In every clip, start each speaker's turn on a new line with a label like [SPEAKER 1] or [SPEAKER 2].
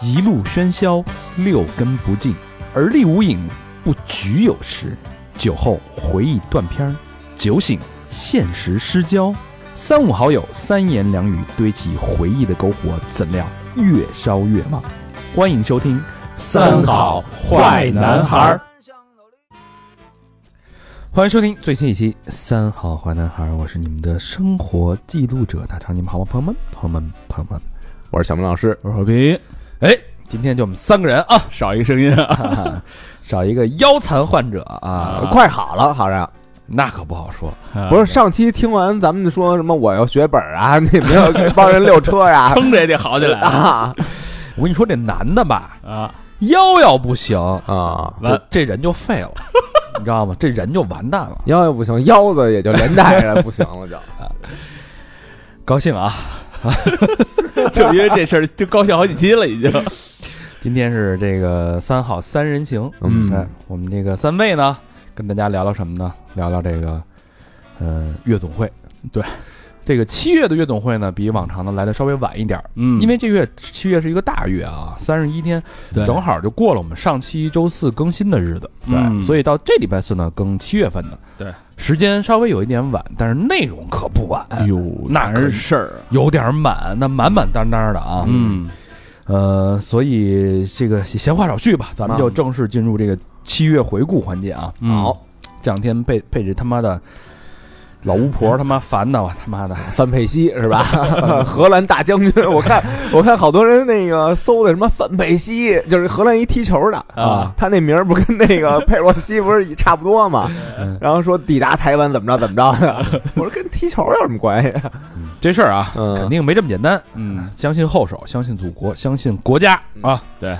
[SPEAKER 1] 一路喧嚣，六根不净，而立无影，不局有时。酒后回忆断片儿，酒醒现实失焦。三五好友三言两语堆起回忆的篝火，怎料越烧越旺。欢迎收听《
[SPEAKER 2] 三好坏男孩儿》，
[SPEAKER 1] 欢迎收听最新一期《三好坏男孩儿》，我是你们的生活记录者大长，你们好吗？朋友们，朋友们，朋友们，
[SPEAKER 2] 我是小明老师，
[SPEAKER 1] 我是和平。哎，今天就我们三个人啊，
[SPEAKER 2] 少一个声音啊，
[SPEAKER 1] 少一个腰残患者啊
[SPEAKER 2] 啊，
[SPEAKER 3] 快好了，好像
[SPEAKER 1] 那可不 好说。
[SPEAKER 3] 不是上期听完咱们说什么我要学本儿啊， 你们要帮人溜车 呀
[SPEAKER 2] 撑着也得好起来啊
[SPEAKER 3] 啊
[SPEAKER 1] 我跟你说，这男的吧，
[SPEAKER 2] 啊！
[SPEAKER 1] 腰要不行，
[SPEAKER 3] 啊！
[SPEAKER 1] 这
[SPEAKER 2] 完
[SPEAKER 1] 这人就废了， 你知道吗？这人就完蛋了。
[SPEAKER 3] 腰也不行，腰子也就连带着不行了，就
[SPEAKER 1] 高兴啊，
[SPEAKER 2] 就因为这事儿就高兴好几期了，已经。
[SPEAKER 1] 今天是这个三好三人行，
[SPEAKER 3] 嗯
[SPEAKER 1] 哎，我们这个三位呢，跟大家聊聊什么呢？聊聊这个，呃，乐总会。
[SPEAKER 2] 对，
[SPEAKER 1] 这个七月的乐总会呢，比往常的来的稍微晚一点儿，
[SPEAKER 2] 嗯
[SPEAKER 1] 因为这月七月是一个大月啊，三十一天，正好就过了我们上期周四更新的日子，
[SPEAKER 2] 对嗯
[SPEAKER 1] 所以到这礼拜四呢，更七月份的，
[SPEAKER 2] 对，
[SPEAKER 1] 时间稍微有一点晚，但是内容可不晚，
[SPEAKER 2] 哟，
[SPEAKER 1] 那可
[SPEAKER 2] 是事儿啊，
[SPEAKER 1] 有点满，那满满当当的啊，，
[SPEAKER 2] 嗯，
[SPEAKER 1] 呃，所以这个闲话少叙吧，咱们就正式进入这个七月回顾环节啊。
[SPEAKER 2] 嗯
[SPEAKER 1] 好，这两天被被这他妈的老巫婆他妈烦的，我他妈的，
[SPEAKER 3] 范佩西 是吧？荷兰大将军，我看我看好多人那个搜的什么范佩西，就是荷兰一踢球的
[SPEAKER 2] 啊，
[SPEAKER 3] 他那名儿不跟那个佩洛西不是差不多吗
[SPEAKER 1] 嗯？
[SPEAKER 3] 然后说抵达台湾怎么着怎么着 的，我说跟踢球有什么关系？
[SPEAKER 1] 这事儿啊，
[SPEAKER 3] 嗯
[SPEAKER 1] 肯定没这么简单。啊
[SPEAKER 2] 嗯，
[SPEAKER 1] 相信后手，相信祖国，相信国家啊。
[SPEAKER 2] 对，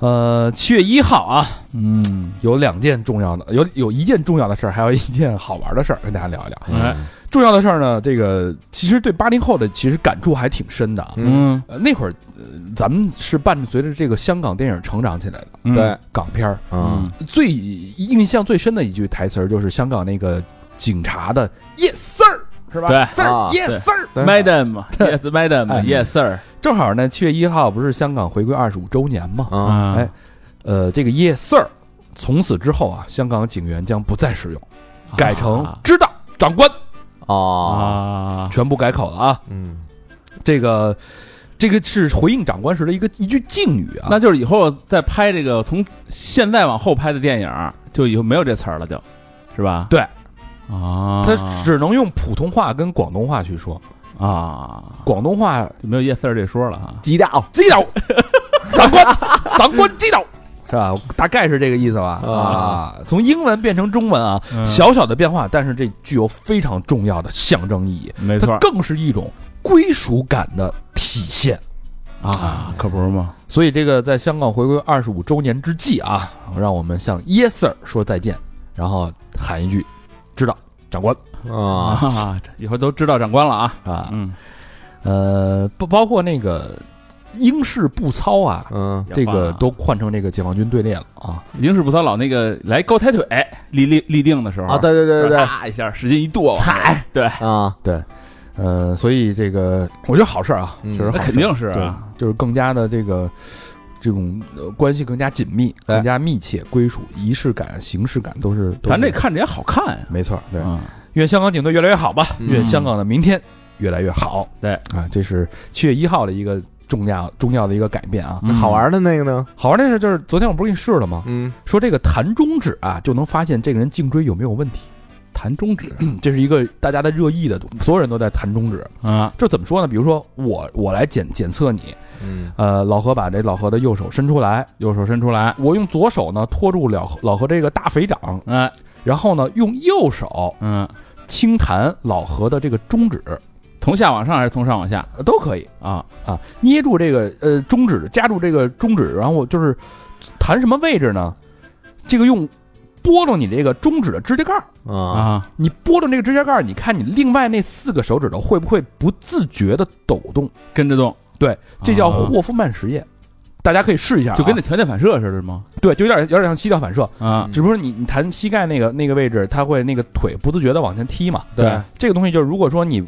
[SPEAKER 1] 呃，七月一号啊，
[SPEAKER 2] 嗯，
[SPEAKER 1] 有两件重要的，有有一件重要的事儿，还有一件好玩的事儿，跟大家聊一聊。
[SPEAKER 2] 哎，
[SPEAKER 1] 重要的事儿呢，这个其实对八零后的其实感触还挺深的啊。
[SPEAKER 2] 嗯，
[SPEAKER 1] 呃，那会儿、呃咱们是伴随着这个香港电影成长起来的，
[SPEAKER 2] 嗯
[SPEAKER 3] 对，，
[SPEAKER 1] 港片儿
[SPEAKER 3] 嗯，
[SPEAKER 1] 最印象最深的一句台词儿就是香港那个警察的 “Yes sir” 是吧
[SPEAKER 2] 对
[SPEAKER 1] ？“Sir
[SPEAKER 3] 啊
[SPEAKER 1] Yes
[SPEAKER 2] 对
[SPEAKER 1] sir”，
[SPEAKER 3] 对
[SPEAKER 2] Madam，Yes Madam，Yes
[SPEAKER 1] 嗯哎
[SPEAKER 2] Sir，
[SPEAKER 1] 正好呢，七月一号不是香港回归二十五周年嘛？
[SPEAKER 3] 啊，
[SPEAKER 1] 哎，呃，这个 “Yes sir” 从此之后啊，香港警员将不再使用，改成“知道长官
[SPEAKER 3] 哦，
[SPEAKER 2] 啊”，，
[SPEAKER 1] 全部改口了啊。
[SPEAKER 3] 嗯。
[SPEAKER 1] 这个这个是回应长官时的一个一句敬语啊。
[SPEAKER 2] 那就是以后再拍这个，从现在往后拍的电影，就以后没有这词儿了，就是吧？
[SPEAKER 1] 对，
[SPEAKER 2] 啊，
[SPEAKER 1] 他只能用普通话跟广东话去说，
[SPEAKER 2] 啊，
[SPEAKER 1] 广东话
[SPEAKER 2] 就没有 Yes Sir 这说了啊。
[SPEAKER 3] 鸡道
[SPEAKER 1] 击 倒长官，长官击倒，是吧？大概是这个意思吧。啊，从英文变成中文啊，
[SPEAKER 2] 嗯
[SPEAKER 1] 小小的变化，但是这具有非常重要的象征意义，
[SPEAKER 2] 没错
[SPEAKER 1] 它更是一种归属感的体现。
[SPEAKER 2] 啊，可不是吗？
[SPEAKER 1] 所以，这个在香港回归二十五周年之际啊，让我们向 Yes Sir 说再见，然后喊一句“知道，长官
[SPEAKER 3] 啊，
[SPEAKER 2] 啊，这以后都知道长官了啊。”
[SPEAKER 1] 啊。
[SPEAKER 2] 嗯，
[SPEAKER 1] 呃，不包括那个英式步操啊，
[SPEAKER 3] 嗯，
[SPEAKER 1] 这个都换成这个解放军队列了啊
[SPEAKER 2] 已经是不操老那个来高抬腿立立立定的时候
[SPEAKER 3] 啊，对对对对对，
[SPEAKER 2] 啪一下使劲一跺，
[SPEAKER 3] 踩
[SPEAKER 2] 对，
[SPEAKER 3] 啊，
[SPEAKER 1] 呃，所以这个我觉得好事儿啊，
[SPEAKER 3] 嗯
[SPEAKER 1] 就是
[SPEAKER 2] 那
[SPEAKER 1] 好事儿
[SPEAKER 2] 肯定是
[SPEAKER 1] 对
[SPEAKER 2] 啊，，
[SPEAKER 1] 就是更加的这个这种呃关系更加紧密，
[SPEAKER 3] 对
[SPEAKER 1] 更加密切，归属、仪式感、形式感都是。都
[SPEAKER 2] 咱
[SPEAKER 1] 是
[SPEAKER 2] 这看着也好看呀。
[SPEAKER 1] 没错儿，对，
[SPEAKER 2] 嗯，
[SPEAKER 1] 愿香港警队越来越好吧，
[SPEAKER 3] 嗯
[SPEAKER 1] 愿香港的明天越来越好。
[SPEAKER 2] 对
[SPEAKER 1] 啊，这是七月一号的一个重要重要的一个改变啊。
[SPEAKER 2] 嗯
[SPEAKER 3] 好玩的那个呢，
[SPEAKER 1] 好玩的是，就是昨天我不是给你试了吗？
[SPEAKER 3] 嗯，
[SPEAKER 1] 说这个弹中指啊，就能发现这个人颈椎有没有问题。嗯
[SPEAKER 2] 弹中指
[SPEAKER 1] 这是一个大家的热议的，所有人都在弹中指。
[SPEAKER 2] 啊，
[SPEAKER 1] 这怎么说呢？比如说我我来检检测你，
[SPEAKER 3] 嗯，
[SPEAKER 1] 呃，老何把这老何的右手伸出来，
[SPEAKER 2] 右手伸出来，
[SPEAKER 1] 我用左手呢托住老何老何这个大肥掌，
[SPEAKER 2] 哎，
[SPEAKER 1] 然后呢用右手
[SPEAKER 2] 嗯，
[SPEAKER 1] 轻弹老何的这个中指，
[SPEAKER 2] 从下往上还是从上往下
[SPEAKER 1] 呃都可以
[SPEAKER 2] 啊？
[SPEAKER 1] 啊。捏住这个呃中指，夹住这个中指，然后我就是弹什么位置呢？这个用拨弄你这个中指的指甲盖儿。
[SPEAKER 3] 啊，
[SPEAKER 2] 啊，
[SPEAKER 1] 你拨弄这个指甲盖儿，你看你另外那四个手指头会不会不自觉的抖动？
[SPEAKER 2] 跟着动，
[SPEAKER 1] 对，这叫
[SPEAKER 2] 啊
[SPEAKER 1] 霍夫曼实验，大家可以试一下啊、
[SPEAKER 2] 就跟那条件反射似的吗？
[SPEAKER 1] 对，就有点有点像膝跳反射，
[SPEAKER 2] 啊，
[SPEAKER 1] 只不过你你弹膝盖那个那个位置，它会那个腿不自觉的往前踢嘛。
[SPEAKER 2] 对，
[SPEAKER 1] 这个东西就是，如果说你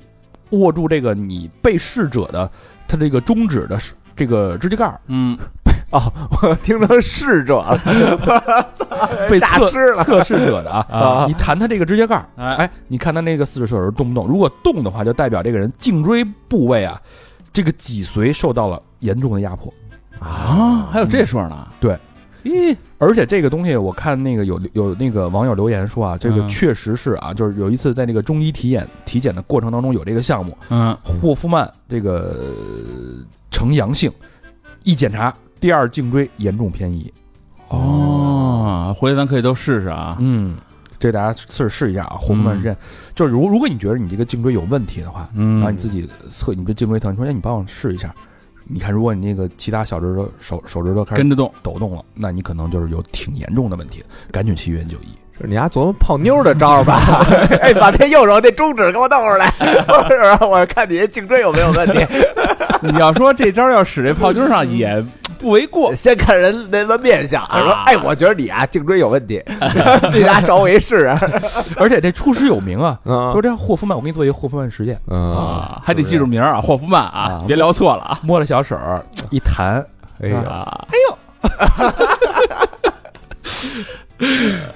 [SPEAKER 1] 握住这个你被试者的他这个中指的这个指甲盖儿
[SPEAKER 4] 嗯，
[SPEAKER 3] 哦， 我听成逝者了，
[SPEAKER 1] 被
[SPEAKER 3] 诈
[SPEAKER 1] 测
[SPEAKER 3] 尸了
[SPEAKER 1] 测试者的啊，
[SPEAKER 3] 啊
[SPEAKER 1] 你弹他这个指甲盖儿，
[SPEAKER 4] 哎，
[SPEAKER 1] 哎，你看他那个四十岁的时候动不动，如果动的话，就代表这个人颈椎部位啊，这个脊髓受到了严重的压迫。
[SPEAKER 4] 啊，还有这说呢？
[SPEAKER 1] 对，
[SPEAKER 4] 咦，
[SPEAKER 1] 而且这个东西，我看那个有有那个网友留言说啊，这个
[SPEAKER 4] 嗯
[SPEAKER 1] 确实是啊，就是有一次在那个中医体检体检的过程当中有这个项目，
[SPEAKER 4] 嗯，
[SPEAKER 1] 霍夫曼这个呃呈阳性，一检查第二颈椎严重偏移。
[SPEAKER 4] 哦，回去咱可以都试试啊。
[SPEAKER 1] 嗯，这大家试试一下啊，霍夫曼
[SPEAKER 4] 嗯
[SPEAKER 1] 是这样，就是如如果你觉得你这个颈椎有问题的话，
[SPEAKER 4] 嗯
[SPEAKER 1] 然后你自己测你这颈椎疼，你说哎，你帮我试一下。你看，如果你那个其他小指头、手手指头开始
[SPEAKER 4] 跟着动，
[SPEAKER 1] 抖动了，那你可能就是有挺严重的问题，赶紧去医院就医。
[SPEAKER 3] 是你丫琢磨泡妞的招儿吧？ 哎，把那右手那中指给我弄出来， 是吧？我看你这颈椎有没有问题？
[SPEAKER 4] 你要说这招要使这炮军上也不为过。
[SPEAKER 3] 先看人那个面相，说
[SPEAKER 4] 啊
[SPEAKER 3] 哎，我觉得你啊颈椎有问 题，你拿稍微试试。
[SPEAKER 1] 而且这出师有名啊，
[SPEAKER 3] 嗯
[SPEAKER 1] 说这霍夫曼，我给你做一个霍夫曼实验，
[SPEAKER 3] 嗯，
[SPEAKER 4] 啊，还得记住名儿啊，霍夫曼啊
[SPEAKER 3] 啊，
[SPEAKER 4] 别聊错了啊。
[SPEAKER 1] 摸了小手儿一弹，
[SPEAKER 3] 哎呀，
[SPEAKER 4] 啊，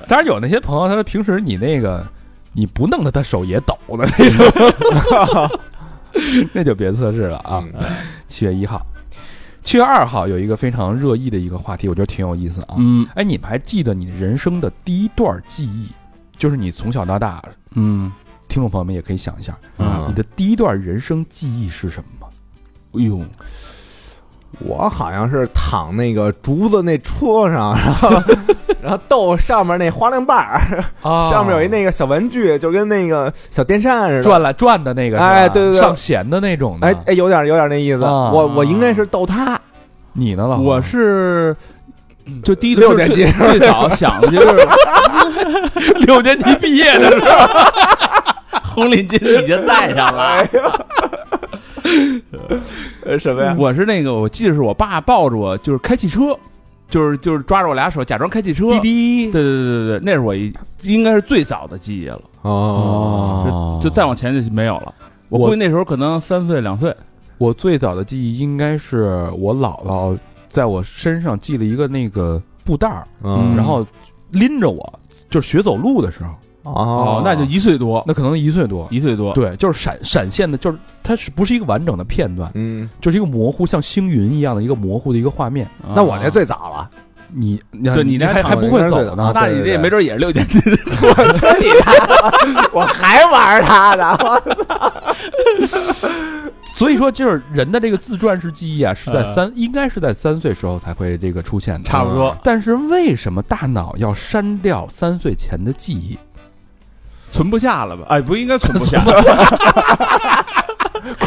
[SPEAKER 1] 当然有那些朋友，他说平时你那个你不弄他，他手也抖的那种， 那就别测试了
[SPEAKER 3] 嗯
[SPEAKER 1] 啊。七月一号，七月二号有一个非常热议的一个话题，我觉得挺有意思啊。
[SPEAKER 4] 嗯
[SPEAKER 1] 哎，你们还记得你人生的第一段记忆，就是你从小到大，
[SPEAKER 4] 嗯
[SPEAKER 1] 听众朋友们也可以想一下，
[SPEAKER 4] 嗯
[SPEAKER 1] 你的第一段人生记忆是什么吗？
[SPEAKER 4] 哎呦，
[SPEAKER 3] 我好像是躺那个竹子那戳上， 然后然后逗上面那花铃瓣儿，
[SPEAKER 1] 啊
[SPEAKER 3] 上面有一那个小玩具，就跟那个小电扇似的。
[SPEAKER 1] 转来转的那个是吧，
[SPEAKER 3] 哎对对对
[SPEAKER 1] 上弦的那种的。
[SPEAKER 3] 哎哎，有点有点那意思。
[SPEAKER 1] 啊
[SPEAKER 3] 我我应该是逗他，
[SPEAKER 1] 你呢，老黄
[SPEAKER 4] 我 是就第一
[SPEAKER 3] 六年级
[SPEAKER 4] 最最早想的就是
[SPEAKER 1] 六年级毕业的时候，
[SPEAKER 4] 红领巾已经戴 上
[SPEAKER 1] 啊
[SPEAKER 4] 了。
[SPEAKER 3] 呃 什么呀？
[SPEAKER 4] 我是那个，我记得是我爸抱着我，就是开汽车，就是就是抓着我俩手，假装开汽车。
[SPEAKER 1] 滴滴
[SPEAKER 4] 对对对对对，那是我一应该是最早的记忆了，
[SPEAKER 1] 哦
[SPEAKER 4] 就再往前就没有了。我
[SPEAKER 1] 我
[SPEAKER 4] 估计那时候可能三岁两岁。
[SPEAKER 1] 我最早的记忆应该是我姥姥在我身上系了一个那个布袋儿，
[SPEAKER 4] 嗯
[SPEAKER 1] 哦然后拎着我，就是学走路的时候，
[SPEAKER 3] 哦
[SPEAKER 4] 那就一岁多，
[SPEAKER 1] 那可能一岁多。
[SPEAKER 4] 一岁多。
[SPEAKER 1] 对，就是闪闪现的，就是它是不是一个完整的片段，
[SPEAKER 3] 嗯，
[SPEAKER 1] 就是一个模糊，像星云一样的一个模糊的一个画面。
[SPEAKER 4] 啊
[SPEAKER 3] 那我这最早了，
[SPEAKER 1] 你，
[SPEAKER 4] 对
[SPEAKER 1] 你
[SPEAKER 4] 你那
[SPEAKER 1] 还
[SPEAKER 4] 还
[SPEAKER 1] 还不会走啊呢
[SPEAKER 3] 躺着，
[SPEAKER 4] 啊那你这也没准也是六年级的，
[SPEAKER 3] 我觉得你啊我还玩他呢，我
[SPEAKER 1] 所以说就是人的这个自传式记忆啊，是在
[SPEAKER 4] 呃
[SPEAKER 1] 三，应该是在三岁时候才会这个出现的，嗯
[SPEAKER 4] 差不多。
[SPEAKER 1] 但是为什么大脑要删掉三岁前的记忆？
[SPEAKER 4] 存不下了吧？哎，不应该 存不下。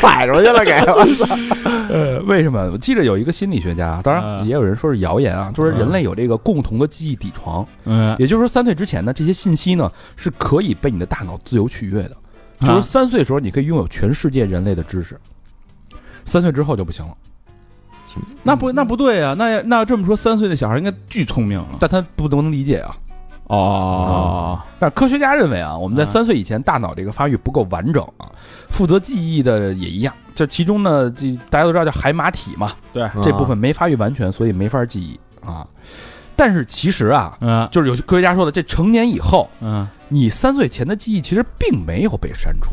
[SPEAKER 3] 拐出去了给我。
[SPEAKER 1] 呃，为什么？我记得有一个心理学家，当然
[SPEAKER 4] 嗯
[SPEAKER 1] 也有人说是谣言啊，就是人类有这个共同的记忆底床，
[SPEAKER 4] 嗯，
[SPEAKER 1] 也就是说，三岁之前呢，这些信息呢是可以被你的大脑自由取阅的，就
[SPEAKER 4] 啊
[SPEAKER 1] 是三岁的时候你可以拥有全世界人类的知识，三岁之后就不行了。
[SPEAKER 4] 那不那不对啊，那那要这么说，三岁的小孩应该巨聪明了。
[SPEAKER 1] 但他不能理解啊。
[SPEAKER 4] 哦，
[SPEAKER 1] 但科学家认为啊，我们在
[SPEAKER 4] 嗯
[SPEAKER 1] 三岁以前大脑这个发育不够完整啊，负责记忆的也一样。这其中呢，这大家都知道叫海马体嘛，
[SPEAKER 4] 对，
[SPEAKER 1] 这部分没发育完全，所以没法记忆啊。但是其实啊，
[SPEAKER 4] 嗯
[SPEAKER 1] 就是有些科学家说的，这成年以后，
[SPEAKER 4] 嗯，
[SPEAKER 1] 你三岁前的记忆其实并没有被删除，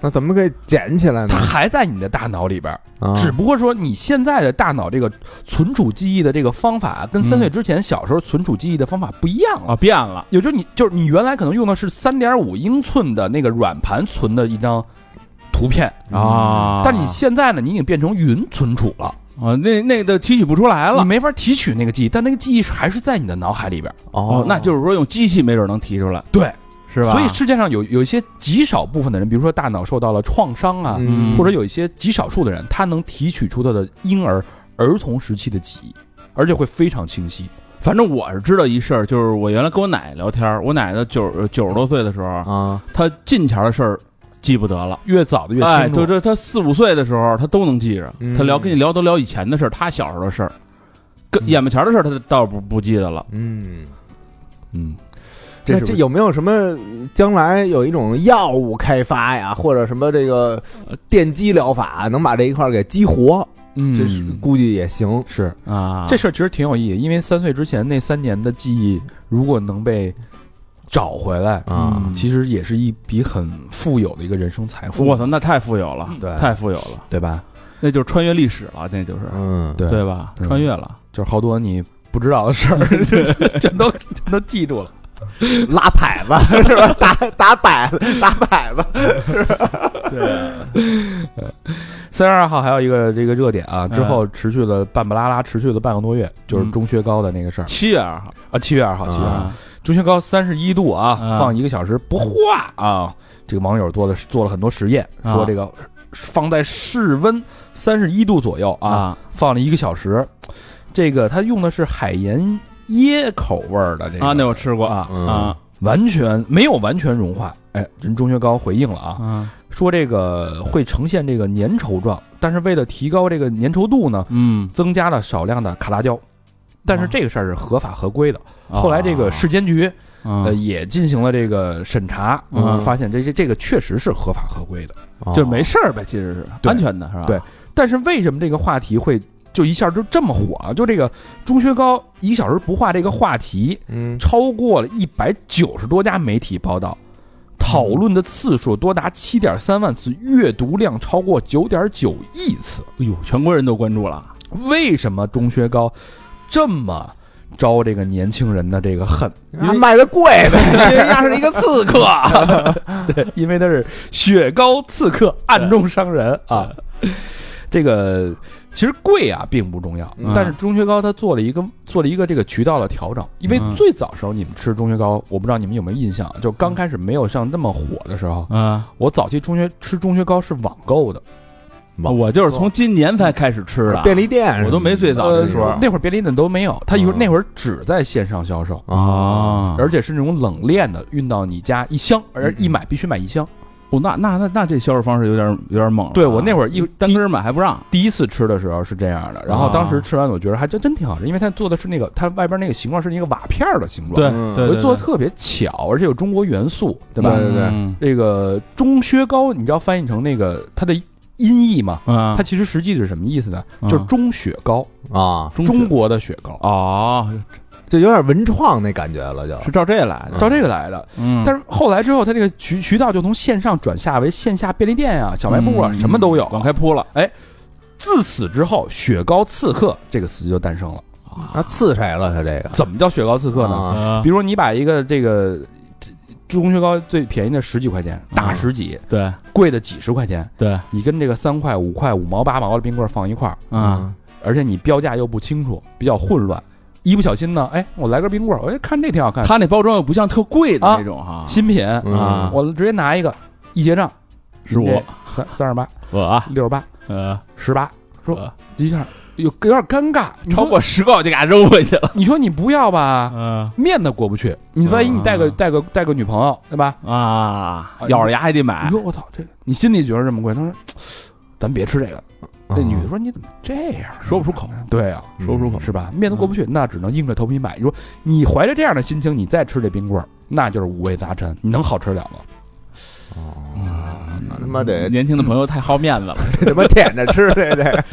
[SPEAKER 3] 那怎么可以捡起来呢
[SPEAKER 1] 它？还在你的大脑里边儿，
[SPEAKER 3] 啊
[SPEAKER 1] 只不过说你现在的大脑这个存储记忆的这个方法，跟
[SPEAKER 4] 嗯
[SPEAKER 1] 三岁之前小时候存储记忆的方法不一样了。
[SPEAKER 4] 啊，变了。
[SPEAKER 1] 也就是你，就是你原来可能用的是三点五英寸的那个软盘存的一张图片，
[SPEAKER 4] 啊
[SPEAKER 1] 嗯但你现在呢，你已经变成云存储了，
[SPEAKER 4] 啊，那那个提取不出来
[SPEAKER 1] 你
[SPEAKER 4] 哎了。
[SPEAKER 1] 没法提取那个记忆，但那个记忆是还是在你的脑海里边儿，
[SPEAKER 4] 哦，那就是说用机器没准能提出来，
[SPEAKER 1] 对，
[SPEAKER 4] 是吧？
[SPEAKER 1] 所以世界上有有一些极少部分的人，比如说大脑受到了创伤啊，
[SPEAKER 3] 嗯
[SPEAKER 1] 或者有一些极少数的人，他能提取出他的婴儿、儿童时期的记忆，而且会非常清晰。
[SPEAKER 4] 反正我是知道一事儿，就是我原来跟我奶奶聊天儿，我奶奶九呃九十多岁的时候，
[SPEAKER 3] 啊，
[SPEAKER 4] 她近前儿的事儿记不得了。
[SPEAKER 1] 越早的越
[SPEAKER 4] 哎，
[SPEAKER 1] 清楚。
[SPEAKER 4] 就这，她四五岁的时候，她都能记着。
[SPEAKER 3] 嗯
[SPEAKER 4] 她聊跟你聊都聊以前的事儿，她小时候的事儿，跟眼巴前儿的事儿，她倒不不记得了。
[SPEAKER 3] 嗯，
[SPEAKER 1] 嗯，
[SPEAKER 3] 那
[SPEAKER 1] 是不
[SPEAKER 3] 这
[SPEAKER 1] 是
[SPEAKER 3] 有没有什么将来有一种药物开发呀，或者什么这个电击疗法，能把这一块儿给激活？
[SPEAKER 1] 嗯
[SPEAKER 3] 这是估计也行。
[SPEAKER 1] 是
[SPEAKER 4] 啊，
[SPEAKER 1] 这事儿其实挺有意义，因为三岁之前那三年的记忆，如果能被找回来，
[SPEAKER 3] 啊
[SPEAKER 4] 嗯
[SPEAKER 1] 其实也是一笔很富有的一个人生财富，
[SPEAKER 4] 我操，那太富有了，
[SPEAKER 3] 对
[SPEAKER 4] 太富有了，
[SPEAKER 1] 对吧？
[SPEAKER 4] 嗯那就是穿越历史了，那就是
[SPEAKER 3] 嗯，
[SPEAKER 1] 对
[SPEAKER 4] 对吧？
[SPEAKER 1] 嗯
[SPEAKER 4] 穿越了，
[SPEAKER 1] 就是好多你不知道的事儿， 全都全都记住了。
[SPEAKER 3] 嗯拉牌子 是吧？打打摆子，打摆子。
[SPEAKER 1] 三十二号还有一个这个热点啊，之后持续了半不拉拉，持续了半个多月，就是中薛高的那个事儿
[SPEAKER 4] 七月二号
[SPEAKER 1] 嗯啊，七月二号，七月二号，
[SPEAKER 4] 啊，
[SPEAKER 1] 中薛高三十一度啊，
[SPEAKER 4] 啊
[SPEAKER 1] 放一个小时不化啊，这个网友做了做了很多实验，
[SPEAKER 4] 啊
[SPEAKER 1] 说这个放在室温三十一度左右啊，
[SPEAKER 4] 啊
[SPEAKER 1] 放了一个小时，这个他用的是海盐椰口味儿的这个
[SPEAKER 4] 啊，那我吃过
[SPEAKER 1] 啊，
[SPEAKER 3] 嗯
[SPEAKER 4] 啊
[SPEAKER 1] 完全没有完全融化，哎，人中薛高回应了啊，
[SPEAKER 4] 啊，
[SPEAKER 1] 说这个会呈现这个粘稠状，但是为了提高这个粘稠度呢，
[SPEAKER 4] 嗯，
[SPEAKER 1] 增加了少量的卡拉胶。但是
[SPEAKER 4] 啊
[SPEAKER 1] 这个事儿是合法合规的。嗯后来这个市监局
[SPEAKER 4] 啊
[SPEAKER 1] 呃也进行了这个审查，呃
[SPEAKER 4] 嗯
[SPEAKER 1] 发现这这这个确实是合法合规的。
[SPEAKER 4] 就是没事儿呗，其实是
[SPEAKER 1] 对
[SPEAKER 4] 安全的，是吧？
[SPEAKER 1] 对但是为什么这个话题会就一下就这么火啊？就这个中薛高一个小时不化这个话题，
[SPEAKER 3] 嗯
[SPEAKER 1] 超过了一百九十多家媒体报道，讨论的次数多达七点三万次，阅读量超过九点九亿次。
[SPEAKER 4] 哎呦，全国人都关注了，
[SPEAKER 1] 为什么中薛高这么招这个年轻人的这个恨？因
[SPEAKER 3] 啊
[SPEAKER 1] 为
[SPEAKER 3] 卖的贵呗。
[SPEAKER 4] 因为他是一个刺客
[SPEAKER 1] 对，因为他是雪糕刺客，暗中伤人啊。这个其实贵啊并不重要，
[SPEAKER 3] 嗯
[SPEAKER 1] 但是中薛高他做了一个做了一个这个渠道的调整，因为
[SPEAKER 4] 嗯
[SPEAKER 1] 最早时候你们吃中薛高，我不知道你们有没有印象，就刚开始没有像那么火的时候，
[SPEAKER 4] 啊！
[SPEAKER 1] 我早期中学吃中薛高是网购的，
[SPEAKER 4] 我就是从今年才开始吃的，
[SPEAKER 3] 便利店
[SPEAKER 4] 我都没最早
[SPEAKER 1] 呃
[SPEAKER 4] 的时候
[SPEAKER 1] 那会儿便利店都没有，他一会儿
[SPEAKER 3] 嗯
[SPEAKER 1] 那会儿只在线上销售，
[SPEAKER 3] 啊，
[SPEAKER 4] 啊
[SPEAKER 1] 而且是那种冷链的，运到你家一箱，
[SPEAKER 4] 嗯
[SPEAKER 1] 而一买必须买一箱。
[SPEAKER 4] 哦，那那那那这销售方式有点有点猛了啊。
[SPEAKER 1] 对我那会儿一
[SPEAKER 4] 单根儿买还不让，
[SPEAKER 1] 第一次吃的时候是这样的，
[SPEAKER 4] 啊
[SPEAKER 1] 然后当时吃完我觉得还真真挺好吃，因为它做的是那个它外边那个形状是一个瓦片儿的形状，
[SPEAKER 3] 嗯
[SPEAKER 1] 我
[SPEAKER 4] 对
[SPEAKER 1] 觉
[SPEAKER 4] 对，
[SPEAKER 1] 得做的特别巧，而且有中国元素，对吧？
[SPEAKER 3] 对对对
[SPEAKER 4] 嗯
[SPEAKER 1] 这个中薛高，你知道翻译成那个它的音译吗？
[SPEAKER 4] 啊
[SPEAKER 1] 它，其实实际是什么意思呢？
[SPEAKER 4] 嗯
[SPEAKER 1] 就是中雪糕，
[SPEAKER 3] 啊，
[SPEAKER 4] 中
[SPEAKER 1] 中
[SPEAKER 4] 学
[SPEAKER 1] 国的雪糕，
[SPEAKER 4] 哦，
[SPEAKER 3] 就有点文创那感觉了，就是
[SPEAKER 4] 照这来的，
[SPEAKER 1] 照这个来的。
[SPEAKER 4] 嗯，
[SPEAKER 1] 但是后来之后，它这个渠渠道就从线上转下为线下便利店啊、小卖部啊，
[SPEAKER 4] 嗯
[SPEAKER 1] 什么都有。哎
[SPEAKER 4] 往开铺了，
[SPEAKER 1] 自此之后，“雪糕刺客”这个词就诞生了。
[SPEAKER 3] 那刺谁了？他这个
[SPEAKER 1] 怎么叫雪糕刺客呢？
[SPEAKER 3] 啊
[SPEAKER 4] 啊
[SPEAKER 1] 比如说你把一个这个这中薛高最便宜的十几块钱，
[SPEAKER 4] 啊
[SPEAKER 1] 大十几，
[SPEAKER 4] 对
[SPEAKER 1] 贵的几十块钱，
[SPEAKER 4] 对，
[SPEAKER 1] 你跟这个三块、五块、五毛、八毛的冰棍放一块儿，
[SPEAKER 4] 啊，
[SPEAKER 1] 而且你标价又不清楚，比较混乱，一不小心呢，哎，我来根冰棍儿，我哎看这挺好看，
[SPEAKER 4] 它那包装又不像特贵的
[SPEAKER 1] 啊
[SPEAKER 4] 那种哈，
[SPEAKER 1] 新品，
[SPEAKER 4] 啊
[SPEAKER 1] 我直接拿一个，一结账
[SPEAKER 4] 是我
[SPEAKER 1] 三三十八、
[SPEAKER 4] 我啊
[SPEAKER 1] 六十八、
[SPEAKER 4] 呃，
[SPEAKER 1] 十八，说
[SPEAKER 4] 我
[SPEAKER 1] 一下有有点尴尬，你说
[SPEAKER 4] 啊超过十个我就给它扔回去了，
[SPEAKER 1] 你说你不要吧，
[SPEAKER 4] 嗯
[SPEAKER 1] 面子过不去，你万一你带个
[SPEAKER 4] 嗯
[SPEAKER 1] 带个带个女朋友，对吧？
[SPEAKER 4] 啊，咬着牙还得
[SPEAKER 1] 哎你
[SPEAKER 4] 买，
[SPEAKER 1] 说我操，这你心里觉得这么贵，他说咱别嗯吃这个。
[SPEAKER 3] 啊
[SPEAKER 1] 那
[SPEAKER 3] 嗯
[SPEAKER 1] 女的说你怎么这样？
[SPEAKER 4] 说不出口，
[SPEAKER 1] 对啊，
[SPEAKER 3] 说不出口
[SPEAKER 1] 是吧？面子过不去，那只能硬着头皮买。你说你怀着这样的心情，你再吃这冰棍儿，那就是五味杂陈，你能好吃了吗？
[SPEAKER 3] 他妈得
[SPEAKER 4] 年轻的朋友太好面子 了，
[SPEAKER 3] 他妈舔着吃，这得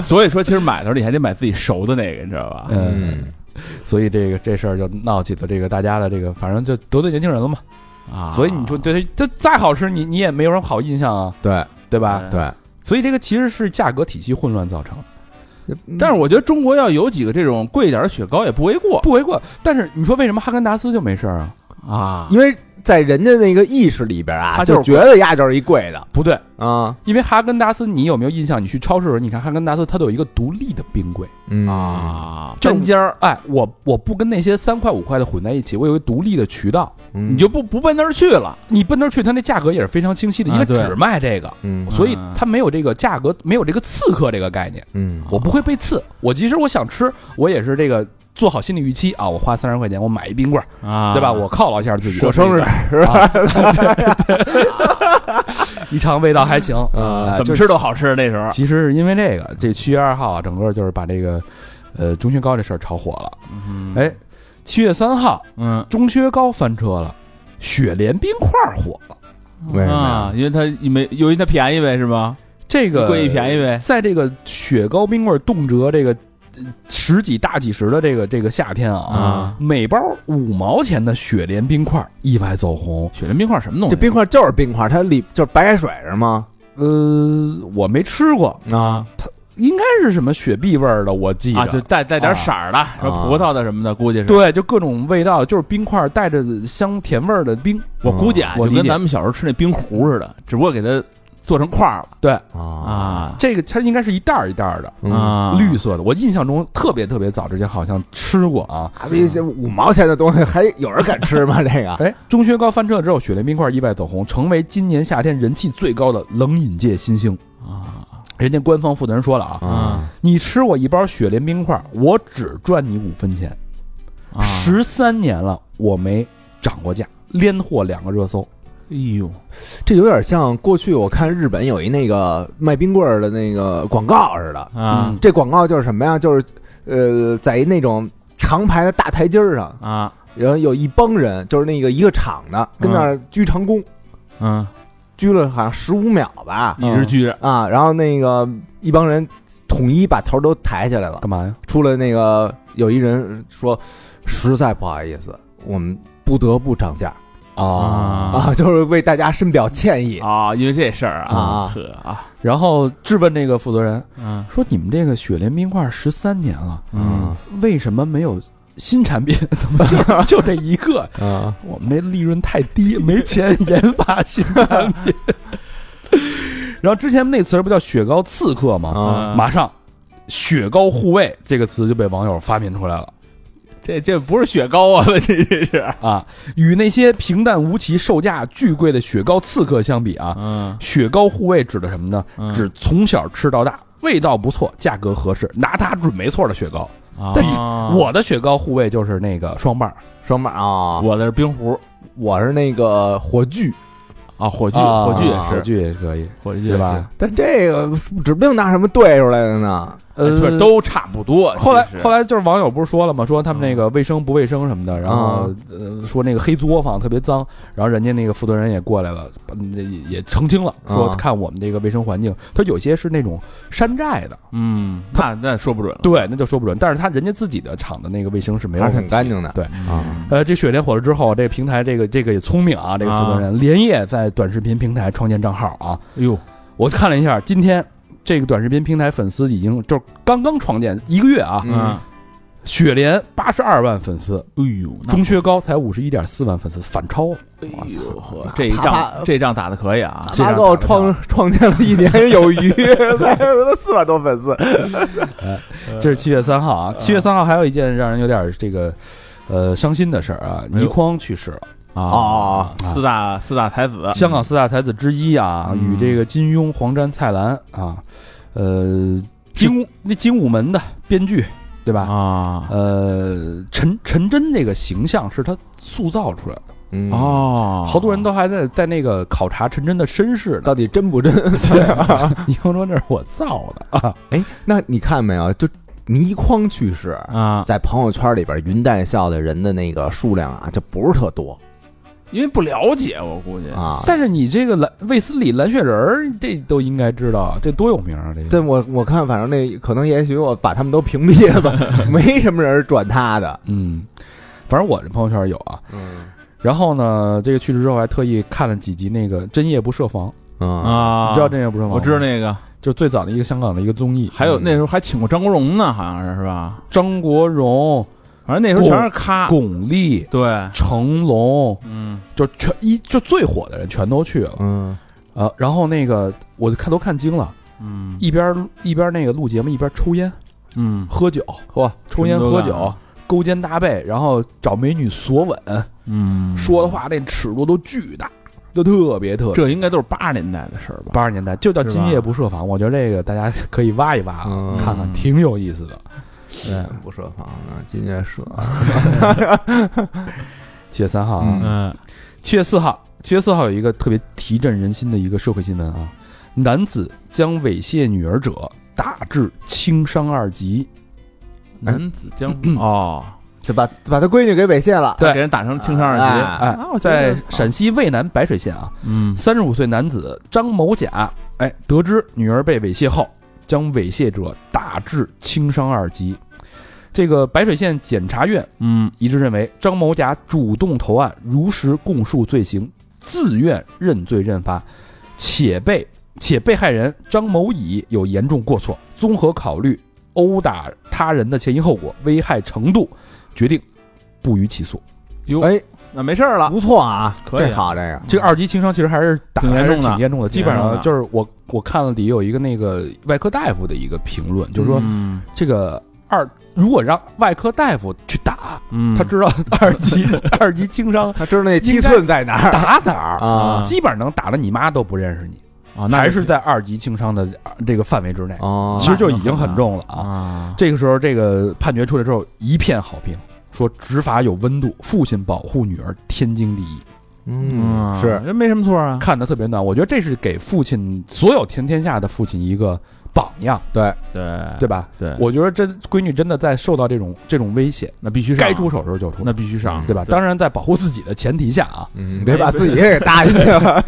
[SPEAKER 4] 所以说其实买的时候你还得买自己熟的那个，你知道吧？
[SPEAKER 1] 嗯，所以这个这事儿就闹起了这个大家的这个，反正就得罪年轻人了嘛。
[SPEAKER 4] 啊，
[SPEAKER 1] 所以你说对它它再好吃，你你也没有人好印象啊，
[SPEAKER 3] 对
[SPEAKER 1] 对吧？
[SPEAKER 4] 对。
[SPEAKER 3] 对，
[SPEAKER 1] 所以这个其实是价格体系混乱造成的，嗯
[SPEAKER 4] 但是我觉得中国要有几个这种贵一点的雪糕也不为过
[SPEAKER 1] 不为过。但是你说为什么哈根达斯就没事儿啊？
[SPEAKER 4] 啊
[SPEAKER 3] 因为在人家那个意识里边啊，
[SPEAKER 4] 他
[SPEAKER 3] 就
[SPEAKER 4] 就是
[SPEAKER 3] 觉得压就是一贵的
[SPEAKER 1] 不对，
[SPEAKER 3] 啊
[SPEAKER 1] 因为哈根达斯，你有没有印象？你去超市的时候，你看哈根达斯它都有一个独立的冰柜。
[SPEAKER 3] 嗯
[SPEAKER 4] 啊，
[SPEAKER 1] 就是
[SPEAKER 4] 针尖儿，
[SPEAKER 1] 哎，我我不跟那些三块五块的混在一起，我有一个独立的渠道。
[SPEAKER 3] 你
[SPEAKER 4] 你就不不奔那儿去了。
[SPEAKER 1] 你奔那儿去，它那价格也是非常清晰的，因
[SPEAKER 4] 啊
[SPEAKER 1] 为
[SPEAKER 4] 对
[SPEAKER 1] 只卖这个，
[SPEAKER 3] 嗯
[SPEAKER 1] 所以它没有这个价格，没有这个刺客这个概念。
[SPEAKER 3] 嗯
[SPEAKER 1] 我不会被刺，我即使我想吃，我也是这个做好心理预期啊，我花三十块钱，我买一冰棍儿，
[SPEAKER 4] 啊
[SPEAKER 1] 嗯对吧？我犒劳一下自己。
[SPEAKER 3] 过生日
[SPEAKER 1] 是吧？ 一尝味道还行，
[SPEAKER 3] 啊
[SPEAKER 1] 哎
[SPEAKER 4] 怎
[SPEAKER 1] 就
[SPEAKER 4] 么
[SPEAKER 1] 是
[SPEAKER 4] 吃都好吃。那时候
[SPEAKER 1] 其实是因为这个，这七月二号啊，整个就是把这个，呃，中薛高这事儿炒火了。
[SPEAKER 2] 嗯
[SPEAKER 1] 哎，七月三号，
[SPEAKER 4] 嗯，
[SPEAKER 1] 中薛高翻车了，雪莲冰块儿火了。
[SPEAKER 3] 为什么呀
[SPEAKER 4] 啊？因为它一没，由于它便宜呗，是吧？
[SPEAKER 1] 这个哎
[SPEAKER 2] 贵一便宜呗。
[SPEAKER 1] 在这个雪糕冰棍儿动辄这个呃十几大几十的这个这个夏天啊，
[SPEAKER 2] 啊
[SPEAKER 1] 每包五毛钱的雪莲冰块儿意外走红。
[SPEAKER 2] 雪莲冰块什么东西？
[SPEAKER 3] 这冰块就是冰块，它里就是白开水是吗？
[SPEAKER 1] 呃，我没吃过，
[SPEAKER 3] 啊，
[SPEAKER 1] 应该是什么雪碧味儿的，我记得。
[SPEAKER 2] 啊，就带带点色儿的，什么葡萄的什么的，估计是。，
[SPEAKER 1] 对，就各种味道，就是冰块儿带着香甜味儿的冰。
[SPEAKER 2] 我估计啊，
[SPEAKER 1] 嗯我
[SPEAKER 2] 就
[SPEAKER 1] 理解
[SPEAKER 2] 跟咱们小时候吃那冰壶似的，只不过给它做成块儿了
[SPEAKER 1] 对，
[SPEAKER 3] 啊
[SPEAKER 2] 啊
[SPEAKER 1] 这个它应该是一袋儿一袋儿的，
[SPEAKER 3] 啊！
[SPEAKER 2] 啊，
[SPEAKER 1] 绿色的。我印象中特别特别早之前好像吃过啊。
[SPEAKER 3] 还比这五毛钱的东西还有人敢吃吗？ 这个
[SPEAKER 1] 哎，钟薛高翻车之后，雪莲冰块意外走红，成为今年夏天人气最高的冷饮界新星。
[SPEAKER 2] 啊
[SPEAKER 1] 人家官方负责人说了啊，
[SPEAKER 2] 啊
[SPEAKER 1] 你吃我一包雪莲冰块，我只赚你五分钱。
[SPEAKER 2] 啊！
[SPEAKER 1] 十三年了，我没涨过价，连获两个热搜。
[SPEAKER 2] 哎呦，
[SPEAKER 3] 这有点像过去我看日本有一那个卖冰棍儿的那个广告似的。
[SPEAKER 2] 啊
[SPEAKER 1] 嗯
[SPEAKER 3] 这广告就是什么呀？就是呃，在一那种长排的大台阶儿上，
[SPEAKER 2] 啊
[SPEAKER 3] 然后有一帮人，就是那个一个厂的，跟那儿鞠长躬，
[SPEAKER 2] 嗯，
[SPEAKER 3] 鞠了好像十五秒吧，
[SPEAKER 2] 一直撅着
[SPEAKER 3] 啊，然后那个一帮人统一把头都抬起来了。
[SPEAKER 1] 干嘛呀？
[SPEAKER 3] 出来那个有一人说，实在不好意思，我们不得不涨价
[SPEAKER 2] 啊
[SPEAKER 3] 啊， 就是为大家深表歉意。
[SPEAKER 2] 啊，因为这事儿啊，
[SPEAKER 3] 啊
[SPEAKER 2] 呵啊，
[SPEAKER 1] 然后质问那个负责人
[SPEAKER 2] 嗯
[SPEAKER 1] 说：“你们这个雪莲冰块十三年了，
[SPEAKER 2] 嗯
[SPEAKER 1] 为什么没有新产品？ 怎么就就这一个？
[SPEAKER 3] 啊
[SPEAKER 1] 我们这利润太低，没钱研发新产品。”然后之前那词儿不叫“雪糕刺客”吗？
[SPEAKER 3] 啊！
[SPEAKER 2] 嗯
[SPEAKER 1] 马上，“雪糕护卫”这个词就被网友发明出来了
[SPEAKER 2] 这这不是雪糕啊，问题这是，
[SPEAKER 1] 啊！与那些平淡无奇、售价巨贵的雪糕刺客相比啊，
[SPEAKER 2] 嗯，
[SPEAKER 1] 雪糕护卫指的什么呢？
[SPEAKER 4] 啊
[SPEAKER 2] 嗯
[SPEAKER 1] 指从小吃到大，味道不错，价格合适，拿它准没错的雪糕。
[SPEAKER 2] 嗯
[SPEAKER 1] 但是
[SPEAKER 4] 啊
[SPEAKER 2] 我
[SPEAKER 1] 我的雪糕护卫就是那个双棒
[SPEAKER 3] 双棒啊，
[SPEAKER 2] 我的是冰壶
[SPEAKER 3] 我是那个火炬，
[SPEAKER 2] 啊，火炬
[SPEAKER 1] 啊
[SPEAKER 2] 火炬也
[SPEAKER 1] 火
[SPEAKER 2] 是
[SPEAKER 1] 炬也可以，
[SPEAKER 2] 火炬
[SPEAKER 1] 对吧？？
[SPEAKER 3] 但这个指不定拿什么兑出来的呢。
[SPEAKER 2] 呃，不是都差不多。
[SPEAKER 1] 后来
[SPEAKER 2] 其实
[SPEAKER 1] 后来就是网友不是说了吗？说他们那个卫生不卫生什么的，然后
[SPEAKER 3] 啊
[SPEAKER 1] 呃说那个黑作坊特别脏，然后人家那个负责人也过来了，把也也澄清了，说
[SPEAKER 3] 啊
[SPEAKER 1] 看我们这个卫生环境，他有些是那种山寨的，
[SPEAKER 2] 嗯，那那说不准了。
[SPEAKER 1] 对，那就说不准。但是他人家自己的厂的那个卫生是没有
[SPEAKER 3] 还是挺干净的
[SPEAKER 1] 对
[SPEAKER 4] 嗯
[SPEAKER 2] 嗯
[SPEAKER 3] 啊
[SPEAKER 1] 呃，这雪莲火了之后，这个平台这个这个也聪明啊，这个负责人、连夜在短视频平台创建账号啊。
[SPEAKER 2] 哎呦，
[SPEAKER 1] 我看了一下，今天这个短视频平台粉丝已经就是刚刚创建一个月啊，
[SPEAKER 3] 嗯
[SPEAKER 2] 嗯，哎
[SPEAKER 1] 雪莲八十二万粉丝，
[SPEAKER 2] 呦，
[SPEAKER 1] 中薛高才五十一点四万粉丝，反超啊了。
[SPEAKER 2] 哎
[SPEAKER 3] 我
[SPEAKER 2] 呦呵
[SPEAKER 3] 那，
[SPEAKER 2] 这一
[SPEAKER 3] 啪啪
[SPEAKER 2] 仗这仗打的可以啊，
[SPEAKER 1] 这样
[SPEAKER 3] 他给我
[SPEAKER 1] 打得
[SPEAKER 3] 创 创建了一年有余， 才他妈四万多粉丝。
[SPEAKER 2] 呃
[SPEAKER 1] 这是七月三号啊，七月三号还有一件让人有点这个呃伤心的事儿啊，
[SPEAKER 2] 哎呦
[SPEAKER 1] 倪匡去世了。
[SPEAKER 3] 哦
[SPEAKER 2] 啊四大四大才子，
[SPEAKER 1] 香港四大才子之一啊，
[SPEAKER 2] 嗯
[SPEAKER 1] 与这个金庸、黄沾、蔡澜啊，呃，精那精武门的编剧对吧？
[SPEAKER 2] 啊
[SPEAKER 1] 呃，陈陈真这个形象是他塑造出来的，
[SPEAKER 3] 哦，
[SPEAKER 2] 哦，
[SPEAKER 1] 好多人都还在在那个考察陈真的身世 呢。啊
[SPEAKER 3] 到底真不真？
[SPEAKER 1] 倪匡说那是我造的啊，
[SPEAKER 3] 哎，那你看没有？就倪匡去世，
[SPEAKER 2] 啊，
[SPEAKER 3] 在朋友圈里边云带笑的人的那个数量啊，就不是特多
[SPEAKER 2] 因为不了解，我估计
[SPEAKER 3] 啊。
[SPEAKER 1] 但是你这个蓝卫斯理蓝血人儿，这都应该知道，这多有名啊！这个
[SPEAKER 3] 对我我看，反正那可能也许我把他们都屏蔽了吧， 没什么人转他的。
[SPEAKER 1] 嗯，反正我这朋友圈有啊。
[SPEAKER 3] 嗯
[SPEAKER 1] 然后呢，这个去世之后还特意看了几集那个《真夜不设防》，
[SPEAKER 3] 啊
[SPEAKER 2] 啊，
[SPEAKER 1] 你知道《真夜不设防》吗？
[SPEAKER 2] 我知道那个，
[SPEAKER 1] 就最早的一个香港的一个综艺，
[SPEAKER 2] 还有那时候还请过张国荣呢，好像是是吧？
[SPEAKER 1] 张国荣、
[SPEAKER 2] 反正那时候全是咖，
[SPEAKER 1] 巩俐、
[SPEAKER 2] 对，
[SPEAKER 1] 成龙，
[SPEAKER 2] 嗯，
[SPEAKER 1] 就全一就最火的人全都去了。
[SPEAKER 3] 嗯
[SPEAKER 1] 呃，然后那个我就看都看惊了，
[SPEAKER 2] 嗯
[SPEAKER 1] 一边一边那个录节目，一边抽烟
[SPEAKER 2] 嗯
[SPEAKER 1] 喝酒，
[SPEAKER 3] 嚯
[SPEAKER 1] 抽烟
[SPEAKER 2] 什么都
[SPEAKER 1] 喝
[SPEAKER 2] 干
[SPEAKER 1] 酒。勾肩搭背，然后找美女索吻，
[SPEAKER 2] 嗯，
[SPEAKER 1] 说的话那尺度都巨大，都特别特别。
[SPEAKER 2] 这应该都是八十年代的事儿吧？
[SPEAKER 1] 八十年代就叫
[SPEAKER 2] 是
[SPEAKER 1] 今
[SPEAKER 2] 吧
[SPEAKER 1] 夜不设防，我觉得这个大家可以挖一挖啊，
[SPEAKER 3] 嗯
[SPEAKER 1] 看看挺有意思的。
[SPEAKER 2] 对，
[SPEAKER 3] 不设防啊，今天设
[SPEAKER 1] 七月三号啊，
[SPEAKER 3] 嗯
[SPEAKER 2] 嗯
[SPEAKER 1] 七月四号，七月四号有一个特别提振人心的一个社会新闻啊，男子将猥亵女儿者打致轻伤二级，
[SPEAKER 2] 男子将哦，
[SPEAKER 3] 就把把他闺女给猥亵了。
[SPEAKER 4] 他给人打成情商二级，
[SPEAKER 3] 啊
[SPEAKER 1] 哎，在陕西渭南白水县啊，
[SPEAKER 3] 嗯，
[SPEAKER 1] 三十五岁男子张某甲，哎，得知女儿被猥亵后，将猥亵者打致轻伤二级。这个白水县检察院
[SPEAKER 4] 嗯，
[SPEAKER 1] 一致认为，张某甲主动投案，如实供述罪行，自愿认罪认罚，且被且被害人张某乙有严重过错，综合考虑殴打他人的前因后果、危害程度，决定不予起诉。
[SPEAKER 4] 哟，
[SPEAKER 3] 哎，
[SPEAKER 4] 那没事儿了，
[SPEAKER 3] 不错啊，
[SPEAKER 4] 可以啊
[SPEAKER 3] 这好这个，
[SPEAKER 1] 这个二级轻伤其实还是打
[SPEAKER 4] 挺严重的
[SPEAKER 1] 还是挺严重的。啊基
[SPEAKER 4] 挺
[SPEAKER 1] 本
[SPEAKER 4] 严重的
[SPEAKER 1] 上就是我我看了底有一个那个外科大夫的一个评论，就是说
[SPEAKER 4] 嗯
[SPEAKER 1] 这个二如果让外科大夫去打，
[SPEAKER 4] 嗯，
[SPEAKER 1] 他知 道二级二级轻伤
[SPEAKER 3] 他知道那七寸在哪儿
[SPEAKER 1] 打哪儿，
[SPEAKER 3] 啊
[SPEAKER 1] 基本上能打了你妈都不认识你，
[SPEAKER 4] 啊，那
[SPEAKER 1] 还是在二级轻伤的这个范围之内，
[SPEAKER 3] 哦
[SPEAKER 1] 其实就已经很重了啊。
[SPEAKER 4] 啊，
[SPEAKER 1] 这个时候，这个判决出来之后，一片好评，说执法有温度，父亲保护女儿天经地义。
[SPEAKER 3] 嗯是
[SPEAKER 4] 人没什么错啊，
[SPEAKER 1] 看得特别暖。我觉得这是给父亲所有全天下的父亲一个榜样，
[SPEAKER 3] 对，
[SPEAKER 4] 对
[SPEAKER 1] 对吧？
[SPEAKER 4] 对，
[SPEAKER 1] 我觉得真闺女真的在受到这种这种威胁，
[SPEAKER 4] 那必须上啊
[SPEAKER 1] 该出手的时候就出
[SPEAKER 4] 那
[SPEAKER 1] 手，
[SPEAKER 4] 必须上，
[SPEAKER 1] 对吧？当然在保护自己的前提下啊，
[SPEAKER 3] 嗯，别把自己也给搭进去 了。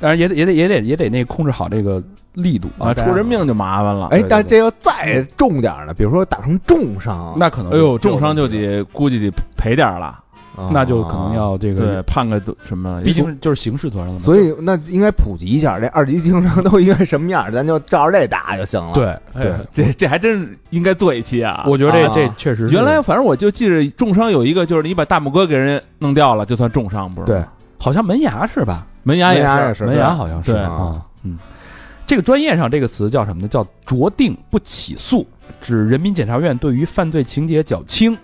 [SPEAKER 1] 当然也得也得也得也得那控制好这个力度
[SPEAKER 4] 啊，出人。命就麻烦了。
[SPEAKER 3] 哎
[SPEAKER 1] 对，
[SPEAKER 3] 但这要再重点儿呢，比如说打成重伤，
[SPEAKER 1] 那可能
[SPEAKER 4] 哎呦，重伤就得估计得赔点儿了，
[SPEAKER 3] 啊
[SPEAKER 1] 那就可能要这
[SPEAKER 4] 对
[SPEAKER 1] 个，，
[SPEAKER 4] 判个都什么？
[SPEAKER 1] 毕竟就是刑事责任了嘛。
[SPEAKER 3] 所以那应该普及一下，这二级经商都应该什么样儿，咱就照着这打就行了。，
[SPEAKER 1] 对
[SPEAKER 4] 哎
[SPEAKER 1] 对，
[SPEAKER 4] 这这还真是应该做一期啊。
[SPEAKER 1] 我觉得
[SPEAKER 3] 啊
[SPEAKER 1] 这这确实是
[SPEAKER 4] 原来反正我就记着重伤有一个，就是你把大拇哥给人弄掉了，就算重伤，不是？
[SPEAKER 1] 对，，好像门牙是吧？
[SPEAKER 4] 门牙
[SPEAKER 3] 门牙
[SPEAKER 4] 是
[SPEAKER 3] 也是
[SPEAKER 1] 门牙好像是
[SPEAKER 4] 对
[SPEAKER 1] 啊，嗯，这个专业上这个词叫什么呢？叫酌定不起诉，指人民检察院对于犯罪情节较轻，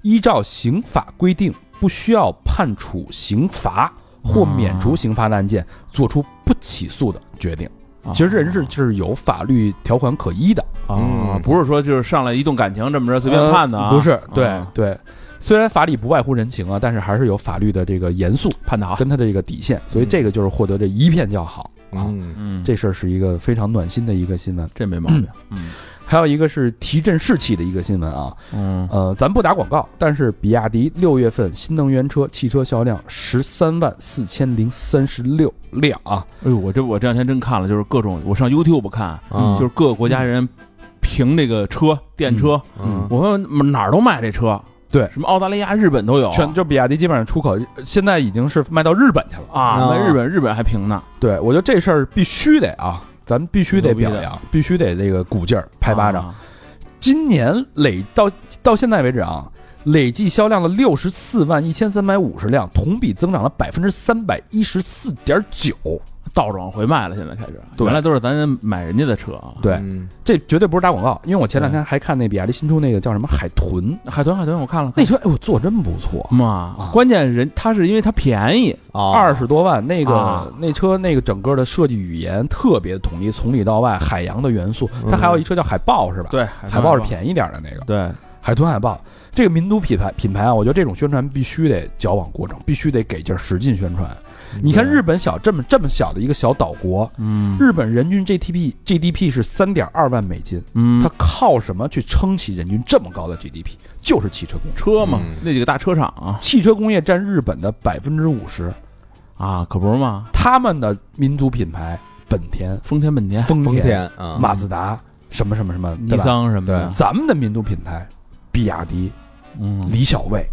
[SPEAKER 1] 依照刑法规定不需要判处刑罚或免除刑罚的案件，做出不起诉的决定。
[SPEAKER 4] 啊
[SPEAKER 1] 其实人是是有法律条款可依的，
[SPEAKER 4] 啊，
[SPEAKER 3] 嗯
[SPEAKER 4] 不是说就是上来一动感情这么着随便
[SPEAKER 1] 呃
[SPEAKER 4] 判的啊，
[SPEAKER 1] 不是，对
[SPEAKER 4] 啊
[SPEAKER 1] 对。虽然法理不外乎人情啊，但是还是有法律的这个严肃
[SPEAKER 4] 判的好。
[SPEAKER 1] 跟他的这个底线，所以这个就是获得这一片叫好啊。
[SPEAKER 3] 嗯，
[SPEAKER 4] 嗯，
[SPEAKER 1] 这事儿是一个非常暖心的一个新闻。
[SPEAKER 4] 这没 毛病。嗯
[SPEAKER 1] 还有一个是提振士气的一个新闻啊，
[SPEAKER 4] 嗯
[SPEAKER 1] 呃，咱不打广告，但是比亚迪六月份新能源车汽车销量十三万四千零三十六辆啊，
[SPEAKER 4] 哎呦，我这我这两天真看了，就是各种我上 YouTube 看，啊
[SPEAKER 1] 啊
[SPEAKER 3] 嗯
[SPEAKER 4] 就是各个国家人评这个车电车，
[SPEAKER 1] 嗯
[SPEAKER 4] 我问哪儿都卖这车，
[SPEAKER 1] 对
[SPEAKER 4] 什么澳大利亚、日本都有，
[SPEAKER 1] 全就比亚迪基本上出口呃现在已经是卖到日本去了啊。
[SPEAKER 4] 啊，
[SPEAKER 3] 啊
[SPEAKER 4] 卖日本日本还评呢，
[SPEAKER 1] 对，我觉得这事儿必须得啊，咱们必须得表
[SPEAKER 4] 牛逼
[SPEAKER 1] 扬，必须得这个鼓劲儿拍巴掌。
[SPEAKER 4] 啊，
[SPEAKER 1] 今年累到到现在为止啊，累计销量的六十四万一千三百五十辆，同比增长了百分之三百一十四点九。
[SPEAKER 4] 倒着往回卖了，现在开始，
[SPEAKER 1] 对
[SPEAKER 4] 原来都是咱买人家的车啊，
[SPEAKER 1] 对，
[SPEAKER 3] 嗯
[SPEAKER 1] 这绝对不是打广告，因为我前两天还看那比亚迪新出那个叫什么海豚，
[SPEAKER 4] 海豚海豚我看了，
[SPEAKER 1] 那车哎呦坐真不错，
[SPEAKER 4] 嘛
[SPEAKER 1] 啊，
[SPEAKER 4] 关键人他是因为他便宜，
[SPEAKER 1] 二
[SPEAKER 3] 二
[SPEAKER 1] 十多万那
[SPEAKER 4] 啊
[SPEAKER 1] 个那车那个整个的设计语言特别统一，从里到外海洋的元素，它还有一车叫海豹是吧？，
[SPEAKER 4] 对，
[SPEAKER 1] 嗯海豹是便宜点的那个
[SPEAKER 4] 对，
[SPEAKER 1] 海豚海豹，这个民族品牌品牌啊，我觉得这种宣传必须得矫枉过正，必须得给劲儿使劲宣传。你
[SPEAKER 3] 嗯
[SPEAKER 1] 看日本小这么这么小的一个小岛国，
[SPEAKER 4] 嗯
[SPEAKER 1] 日本人均 GDP GDP 是三点二万美金，
[SPEAKER 4] 嗯，
[SPEAKER 1] 它
[SPEAKER 4] 他
[SPEAKER 1] 靠什么去撑起人均这么高的 GDP？就是汽车工业。
[SPEAKER 4] 车嘛
[SPEAKER 3] 嗯，
[SPEAKER 4] 那几个大车厂啊
[SPEAKER 1] 汽车工业占日本的百分之五十，
[SPEAKER 4] 啊，可不是嘛，
[SPEAKER 1] 他们的民族品牌本田、
[SPEAKER 4] 哎丰田本田、
[SPEAKER 1] 丰
[SPEAKER 3] 丰田啊，
[SPEAKER 1] 马自达什么什么什么，
[SPEAKER 4] 尼
[SPEAKER 1] 对吧？
[SPEAKER 4] 桑什么的，
[SPEAKER 1] 咱们的民族品牌，比亚迪、
[SPEAKER 4] 嗯，
[SPEAKER 1] 李小卫，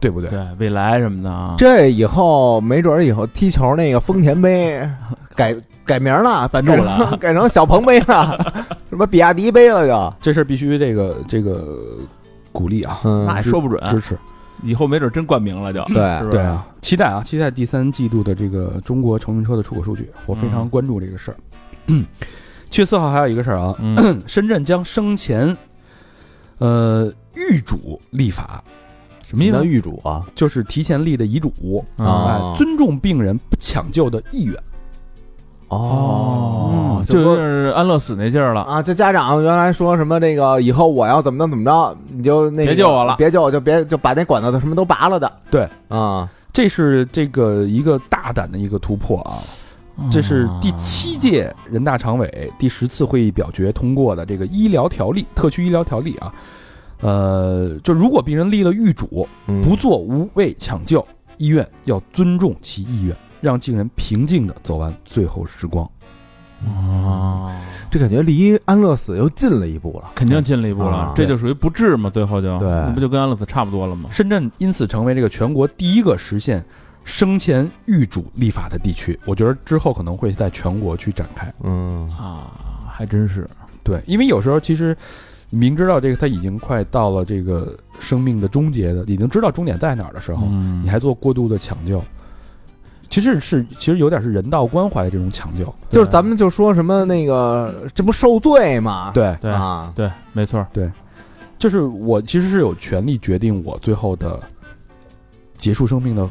[SPEAKER 1] 对不对？
[SPEAKER 4] 对，未来什么的啊，
[SPEAKER 3] 这以后没准儿以后踢球那个丰田杯改改 名了，
[SPEAKER 4] 赞助了
[SPEAKER 3] 改成， 改成小鹏杯了，什么比亚迪杯了就。
[SPEAKER 1] 这事儿必须这个这个鼓励啊，
[SPEAKER 3] 嗯
[SPEAKER 4] 那也
[SPEAKER 1] 是
[SPEAKER 4] 说不准，
[SPEAKER 1] 支持。
[SPEAKER 4] 以后没准真冠名了就，
[SPEAKER 3] 对
[SPEAKER 4] 是不是
[SPEAKER 1] 对，啊，期待啊，期待第三季度的这个中国乘用车的出口数据，我非常
[SPEAKER 4] 嗯
[SPEAKER 1] 关注这个事儿。七月四号还有一个事儿啊，
[SPEAKER 4] 嗯
[SPEAKER 1] 深圳将生前，呃，预嘱立法，
[SPEAKER 4] 什么意思
[SPEAKER 3] 那？狱主啊，
[SPEAKER 1] 就是提前立的遗嘱，
[SPEAKER 3] 啊
[SPEAKER 1] 哎，尊重病人不抢救的意愿。
[SPEAKER 4] 哦，
[SPEAKER 3] 嗯
[SPEAKER 4] 就
[SPEAKER 3] 就
[SPEAKER 4] 有
[SPEAKER 3] 是
[SPEAKER 4] 点安乐死那劲儿了。
[SPEAKER 3] 啊，这家长原来说什么这个以后我要怎么着怎么着，你就那个
[SPEAKER 4] 别救我了
[SPEAKER 3] 别救我就别就把那管子的什么都拔了的。
[SPEAKER 1] 对
[SPEAKER 3] 啊，
[SPEAKER 1] 这是这个一个大胆的一个突破啊！这是第
[SPEAKER 4] 啊
[SPEAKER 1] 七届人大常委第十次会议表决通过的这个医疗条例特区医疗条例啊，呃，就如果病人立了狱主，不
[SPEAKER 4] 嗯
[SPEAKER 5] 不
[SPEAKER 1] 做无谓抢救，医院要尊重其意愿，让病人平静的走完最后时光。
[SPEAKER 4] 啊，
[SPEAKER 3] 这感觉离安乐死又近了一步了。
[SPEAKER 4] 肯定进了一步了
[SPEAKER 3] 啊，
[SPEAKER 4] 这就属于不治嘛，最后就
[SPEAKER 3] 对
[SPEAKER 4] 那不就跟安乐死差不多了吗？
[SPEAKER 1] 深圳因此成为这个全国第一个实现生前狱主立法的地区。我觉得之后可能会在全国去展开。
[SPEAKER 5] 嗯
[SPEAKER 4] 啊，还真是，
[SPEAKER 1] 对，因为有时候其实你明知道这个他已经快到了这个生命的终结的，已经知道终点在哪儿的时候，
[SPEAKER 4] 嗯
[SPEAKER 1] 你还做过度的抢救，其实是其实有点是人道关怀的这种抢救。
[SPEAKER 3] 就是咱们就说什么那个，这不受罪吗？
[SPEAKER 1] 对，
[SPEAKER 4] 对
[SPEAKER 3] 啊，
[SPEAKER 4] 对，没错，
[SPEAKER 1] 就是我其实是有权利决定我最后的结束生命的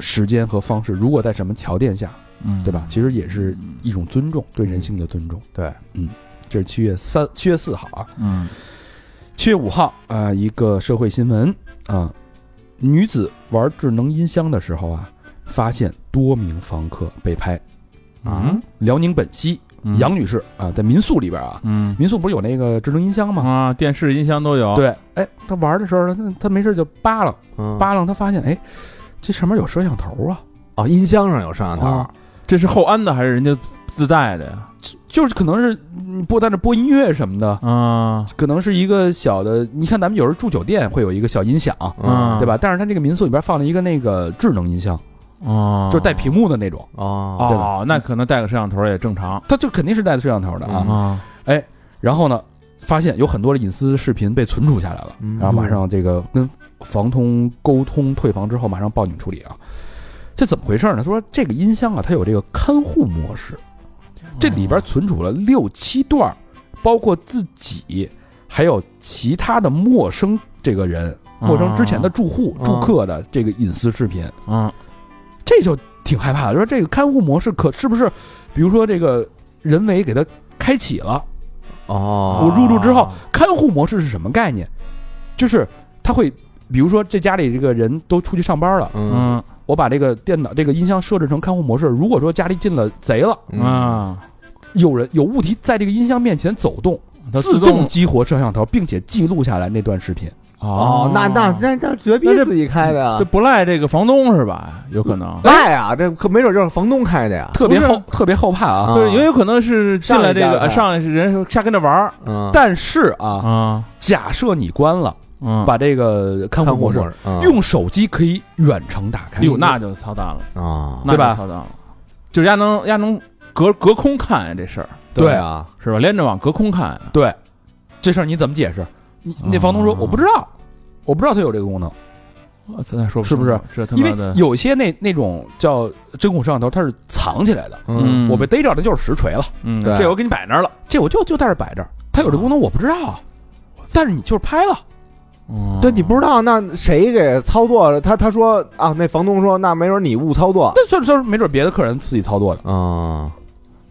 [SPEAKER 1] 时间和方式，如果在什么条件下，
[SPEAKER 4] 嗯
[SPEAKER 1] 对吧？其实也是一种尊重，对人性的尊重。
[SPEAKER 3] 对，
[SPEAKER 1] 嗯，这是七月三、七月四号啊，
[SPEAKER 4] 嗯
[SPEAKER 1] 七月五号啊、一个社会新闻啊，女子玩智能音箱的时候啊，发现多名房客被拍。
[SPEAKER 4] 啊，
[SPEAKER 1] 辽宁本溪
[SPEAKER 4] 嗯
[SPEAKER 1] 杨女士啊，在民宿里边啊，
[SPEAKER 4] 嗯
[SPEAKER 1] 民宿不是有那个智能音箱吗？
[SPEAKER 4] 啊，电视、音箱都有，，
[SPEAKER 1] 对，哎，她玩的时候，她她没事就扒拉
[SPEAKER 5] 嗯
[SPEAKER 1] 扒拉，她发现哎，这上面有摄像头啊，
[SPEAKER 3] 哦，音箱上有摄像头，
[SPEAKER 1] 啊，
[SPEAKER 4] 这是后安的还是人家自带的呀？
[SPEAKER 1] 就是可能是嗯播在那播音乐什么的，
[SPEAKER 4] 啊，
[SPEAKER 1] 可能是一个小的，你看咱们有时候住酒店会有一个小音响，
[SPEAKER 4] 嗯
[SPEAKER 1] 对吧？但是它这个民宿里边放了一个那个智能音箱，
[SPEAKER 4] 哦，
[SPEAKER 1] 就是带屏幕的那种，
[SPEAKER 5] 哦
[SPEAKER 1] 对吧
[SPEAKER 4] 哦，那可能带个摄像头也正常
[SPEAKER 1] 它就肯定是带摄像头的啊。
[SPEAKER 5] 嗯
[SPEAKER 4] 啊，
[SPEAKER 1] 然后呢，发现有很多的隐私视频被存储下来了，
[SPEAKER 3] 嗯
[SPEAKER 1] 然后马上这个跟房东沟通退房之后，马上报警处理啊。这怎么回事呢？他说这个音箱啊，它有这个看护模式，这里边存储了六七段儿，包括自己还有其他的陌生这个人。
[SPEAKER 4] 啊哦
[SPEAKER 1] 陌生之前的住户、
[SPEAKER 5] 啊
[SPEAKER 1] 住客的这个隐私视频，
[SPEAKER 4] 嗯
[SPEAKER 1] 这就挺害怕的。说这个看护模式可是不是，比如说这个人为给它开启了
[SPEAKER 4] 啊
[SPEAKER 5] 哦
[SPEAKER 1] 我入住之后，看护模式是什么概念？就是它会，比如说这家里这个人都出去上班了，
[SPEAKER 5] 嗯
[SPEAKER 4] 嗯
[SPEAKER 1] 我把这个电脑这个音箱设置成看护模式。如果说家里进了贼了，
[SPEAKER 3] 嗯
[SPEAKER 5] 啊
[SPEAKER 4] 啊，
[SPEAKER 1] 有人有物体在这个音箱面前走动，
[SPEAKER 4] 它
[SPEAKER 1] 自动
[SPEAKER 4] 动啊
[SPEAKER 1] 激活摄像头，并且记录下来那段视频。
[SPEAKER 3] 哦，那那那那绝逼
[SPEAKER 4] 那这
[SPEAKER 3] 自己开的呀
[SPEAKER 4] 这，不赖这个房东是吧？有可能，
[SPEAKER 3] 赖啊，这可没准就是房东开的呀。
[SPEAKER 1] 特别
[SPEAKER 4] 不是
[SPEAKER 1] 后特别后怕啊！
[SPEAKER 3] 啊
[SPEAKER 4] 就是也有可能
[SPEAKER 1] 嗯
[SPEAKER 4] 是进来这
[SPEAKER 3] 上一家
[SPEAKER 4] 个
[SPEAKER 3] 的
[SPEAKER 4] 啊上一是人下跟着玩
[SPEAKER 1] 啊
[SPEAKER 4] 儿
[SPEAKER 5] 嗯
[SPEAKER 1] 但是啊，
[SPEAKER 4] 啊，
[SPEAKER 1] 假设你关了。
[SPEAKER 4] 嗯，
[SPEAKER 1] 把这个看护
[SPEAKER 3] 看护
[SPEAKER 1] 模
[SPEAKER 3] 模
[SPEAKER 1] 式
[SPEAKER 3] 式嗯
[SPEAKER 1] 用手机可以远程打开。
[SPEAKER 4] 哟，哎那就操蛋了，
[SPEAKER 3] 啊，
[SPEAKER 4] 那就
[SPEAKER 1] 对吧
[SPEAKER 4] 操蛋了，就是丫能丫能隔隔空看呀这事儿
[SPEAKER 1] 对
[SPEAKER 3] 啊，
[SPEAKER 4] 是吧？连着网隔空看呀，
[SPEAKER 1] 对这事儿你怎么解释？哦你那房东说
[SPEAKER 4] 啊
[SPEAKER 1] 我不知道，我不知道它有这个功能，
[SPEAKER 4] 我操，那说
[SPEAKER 1] 啊是不是
[SPEAKER 4] 清楚这他
[SPEAKER 1] 因
[SPEAKER 4] 妈
[SPEAKER 1] 为
[SPEAKER 4] 的？
[SPEAKER 1] 有些那那种叫针孔摄像头，它是藏起来的，
[SPEAKER 5] 嗯
[SPEAKER 1] 我被逮着的就是实锤了，
[SPEAKER 4] 嗯，
[SPEAKER 3] 对
[SPEAKER 4] 这我给你摆那儿了，
[SPEAKER 1] 这我就就在这儿摆着，它有这功能我不知道啊，但是你就是拍了，嗯
[SPEAKER 3] 对你不知道，那谁给操作了？他他说啊，那房东说，那没准你误操作，
[SPEAKER 1] 那算算没准别的客人自己操作的，
[SPEAKER 5] 啊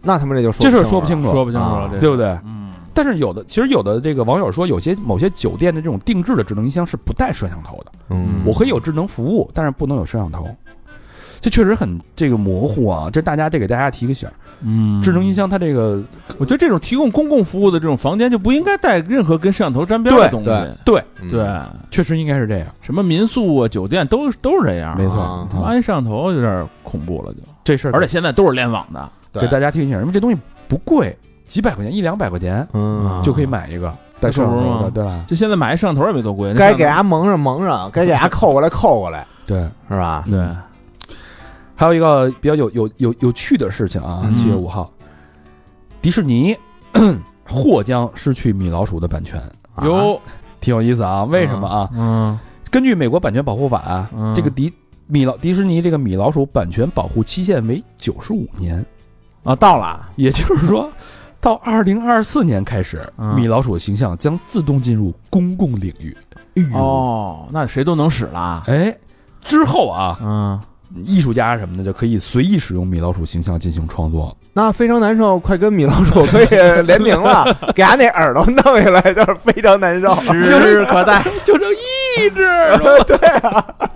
[SPEAKER 3] 那他们这就说
[SPEAKER 1] 这事儿
[SPEAKER 3] 说
[SPEAKER 1] 说不清楚，
[SPEAKER 4] 说不清楚了
[SPEAKER 3] 啊，
[SPEAKER 4] 这
[SPEAKER 1] 对不对？
[SPEAKER 4] 嗯，
[SPEAKER 1] 但是有的，其实有的这个网友说，有些某些酒店的这种定制的智能音箱是不带摄像头的。
[SPEAKER 5] 嗯
[SPEAKER 1] 我可以有智能服务，但是不能有摄像头。这确实很这个模糊啊，这大家这给大家提个醒儿，
[SPEAKER 4] 嗯，
[SPEAKER 1] 智能音箱它这个
[SPEAKER 4] 我觉得这种提供公共服务的这种房间就不应该带任何跟摄像头沾边的
[SPEAKER 1] 对嗯
[SPEAKER 4] 东西。对，
[SPEAKER 1] 确实应该是这样，
[SPEAKER 4] 什么民宿啊、酒店都是都是这样。
[SPEAKER 1] 没错。
[SPEAKER 3] 啊
[SPEAKER 1] 啊
[SPEAKER 4] 安摄像头有点恐怖了，就
[SPEAKER 1] 这事儿
[SPEAKER 4] 而且现在都是联网的。
[SPEAKER 1] 给大家提个醒儿，因为这东西不贵，几百块钱一两百块钱
[SPEAKER 4] 啊
[SPEAKER 3] 啊
[SPEAKER 5] 嗯
[SPEAKER 1] 就可以买一个带摄像
[SPEAKER 4] 那可
[SPEAKER 1] 头
[SPEAKER 4] 不是
[SPEAKER 1] 的，
[SPEAKER 4] 吗
[SPEAKER 1] 对吧？
[SPEAKER 4] 就现在买摄像头也没多贵，那
[SPEAKER 3] 该
[SPEAKER 4] 像
[SPEAKER 3] 给伢蒙上蒙上，该给伢扣过来扣过来，
[SPEAKER 1] 对。
[SPEAKER 3] 是吧？
[SPEAKER 4] 对
[SPEAKER 1] 还有一个比较有有有有趣的事情啊，
[SPEAKER 4] 嗯
[SPEAKER 1] 七月五号，迪士尼 或将失去米老鼠的版权，
[SPEAKER 3] 啊
[SPEAKER 4] 有
[SPEAKER 1] 挺有意思啊。为什么啊？
[SPEAKER 4] 嗯
[SPEAKER 1] 根据美国版权保护法啊，
[SPEAKER 4] 嗯
[SPEAKER 1] 这个迪米老迪士尼这个米老鼠版权保护期限为九十五年，
[SPEAKER 4] 啊到了，
[SPEAKER 1] 也就是说，到二零二四年开始，
[SPEAKER 4] 嗯
[SPEAKER 1] 米老鼠的形象将自动进入公共领域。
[SPEAKER 3] 哎
[SPEAKER 4] 哦，那谁都能使了。
[SPEAKER 1] 哎，之后啊，
[SPEAKER 4] 嗯，
[SPEAKER 1] 艺术家什么的就可以随意使用米老鼠形象进行创作了。
[SPEAKER 3] 那非常难受，快跟米老鼠 可以联名了，给伢那耳朵弄下来，就是非常难受。
[SPEAKER 4] 指日可待
[SPEAKER 1] 就剩一只。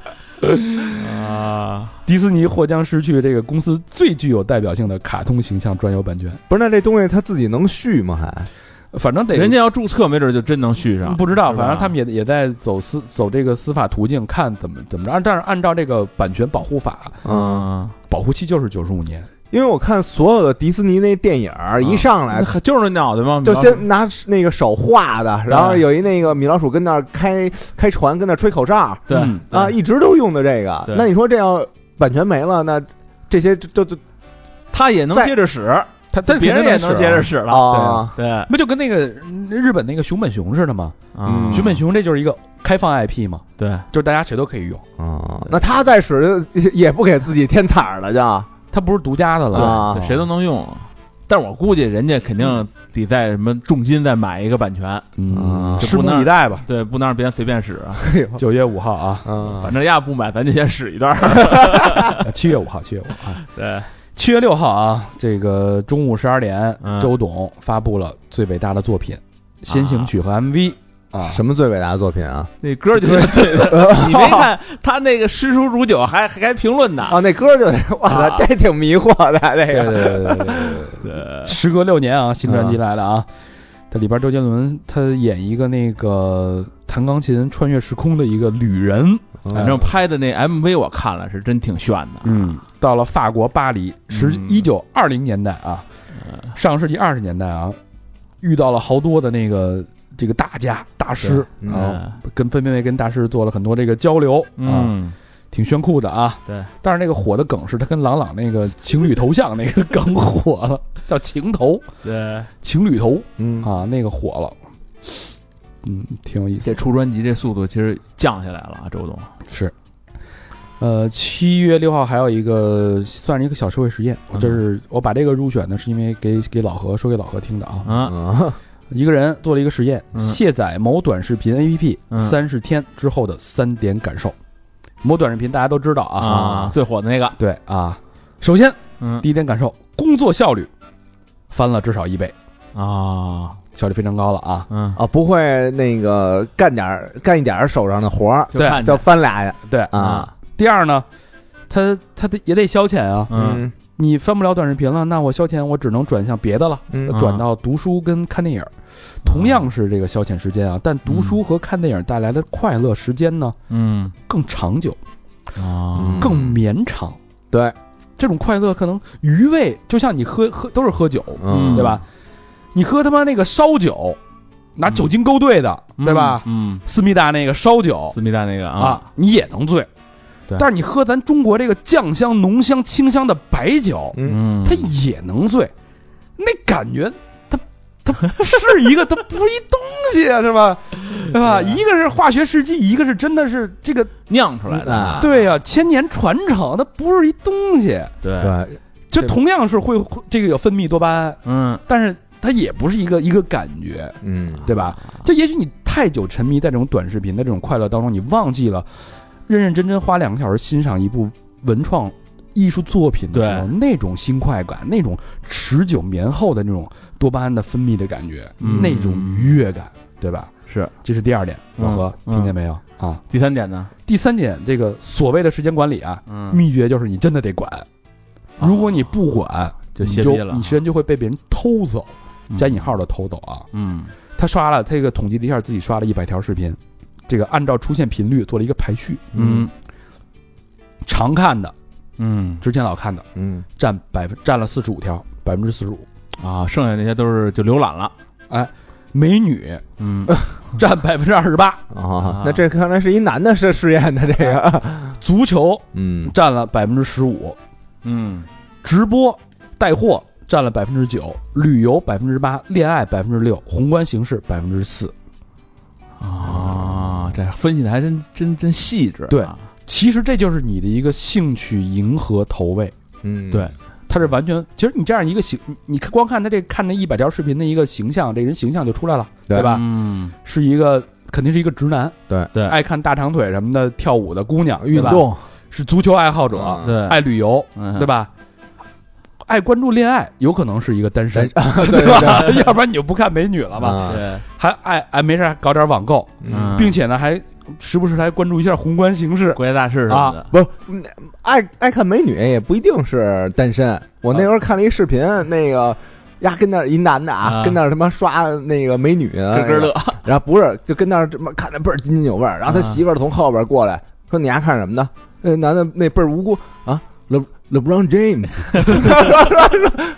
[SPEAKER 3] 哎
[SPEAKER 4] 啊！
[SPEAKER 1] 迪士尼或将失去这个公司最具有代表性的卡通形象专有版权。
[SPEAKER 3] 不是，那这东西他自己能续吗？还
[SPEAKER 1] 反正得啊
[SPEAKER 4] 人家要注册，没准就真能续上。
[SPEAKER 1] 不知道，
[SPEAKER 4] 是吧
[SPEAKER 1] 反正他们也也在走司走这个司法途径，看怎么怎么着。但是按照这个版权保护法，
[SPEAKER 3] 嗯，
[SPEAKER 4] 嗯，
[SPEAKER 1] 保护期就是九十五年。
[SPEAKER 3] 因为我看所有的迪士尼那电影儿一上来
[SPEAKER 4] 那还啊就是那脑袋吗？
[SPEAKER 3] 就先拿那个手画的，然后
[SPEAKER 4] 对
[SPEAKER 3] 有一那个米老鼠跟那儿开开船，跟那儿吹口哨
[SPEAKER 4] 对
[SPEAKER 1] 嗯
[SPEAKER 3] 啊，一直都用的这个。
[SPEAKER 4] 对
[SPEAKER 3] 那你说这要版权没了，那这些就就
[SPEAKER 4] 他也能
[SPEAKER 3] 在
[SPEAKER 4] 接着使，
[SPEAKER 1] 他他
[SPEAKER 4] 别人也能接着
[SPEAKER 1] 使，
[SPEAKER 4] 使了。
[SPEAKER 3] 啊，
[SPEAKER 4] 对，
[SPEAKER 1] 不就跟那个嗯日本那个熊本熊似的吗？
[SPEAKER 4] 嗯
[SPEAKER 1] 熊本熊这就是一个开放 IP 嘛，
[SPEAKER 4] 对，
[SPEAKER 1] 就是大家谁都可以用，
[SPEAKER 3] 啊，那他再使就也不给自己添彩儿了，就
[SPEAKER 1] 它不是独家的了。
[SPEAKER 3] 啊
[SPEAKER 4] 对谁都能用。但我估计人家肯定得在什么重金再买一个版权，
[SPEAKER 1] 嗯
[SPEAKER 3] 啊，
[SPEAKER 1] 拭目以待吧。
[SPEAKER 4] 对，不能让别人随便使啊。
[SPEAKER 1] 九月五号啊，
[SPEAKER 3] 嗯
[SPEAKER 4] 反正要不买，咱就先使一段儿。
[SPEAKER 1] 七月五号，七月五号啊，
[SPEAKER 4] 对，
[SPEAKER 1] 七月六号啊，这个中午十二点
[SPEAKER 4] 嗯，
[SPEAKER 1] 周董发布了最伟大的作品《先行曲》和 MV 啊，
[SPEAKER 3] 什么最伟大的作品啊？
[SPEAKER 4] 那歌就是最的，你没看他那个诗书如酒还还评论呢。
[SPEAKER 3] 啊，那歌就 哇
[SPEAKER 4] 啊
[SPEAKER 3] 塞，这挺迷惑的这
[SPEAKER 1] 对对对
[SPEAKER 3] 个
[SPEAKER 1] 对对对。
[SPEAKER 4] 对，
[SPEAKER 1] 时隔六年啊，新专辑来了啊，它里边周杰伦他演一个那个弹钢琴穿越时空的一个旅人，
[SPEAKER 3] 嗯
[SPEAKER 4] 反正拍的那 MV 我看了，是真挺炫的。
[SPEAKER 1] 嗯，到了法国巴黎，十
[SPEAKER 4] 嗯
[SPEAKER 1] 一九二零年代啊，上世纪二十年代啊，遇到了好多的那个这个大家大师，
[SPEAKER 3] 对
[SPEAKER 1] 然后
[SPEAKER 4] 嗯
[SPEAKER 1] 跟分别跟大师做了很多这个交流啊，
[SPEAKER 4] 嗯，
[SPEAKER 1] 挺炫酷的啊。
[SPEAKER 4] 对，
[SPEAKER 1] 但是那个火的梗是他跟郎朗那个情侣头像那个梗火了，叫情头
[SPEAKER 4] 对，
[SPEAKER 1] 情侣头。
[SPEAKER 3] 嗯
[SPEAKER 1] 啊，那个火了，嗯，挺有意思。
[SPEAKER 4] 这出专辑这速度其实降下来了啊，周董。
[SPEAKER 1] 是，呃，七月六号还有一个算是一个小社会实验，
[SPEAKER 4] 嗯
[SPEAKER 1] 我这是我把这个入选呢，是因为给给老何说给老何听的啊。
[SPEAKER 4] 啊，
[SPEAKER 3] 啊
[SPEAKER 1] 一个人做了一个实验，
[SPEAKER 4] 嗯
[SPEAKER 1] 卸载某短视频 APP
[SPEAKER 4] 嗯
[SPEAKER 1] 三十天之后的三点感受。某短视频大家都知道
[SPEAKER 4] 啊，
[SPEAKER 1] 啊，
[SPEAKER 4] 最火的那个，
[SPEAKER 1] 对啊，首先
[SPEAKER 4] 嗯
[SPEAKER 1] 第一点感受，工作效率翻了至少一倍，
[SPEAKER 4] 啊，
[SPEAKER 1] 效率非常高了啊。
[SPEAKER 4] 嗯，
[SPEAKER 3] 啊，不会那个干点儿干一点儿手上的活儿，
[SPEAKER 4] 就
[SPEAKER 1] 对
[SPEAKER 4] 看
[SPEAKER 3] 哎叫
[SPEAKER 4] 见
[SPEAKER 3] 翻俩呀
[SPEAKER 1] 对，
[SPEAKER 3] 啊，
[SPEAKER 1] 第二呢，他他得也得消遣啊，
[SPEAKER 4] 嗯，
[SPEAKER 1] 你翻不了短视频了，那我消遣我只能转向别的了，
[SPEAKER 3] 嗯
[SPEAKER 4] 啊
[SPEAKER 1] 呃转到读书跟看电影儿，同样是这个消遣时间啊，但读书和看电影带来的快乐时间呢
[SPEAKER 4] 嗯
[SPEAKER 1] 更长久、
[SPEAKER 4] 啊
[SPEAKER 3] 嗯
[SPEAKER 1] 更绵长。
[SPEAKER 3] 对，
[SPEAKER 1] 这种快乐可能余味，就像你喝喝都是喝酒，
[SPEAKER 4] 嗯
[SPEAKER 1] 对吧？你喝他妈那个烧酒，拿酒精勾兑的，对吧？
[SPEAKER 4] 嗯，
[SPEAKER 1] 思密达那个烧酒
[SPEAKER 4] 思密达那个啊，
[SPEAKER 1] 啊，你也能醉，
[SPEAKER 4] 对
[SPEAKER 1] 但是你喝咱中国这个酱香、浓香、清香的白酒，
[SPEAKER 3] 嗯
[SPEAKER 4] 嗯，
[SPEAKER 1] 他也能醉，那感觉他他是一个，他不是一东西啊，是吧？对吧？
[SPEAKER 4] 对啊
[SPEAKER 1] 一个是化学试剂，一个是真的是这个，
[SPEAKER 4] 酿出来
[SPEAKER 3] 啊
[SPEAKER 4] 的，
[SPEAKER 1] 对呀、千年传承，它不是一东西。
[SPEAKER 4] 对，
[SPEAKER 3] 对，
[SPEAKER 1] 就
[SPEAKER 3] 这
[SPEAKER 1] 同样是会会这个有分泌多巴胺，
[SPEAKER 4] 嗯，
[SPEAKER 1] 但是它也不是一个一个感觉，
[SPEAKER 3] 嗯
[SPEAKER 1] 对吧？就也许你太久沉迷在这种短视频的这种快乐当中，你忘记了认认真真花两个小时欣赏一部文创艺术作品的时候，那种新快感，那种持久绵厚的那种多巴胺的分泌的感觉，
[SPEAKER 4] 嗯
[SPEAKER 1] 那种愉悦感，对吧？
[SPEAKER 4] 是
[SPEAKER 1] 这是第二点，
[SPEAKER 4] 嗯
[SPEAKER 1] 老何、
[SPEAKER 4] 嗯
[SPEAKER 1] 听见没有、啊？
[SPEAKER 4] 第三点呢，
[SPEAKER 1] 第三点，这个所谓的时间管理啊，
[SPEAKER 4] 嗯，
[SPEAKER 1] 秘诀就是你真的得管，如果你不管，
[SPEAKER 4] 哦就
[SPEAKER 1] 你
[SPEAKER 4] 泄
[SPEAKER 1] 就
[SPEAKER 4] 逼了
[SPEAKER 1] 你，时间就会被别人偷走，加引号的偷走啊。
[SPEAKER 4] 嗯，
[SPEAKER 1] 他刷了，他这个统计了一下，自己刷了一百条视频，这个按照出现频率做了一个排序，
[SPEAKER 4] 嗯
[SPEAKER 1] 常看的，
[SPEAKER 4] 嗯
[SPEAKER 1] 之前老看的
[SPEAKER 3] 嗯
[SPEAKER 1] 占百分占了四十五条，百分之四十五，
[SPEAKER 4] 嗯啊，剩下那些都是就浏览了，
[SPEAKER 1] 美女
[SPEAKER 4] 嗯，
[SPEAKER 1] 占百分之二十八，
[SPEAKER 3] 啊，那这看来是一男的是试验的这个，
[SPEAKER 1] 足球
[SPEAKER 3] 嗯
[SPEAKER 1] 占了百分之十五，
[SPEAKER 4] 嗯，
[SPEAKER 1] 直播带货占了百分之九，旅游百分之八，恋爱百分之六，宏观形势百分之四。
[SPEAKER 4] 啊，这分析的还真真真细致啊，
[SPEAKER 1] 对其实这就是你的一个兴趣迎合投喂，
[SPEAKER 3] 嗯
[SPEAKER 4] 对，
[SPEAKER 1] 他是完全，其实你这样一个形，你你光看他这看那一百条视频的一个形象，这人形象就出来了，
[SPEAKER 3] 对
[SPEAKER 1] 吧？
[SPEAKER 4] 嗯，
[SPEAKER 1] 是一个肯定是一个直男，
[SPEAKER 3] 对
[SPEAKER 4] 对
[SPEAKER 1] 爱看大长腿什么的跳舞的姑娘，
[SPEAKER 3] 运
[SPEAKER 1] 对吧
[SPEAKER 3] 动
[SPEAKER 1] 是足球爱好者，
[SPEAKER 3] 嗯
[SPEAKER 4] 对，
[SPEAKER 1] 爱旅游，
[SPEAKER 4] 嗯
[SPEAKER 1] 对吧？爱关注恋爱，有可能是一个单身，
[SPEAKER 3] 对
[SPEAKER 1] 吧？ 要不然你就不看美女了
[SPEAKER 3] 好
[SPEAKER 1] 吧？
[SPEAKER 3] 吧，
[SPEAKER 4] 对，
[SPEAKER 1] 还爱哎没事还搞点网购，
[SPEAKER 4] 嗯
[SPEAKER 1] 并且呢还时不时还关注一下宏观形势。啊
[SPEAKER 4] 国家大事什么的，
[SPEAKER 3] 不是嗯爱爱看美女也不一定是单身。我那时候看了一视频，那个呀跟那儿一男的啊，
[SPEAKER 4] 啊
[SPEAKER 3] 跟那儿他妈刷那个美女，啊咯
[SPEAKER 4] 咯咯乐，
[SPEAKER 3] 然后不是，就跟那儿这么看着倍儿津津有味儿。然后他媳妇儿从后边过来说：“你丫看什么呢？”那男的那倍儿无辜啊，Le LeBron James，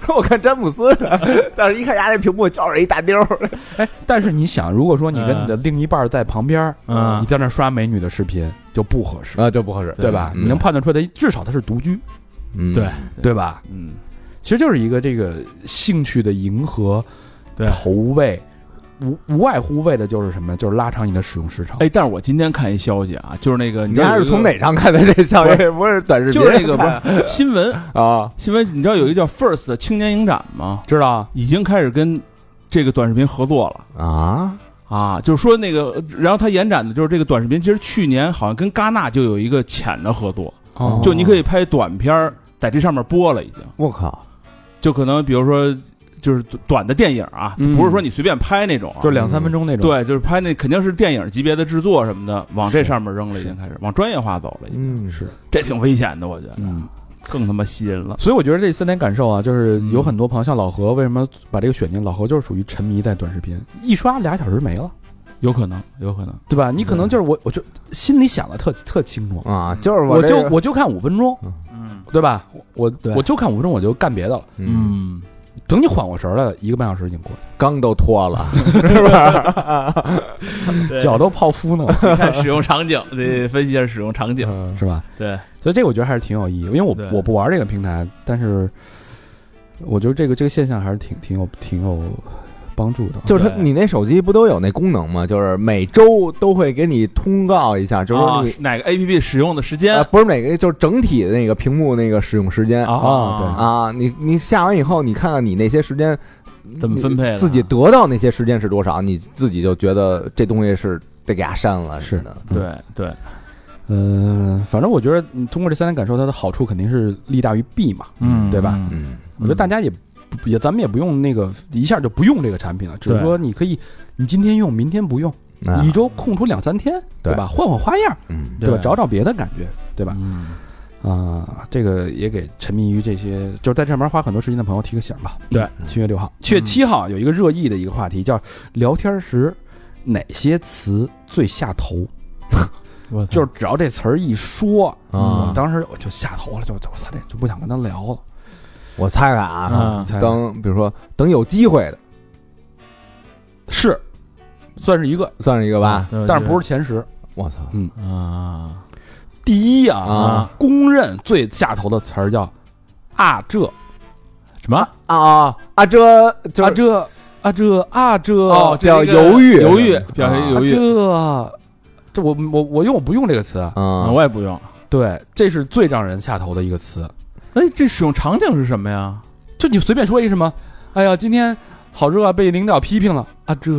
[SPEAKER 3] 说我看詹姆斯呢，但是一看丫那屏幕就是一大妞儿，
[SPEAKER 1] 哎，但是你想，如果说你跟你的另一半儿在旁边儿，
[SPEAKER 4] 嗯
[SPEAKER 1] 你在那儿刷美女的视频就不合适，
[SPEAKER 3] 啊，就不合适。
[SPEAKER 1] 对吧？
[SPEAKER 3] 嗯
[SPEAKER 1] 你能判断出来，至少他是独居，
[SPEAKER 3] 嗯
[SPEAKER 4] 对，
[SPEAKER 1] 对吧？
[SPEAKER 4] 嗯，
[SPEAKER 1] 其实就是一个这个兴趣的迎合，
[SPEAKER 4] 对
[SPEAKER 1] 投喂，无无外乎为的就是什么？就是拉长你的使用时长。
[SPEAKER 4] 哎，但是我今天看一消息啊，就是那个
[SPEAKER 3] 你
[SPEAKER 4] 知道
[SPEAKER 3] 丫
[SPEAKER 4] 有一
[SPEAKER 3] 是
[SPEAKER 4] 个
[SPEAKER 3] 从哪上看的这消息？不是短视频，
[SPEAKER 4] 就是那个不是新闻
[SPEAKER 3] 啊
[SPEAKER 4] 新闻，你知道有一个叫 First 的青年影展吗？
[SPEAKER 1] 知道啊？
[SPEAKER 4] 已经开始跟这个短视频合作了。
[SPEAKER 3] 啊
[SPEAKER 4] 啊，就是说那个，然后他延展的就是这个短视频。其实去年好像跟戛纳就有一个浅的合作，
[SPEAKER 3] 哦
[SPEAKER 4] 就你可以拍短片儿在这上面播了，已经。
[SPEAKER 3] 我靠，
[SPEAKER 4] 就可能比如说就是短的电影啊，
[SPEAKER 1] 嗯
[SPEAKER 4] 不是说你随便拍那种、啊，
[SPEAKER 1] 就是两三分钟那种。，
[SPEAKER 4] 对，就是拍那肯定是电影级别的制作什么的，往这上面扔了，已经开始往专业化走了，已经
[SPEAKER 3] 嗯是
[SPEAKER 4] 这挺危险的，我觉得
[SPEAKER 1] 嗯。
[SPEAKER 4] 更他妈吸引了。
[SPEAKER 1] 所以我觉得这三点感受啊，就是有很多朋友像老何，为什么把这个选进？老何就是属于沉迷在短视频，一刷俩小时没了，
[SPEAKER 4] 有可能，有可能，
[SPEAKER 1] 对吧？你
[SPEAKER 3] 嗯
[SPEAKER 1] 可能就是我，我就心里想的特特清楚，
[SPEAKER 3] 啊，就是
[SPEAKER 1] 我
[SPEAKER 3] 这
[SPEAKER 1] 就
[SPEAKER 3] 个
[SPEAKER 1] 我就看五分钟，
[SPEAKER 4] 嗯
[SPEAKER 1] 对吧？我
[SPEAKER 4] 对
[SPEAKER 1] 我就看五分钟，我就干别的了。
[SPEAKER 3] 嗯，
[SPEAKER 1] 等你缓过神儿来，一个半小时已经过去
[SPEAKER 3] 刚都脱 了，是 吧？
[SPEAKER 1] 了，脚都泡敷呢，
[SPEAKER 4] 看使用场景，得分析一下使用场景。
[SPEAKER 3] 嗯
[SPEAKER 1] 是吧？
[SPEAKER 4] 对，
[SPEAKER 1] 所以这个我觉得还是挺有意义，因为我
[SPEAKER 4] 对
[SPEAKER 1] 我不玩这个平台，但是我觉得这个这个现象还是挺挺有挺有帮助的。啊
[SPEAKER 3] 就是它，
[SPEAKER 4] 对
[SPEAKER 3] 你那手机不都有那功能吗？就是每周都会给你通告一下，就是
[SPEAKER 4] 啊
[SPEAKER 3] 说你、，
[SPEAKER 4] 哪个 A P P 使用的时间
[SPEAKER 3] 呃不是每个，就是整体的那个屏幕那个使用时间
[SPEAKER 1] 啊对
[SPEAKER 3] 啊你你下完以后，你看看你那些时间
[SPEAKER 4] 怎么分配的啊
[SPEAKER 3] 自己得到那些时间是多少，你自己就觉得这东西是得给它删了，
[SPEAKER 1] 是
[SPEAKER 3] 的，
[SPEAKER 4] 对对，
[SPEAKER 1] 嗯、呃，反正我觉得你通过这三点感受，它的好处肯定是利大于弊嘛，对吧？？
[SPEAKER 3] 嗯，
[SPEAKER 1] 我觉得大家也不也咱们也不用那个一下就不用这个产品了，只是
[SPEAKER 4] 对
[SPEAKER 1] 说你可以你今天用，明天不用，
[SPEAKER 3] 啊
[SPEAKER 1] 你一周空出两三天，
[SPEAKER 3] 对
[SPEAKER 1] 吧？换换花样，
[SPEAKER 3] 嗯
[SPEAKER 1] 吧？找找别的感觉，对
[SPEAKER 4] 吧
[SPEAKER 1] 吧？啊、这个也给沉迷于这些就是在这上面花很多时间的朋友提个醒吧。
[SPEAKER 4] 对，
[SPEAKER 3] 嗯
[SPEAKER 1] 七月六号，七月七号有一个热议的一个话题，叫聊天时哪些词最下
[SPEAKER 3] 嗯
[SPEAKER 1] 头？
[SPEAKER 4] 我操
[SPEAKER 1] 就是只要这词儿一说，
[SPEAKER 3] 啊
[SPEAKER 1] 我当时我就下头了，就就我操这就不想跟他聊了。
[SPEAKER 3] 我猜猜啊，
[SPEAKER 4] 啊
[SPEAKER 1] 你猜猜
[SPEAKER 3] 等比如说等有机会的
[SPEAKER 1] 是算是一个，
[SPEAKER 3] 算是一个吧，
[SPEAKER 4] 对
[SPEAKER 1] 啊但是不是前十。
[SPEAKER 3] 我操，
[SPEAKER 4] 对啊
[SPEAKER 1] 第一啊，
[SPEAKER 3] 啊
[SPEAKER 1] 公认最下头的词儿叫啊这
[SPEAKER 4] 什么？
[SPEAKER 3] 啊啊这就
[SPEAKER 1] 啊
[SPEAKER 3] 是
[SPEAKER 1] 这啊这啊这
[SPEAKER 4] 哦，
[SPEAKER 3] 叫
[SPEAKER 4] 这个
[SPEAKER 3] 犹豫
[SPEAKER 4] 犹豫，表现
[SPEAKER 3] 啊
[SPEAKER 1] 啊
[SPEAKER 4] 犹豫。
[SPEAKER 1] 这。这我我我用我不用这个词啊，
[SPEAKER 3] 啊
[SPEAKER 4] 啊，我也不用。
[SPEAKER 1] 对，这是最让人下头的一个词。
[SPEAKER 4] 哎，这使用场景是什么呀？
[SPEAKER 1] 就你随便说一什么，哎呀，今天好热啊，被领导批评了啊，这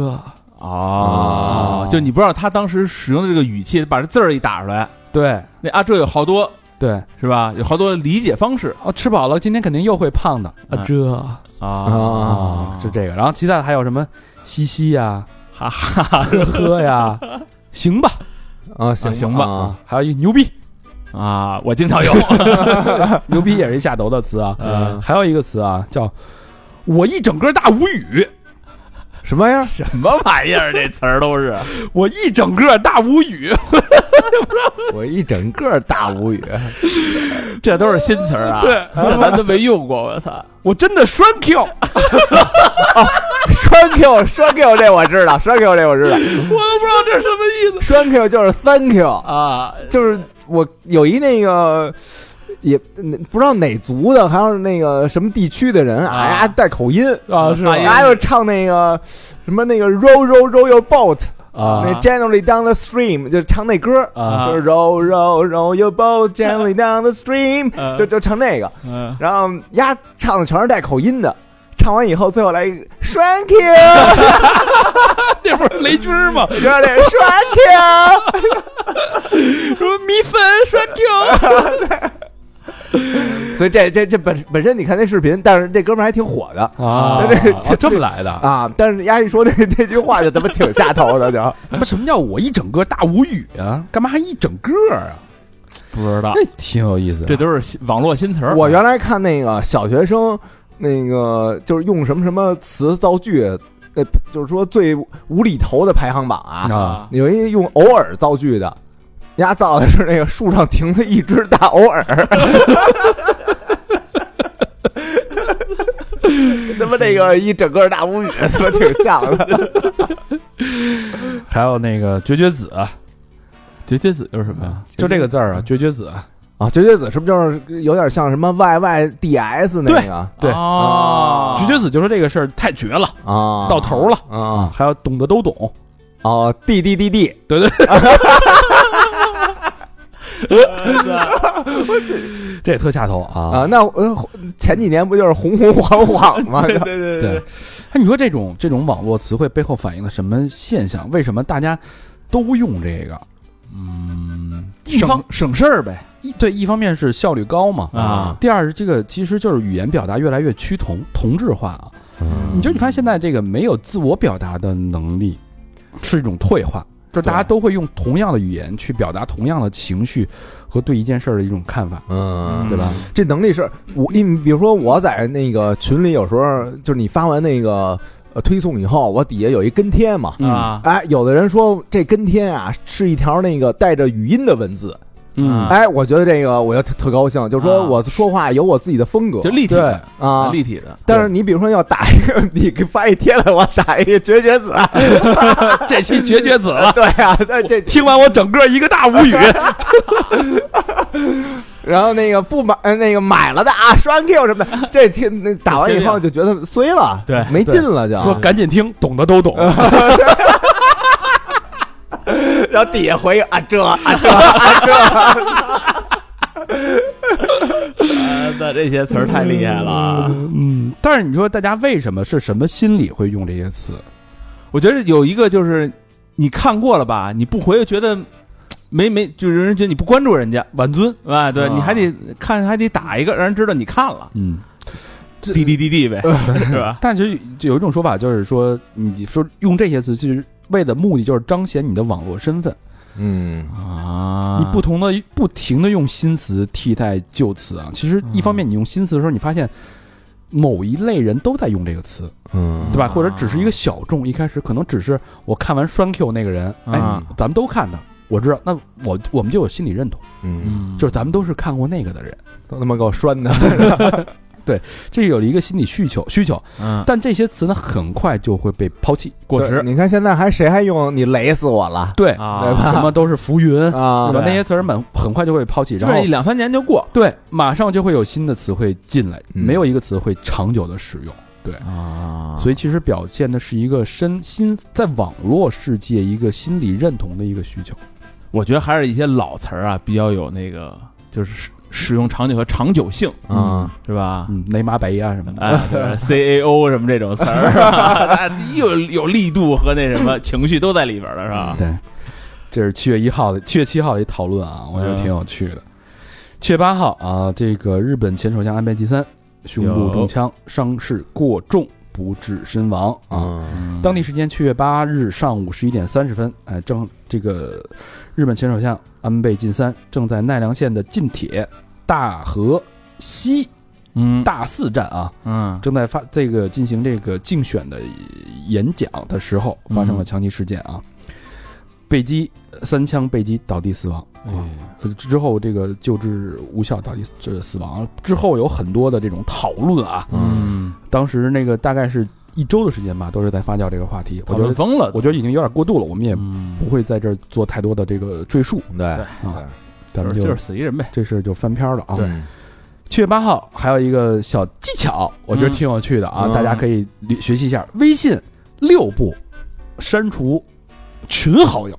[SPEAKER 4] 哦
[SPEAKER 3] 啊，
[SPEAKER 4] 就你不知道他当时使用的这个语气，把这字儿一打出来，
[SPEAKER 1] 对
[SPEAKER 4] 那啊，这有好多
[SPEAKER 1] 对，
[SPEAKER 4] 是吧？有好多理解方式
[SPEAKER 1] 哦，吃饱了，今天肯定又会胖的啊
[SPEAKER 4] 嗯，
[SPEAKER 1] 这
[SPEAKER 3] 啊
[SPEAKER 1] 就这个。然后其他的还有什么嘻嘻呀、
[SPEAKER 4] 哈
[SPEAKER 1] 哈呵呵呀，行吧
[SPEAKER 3] 啊行
[SPEAKER 4] 啊行吧
[SPEAKER 3] 啊，
[SPEAKER 1] 还有一牛逼，
[SPEAKER 4] 啊，我经常有
[SPEAKER 1] 牛逼也是一下头的词啊。
[SPEAKER 4] 嗯
[SPEAKER 1] 还有一个词啊，叫我一整个大无语，
[SPEAKER 3] 什么玩意 儿？
[SPEAKER 4] 什么玩意儿？这词儿都是
[SPEAKER 1] 我一整个大无语，
[SPEAKER 3] 我一整个大无语。
[SPEAKER 4] 这都是新词 儿啊，
[SPEAKER 1] 对
[SPEAKER 4] 这咱都没用过，我操！
[SPEAKER 1] 我真的栓 Q。
[SPEAKER 3] 栓 Q 栓 Q 这我知道，栓 Q 这我 知
[SPEAKER 4] 我
[SPEAKER 3] 道，
[SPEAKER 4] 都不知道这是什么意思
[SPEAKER 3] 栓 Q 就是 Thank you，
[SPEAKER 4] 啊！
[SPEAKER 3] 就是我有一那个。也不知道哪族的，还有那个什么地区的人，
[SPEAKER 4] 啊
[SPEAKER 3] 哎呀带口音
[SPEAKER 1] 啊是吗
[SPEAKER 3] 哎呀又唱那个什么那个 row row row your boat，
[SPEAKER 1] 啊
[SPEAKER 3] 那 gently down the stream 就唱那歌，
[SPEAKER 1] 啊
[SPEAKER 3] 就是 row row row your boat gently down the stream，
[SPEAKER 4] 啊
[SPEAKER 3] 就就唱那个，
[SPEAKER 4] 嗯，
[SPEAKER 3] 然后丫唱的全是带口音的，唱完以后最后来一个 thank you，
[SPEAKER 1] 那不是雷军吗？
[SPEAKER 3] 有点那 thank you。
[SPEAKER 1] 什么米粉
[SPEAKER 4] 啊
[SPEAKER 1] 栓 Q？
[SPEAKER 3] 所以这这这本本身你看那视频，但是这哥们儿还挺火的
[SPEAKER 1] 啊，
[SPEAKER 3] 这
[SPEAKER 1] 这这么来的啊？
[SPEAKER 3] 啊。但是丫一说那那句话就他妈挺下头 的，就
[SPEAKER 1] 他妈什么叫我一整个大无语啊？干嘛还一整个啊？
[SPEAKER 4] 不知道，
[SPEAKER 1] 这挺有意思啊，
[SPEAKER 3] 嗯
[SPEAKER 4] 这都是新网络新词儿。
[SPEAKER 3] 我原来看那个小学生那个就是用什么什么词造句，那就是说最无厘头的排行榜啊，
[SPEAKER 1] 啊，
[SPEAKER 3] 有一用偶尔造句的，人家造的是那个树上停了一只大偶尔， 他妈这个一整个大无语，他妈挺像的。
[SPEAKER 1] 还有那个绝绝子，啊
[SPEAKER 2] 绝绝子又是什么呀？
[SPEAKER 1] 就这个字儿啊，绝绝子，
[SPEAKER 3] 啊，绝绝子是不是就是有点像什么 YYDS 那个
[SPEAKER 1] 对
[SPEAKER 2] 啊，
[SPEAKER 1] 绝绝子就说这个事儿太绝了，
[SPEAKER 3] 啊？
[SPEAKER 1] 到头了
[SPEAKER 3] 啊！
[SPEAKER 1] 还有懂得都懂，
[SPEAKER 3] 哦，D D D D，
[SPEAKER 1] 这也特下头啊
[SPEAKER 3] 啊，那呃前几年不就是红红黄黄吗？
[SPEAKER 2] 对对对
[SPEAKER 1] 对，哎，你说这种这种网络词汇背后反映了什么现象？为什么大家都用这个？
[SPEAKER 2] 嗯，
[SPEAKER 1] 一方
[SPEAKER 2] 省省事儿呗
[SPEAKER 1] 一对，一方面是效率高嘛，
[SPEAKER 2] 啊，
[SPEAKER 1] 第二是这个其实就是语言表达越来越趋同同质化啊。你就你发现现在这个没有自我表达的能力是一种退化，就是大家
[SPEAKER 3] 对
[SPEAKER 1] 都会用同样的语言去表达同样的情绪和对一件事儿的一种看法，
[SPEAKER 3] 嗯
[SPEAKER 1] 对吧？
[SPEAKER 3] 这能力是我，你比如说我在那个群里，有时候就是你发完那个呃推送以后，我底下有一跟贴嘛，
[SPEAKER 1] 嗯
[SPEAKER 2] 啊，
[SPEAKER 3] 哎，有的人说这跟贴啊是一条那个带着语音的文字，
[SPEAKER 1] 嗯，
[SPEAKER 3] 哎，我觉得这个我就特特高兴，就说
[SPEAKER 2] 啊
[SPEAKER 3] 我说话有我自己的风格
[SPEAKER 2] 就立体
[SPEAKER 1] 对
[SPEAKER 2] 的
[SPEAKER 3] 啊。
[SPEAKER 2] 立体的，
[SPEAKER 3] 但是你比如说要打一个，你给发一贴来，我打一个绝绝子，啊
[SPEAKER 1] 这期绝绝子了，
[SPEAKER 3] 对啊，那这
[SPEAKER 1] 听完我整个一个大无 语。
[SPEAKER 3] 然后那个不买，呃那个买了的啊，刷完 Q 什么的，这听那打完以后就觉得衰了，
[SPEAKER 2] 对
[SPEAKER 3] 没劲了就。
[SPEAKER 1] 说赶紧听，懂的都懂。
[SPEAKER 3] 然后底下回啊这啊这啊这，
[SPEAKER 2] 那这些词儿太厉害了。
[SPEAKER 1] 嗯， 但是你说大家为什么是什么心理会用这些词？
[SPEAKER 2] 我觉得有一个就是你看过了吧，你不回觉得没没，就是人觉得你不关注人家
[SPEAKER 1] 晚尊，
[SPEAKER 2] 啊，对，
[SPEAKER 3] 啊
[SPEAKER 2] 你还得看，还得打一个，让人知道你看了，
[SPEAKER 1] 嗯，
[SPEAKER 2] 滴滴滴滴呗，是吧？
[SPEAKER 1] 但其实就有一种说法，就是说你说用这些词，其实为的目的就是彰显你的网络身份。
[SPEAKER 3] 嗯
[SPEAKER 2] 啊
[SPEAKER 1] 你不同的不停的用新词替代旧词啊，其实
[SPEAKER 2] 嗯
[SPEAKER 1] 一方面你用新词的时候，你发现。某一类人都在用这个词，
[SPEAKER 3] 嗯
[SPEAKER 2] 啊
[SPEAKER 1] 对吧？或者只是一个小众，一开始可能只是我看完栓 Q 那个人，哎
[SPEAKER 2] 啊，
[SPEAKER 1] 咱们都看的，我知道，那我我们就有心理认同，
[SPEAKER 3] 嗯，
[SPEAKER 2] 嗯，
[SPEAKER 1] 就是咱们都是看过那个的人，
[SPEAKER 3] 都他妈给我拴的，
[SPEAKER 1] 这有了一个心理需求需求，
[SPEAKER 2] 嗯，
[SPEAKER 1] 但这些词呢，很快就会被抛弃过
[SPEAKER 3] 对
[SPEAKER 1] 时，
[SPEAKER 3] 你看现在还谁还用？你雷死我了
[SPEAKER 1] 对，
[SPEAKER 2] 啊
[SPEAKER 3] 对吧
[SPEAKER 1] 什么都是浮云， 对吧？
[SPEAKER 3] 啊！
[SPEAKER 2] 对
[SPEAKER 1] 那些词儿满很快就会被抛弃，
[SPEAKER 2] 基
[SPEAKER 1] 然
[SPEAKER 2] 本
[SPEAKER 1] 后
[SPEAKER 2] 上一两三年就过
[SPEAKER 1] 对，马上就会有新的词汇进来，
[SPEAKER 3] 嗯
[SPEAKER 1] 没有一个词汇长久的使用，
[SPEAKER 2] 啊
[SPEAKER 1] 所以其实表现的是一个身心在网络世界一个心理认同的一个需求，
[SPEAKER 2] 我觉得还是一些老词儿啊，比较有那个就是使使用场景和长久性，
[SPEAKER 1] 嗯
[SPEAKER 2] 是吧？
[SPEAKER 1] 嗯，雷马北啊什么的，
[SPEAKER 2] 哎对，C A O 什么这种词 儿，是吧有有力度和那什么情绪都在里边了，是吧？
[SPEAKER 1] 对，这是七月一号的七月七号的一讨论啊，我觉得挺有趣的。七月八号啊，这个日本前首相安倍晋三胸部中枪，伤势过重，不治身亡啊。
[SPEAKER 3] 啊
[SPEAKER 1] 当地时间七月八日上午十一点三十分，哎，正这个日本前首相安倍晋三正在奈良县的近铁大和西
[SPEAKER 2] 嗯
[SPEAKER 1] 大寺站啊，
[SPEAKER 2] 嗯
[SPEAKER 1] 正在发这个进行这个竞选的演讲的时候，发生了
[SPEAKER 2] 嗯
[SPEAKER 1] 枪击事件啊，被击三枪被击倒地死亡，
[SPEAKER 2] 嗯
[SPEAKER 1] 呃之后这个救治无效倒地这死亡之后有很多的这种讨论啊，
[SPEAKER 2] 嗯，
[SPEAKER 1] 当时那个大概是一周的时间吧，都是在发酵这个话题，
[SPEAKER 2] 讨
[SPEAKER 1] 我觉
[SPEAKER 2] 论
[SPEAKER 1] 得
[SPEAKER 2] 疯了，
[SPEAKER 1] 我觉得已经有点过度了，我们也
[SPEAKER 2] 嗯
[SPEAKER 1] 不会在这儿做太多的这个赘述，
[SPEAKER 3] 哎对
[SPEAKER 1] 啊咱
[SPEAKER 2] 就
[SPEAKER 1] 们
[SPEAKER 2] 是
[SPEAKER 1] 就
[SPEAKER 2] 就是死一人呗，
[SPEAKER 1] 这事儿就翻篇了啊。
[SPEAKER 3] 对，
[SPEAKER 1] 七月八号还有一个小技巧，我觉得挺有趣的啊，
[SPEAKER 3] 嗯
[SPEAKER 1] 大家可以捋学习一下。微信六步删除群好友，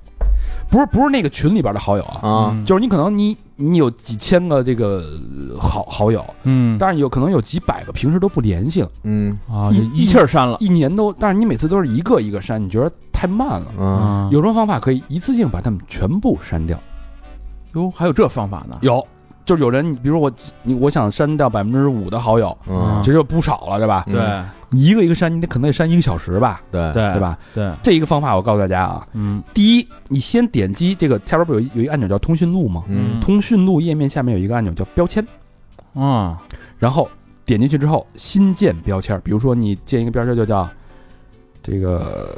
[SPEAKER 1] 不是不是那个群里边的好友啊，
[SPEAKER 3] 啊，
[SPEAKER 2] 嗯
[SPEAKER 1] 就是你可能你你有几千个这个呃好好友，
[SPEAKER 2] 嗯
[SPEAKER 1] 但是有可能有几百个平时都不联系了，
[SPEAKER 3] 嗯
[SPEAKER 2] 啊，
[SPEAKER 1] 一
[SPEAKER 2] 就一气儿删了
[SPEAKER 1] 一年都，但是你每次都是一个一个删，你觉得太慢了。
[SPEAKER 3] 嗯，
[SPEAKER 2] 啊
[SPEAKER 1] 有什么方法可以一次性把他们全部删掉？
[SPEAKER 2] 哟，还有这方法呢，
[SPEAKER 1] 有，就是有人，你比如我，你我想删掉百分之五的好友，
[SPEAKER 3] 嗯
[SPEAKER 1] 其实就不少了，对吧？
[SPEAKER 3] 嗯
[SPEAKER 1] 你一个一个删，你得可能得删一个小时吧，
[SPEAKER 3] 对
[SPEAKER 2] 对
[SPEAKER 1] 对？吧？
[SPEAKER 2] 对，
[SPEAKER 1] 这一个方法我告诉大家啊，
[SPEAKER 2] 嗯
[SPEAKER 1] 第一，你先点击这个下边不有一有一按钮叫通讯录吗？
[SPEAKER 3] 嗯
[SPEAKER 1] 通讯录页面下面有一个按钮叫标签，
[SPEAKER 2] 啊
[SPEAKER 1] 然后点进去之后新建标签儿，比如说你建一个标签儿就叫这个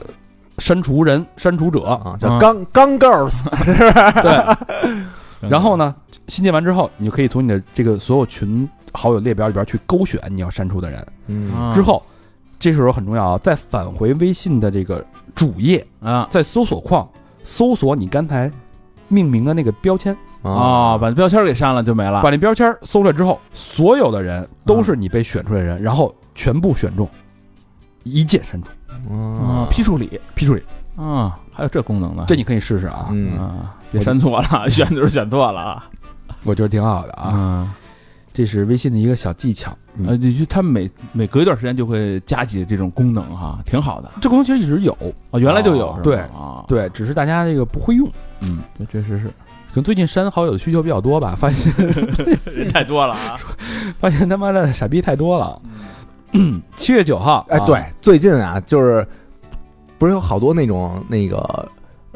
[SPEAKER 1] 删除人、删除者
[SPEAKER 3] 啊，叫刚刚 girls，
[SPEAKER 1] 对，然后呢，新建完之后，你就可以从你的这个所有群好友列表里边去勾选你要删除的人。
[SPEAKER 3] 嗯
[SPEAKER 4] 啊？
[SPEAKER 1] 之后，这时候很重要啊，再返回微信的这个主页，
[SPEAKER 4] 啊
[SPEAKER 1] 在搜索框搜索你刚才命名的那个标签，
[SPEAKER 2] 啊
[SPEAKER 4] 哦，把标签给删了就没了
[SPEAKER 1] 把那标签搜出来之后，所有的人都是你被选出来的人，然后全部选中，一键删除，
[SPEAKER 4] 啊
[SPEAKER 3] 啊，
[SPEAKER 4] 批处理
[SPEAKER 1] 批处理。
[SPEAKER 4] 啊，还有这功能呢？
[SPEAKER 1] 这你可以试试啊，
[SPEAKER 3] 嗯，
[SPEAKER 4] 啊，别删错了，选就是选错了啊
[SPEAKER 1] 我觉得挺好的啊。
[SPEAKER 4] 啊！
[SPEAKER 1] 这是微信的一个小技巧。
[SPEAKER 4] 呃，你就他每每隔一段时间就会加几这种功能哈，挺好的
[SPEAKER 1] 这功能其实一直有，
[SPEAKER 4] 啊，原来就有
[SPEAKER 1] 哦
[SPEAKER 4] 是吧
[SPEAKER 1] 对
[SPEAKER 4] 啊，
[SPEAKER 1] 对，只是大家这个不会用。嗯，
[SPEAKER 4] 对，确实是
[SPEAKER 1] 可能最近删好友的需求比较多吧，发现
[SPEAKER 4] 人太多了啊，
[SPEAKER 1] 发现他妈的傻逼太多了。七月九号，
[SPEAKER 3] 哎
[SPEAKER 1] 啊，
[SPEAKER 3] 对，最近啊，就是不是有好多那种那个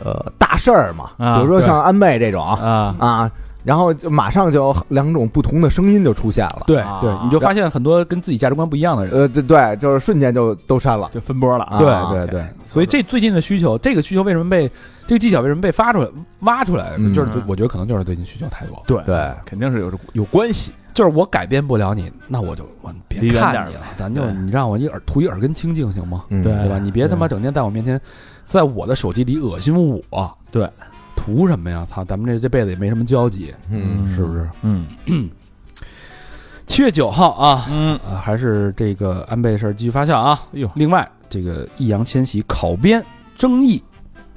[SPEAKER 3] 呃大事儿嘛，
[SPEAKER 4] 啊
[SPEAKER 3] 比如说
[SPEAKER 1] 对
[SPEAKER 3] 像安倍这种
[SPEAKER 4] 啊
[SPEAKER 3] 啊，然后就马上就有两种不同的声音就出现了，
[SPEAKER 1] 对
[SPEAKER 4] 啊
[SPEAKER 1] 对，你就发现很多跟自己价值观不一样的人。
[SPEAKER 3] 呃，对对，就是瞬间就都删了，
[SPEAKER 4] 就分波了啊，
[SPEAKER 3] 啊
[SPEAKER 1] 对对
[SPEAKER 4] OK，
[SPEAKER 1] 对，所以这最近的需求，这个需求为什么被这个技巧为什么被发出来挖出来？
[SPEAKER 3] 嗯
[SPEAKER 1] 就是我觉得可能就是最近需求太多了，
[SPEAKER 4] 对
[SPEAKER 3] 对，
[SPEAKER 4] 肯定是有有关系，
[SPEAKER 1] 就是我改变不了你，那我就我别
[SPEAKER 4] 离远点
[SPEAKER 1] 看
[SPEAKER 4] 儿
[SPEAKER 1] 你了，咱就
[SPEAKER 4] 对
[SPEAKER 1] 你让我一耳图一耳根清净行吗？
[SPEAKER 3] 嗯
[SPEAKER 4] 对
[SPEAKER 1] 对吧？你别他妈整天在我面前，在我的手机里恶心我，
[SPEAKER 4] 对，
[SPEAKER 1] 图什么呀？操，咱们这这辈子也没什么交集，
[SPEAKER 3] 嗯
[SPEAKER 1] 是不是？
[SPEAKER 4] 嗯
[SPEAKER 1] 七月九号啊，
[SPEAKER 4] 嗯，
[SPEAKER 1] 呃，还是这个安倍的事儿继续发酵啊。
[SPEAKER 4] 哎呦，
[SPEAKER 1] 另外，这个易烊千玺考编争议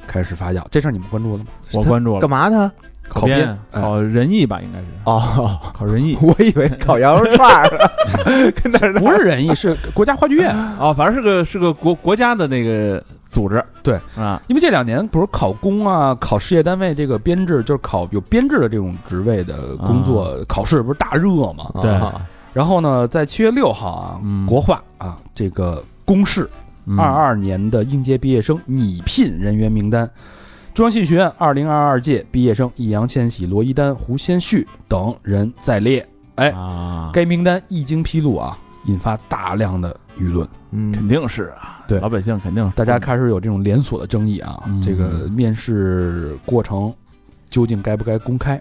[SPEAKER 1] 开始发酵，这事儿你们关注了吗？
[SPEAKER 4] 我关注了
[SPEAKER 3] 干，嘛呢？
[SPEAKER 1] 考编，哎
[SPEAKER 4] 考仁义吧，应该是
[SPEAKER 3] 哦，
[SPEAKER 4] 考仁义
[SPEAKER 3] 我以为烤羊肉串儿呢， 跟那儿
[SPEAKER 1] 不是仁义，是国家话剧院。
[SPEAKER 4] 哦，反正是个是个国国家的那个组织，
[SPEAKER 1] 对
[SPEAKER 4] 啊，
[SPEAKER 1] 因为这两年不是考公啊，考事业单位这个编制，就是考有编制的这种职位的
[SPEAKER 4] 啊
[SPEAKER 1] 工作、考试，不是大热嘛？
[SPEAKER 4] 对
[SPEAKER 3] 啊
[SPEAKER 1] 然后呢，在七月六号啊，
[SPEAKER 4] 嗯
[SPEAKER 1] 国画啊这个公示
[SPEAKER 4] 嗯
[SPEAKER 1] 二二年的应届毕业生拟聘人员名单，中央戏剧学院二零二二届毕业生易烊千玺、罗一丹、胡先煦等人在列。哎
[SPEAKER 4] 啊，
[SPEAKER 1] 该名单一经披露啊，引发大量的舆论，
[SPEAKER 3] 嗯
[SPEAKER 4] 肯定是啊，
[SPEAKER 1] 对
[SPEAKER 4] 老百姓肯定是
[SPEAKER 1] 大家开始有这种连锁的争议啊。
[SPEAKER 4] 嗯
[SPEAKER 1] 这个面试过程究竟该不该公开，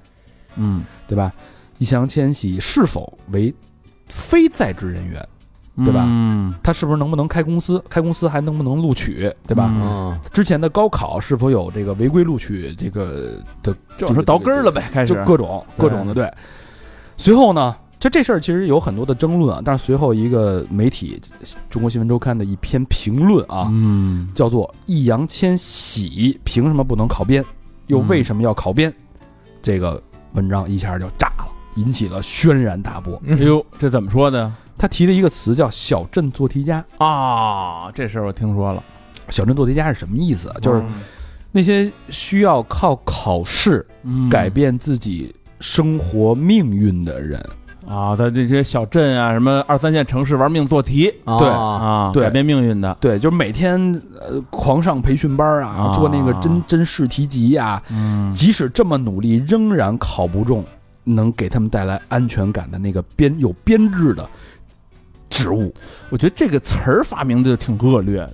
[SPEAKER 4] 嗯
[SPEAKER 1] 对吧？易烊千玺是否为非在职人员？对吧
[SPEAKER 4] 嗯
[SPEAKER 1] 他是不是能不能开公司？开公司还能不能录取？对吧？
[SPEAKER 4] 嗯
[SPEAKER 3] 啊，
[SPEAKER 1] 之前的高考是否有这个违规录取这个的
[SPEAKER 4] 这说倒根儿了呗，开始
[SPEAKER 1] 就各种各种的对。随后呢，就这事儿其实有很多的争论啊，但是随后一个媒体《中国新闻周刊》的一篇评论啊，
[SPEAKER 4] 嗯
[SPEAKER 1] 叫做“易烊千玺凭什么不能考编，又为什么要考编”，这个文章一下就炸了，引起了轩然大波。
[SPEAKER 4] 哎呦，这怎么说的
[SPEAKER 1] 他提的一个词叫“小镇做题家
[SPEAKER 4] 啊？这事儿我听说了，”，
[SPEAKER 1] 小镇做题家是什么意思啊？就是
[SPEAKER 3] 嗯
[SPEAKER 1] 那些需要靠考试
[SPEAKER 4] 嗯
[SPEAKER 1] 改变自己生活命运的人，
[SPEAKER 4] 啊，在这些小镇啊，什么二三线城市玩命做题
[SPEAKER 1] 对
[SPEAKER 3] 啊
[SPEAKER 4] 啊，
[SPEAKER 1] 对
[SPEAKER 4] 改变命运的，
[SPEAKER 1] 对，就是每天呃狂上培训班啊，
[SPEAKER 4] 啊
[SPEAKER 1] 做那个真真试题集呀、
[SPEAKER 4] 嗯
[SPEAKER 1] 即使这么努力，仍然考不中能给他们带来安全感的那个编有编制的职务。
[SPEAKER 4] 我觉得这个词儿发明的就挺恶劣的，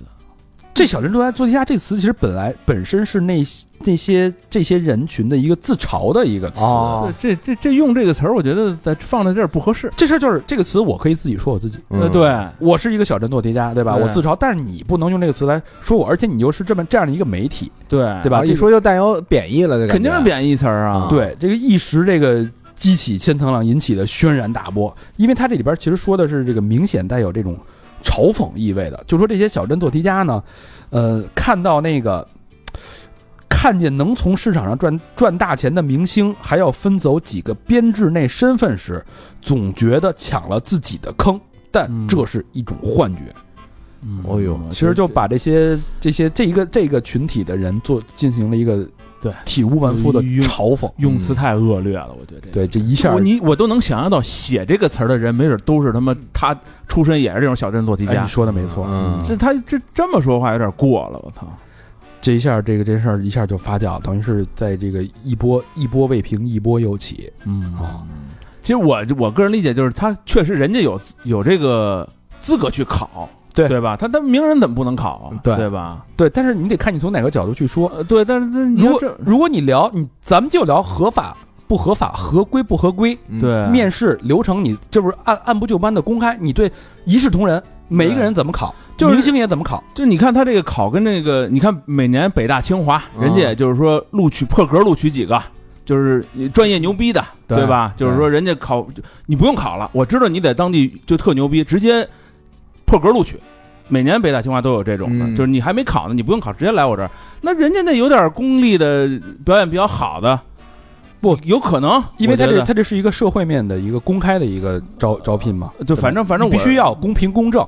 [SPEAKER 1] 这小镇做题做题家这个词，其实本来本身是那那些这些人群的一个自嘲的一个词。
[SPEAKER 3] 哦
[SPEAKER 4] 这这这这用这个词儿，我觉得在放在这儿不合适。
[SPEAKER 1] 这事儿就是这个词，我可以自己说我自己。
[SPEAKER 3] 嗯
[SPEAKER 4] 呃，
[SPEAKER 3] 哦
[SPEAKER 4] 对，
[SPEAKER 1] 我是一个小镇做题家，对吧？
[SPEAKER 4] 对
[SPEAKER 1] 我自嘲，但是你不能用这个词来说我，而且你又是这么这样的一个媒体，
[SPEAKER 4] 对
[SPEAKER 1] 对吧
[SPEAKER 3] 啊一说就带有贬义了，就感觉
[SPEAKER 4] 肯定是贬义词儿啊。
[SPEAKER 3] 啊
[SPEAKER 1] 对，这个一时这个激起千层浪，引起了轩然大波。因为它这里边其实说的是这个明显带有这种嘲讽意味的，就说这些小镇做题家呢，呃，看到那个看见能从市场上赚赚大钱的明星，还要分走几个编制内身份时，总觉得抢了自己的坑，但
[SPEAKER 4] 嗯
[SPEAKER 1] 这是一种幻觉。
[SPEAKER 4] 嗯，
[SPEAKER 3] 哦呦
[SPEAKER 1] 其实就把这些这些这一个这个群体的人做进行了一个
[SPEAKER 4] 对
[SPEAKER 1] 体无完肤的
[SPEAKER 4] 用
[SPEAKER 1] 嘲讽。
[SPEAKER 4] 用词太恶劣了，我觉得这个。
[SPEAKER 1] 对，这一下
[SPEAKER 4] 我你我都能想象到，写这个词儿的人，没准都是他妈他出身也是这种小镇做题
[SPEAKER 1] 哎
[SPEAKER 4] 家
[SPEAKER 1] 你。说的没错，
[SPEAKER 3] 嗯
[SPEAKER 4] 这他这这么说话有点过了，我操！
[SPEAKER 1] 这一下这个这事儿一下就发酵，等于是在这个一波一波未平，一波又起
[SPEAKER 4] 嗯
[SPEAKER 1] 啊。
[SPEAKER 4] 其实我我个人理解就是，他确实人家有有这个资格去考，
[SPEAKER 1] 对
[SPEAKER 4] 对吧？他他名人怎么不能考啊？
[SPEAKER 1] 对
[SPEAKER 4] 对吧？
[SPEAKER 1] 对，但是你得看你从哪个角度去说。
[SPEAKER 4] 呃，对，但是那你
[SPEAKER 1] 如
[SPEAKER 4] 要
[SPEAKER 1] 果
[SPEAKER 4] 这
[SPEAKER 1] 如果你聊你，咱们就聊合法不合法，合规不合规，
[SPEAKER 3] 嗯
[SPEAKER 4] 对
[SPEAKER 1] 面试流程你这不是按按部就班的公开，你对一视同仁，每一个人怎么考，
[SPEAKER 4] 就是
[SPEAKER 1] 明星也怎么考，
[SPEAKER 4] 就你看他这个考跟这个，你看每年北大清华，
[SPEAKER 3] 嗯
[SPEAKER 4] 人家也就是说录取破格录取几个，就是专业牛逼的，
[SPEAKER 3] 对
[SPEAKER 4] 对吧？
[SPEAKER 3] 对
[SPEAKER 4] 就是说人家考你不用考了，我知道你在当地就特牛逼，直接破格录取。每年北大清华都有这种的，
[SPEAKER 3] 嗯
[SPEAKER 4] 就是你还没考呢，你不用考，直接来我这儿。那人家那有点功力的表演比较好的，不有可能？
[SPEAKER 1] 因为他
[SPEAKER 4] 我
[SPEAKER 1] 这
[SPEAKER 4] 觉得
[SPEAKER 1] 他这是一个社会面的一个公开的一个招招聘嘛，
[SPEAKER 4] 就反正反正我
[SPEAKER 1] 你必须要公平公正，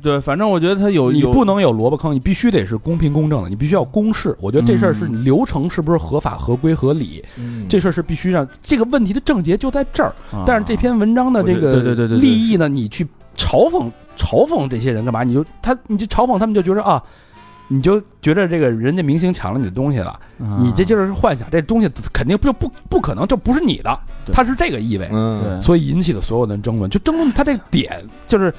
[SPEAKER 4] 对，反正我觉得他呃有
[SPEAKER 1] 你
[SPEAKER 4] 有
[SPEAKER 1] 不能有萝卜坑，你必须得是公平公正的，你必须要公示。我觉得这事儿是
[SPEAKER 4] 嗯
[SPEAKER 1] 流程是不是合法合规合理，
[SPEAKER 3] 嗯
[SPEAKER 1] 这事儿是必须让这个问题的症结就在这儿。
[SPEAKER 4] 啊
[SPEAKER 1] 但是这篇文章的
[SPEAKER 4] 我觉
[SPEAKER 1] 这
[SPEAKER 4] 得
[SPEAKER 1] 个
[SPEAKER 4] 对对对对对
[SPEAKER 1] 利益呢，你去嘲讽嘲讽这些人干嘛？你就他你就嘲讽他们就觉得啊。你就觉得这个人家明星抢了你的东西了，
[SPEAKER 4] 啊
[SPEAKER 1] 你这就是幻想，这东西肯定就不不可能，就不是你的，
[SPEAKER 4] 对
[SPEAKER 1] 它是这个意味，
[SPEAKER 3] 嗯
[SPEAKER 4] 对
[SPEAKER 1] 所以引起了所有的争论。就争论他这个点就是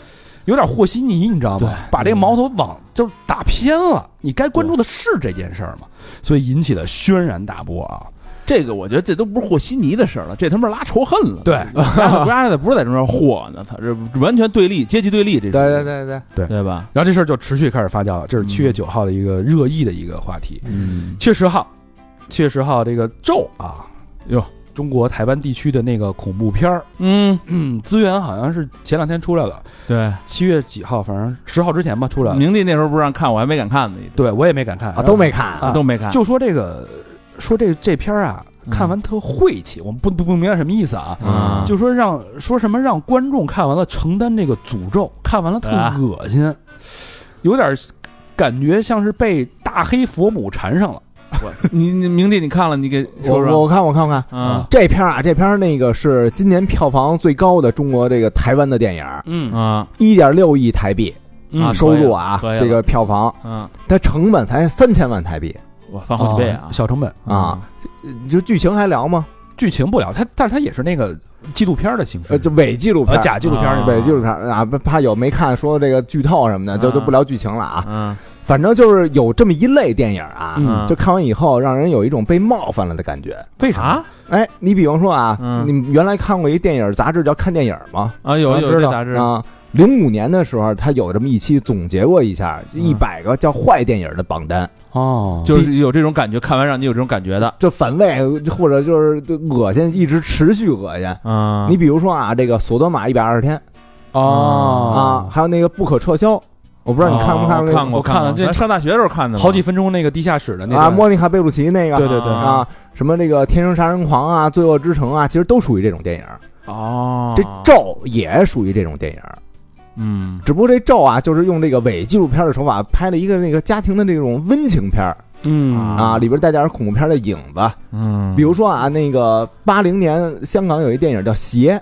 [SPEAKER 1] 有点和稀泥，你知道
[SPEAKER 4] 对
[SPEAKER 1] 吗？把这
[SPEAKER 3] 嗯
[SPEAKER 1] 个矛头往就是打偏了，你该关注的是这件事儿嘛，所以引起了轩然大波啊！
[SPEAKER 4] 这个我觉得这都不是和稀泥的事儿了，这他妈拉仇恨了。
[SPEAKER 1] 对
[SPEAKER 3] 嗯
[SPEAKER 4] 不是不是不是在这儿和呢，他这完全对立，阶级对立，啊这是
[SPEAKER 3] 对对对对，
[SPEAKER 4] 对吧？
[SPEAKER 1] 然后这事儿就持续开始发酵了，这是七月九号的一个热议的一个话题。
[SPEAKER 3] 嗯
[SPEAKER 1] 七月十号，七月十号这个咒啊，
[SPEAKER 4] 哟，
[SPEAKER 1] 中国台湾地区的那个恐怖片儿，
[SPEAKER 4] 嗯，
[SPEAKER 1] 嗯，资源好像是前两天出来了，
[SPEAKER 4] 对，
[SPEAKER 1] 七月几号，反正十号之前吧出
[SPEAKER 3] 呃
[SPEAKER 1] 来了。
[SPEAKER 4] 明帝那时候不让看，我还没敢看呢，
[SPEAKER 1] 对我也没敢看
[SPEAKER 3] 啊都没看
[SPEAKER 1] 啊
[SPEAKER 4] 都没看。
[SPEAKER 1] 就说这个，说这这片儿啊，
[SPEAKER 4] 嗯
[SPEAKER 1] 看完特晦气，我们不不不明白什么意思啊。
[SPEAKER 4] 啊
[SPEAKER 1] 就说让说什么让观众看完了承担这个诅咒，看完了特
[SPEAKER 4] 啊
[SPEAKER 1] 恶心，有点感觉像是被大黑佛母缠上了。
[SPEAKER 4] 你你明帝你看了，你给
[SPEAKER 3] 我
[SPEAKER 4] 说
[SPEAKER 3] 我
[SPEAKER 4] 说
[SPEAKER 3] 我看我看我看
[SPEAKER 4] 啊
[SPEAKER 3] 这片儿啊，这片儿那个是今年票房最高的中国这个台湾的电影，
[SPEAKER 1] 嗯
[SPEAKER 4] 啊
[SPEAKER 3] 一点六亿台币
[SPEAKER 4] 啊
[SPEAKER 3] 收入啊，
[SPEAKER 4] 可以了
[SPEAKER 3] 这个票房，
[SPEAKER 4] 啊！
[SPEAKER 3] 它成本才三千万台币
[SPEAKER 4] 我翻好几倍啊
[SPEAKER 1] 小成本，
[SPEAKER 3] 啊，你就剧情还聊吗？
[SPEAKER 1] 嗯剧情不了，它但是它也是那个纪录片儿的形式
[SPEAKER 3] 呃，，就伪纪录
[SPEAKER 1] 呃
[SPEAKER 3] 片，
[SPEAKER 1] 假纪录片儿那
[SPEAKER 4] 啊
[SPEAKER 1] 种。
[SPEAKER 3] 伪纪录片啊，怕有没看说这个剧透什么的，就就
[SPEAKER 4] 啊
[SPEAKER 3] 不聊剧情了啊。
[SPEAKER 4] 嗯
[SPEAKER 3] 反正就是有这么一类电影啊，
[SPEAKER 4] 嗯
[SPEAKER 3] 就看完以后让人有一种被冒犯了的感觉。
[SPEAKER 1] 为啥？
[SPEAKER 4] 啊
[SPEAKER 3] 哎，你比方说啊，
[SPEAKER 4] 嗯
[SPEAKER 3] 你们原来看过一电影杂志叫《看电影》吗？
[SPEAKER 4] 啊有
[SPEAKER 3] 啊
[SPEAKER 4] 有
[SPEAKER 3] 知
[SPEAKER 4] 这
[SPEAKER 3] 道
[SPEAKER 4] 杂志
[SPEAKER 3] 啊。零五年的时候，他有这么一期总结过一下
[SPEAKER 4] 嗯
[SPEAKER 3] 一百个叫坏电影的榜单，
[SPEAKER 1] 哦就
[SPEAKER 4] 就是有这种感觉，看完让你有这种感觉的
[SPEAKER 3] 就反胃或者就是就恶心，一直持续恶心。
[SPEAKER 4] 啊
[SPEAKER 3] 你比如说啊，这个《索多玛一百二十天》啊，
[SPEAKER 1] 哦
[SPEAKER 3] 还有那个《不可撤销》，我不知道你看没
[SPEAKER 4] 过？
[SPEAKER 3] 看过
[SPEAKER 4] 看
[SPEAKER 3] 那
[SPEAKER 1] 我看
[SPEAKER 4] 看
[SPEAKER 1] 了这
[SPEAKER 4] 咱上大学的时候看的
[SPEAKER 1] 啊
[SPEAKER 4] 嘛，
[SPEAKER 1] 好几分钟那个地下室的那
[SPEAKER 3] 个啊，
[SPEAKER 1] 个
[SPEAKER 3] 莫妮卡贝鲁奇那个
[SPEAKER 1] 对对对
[SPEAKER 3] 啊，什么这个《天生杀人狂》啊，《罪恶之城》啊，其实都属于这种电影。
[SPEAKER 1] 啊
[SPEAKER 4] 哦，
[SPEAKER 3] 这咒也属于这种电影，
[SPEAKER 4] 嗯
[SPEAKER 3] 只不过这咒啊，就是用这个伪纪录片的手法拍了一个那个家庭的这种温情片儿
[SPEAKER 1] 嗯
[SPEAKER 3] 啊，里边带点恐怖片的影子。
[SPEAKER 4] 嗯，
[SPEAKER 3] 比如说啊，那个八零年香港有一电影叫《邪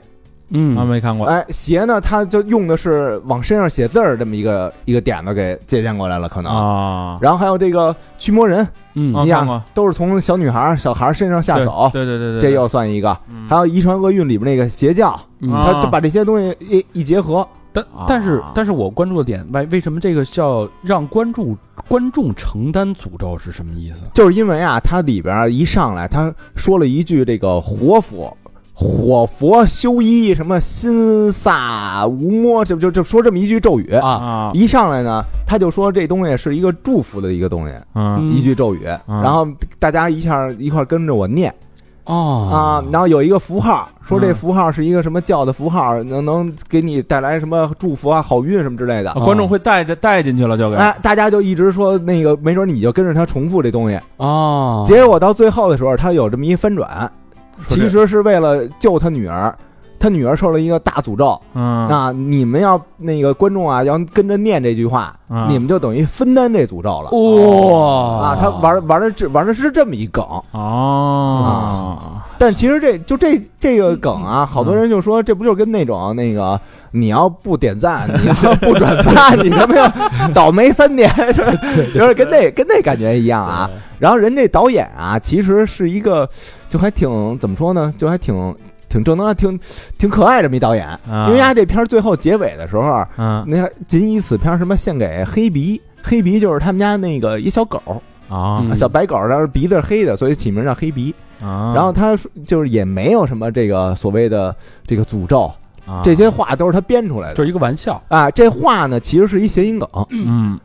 [SPEAKER 1] 嗯
[SPEAKER 4] 啊没看》，过，
[SPEAKER 3] 哎，《邪》呢，它就用的是往身上写字儿这么一个一个点子给借鉴过来了，可能。
[SPEAKER 4] 啊，
[SPEAKER 3] 然后还有这个驱魔人，
[SPEAKER 1] 嗯
[SPEAKER 4] 啊
[SPEAKER 3] 你
[SPEAKER 4] 看
[SPEAKER 3] 看
[SPEAKER 4] 过
[SPEAKER 3] 都是从小女孩儿、小孩儿身上下手，
[SPEAKER 4] 对对对对，嗯
[SPEAKER 3] 这又算一个。还有《遗传厄运》里边那个邪教，
[SPEAKER 1] 嗯
[SPEAKER 4] 啊
[SPEAKER 3] 它就把这些东西一一结合，
[SPEAKER 1] 但但是
[SPEAKER 4] 啊
[SPEAKER 1] 但是我关注的点为为什么这个叫让观众观众承担诅咒是什么意思？
[SPEAKER 3] 就是因为啊，它里边儿一上来他说了一句这个活佛。火佛修一什么心萨无摸，这不就就说这么一句咒语
[SPEAKER 1] 啊
[SPEAKER 4] 啊，
[SPEAKER 3] 一上来呢，他就说这东西是一个祝福的一个东西，
[SPEAKER 4] 嗯
[SPEAKER 1] 嗯
[SPEAKER 3] 一句咒语，
[SPEAKER 4] 嗯
[SPEAKER 3] 然后大家一下一块儿跟着我念
[SPEAKER 1] 哦
[SPEAKER 3] 啊，然后有一个符号，说这
[SPEAKER 4] 嗯
[SPEAKER 3] 符号是一个什么教的符号，能能给你带来什么祝福啊、好运什么之类的
[SPEAKER 4] 啊。观众会带着带进去了，就给
[SPEAKER 3] 哎，大家就一直说那个，没准你就跟着他重复这东西。
[SPEAKER 4] 啊
[SPEAKER 1] 哦，
[SPEAKER 3] 结果到最后的时候，他有这么一翻转，
[SPEAKER 4] 说这
[SPEAKER 3] 其实是为了救他女儿，他女儿受了一个大诅咒。
[SPEAKER 4] 嗯
[SPEAKER 3] 那你们要那个观众啊，要跟着念这句话，
[SPEAKER 4] 啊哦
[SPEAKER 3] 你们就等于分担这诅咒了。
[SPEAKER 1] 哇
[SPEAKER 3] 啊，他玩玩的这玩的是这么一梗，
[SPEAKER 4] 哦
[SPEAKER 3] 啊但其实这就这这个梗啊，好多人就说这不就是跟那种那个你要不点赞，你要不转发，你他妈要倒霉三年，就是跟那跟那感觉一样啊。然后人这导演啊，其实是一个就还挺怎么说呢，就还挺挺正能量、挺挺可爱这么一导演。
[SPEAKER 6] 啊
[SPEAKER 3] 因为他这片儿最后结尾的时候，啊
[SPEAKER 4] 啊
[SPEAKER 6] 嗯
[SPEAKER 3] 那还仅以此片儿什么献给黑鼻，黑鼻就是他们家那个一小狗，
[SPEAKER 6] 啊
[SPEAKER 4] 嗯
[SPEAKER 3] 小白狗，但是鼻子是黑的，所以起名叫黑鼻。
[SPEAKER 6] 啊，
[SPEAKER 3] 然后他说就是也没有什么这个所谓的这个诅咒，
[SPEAKER 6] 啊
[SPEAKER 3] 这些话都是他编出来的
[SPEAKER 1] 就是一个玩笑，
[SPEAKER 3] 啊。这话呢其实是一谐音梗，
[SPEAKER 6] 嗯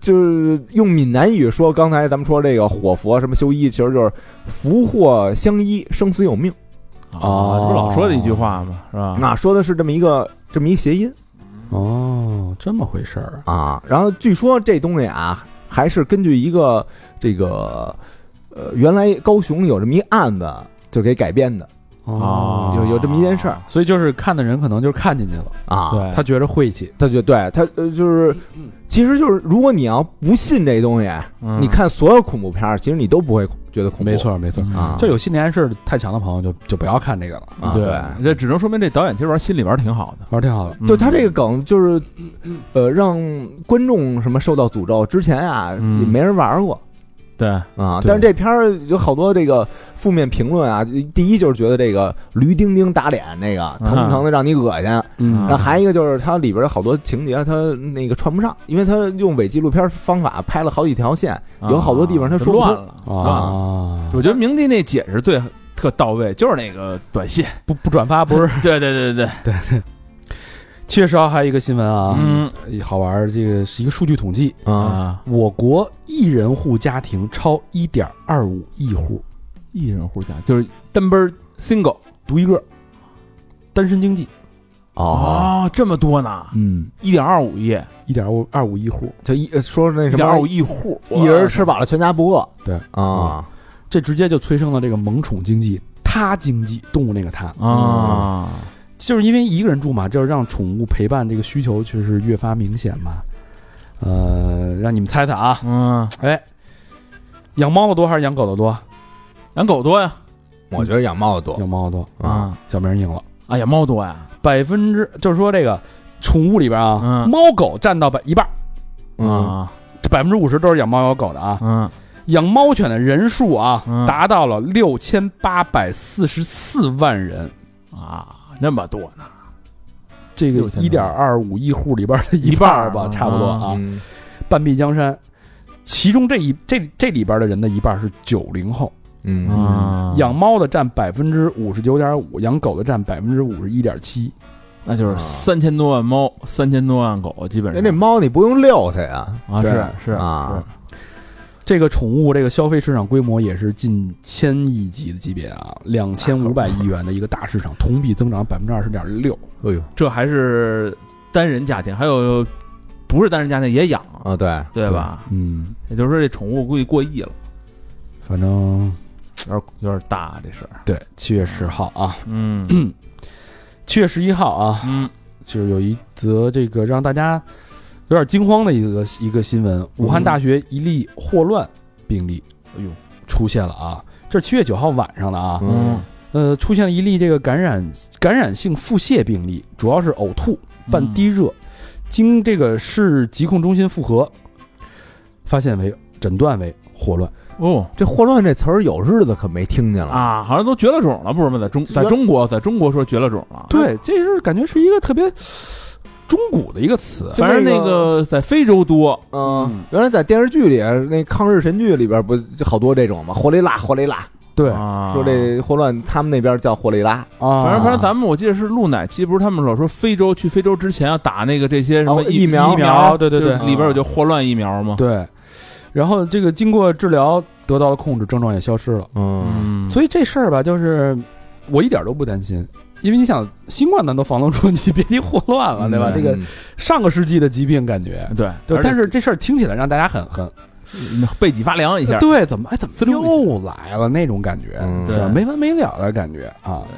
[SPEAKER 3] 就是用闽南语说，刚才咱们说这个火佛什么修一，其实就是福祸相依，生死有命
[SPEAKER 4] 啊，这不老说的一句话嘛，是吧？
[SPEAKER 3] 啊，说的是这么一个这么一谐音
[SPEAKER 1] 哦，这么回事儿
[SPEAKER 3] 啊。然后据说这东西啊，还是根据一个这个呃，原来高雄有这么一案子就给改编的，
[SPEAKER 1] 啊
[SPEAKER 6] 哦
[SPEAKER 3] 有有这么一件事儿
[SPEAKER 1] 所以就是看的人可能就是看进去了，
[SPEAKER 3] 啊。
[SPEAKER 6] 对
[SPEAKER 1] 他觉着晦气，
[SPEAKER 3] 他就对他呃，就是，其实就是，如果你要不信这东西，
[SPEAKER 6] 嗯
[SPEAKER 3] 你看所有恐怖片儿，其实你都不会觉得恐怖。
[SPEAKER 1] 没错没错。
[SPEAKER 6] 嗯
[SPEAKER 3] 啊，
[SPEAKER 1] 就有心理暗示太强的朋友就就不要看这个了，
[SPEAKER 3] 啊
[SPEAKER 4] 对，这只能说明这导演其实玩心里玩挺好的。
[SPEAKER 1] 玩儿挺好的。
[SPEAKER 6] 嗯
[SPEAKER 3] 就他这个梗就是，呃，让观众什么受到诅咒之前啊，
[SPEAKER 6] 嗯
[SPEAKER 3] 也没人玩过
[SPEAKER 6] 对
[SPEAKER 3] 啊。
[SPEAKER 1] 对
[SPEAKER 3] 但是这片儿有好多这个负面评论啊，第一就是觉得这个驴丁丁打脸那个疼不疼的让你恶心，
[SPEAKER 1] 嗯
[SPEAKER 3] 然后还一个就是它里边有好多情节它那个串不上，因为它用伪纪录片方法拍了好几条线，有好多地方他说不
[SPEAKER 4] 乱
[SPEAKER 3] 通
[SPEAKER 4] 了啊！
[SPEAKER 1] 啊，
[SPEAKER 4] 我觉得明帝那解释对特到位，就是那个短信，
[SPEAKER 1] 不不转发不 是。
[SPEAKER 4] 对对对对，
[SPEAKER 1] 七月十号还有一个新闻啊，
[SPEAKER 4] 嗯
[SPEAKER 1] 好玩儿，这个是一个数据统计，
[SPEAKER 3] 啊
[SPEAKER 4] 啊，
[SPEAKER 1] 我国一人户家庭超一点二五亿户，
[SPEAKER 4] 一人户家就是单奔儿 single
[SPEAKER 1] 独一个，单身经济，
[SPEAKER 3] 哦，，
[SPEAKER 4] 啊这么多呢，
[SPEAKER 1] 嗯，
[SPEAKER 4] 一点二五亿，
[SPEAKER 1] 一点五二五亿户，
[SPEAKER 3] 就一呃说那
[SPEAKER 4] 一
[SPEAKER 3] 什
[SPEAKER 4] 点二
[SPEAKER 3] 么
[SPEAKER 4] 五，亿户，
[SPEAKER 3] 一人吃饱了全家不饿。
[SPEAKER 1] 对
[SPEAKER 3] 啊，
[SPEAKER 1] 这直接就催生了这个萌宠经济。他经济，动物那个他
[SPEAKER 4] 啊，
[SPEAKER 1] 就是因为一个人住嘛，就是让宠物陪伴这个需求确实越发明显嘛。呃，让你们猜猜啊，
[SPEAKER 4] 嗯，
[SPEAKER 1] 哎，养猫的多还是养狗的多？
[SPEAKER 4] 养狗多呀，
[SPEAKER 3] 我觉得养猫的多
[SPEAKER 1] 养猫的多，
[SPEAKER 3] 啊，
[SPEAKER 1] 小明赢了，
[SPEAKER 4] 啊，养猫多呀，
[SPEAKER 1] 百分之就是说这个宠物里边啊，
[SPEAKER 4] 嗯
[SPEAKER 1] 猫狗占到百一半儿，
[SPEAKER 3] 嗯
[SPEAKER 4] 啊，
[SPEAKER 1] 百分之五十都是养猫养狗的啊。
[SPEAKER 4] 嗯，
[SPEAKER 1] 养猫犬的人数啊，
[SPEAKER 4] 嗯
[SPEAKER 1] 达到了六千八百四十四万人，
[SPEAKER 4] 啊，那么多呢，
[SPEAKER 1] 这个
[SPEAKER 4] 6000
[SPEAKER 1] 一点二五亿户里边的一半儿吧，
[SPEAKER 4] 一半儿
[SPEAKER 1] 差不多啊，
[SPEAKER 3] 嗯
[SPEAKER 1] 半壁江山。其中这一这这里边的人的一半是九零后，
[SPEAKER 3] 嗯
[SPEAKER 4] 啊
[SPEAKER 1] 养猫的占百分之五十九点五，养狗的占百分之五十一点七。
[SPEAKER 4] 那就是
[SPEAKER 3] 啊
[SPEAKER 4] 三千多万猫，三千多万狗，基本
[SPEAKER 3] 人
[SPEAKER 4] 上
[SPEAKER 3] 这猫你不用遛它呀，
[SPEAKER 4] 啊是是
[SPEAKER 3] 啊，
[SPEAKER 1] 这个宠物这个消费市场规模也是近千亿级的级别啊，两千五百亿元的一个大市场，同比增长百分之二十点六。
[SPEAKER 3] 哎呦
[SPEAKER 4] 这还是单人家庭，还有不是单人家庭也养，
[SPEAKER 3] 啊，对，
[SPEAKER 4] 对吧？
[SPEAKER 1] 嗯，
[SPEAKER 4] 也就是说，这宠物估计过亿了，
[SPEAKER 1] 反正
[SPEAKER 4] 有点有点大这事儿。
[SPEAKER 1] 对，七月十号啊，
[SPEAKER 4] 嗯
[SPEAKER 1] 七月十一号啊，
[SPEAKER 4] 嗯
[SPEAKER 1] 就是有一则这个让大家有点惊慌的一个一个新闻，武汉大学一例霍乱病例，
[SPEAKER 4] 哎呦，
[SPEAKER 1] 出现了啊，这是七月九号晚上的啊，
[SPEAKER 3] 嗯
[SPEAKER 1] 呃，出现了一例这个感染感染性腹泻病例，主要是呕吐伴低热，经这个市疾控中心复核，发现为诊断为霍乱，
[SPEAKER 4] 哦
[SPEAKER 3] 这霍乱这词儿有日子可没听见了，
[SPEAKER 4] 啊，好像都绝了种了，不是吗？在中在中国，在中国说绝了种了。
[SPEAKER 1] 对，这是感觉是一个特别中古的一个词，
[SPEAKER 3] 就
[SPEAKER 4] 反正那个在非洲多，
[SPEAKER 3] 嗯，原来在电视剧里，啊那抗日神剧里边不就好多这种吗？霍雷拉，霍雷拉，
[SPEAKER 1] 对
[SPEAKER 4] 啊
[SPEAKER 3] 说这霍乱，他们那边叫霍雷拉，
[SPEAKER 1] 啊，
[SPEAKER 4] 反正反正咱们我记得是录哪期，不是他们老说非洲去非洲之前要打那个这些什么
[SPEAKER 3] 哦疫苗
[SPEAKER 4] 疫苗，
[SPEAKER 1] 对对对
[SPEAKER 4] 就里边有就霍乱疫苗吗？
[SPEAKER 1] 对，然后这个经过治疗得到了控制，症状也消失了。
[SPEAKER 3] 嗯，
[SPEAKER 4] 嗯，
[SPEAKER 1] 所以这事儿吧，就是我一点都不担心，因为你想，新冠咱都防得住，你别提霍乱了，对吧？
[SPEAKER 3] 嗯
[SPEAKER 1] 这个上个世纪的疾病感觉，
[SPEAKER 4] 对，
[SPEAKER 1] 对。
[SPEAKER 4] 嗯而且
[SPEAKER 1] 但是这事儿听起来让大家很很
[SPEAKER 4] 背脊发凉一下，
[SPEAKER 1] 对，怎么哎怎么
[SPEAKER 4] 滋溜一
[SPEAKER 1] 又来了那种感觉，
[SPEAKER 3] 嗯
[SPEAKER 1] 是吧
[SPEAKER 4] 对
[SPEAKER 1] 没完没了的感觉啊
[SPEAKER 4] 对。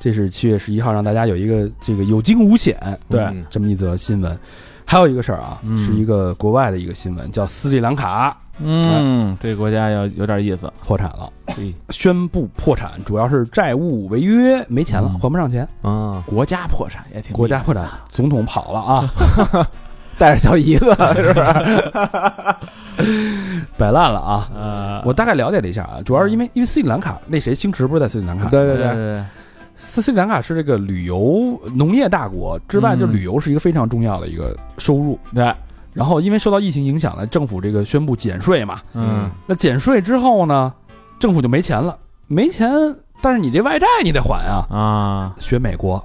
[SPEAKER 1] 这是七月十一号，让大家有一个这个有惊无险，
[SPEAKER 4] 对
[SPEAKER 3] 嗯
[SPEAKER 1] 这么一则新闻。还有一个事儿啊，
[SPEAKER 4] 嗯
[SPEAKER 1] 是一个国外的一个新闻，叫斯里兰卡
[SPEAKER 4] 嗯，这个国家要有点意思，
[SPEAKER 1] 破产了，
[SPEAKER 4] 嘿
[SPEAKER 1] 宣布破产，主要是债务违约，没钱了，
[SPEAKER 4] 嗯
[SPEAKER 1] 还不上钱，
[SPEAKER 3] 啊，
[SPEAKER 4] 国家破产也挺
[SPEAKER 1] 国家破产，总统跑了啊，
[SPEAKER 3] 带着小姨子，
[SPEAKER 1] 摆烂了啊。
[SPEAKER 4] 呃，
[SPEAKER 1] 我大概了解了一下啊，主要是因为因为斯里兰卡那谁星驰不是在斯里兰卡？
[SPEAKER 3] 对
[SPEAKER 4] 对
[SPEAKER 3] 对对，
[SPEAKER 4] 对，
[SPEAKER 1] 斯斯里兰卡是这个旅游农业大国之外，
[SPEAKER 2] 嗯
[SPEAKER 1] 就旅游是一个非常重要的一个收入。
[SPEAKER 2] 对，
[SPEAKER 1] 然后因为受到疫情影响呢，政府这个宣布减税嘛，
[SPEAKER 2] 嗯，
[SPEAKER 1] 那减税之后呢，政府就没钱了，没钱，但是你这外债你得还啊。
[SPEAKER 4] 啊，
[SPEAKER 1] 学美国，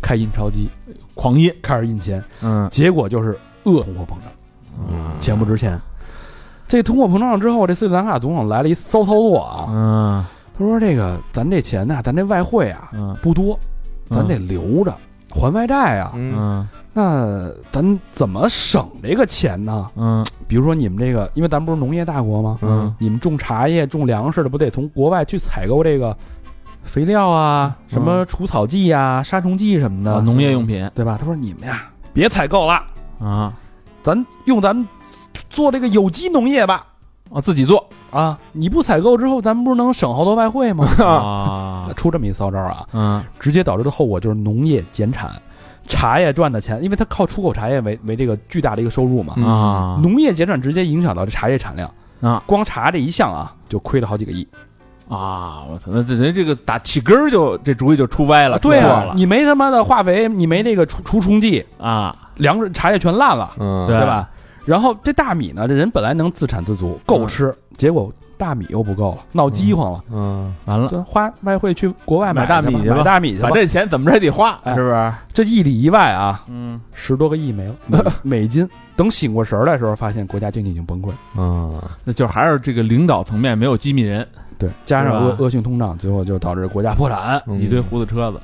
[SPEAKER 1] 开印钞机，
[SPEAKER 2] 狂印，
[SPEAKER 1] 开始印钱，
[SPEAKER 4] 嗯
[SPEAKER 1] 结果就是恶通货膨胀，
[SPEAKER 3] 嗯
[SPEAKER 1] 钱不值钱。这通货膨胀之后，这斯里兰卡总统来了一骚操作啊，
[SPEAKER 4] 嗯
[SPEAKER 1] 他说：“这个咱这钱呐、咱这外汇啊
[SPEAKER 4] 嗯
[SPEAKER 1] 不多，咱得留着还外债啊。
[SPEAKER 3] 嗯
[SPEAKER 4] 嗯
[SPEAKER 1] 那咱怎么省这个钱呢？
[SPEAKER 4] 嗯
[SPEAKER 1] 比如说你们这个，因为咱不是农业大国吗？
[SPEAKER 4] 嗯
[SPEAKER 1] 你们种茶叶、种粮食的，不得从国外去采购这个肥料啊、什么除草剂啊、杀虫剂什么的，
[SPEAKER 4] 嗯啊，农业用品
[SPEAKER 1] 对吧？他说你们呀，别采购了，
[SPEAKER 4] 啊，
[SPEAKER 1] 咱用咱们做这个有机农业吧。
[SPEAKER 4] 啊自己做
[SPEAKER 1] 啊，你不采购之后，咱们不是能省好多外汇 吗？
[SPEAKER 4] 啊，
[SPEAKER 1] 出这么一骚招啊，
[SPEAKER 4] 嗯
[SPEAKER 1] 直接导致的后果就是农业减产，茶叶赚的钱，因为它靠出口茶叶为为这个巨大的一个收入嘛，
[SPEAKER 4] 啊
[SPEAKER 1] 农业减产直接影响到这茶叶产量
[SPEAKER 4] 啊，
[SPEAKER 1] 光茶这一项啊就亏了好几个亿。
[SPEAKER 4] 啊，我操，那这人这个打起根儿就这主意就出歪了，
[SPEAKER 1] 对
[SPEAKER 4] 哎出错
[SPEAKER 1] 啊，
[SPEAKER 4] 了
[SPEAKER 1] 你没他妈的化肥，你没这个除除虫剂，
[SPEAKER 4] 啊，
[SPEAKER 1] 粮食茶叶全烂了，
[SPEAKER 3] 嗯
[SPEAKER 4] 对
[SPEAKER 1] 对吧？然后这大米呢，这人本来能自产自足够
[SPEAKER 4] 嗯
[SPEAKER 1] 吃，结果大米又不够了，闹饥荒了，
[SPEAKER 3] 嗯
[SPEAKER 4] 完了，
[SPEAKER 1] 就花外汇去国外
[SPEAKER 4] 买大米
[SPEAKER 1] 去
[SPEAKER 4] 去吧
[SPEAKER 1] 买大米去吧
[SPEAKER 4] 把。这钱怎么着也得花，
[SPEAKER 1] 嗯哎
[SPEAKER 4] 是不是？
[SPEAKER 1] 这一里一外啊，
[SPEAKER 4] 嗯
[SPEAKER 1] 十多个亿没了美 美金。等醒过神儿来的时候，发现国家经济已经崩溃，
[SPEAKER 3] 嗯，
[SPEAKER 4] 那就还是这个领导层面没有机密人，
[SPEAKER 1] 对，加上
[SPEAKER 4] 是吧
[SPEAKER 1] 恶恶性通胀，最后就导致国家破产，
[SPEAKER 3] 嗯
[SPEAKER 4] 一堆胡子车子。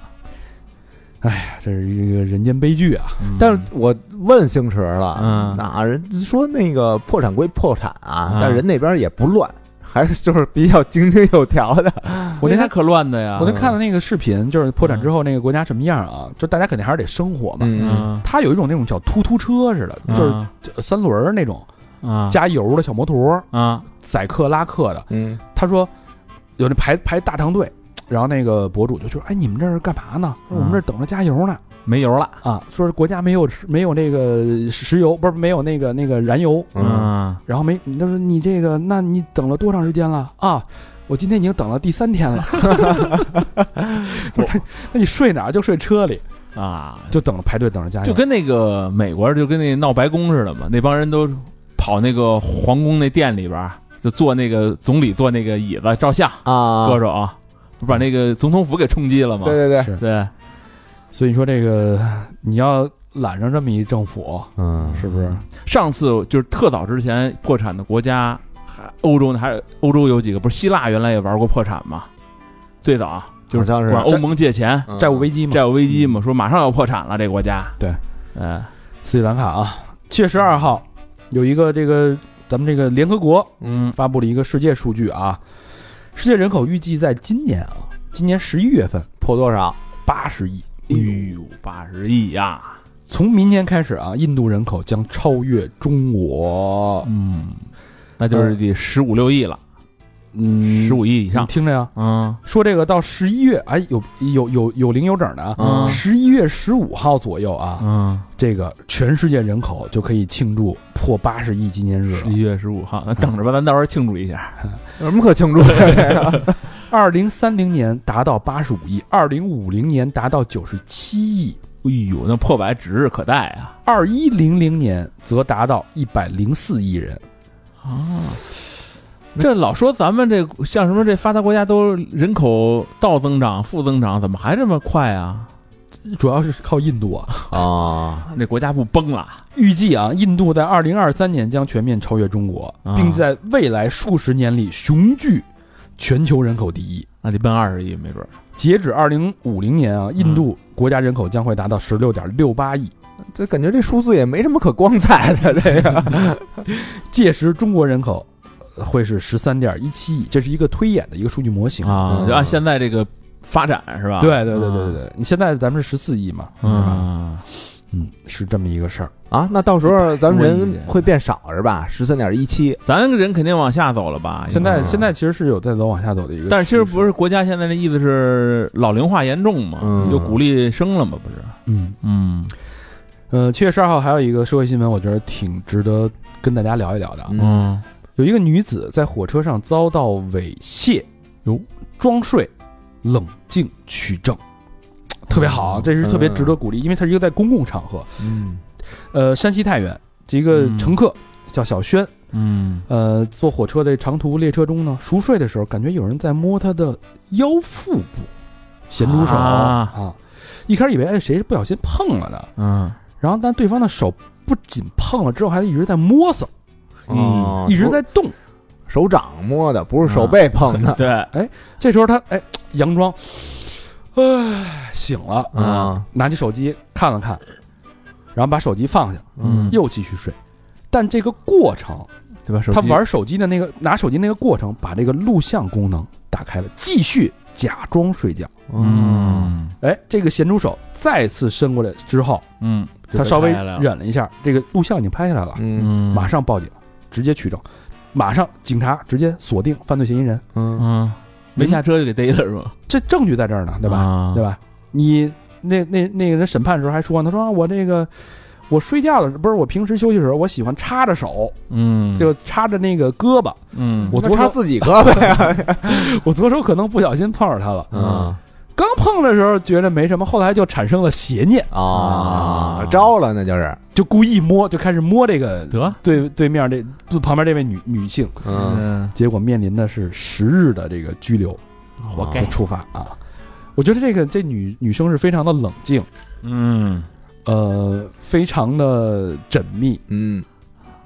[SPEAKER 1] 这是一个人间悲剧啊！
[SPEAKER 3] 但是我问星驰了，
[SPEAKER 4] 嗯
[SPEAKER 3] 哪人说那个破产归破产啊
[SPEAKER 4] 嗯，
[SPEAKER 3] 但人那边也不乱，还是就是比较井井有条的。
[SPEAKER 1] 哎
[SPEAKER 4] 我那天可乱的呀，
[SPEAKER 1] 嗯我那看了那个视频，就是破产之后那个国家什么样啊？就大家肯定还是得生活嘛。
[SPEAKER 3] 嗯
[SPEAKER 4] 嗯，
[SPEAKER 1] 它有一种那种小突突车似的，嗯就是就三轮儿那种
[SPEAKER 4] 啊
[SPEAKER 1] 加油的小摩托，
[SPEAKER 4] 啊
[SPEAKER 1] 载客拉客的。
[SPEAKER 3] 嗯
[SPEAKER 1] 他说有那排排大长队，然后那个博主就说：“哎，你们这是干嘛呢？说我们这儿等着加油呢。”
[SPEAKER 4] 没油了，
[SPEAKER 1] 嗯啊，说是国家没有没有那个石油，不是没有那个那个燃油，
[SPEAKER 4] 啊
[SPEAKER 3] 嗯
[SPEAKER 1] 然后没，他说你这个，那你等了多长时间了啊？我今天已经等了第三天 了。不是，那你睡哪儿？就睡车里，
[SPEAKER 4] 啊，
[SPEAKER 1] 就等着排队，等着加油。
[SPEAKER 4] 就跟那个美国就跟那闹白宫似的嘛，那帮人都跑那个皇宫那店里边儿，就坐那个总理坐那个椅子照相，
[SPEAKER 3] 啊，
[SPEAKER 4] 搁着啊，不把那个总统府给冲击了吗？
[SPEAKER 3] 对对对，
[SPEAKER 1] 是，
[SPEAKER 4] 对，
[SPEAKER 1] 所以说这个你要揽上这么一政府，
[SPEAKER 3] 嗯
[SPEAKER 1] 是不是？
[SPEAKER 4] 上次就是特早之前破产的国家，还欧洲呢，还有欧洲有几个，不是希腊原来也玩过破产嘛？最早啊嗯就是
[SPEAKER 3] 好像是嗯
[SPEAKER 4] 管欧盟借钱，
[SPEAKER 1] 债务危机嘛，
[SPEAKER 4] 债务危机嘛，说马上要破产了，这国家。
[SPEAKER 1] 对，
[SPEAKER 4] 嗯
[SPEAKER 1] 斯里兰卡啊，七月十二号有一个这个咱们这个联合国
[SPEAKER 4] 嗯
[SPEAKER 1] 发布了一个世界数据啊，世界人口预计在今年啊，今年十一月份
[SPEAKER 3] 破多少？
[SPEAKER 1] 八十亿。嗯
[SPEAKER 4] 哎呦，八十亿啊呀！
[SPEAKER 1] 从明年开始啊，印度人口将超越中国，
[SPEAKER 4] 嗯，呃那就是得十五六亿了，
[SPEAKER 1] 嗯
[SPEAKER 4] 十五亿以
[SPEAKER 1] 以
[SPEAKER 4] 上。
[SPEAKER 1] 听着呀，
[SPEAKER 4] 嗯
[SPEAKER 1] 说这个到十一月，哎，有有有有零有整的啊，
[SPEAKER 4] 嗯
[SPEAKER 1] 十一月十五号左右啊，
[SPEAKER 4] 嗯，
[SPEAKER 1] 这个全世界人口就可以庆祝破八十亿纪念日
[SPEAKER 4] 十
[SPEAKER 1] 了
[SPEAKER 4] 一。月十五号，那等着吧，咱到时候庆祝一下。
[SPEAKER 3] 有什么可庆祝的？
[SPEAKER 1] 二零三零年达到八十五亿，二零五零年达到九十七亿，
[SPEAKER 4] 哎呦，那破百指日可待啊！
[SPEAKER 1] 二一零零年则达到一百零四亿人。
[SPEAKER 4] 啊，这老说咱们这像什么这发达国家都人口倒增长、负增长，怎么还这么快啊？
[SPEAKER 1] 主要是靠印度啊，
[SPEAKER 3] 啊，
[SPEAKER 4] 那国家不崩了？
[SPEAKER 1] 预计啊，印度在二零二三年将全面超越中国，
[SPEAKER 4] 啊
[SPEAKER 1] 并在未来数十年里雄踞全球人口第一。
[SPEAKER 4] 那得奔二十亿，没准儿。
[SPEAKER 1] 截止二零五零年啊，印度国家人口将会达到十六点六八亿，
[SPEAKER 3] 这感觉这数字也没什么可光彩的，这个
[SPEAKER 1] 届时中国人口呃会是十三点一七亿，这是一个推演的一个数据模型。
[SPEAKER 4] 啊，就按现在这个发展是吧？
[SPEAKER 1] 嗯对对对对对对，你现在咱们是十四亿嘛，是吧
[SPEAKER 4] 啊嗯，
[SPEAKER 1] 嗯，是这么一个事儿。
[SPEAKER 3] 啊，那到时候咱们
[SPEAKER 4] 多一
[SPEAKER 3] 人
[SPEAKER 4] 人
[SPEAKER 3] 会变少是吧？十三点一七，
[SPEAKER 4] 咱人肯定往下走了吧？
[SPEAKER 1] 现在
[SPEAKER 4] 应该是
[SPEAKER 1] 现在其实是有在走往下走的一个，
[SPEAKER 4] 哎但是其实不，是国家现在的意思是老龄化严重嘛，
[SPEAKER 3] 嗯
[SPEAKER 4] 又鼓励生了嘛，不是？
[SPEAKER 1] 嗯
[SPEAKER 4] 嗯
[SPEAKER 1] 呃，七月十二号还有一个社会新闻，我觉得挺值得跟大家聊一聊的啊。
[SPEAKER 4] 嗯
[SPEAKER 1] 有一个女子在火车上遭到猥亵，
[SPEAKER 4] 哟，
[SPEAKER 1] 装睡，冷静取证，特别
[SPEAKER 4] 嗯
[SPEAKER 1] 好，啊这是特别值得鼓励，因为它是一个在公共场合。
[SPEAKER 3] 嗯
[SPEAKER 1] 呃，山西太原这一个
[SPEAKER 4] 嗯
[SPEAKER 1] 乘客叫小轩，
[SPEAKER 4] 嗯
[SPEAKER 1] 呃，坐火车的长途列车中呢，熟睡的时候感觉有人在摸他的腰腹部，咸猪手
[SPEAKER 4] 啊
[SPEAKER 1] 一开始以为哎谁不小心碰了呢，
[SPEAKER 4] 嗯
[SPEAKER 1] 然后但对方的手不仅碰了之后，还一直在摸索，
[SPEAKER 4] 啊
[SPEAKER 3] 哦
[SPEAKER 1] 一直在动。
[SPEAKER 3] 手掌摸的，不是手背碰的
[SPEAKER 4] 对，
[SPEAKER 1] 这时候他哎，佯装，唉，醒了，
[SPEAKER 3] 啊。
[SPEAKER 1] 拿起手机看了看，然后把手机放下，
[SPEAKER 4] 嗯
[SPEAKER 1] 又继续睡。但这个过程，
[SPEAKER 4] 对吧？手
[SPEAKER 1] 他
[SPEAKER 4] 机
[SPEAKER 1] 玩手机的那个拿手机那个过程，把这个录像功能打开了，继续假装睡觉。
[SPEAKER 4] 嗯
[SPEAKER 1] 哎，这个咸猪手再次伸过来之后，
[SPEAKER 4] 嗯
[SPEAKER 1] 他稍微
[SPEAKER 4] 拍下来了
[SPEAKER 1] 忍了一下，这个录像已经拍下来了，
[SPEAKER 3] 嗯
[SPEAKER 4] 嗯，
[SPEAKER 1] 马上报警，直接取证，马上警察直接锁定犯罪嫌疑人，
[SPEAKER 3] 嗯
[SPEAKER 4] 嗯没下车就给逮了是吧？
[SPEAKER 1] 这证据在这儿呢，嗯对吧？
[SPEAKER 4] 吧
[SPEAKER 1] 对吧？你那那那个人审判的时候还说呢，他说、啊我这个我睡觉的时候不是我平时休息的时候，我喜欢插着手，
[SPEAKER 4] 嗯，
[SPEAKER 1] 就插着那个胳膊，
[SPEAKER 4] 嗯
[SPEAKER 1] 我
[SPEAKER 3] 那
[SPEAKER 1] 左
[SPEAKER 3] 他
[SPEAKER 1] 手
[SPEAKER 3] 自己胳膊呀，
[SPEAKER 1] 我左手可能不小心碰着他了。
[SPEAKER 3] 嗯
[SPEAKER 1] 刚碰的时候觉得没什么，后来就产生了邪念，
[SPEAKER 3] 啊
[SPEAKER 4] 啊，
[SPEAKER 3] 招了那就是，
[SPEAKER 1] 就故意摸，就开始摸这个
[SPEAKER 4] 得
[SPEAKER 1] 对对面这就旁边这位女女性，
[SPEAKER 3] 嗯，
[SPEAKER 1] 结果面临的是十日的这个拘留，
[SPEAKER 4] 活
[SPEAKER 1] 该
[SPEAKER 4] 该
[SPEAKER 1] 处罚啊。我觉得这个这女女生是非常的冷静，
[SPEAKER 4] 嗯
[SPEAKER 1] 呃，非常的缜密，
[SPEAKER 3] 嗯，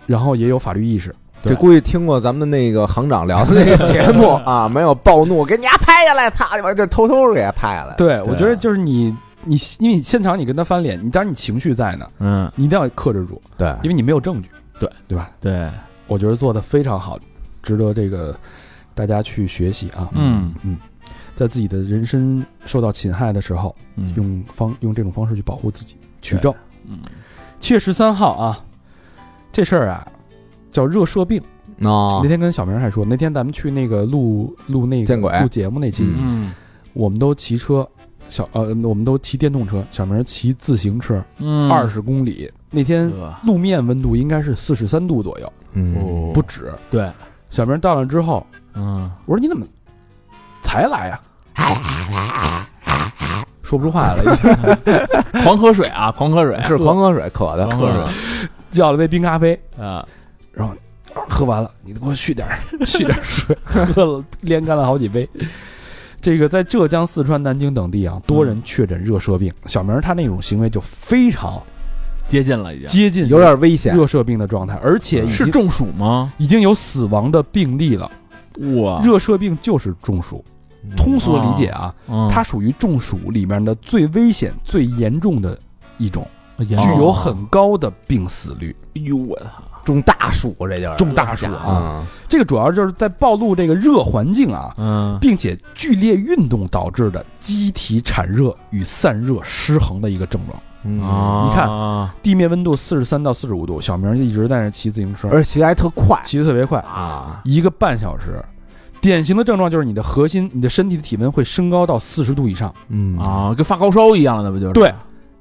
[SPEAKER 1] 然后也有法律意识。
[SPEAKER 3] 这估计听过咱们那个行长聊的那个节目啊，没有暴怒，给你丫拍下来，操你妈，这偷偷给他拍下来，
[SPEAKER 1] 对，我觉得就是你，你因为你现场你跟他翻脸，你当然你情绪在呢，
[SPEAKER 4] 嗯
[SPEAKER 1] 你一定要克制住，
[SPEAKER 3] 对
[SPEAKER 1] 因为你没有证据，
[SPEAKER 4] 哎对
[SPEAKER 1] 对吧？
[SPEAKER 4] 对
[SPEAKER 1] 我觉得做的非常好，值得这个大家去学习啊。
[SPEAKER 4] 嗯
[SPEAKER 1] 在自己的人身受到侵害的时候，
[SPEAKER 4] 嗯
[SPEAKER 1] 用方用这种方式去保护自己，取证。
[SPEAKER 4] 嗯
[SPEAKER 1] 七月十三号啊，这事儿啊叫热射病。
[SPEAKER 3] 啊
[SPEAKER 1] 那，天跟小明还说，那天咱们去那个录录那个
[SPEAKER 3] 见鬼
[SPEAKER 1] 录节目那期，
[SPEAKER 3] 嗯
[SPEAKER 4] 嗯
[SPEAKER 1] 我们都骑车，小呃，我们都骑电动车，小明骑自行车，
[SPEAKER 4] 嗯
[SPEAKER 1] 二十公里。那天
[SPEAKER 4] 呃
[SPEAKER 1] 路面温度应该是四十三度左右，
[SPEAKER 3] 嗯，
[SPEAKER 1] 不止。
[SPEAKER 4] 对，
[SPEAKER 1] 小明到了之后，
[SPEAKER 4] 嗯
[SPEAKER 1] 我说你怎么才来呀、 说不出话来 了，已经
[SPEAKER 4] 狂喝水啊，狂喝水，
[SPEAKER 3] 是狂喝水渴的，
[SPEAKER 4] 狂喝水
[SPEAKER 1] 叫了杯冰咖啡，
[SPEAKER 4] 啊，
[SPEAKER 1] 然后喝完了，你给我续点儿续点儿水， 喝了连干了好几杯。这个在浙江、四川、南京等地啊，多人确诊热射病。小明他那种行为就非常
[SPEAKER 4] 接近了已经，
[SPEAKER 1] 接近
[SPEAKER 3] 有点危险，
[SPEAKER 1] 热射病的状态，而且已
[SPEAKER 4] 嗯是
[SPEAKER 1] 经
[SPEAKER 4] 中暑吗？
[SPEAKER 1] 已经有死亡的病例了。
[SPEAKER 4] 哇，
[SPEAKER 1] 热射病就是中暑，通俗理解啊，
[SPEAKER 4] 嗯
[SPEAKER 1] 它属于中暑里面的最危险、最严重的一种，
[SPEAKER 4] 具
[SPEAKER 1] 具有很高的病死率，
[SPEAKER 4] 呦我操，
[SPEAKER 3] 种大暑，这就是
[SPEAKER 1] 重大暑啊。
[SPEAKER 3] 啊，
[SPEAKER 1] 这个主要就是在暴露这个热环境啊，
[SPEAKER 4] 嗯
[SPEAKER 1] 并且剧烈运动导致的机体产热与散热失衡的一个症状。
[SPEAKER 3] 嗯
[SPEAKER 4] 啊，
[SPEAKER 1] 你看
[SPEAKER 4] 看
[SPEAKER 1] 地面温度四十三到四十五度，小明一直在那骑自行车，
[SPEAKER 3] 而且骑得还特快
[SPEAKER 1] 骑得特别快，
[SPEAKER 3] 啊，
[SPEAKER 1] 一个半小时。典型的症状就是你的核心、你的身体的体温会升高到四十度以上。
[SPEAKER 3] 嗯，
[SPEAKER 4] 啊，跟发高烧一样了，那不就是？
[SPEAKER 1] 对，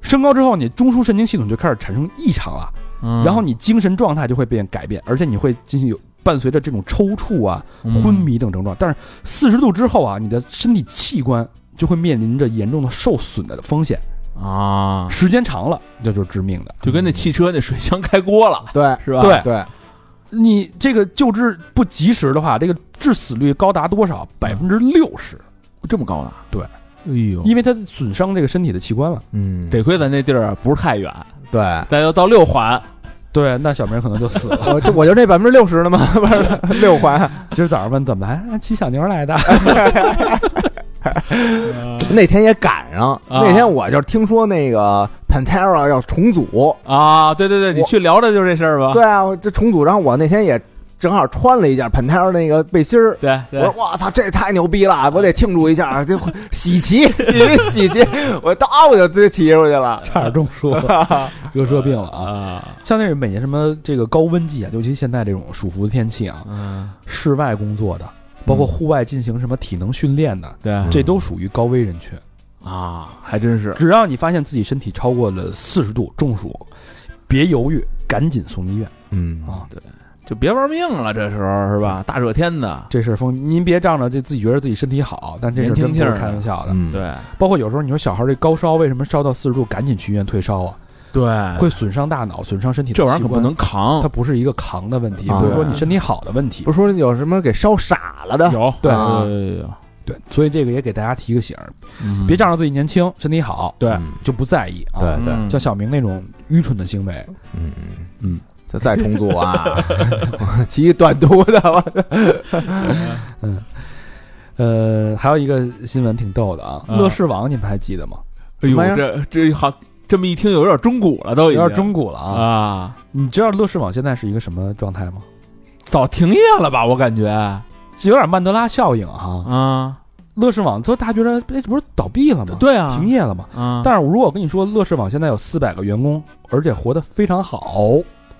[SPEAKER 1] 升高之后，你中枢神经系统就开始产生异常了，
[SPEAKER 4] 嗯，
[SPEAKER 1] 然后你精神状态就会变改变，而且你会进行有伴随着这种抽搐啊、
[SPEAKER 4] 嗯
[SPEAKER 1] 昏，迷等症状。但是四十度之后啊，你的身体器官就会面临着严重的受损的风险，
[SPEAKER 4] 啊，
[SPEAKER 1] 时间长了这就是致命的。
[SPEAKER 4] 就跟那汽车那水箱开锅了，
[SPEAKER 3] 对
[SPEAKER 4] 是吧？
[SPEAKER 1] 对
[SPEAKER 3] 对，
[SPEAKER 1] 嗯你这个救治不及时的话，这个致死率高达多少？百分之六十，
[SPEAKER 4] 这么高呢？
[SPEAKER 1] 对，
[SPEAKER 4] 哎呦，
[SPEAKER 1] 因为它损伤这个身体的器官了。
[SPEAKER 3] 嗯，
[SPEAKER 4] 得亏咱这地儿不是太远，
[SPEAKER 3] 对，
[SPEAKER 4] 咱要到六环，
[SPEAKER 1] 对，那小明可能就死 了。
[SPEAKER 3] 我就我就这百分之六十的嘛，不是 六环，
[SPEAKER 1] 今儿早上问怎么来，啊骑小牛来的。
[SPEAKER 3] 那天也赶上，那天我就听说那个 Pantera 要重组，
[SPEAKER 4] 啊，对对对，你
[SPEAKER 3] 我
[SPEAKER 4] 去聊聊就是这事儿吧。
[SPEAKER 3] 对啊，我这重组，然后我那天也正好穿了一件 Pantera 那个背心儿。
[SPEAKER 4] 对
[SPEAKER 3] 我
[SPEAKER 4] 对
[SPEAKER 3] 说我操，这太牛逼了！我得庆祝一下， 这喜极，喜极！我到我就直接骑出去了。
[SPEAKER 1] 差点中暑 了，热射病了啊！
[SPEAKER 4] 啊，
[SPEAKER 1] 像那每年什么这个高温季啊，尤其现在这种暑伏的天气啊，
[SPEAKER 4] 嗯，
[SPEAKER 1] 室外工作的，包括户外进行什么体能训练的，
[SPEAKER 4] 对
[SPEAKER 1] 这都属于高危人群。
[SPEAKER 4] 啊，还真是
[SPEAKER 1] 只要你发现自己身体超过了四十度中暑，别犹豫，赶紧送医院
[SPEAKER 3] 嗯
[SPEAKER 1] 啊！
[SPEAKER 4] 对，就别玩命了，这时候是
[SPEAKER 1] 嗯
[SPEAKER 4] 吧？大热天的，
[SPEAKER 1] 这事儿风，您别仗着这自己觉得自己身体好，但这事儿真不是开玩笑的。
[SPEAKER 3] 嗯，
[SPEAKER 4] 对
[SPEAKER 1] 包括有时候你说小孩这高烧为什么烧到四十度，赶紧去医院退烧啊？
[SPEAKER 4] 对，
[SPEAKER 1] 会损伤大脑，损伤身体的
[SPEAKER 4] 哎这玩意儿
[SPEAKER 1] 器
[SPEAKER 4] 可不
[SPEAKER 1] 官，
[SPEAKER 4] 能扛
[SPEAKER 1] 它。不是一个扛的问题，
[SPEAKER 3] 啊
[SPEAKER 1] 不是说你身体好的问题
[SPEAKER 3] 不。是说有什么给烧傻了的，
[SPEAKER 4] 有
[SPEAKER 1] 对
[SPEAKER 4] 有有有，
[SPEAKER 1] 对，所以这个也给大家提个醒儿，
[SPEAKER 4] 嗯
[SPEAKER 1] 别仗着自己年轻，身体好，
[SPEAKER 4] 对
[SPEAKER 3] 嗯
[SPEAKER 1] 就不在意啊。
[SPEAKER 3] 对对，
[SPEAKER 4] 嗯
[SPEAKER 1] 像小明那种愚蠢的行为，
[SPEAKER 3] 嗯
[SPEAKER 1] 嗯，
[SPEAKER 3] 就再重组啊，骑短途的，我
[SPEAKER 4] 哎
[SPEAKER 1] 呃，还有一个新闻挺逗的啊，
[SPEAKER 4] 嗯
[SPEAKER 1] 乐视网你们还记得吗？
[SPEAKER 4] 哎
[SPEAKER 3] 什么
[SPEAKER 4] 呦，
[SPEAKER 3] 呀
[SPEAKER 4] 这这好，这么一听有点中古了，都已
[SPEAKER 1] 有
[SPEAKER 4] 经
[SPEAKER 1] 点中古了啊！
[SPEAKER 4] 啊，
[SPEAKER 1] 你知道乐视网现在是一个什么状态吗？
[SPEAKER 4] 早停业了吧？我感觉
[SPEAKER 1] 有点曼德拉效应哈、
[SPEAKER 4] 啊，
[SPEAKER 1] 乐视网，就大家觉得，哎，这不是倒闭了吗？，
[SPEAKER 4] 对啊，
[SPEAKER 1] 停业了吗？
[SPEAKER 4] 啊，
[SPEAKER 1] 但是如果我跟你说，乐视网现在有四百个员工，而且活得非常好，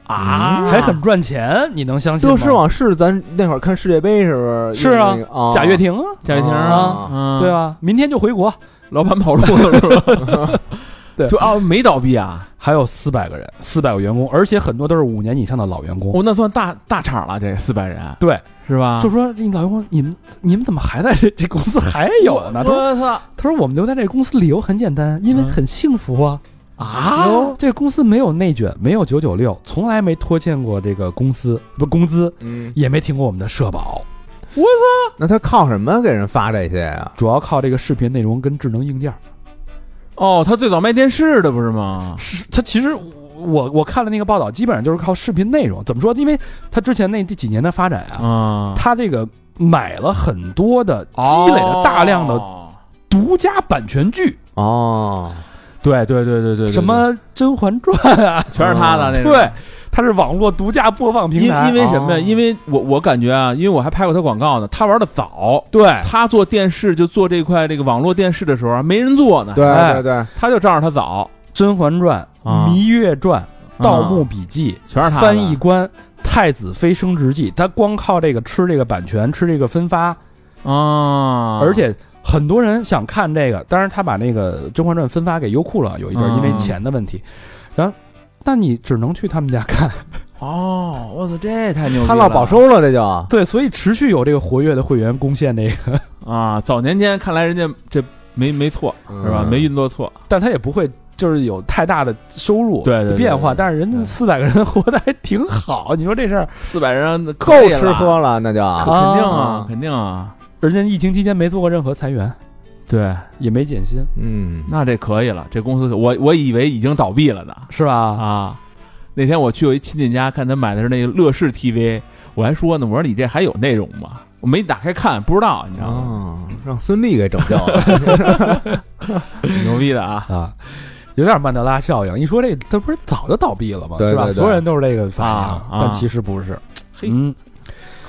[SPEAKER 4] 啊，
[SPEAKER 1] 还很赚钱，你能相信吗？
[SPEAKER 3] 乐视网是咱那会儿看世界杯是不是？
[SPEAKER 1] 是啊
[SPEAKER 3] 用那个啊，
[SPEAKER 1] 贾跃亭啊，
[SPEAKER 4] 贾跃亭
[SPEAKER 3] 啊
[SPEAKER 4] 啊，
[SPEAKER 1] 对，吧？明天就回国，
[SPEAKER 4] 老板跑路了是吧？
[SPEAKER 1] 对
[SPEAKER 4] 就啊，没倒闭啊，
[SPEAKER 1] 还有四百个人，四百个员工，而且很多都是五年以上的老员工。
[SPEAKER 4] 我哦那算大大厂了，这四百人
[SPEAKER 1] 对，
[SPEAKER 4] 是吧？
[SPEAKER 1] 就说这老员工，你们你们怎么还在 这这公司还有呢？他说
[SPEAKER 4] 我操
[SPEAKER 1] 他说我们留在这个公司理由很简单，因为
[SPEAKER 4] 嗯
[SPEAKER 1] 很幸福啊。
[SPEAKER 4] 啊！
[SPEAKER 1] 这个公司没有内卷，没有九九六，从来没拖欠过这个公司不工资，
[SPEAKER 3] 嗯，
[SPEAKER 1] 也没停过我们的社保，
[SPEAKER 3] 那他靠什么给人发这些呀？
[SPEAKER 1] 主要靠这个视频内容跟智能硬件。
[SPEAKER 4] 啊哦，他最早卖电视的不是吗？
[SPEAKER 1] 是，他其实我我看了那个报道，基本上就是靠视频内容。怎么说？因为他之前那这几年的发展啊，
[SPEAKER 4] 啊，
[SPEAKER 1] 他这个买了很多的，积累了大量的
[SPEAKER 4] 哦
[SPEAKER 1] 独家版权剧，
[SPEAKER 3] 哦，
[SPEAKER 4] 对对对对对，对
[SPEAKER 1] 什么《甄嬛传》啊，
[SPEAKER 4] 全是他的那种
[SPEAKER 1] 对，它是网络独家播放平
[SPEAKER 4] 因
[SPEAKER 1] 台，
[SPEAKER 4] 哦因为什么呀？
[SPEAKER 3] 哦
[SPEAKER 4] 因为我我感觉啊，因为我还拍过他广告呢，他玩的早。
[SPEAKER 1] 对
[SPEAKER 4] 他做电视就做这块这个网络电视的时候，还啊没人做呢，
[SPEAKER 3] 对
[SPEAKER 1] 哎
[SPEAKER 3] 对对，
[SPEAKER 4] 他就仗着他早，
[SPEAKER 1] 《甄嬛传》
[SPEAKER 4] 啊
[SPEAKER 1] 《芈月传》《盗墓
[SPEAKER 4] 啊
[SPEAKER 1] 笔记》
[SPEAKER 4] 全是他的
[SPEAKER 1] 翻译官。太子妃升职记，他光靠这个吃这个版权，吃这个分发，
[SPEAKER 4] 啊，
[SPEAKER 1] 而且很多人想看这个，当然他把那个《甄嬛传》分发给优酷了，有一阵儿因
[SPEAKER 4] 嗯
[SPEAKER 1] 为钱的问题，然后那你只能去他们家看，
[SPEAKER 4] 哦，我操，这太牛逼了！
[SPEAKER 3] 旱涝保收了，这就
[SPEAKER 1] 对，所以持续有这个活跃的会员贡献这个，
[SPEAKER 4] 啊，早年间看来人家这没没错是吧？
[SPEAKER 3] 嗯
[SPEAKER 4] 没运作错，
[SPEAKER 1] 但他也不会就是有太大的收入
[SPEAKER 4] 对对对
[SPEAKER 1] 的变化，
[SPEAKER 4] 对对
[SPEAKER 1] 但是人家
[SPEAKER 4] 对
[SPEAKER 1] 四百个人活得还挺好，你说这事儿，
[SPEAKER 4] 四百人够
[SPEAKER 3] 够吃喝了，那就
[SPEAKER 1] 可
[SPEAKER 4] 肯定啊
[SPEAKER 1] 啊，
[SPEAKER 4] 肯定啊，
[SPEAKER 1] 人家疫情期间没做过任何裁员，
[SPEAKER 4] 对，
[SPEAKER 1] 也没减薪，
[SPEAKER 3] 嗯，
[SPEAKER 4] 那这可以了，这公司可我我以为已经倒闭了呢
[SPEAKER 1] 是吧？
[SPEAKER 4] 啊。那天我去我一亲戚家看他买的是那个乐视 TV，我还说呢，我说你这还有内容吗？我没打开看，不知道，你知道吗？
[SPEAKER 3] 哦，让孙俪给拯救 了，
[SPEAKER 4] 挺牛逼的啊！
[SPEAKER 1] 啊。有点曼德拉效应，一说这，他不是早就倒闭了吗？
[SPEAKER 3] 对
[SPEAKER 1] 是吧？
[SPEAKER 3] 对对
[SPEAKER 1] 所有人都是这个反应，
[SPEAKER 4] 啊啊
[SPEAKER 1] 但其实不是。
[SPEAKER 4] 嘿
[SPEAKER 1] 嗯，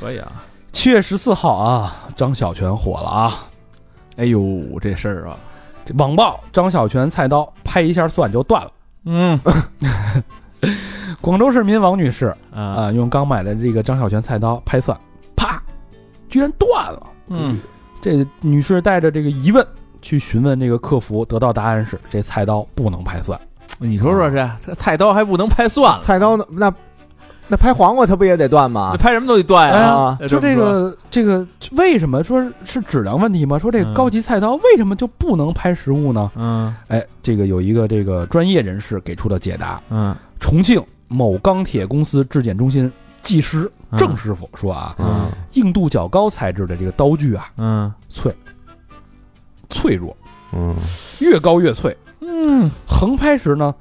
[SPEAKER 4] 可以啊。
[SPEAKER 1] 七月十四号啊，张小泉火了啊！
[SPEAKER 4] 哎呦，这事儿啊，
[SPEAKER 1] 这网暴张小泉菜刀拍一下蒜就断了。
[SPEAKER 4] 嗯
[SPEAKER 1] 广州市民王女士啊、
[SPEAKER 4] 啊
[SPEAKER 1] 用刚买的这个张小泉菜刀拍蒜，啪，居然断了。
[SPEAKER 4] 嗯，
[SPEAKER 1] 这女士带着这个疑问去询问这个客服，得到答案是这菜刀不能拍蒜。
[SPEAKER 4] 你说说这这菜刀还不能拍蒜了，
[SPEAKER 3] 菜刀呢那那拍黄瓜它不也得断吗
[SPEAKER 4] 那？拍什么都得断
[SPEAKER 1] 哎
[SPEAKER 4] 呀！
[SPEAKER 1] 呀
[SPEAKER 3] 啊，
[SPEAKER 1] 就这
[SPEAKER 4] 呃这么
[SPEAKER 1] 个这个为什么说是质量问题吗？说这个
[SPEAKER 4] 嗯
[SPEAKER 1] 高级菜刀为什么就不能拍食物呢？
[SPEAKER 4] 嗯
[SPEAKER 1] 哎，这个有一个这个专业人士给出的解答，
[SPEAKER 4] 嗯，
[SPEAKER 1] 重庆某钢铁公司质检中心技师
[SPEAKER 4] 嗯
[SPEAKER 1] 郑师傅说啊，
[SPEAKER 3] 嗯
[SPEAKER 1] 硬度较高材质的这个刀具啊，
[SPEAKER 4] 嗯
[SPEAKER 1] 脆，脆弱，
[SPEAKER 3] 嗯，
[SPEAKER 1] 越高越脆。
[SPEAKER 4] 嗯
[SPEAKER 1] 横拍时呢，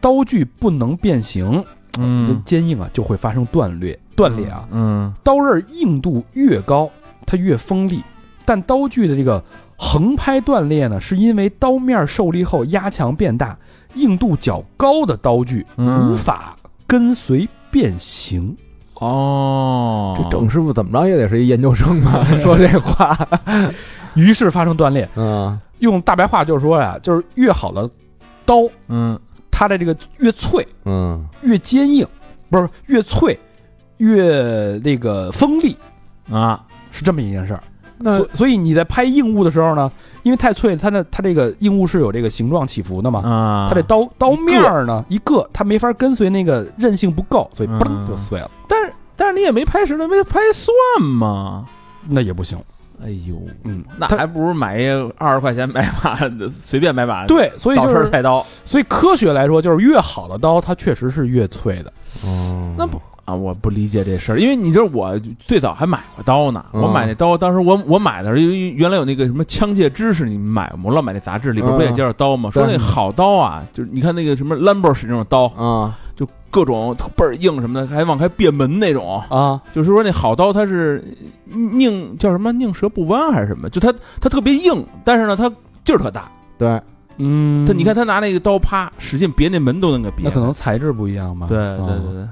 [SPEAKER 1] 刀具不能变形，这
[SPEAKER 4] 嗯
[SPEAKER 1] 坚硬啊就会发生断裂，断裂啊。
[SPEAKER 4] 嗯
[SPEAKER 1] 刀刃硬度越高，它越锋利，但刀具的这个横拍断裂呢，是因为刀面受力后压强变大，硬度较高的刀具
[SPEAKER 4] 嗯
[SPEAKER 1] 无法跟随变形。
[SPEAKER 4] 哦，
[SPEAKER 3] 这郑师傅怎么着也得是一研究生吧？ 说这话，
[SPEAKER 1] 于是发生断裂。
[SPEAKER 3] 嗯
[SPEAKER 1] 用大白话就是说呀、就是越好的刀，
[SPEAKER 4] 嗯
[SPEAKER 1] 它的这个越脆
[SPEAKER 3] 嗯
[SPEAKER 1] 越坚硬，不是越脆越那个锋利，
[SPEAKER 4] 啊
[SPEAKER 1] 是这么一件事儿。
[SPEAKER 3] 那
[SPEAKER 1] 所所以你在拍硬物的时候呢，因为太脆，它的它这个硬物是有这个形状起伏的嘛，
[SPEAKER 4] 啊，
[SPEAKER 1] 它这刀刀面儿呢一个它没法跟随那个韧性不够，所以
[SPEAKER 4] 嗯
[SPEAKER 1] 嘣就碎了。
[SPEAKER 4] 但是但是你也没拍实的，没拍算嘛。
[SPEAKER 1] 那也不行。
[SPEAKER 4] 哎呦，
[SPEAKER 1] 嗯，
[SPEAKER 4] 那还不如买一二十块钱买把随便买把
[SPEAKER 1] 对，所以
[SPEAKER 4] 早
[SPEAKER 1] 就
[SPEAKER 4] 市
[SPEAKER 1] 是，
[SPEAKER 4] 菜刀
[SPEAKER 1] 所以科学来说，就是越好的刀，它确实是越脆的。
[SPEAKER 3] 哦
[SPEAKER 4] 那不啊！我不理解这事儿，因为你知道我最早还买过刀呢。
[SPEAKER 3] 嗯
[SPEAKER 4] 我买那刀，当时我我买的时候，因为原来有那个什么枪介知识，你们买过吗？老买那杂志里边
[SPEAKER 3] 嗯
[SPEAKER 4] 不也介绍刀吗？说那好刀啊，就是你看那个什么 Lambert 那种刀，
[SPEAKER 3] 啊
[SPEAKER 4] 就各种特倍儿硬什么的，还往开别门那种。
[SPEAKER 3] 啊
[SPEAKER 4] 就是说那好刀它是宁叫什么宁折不弯还是什么？就它它特别硬，但是呢它劲儿特大。
[SPEAKER 3] 对，
[SPEAKER 1] 嗯
[SPEAKER 4] 他你看他拿那个刀啪使劲别那门都能给别
[SPEAKER 1] 那
[SPEAKER 4] 开。
[SPEAKER 1] 可能材质不一样吧。
[SPEAKER 4] 对
[SPEAKER 1] 啊
[SPEAKER 4] 对对对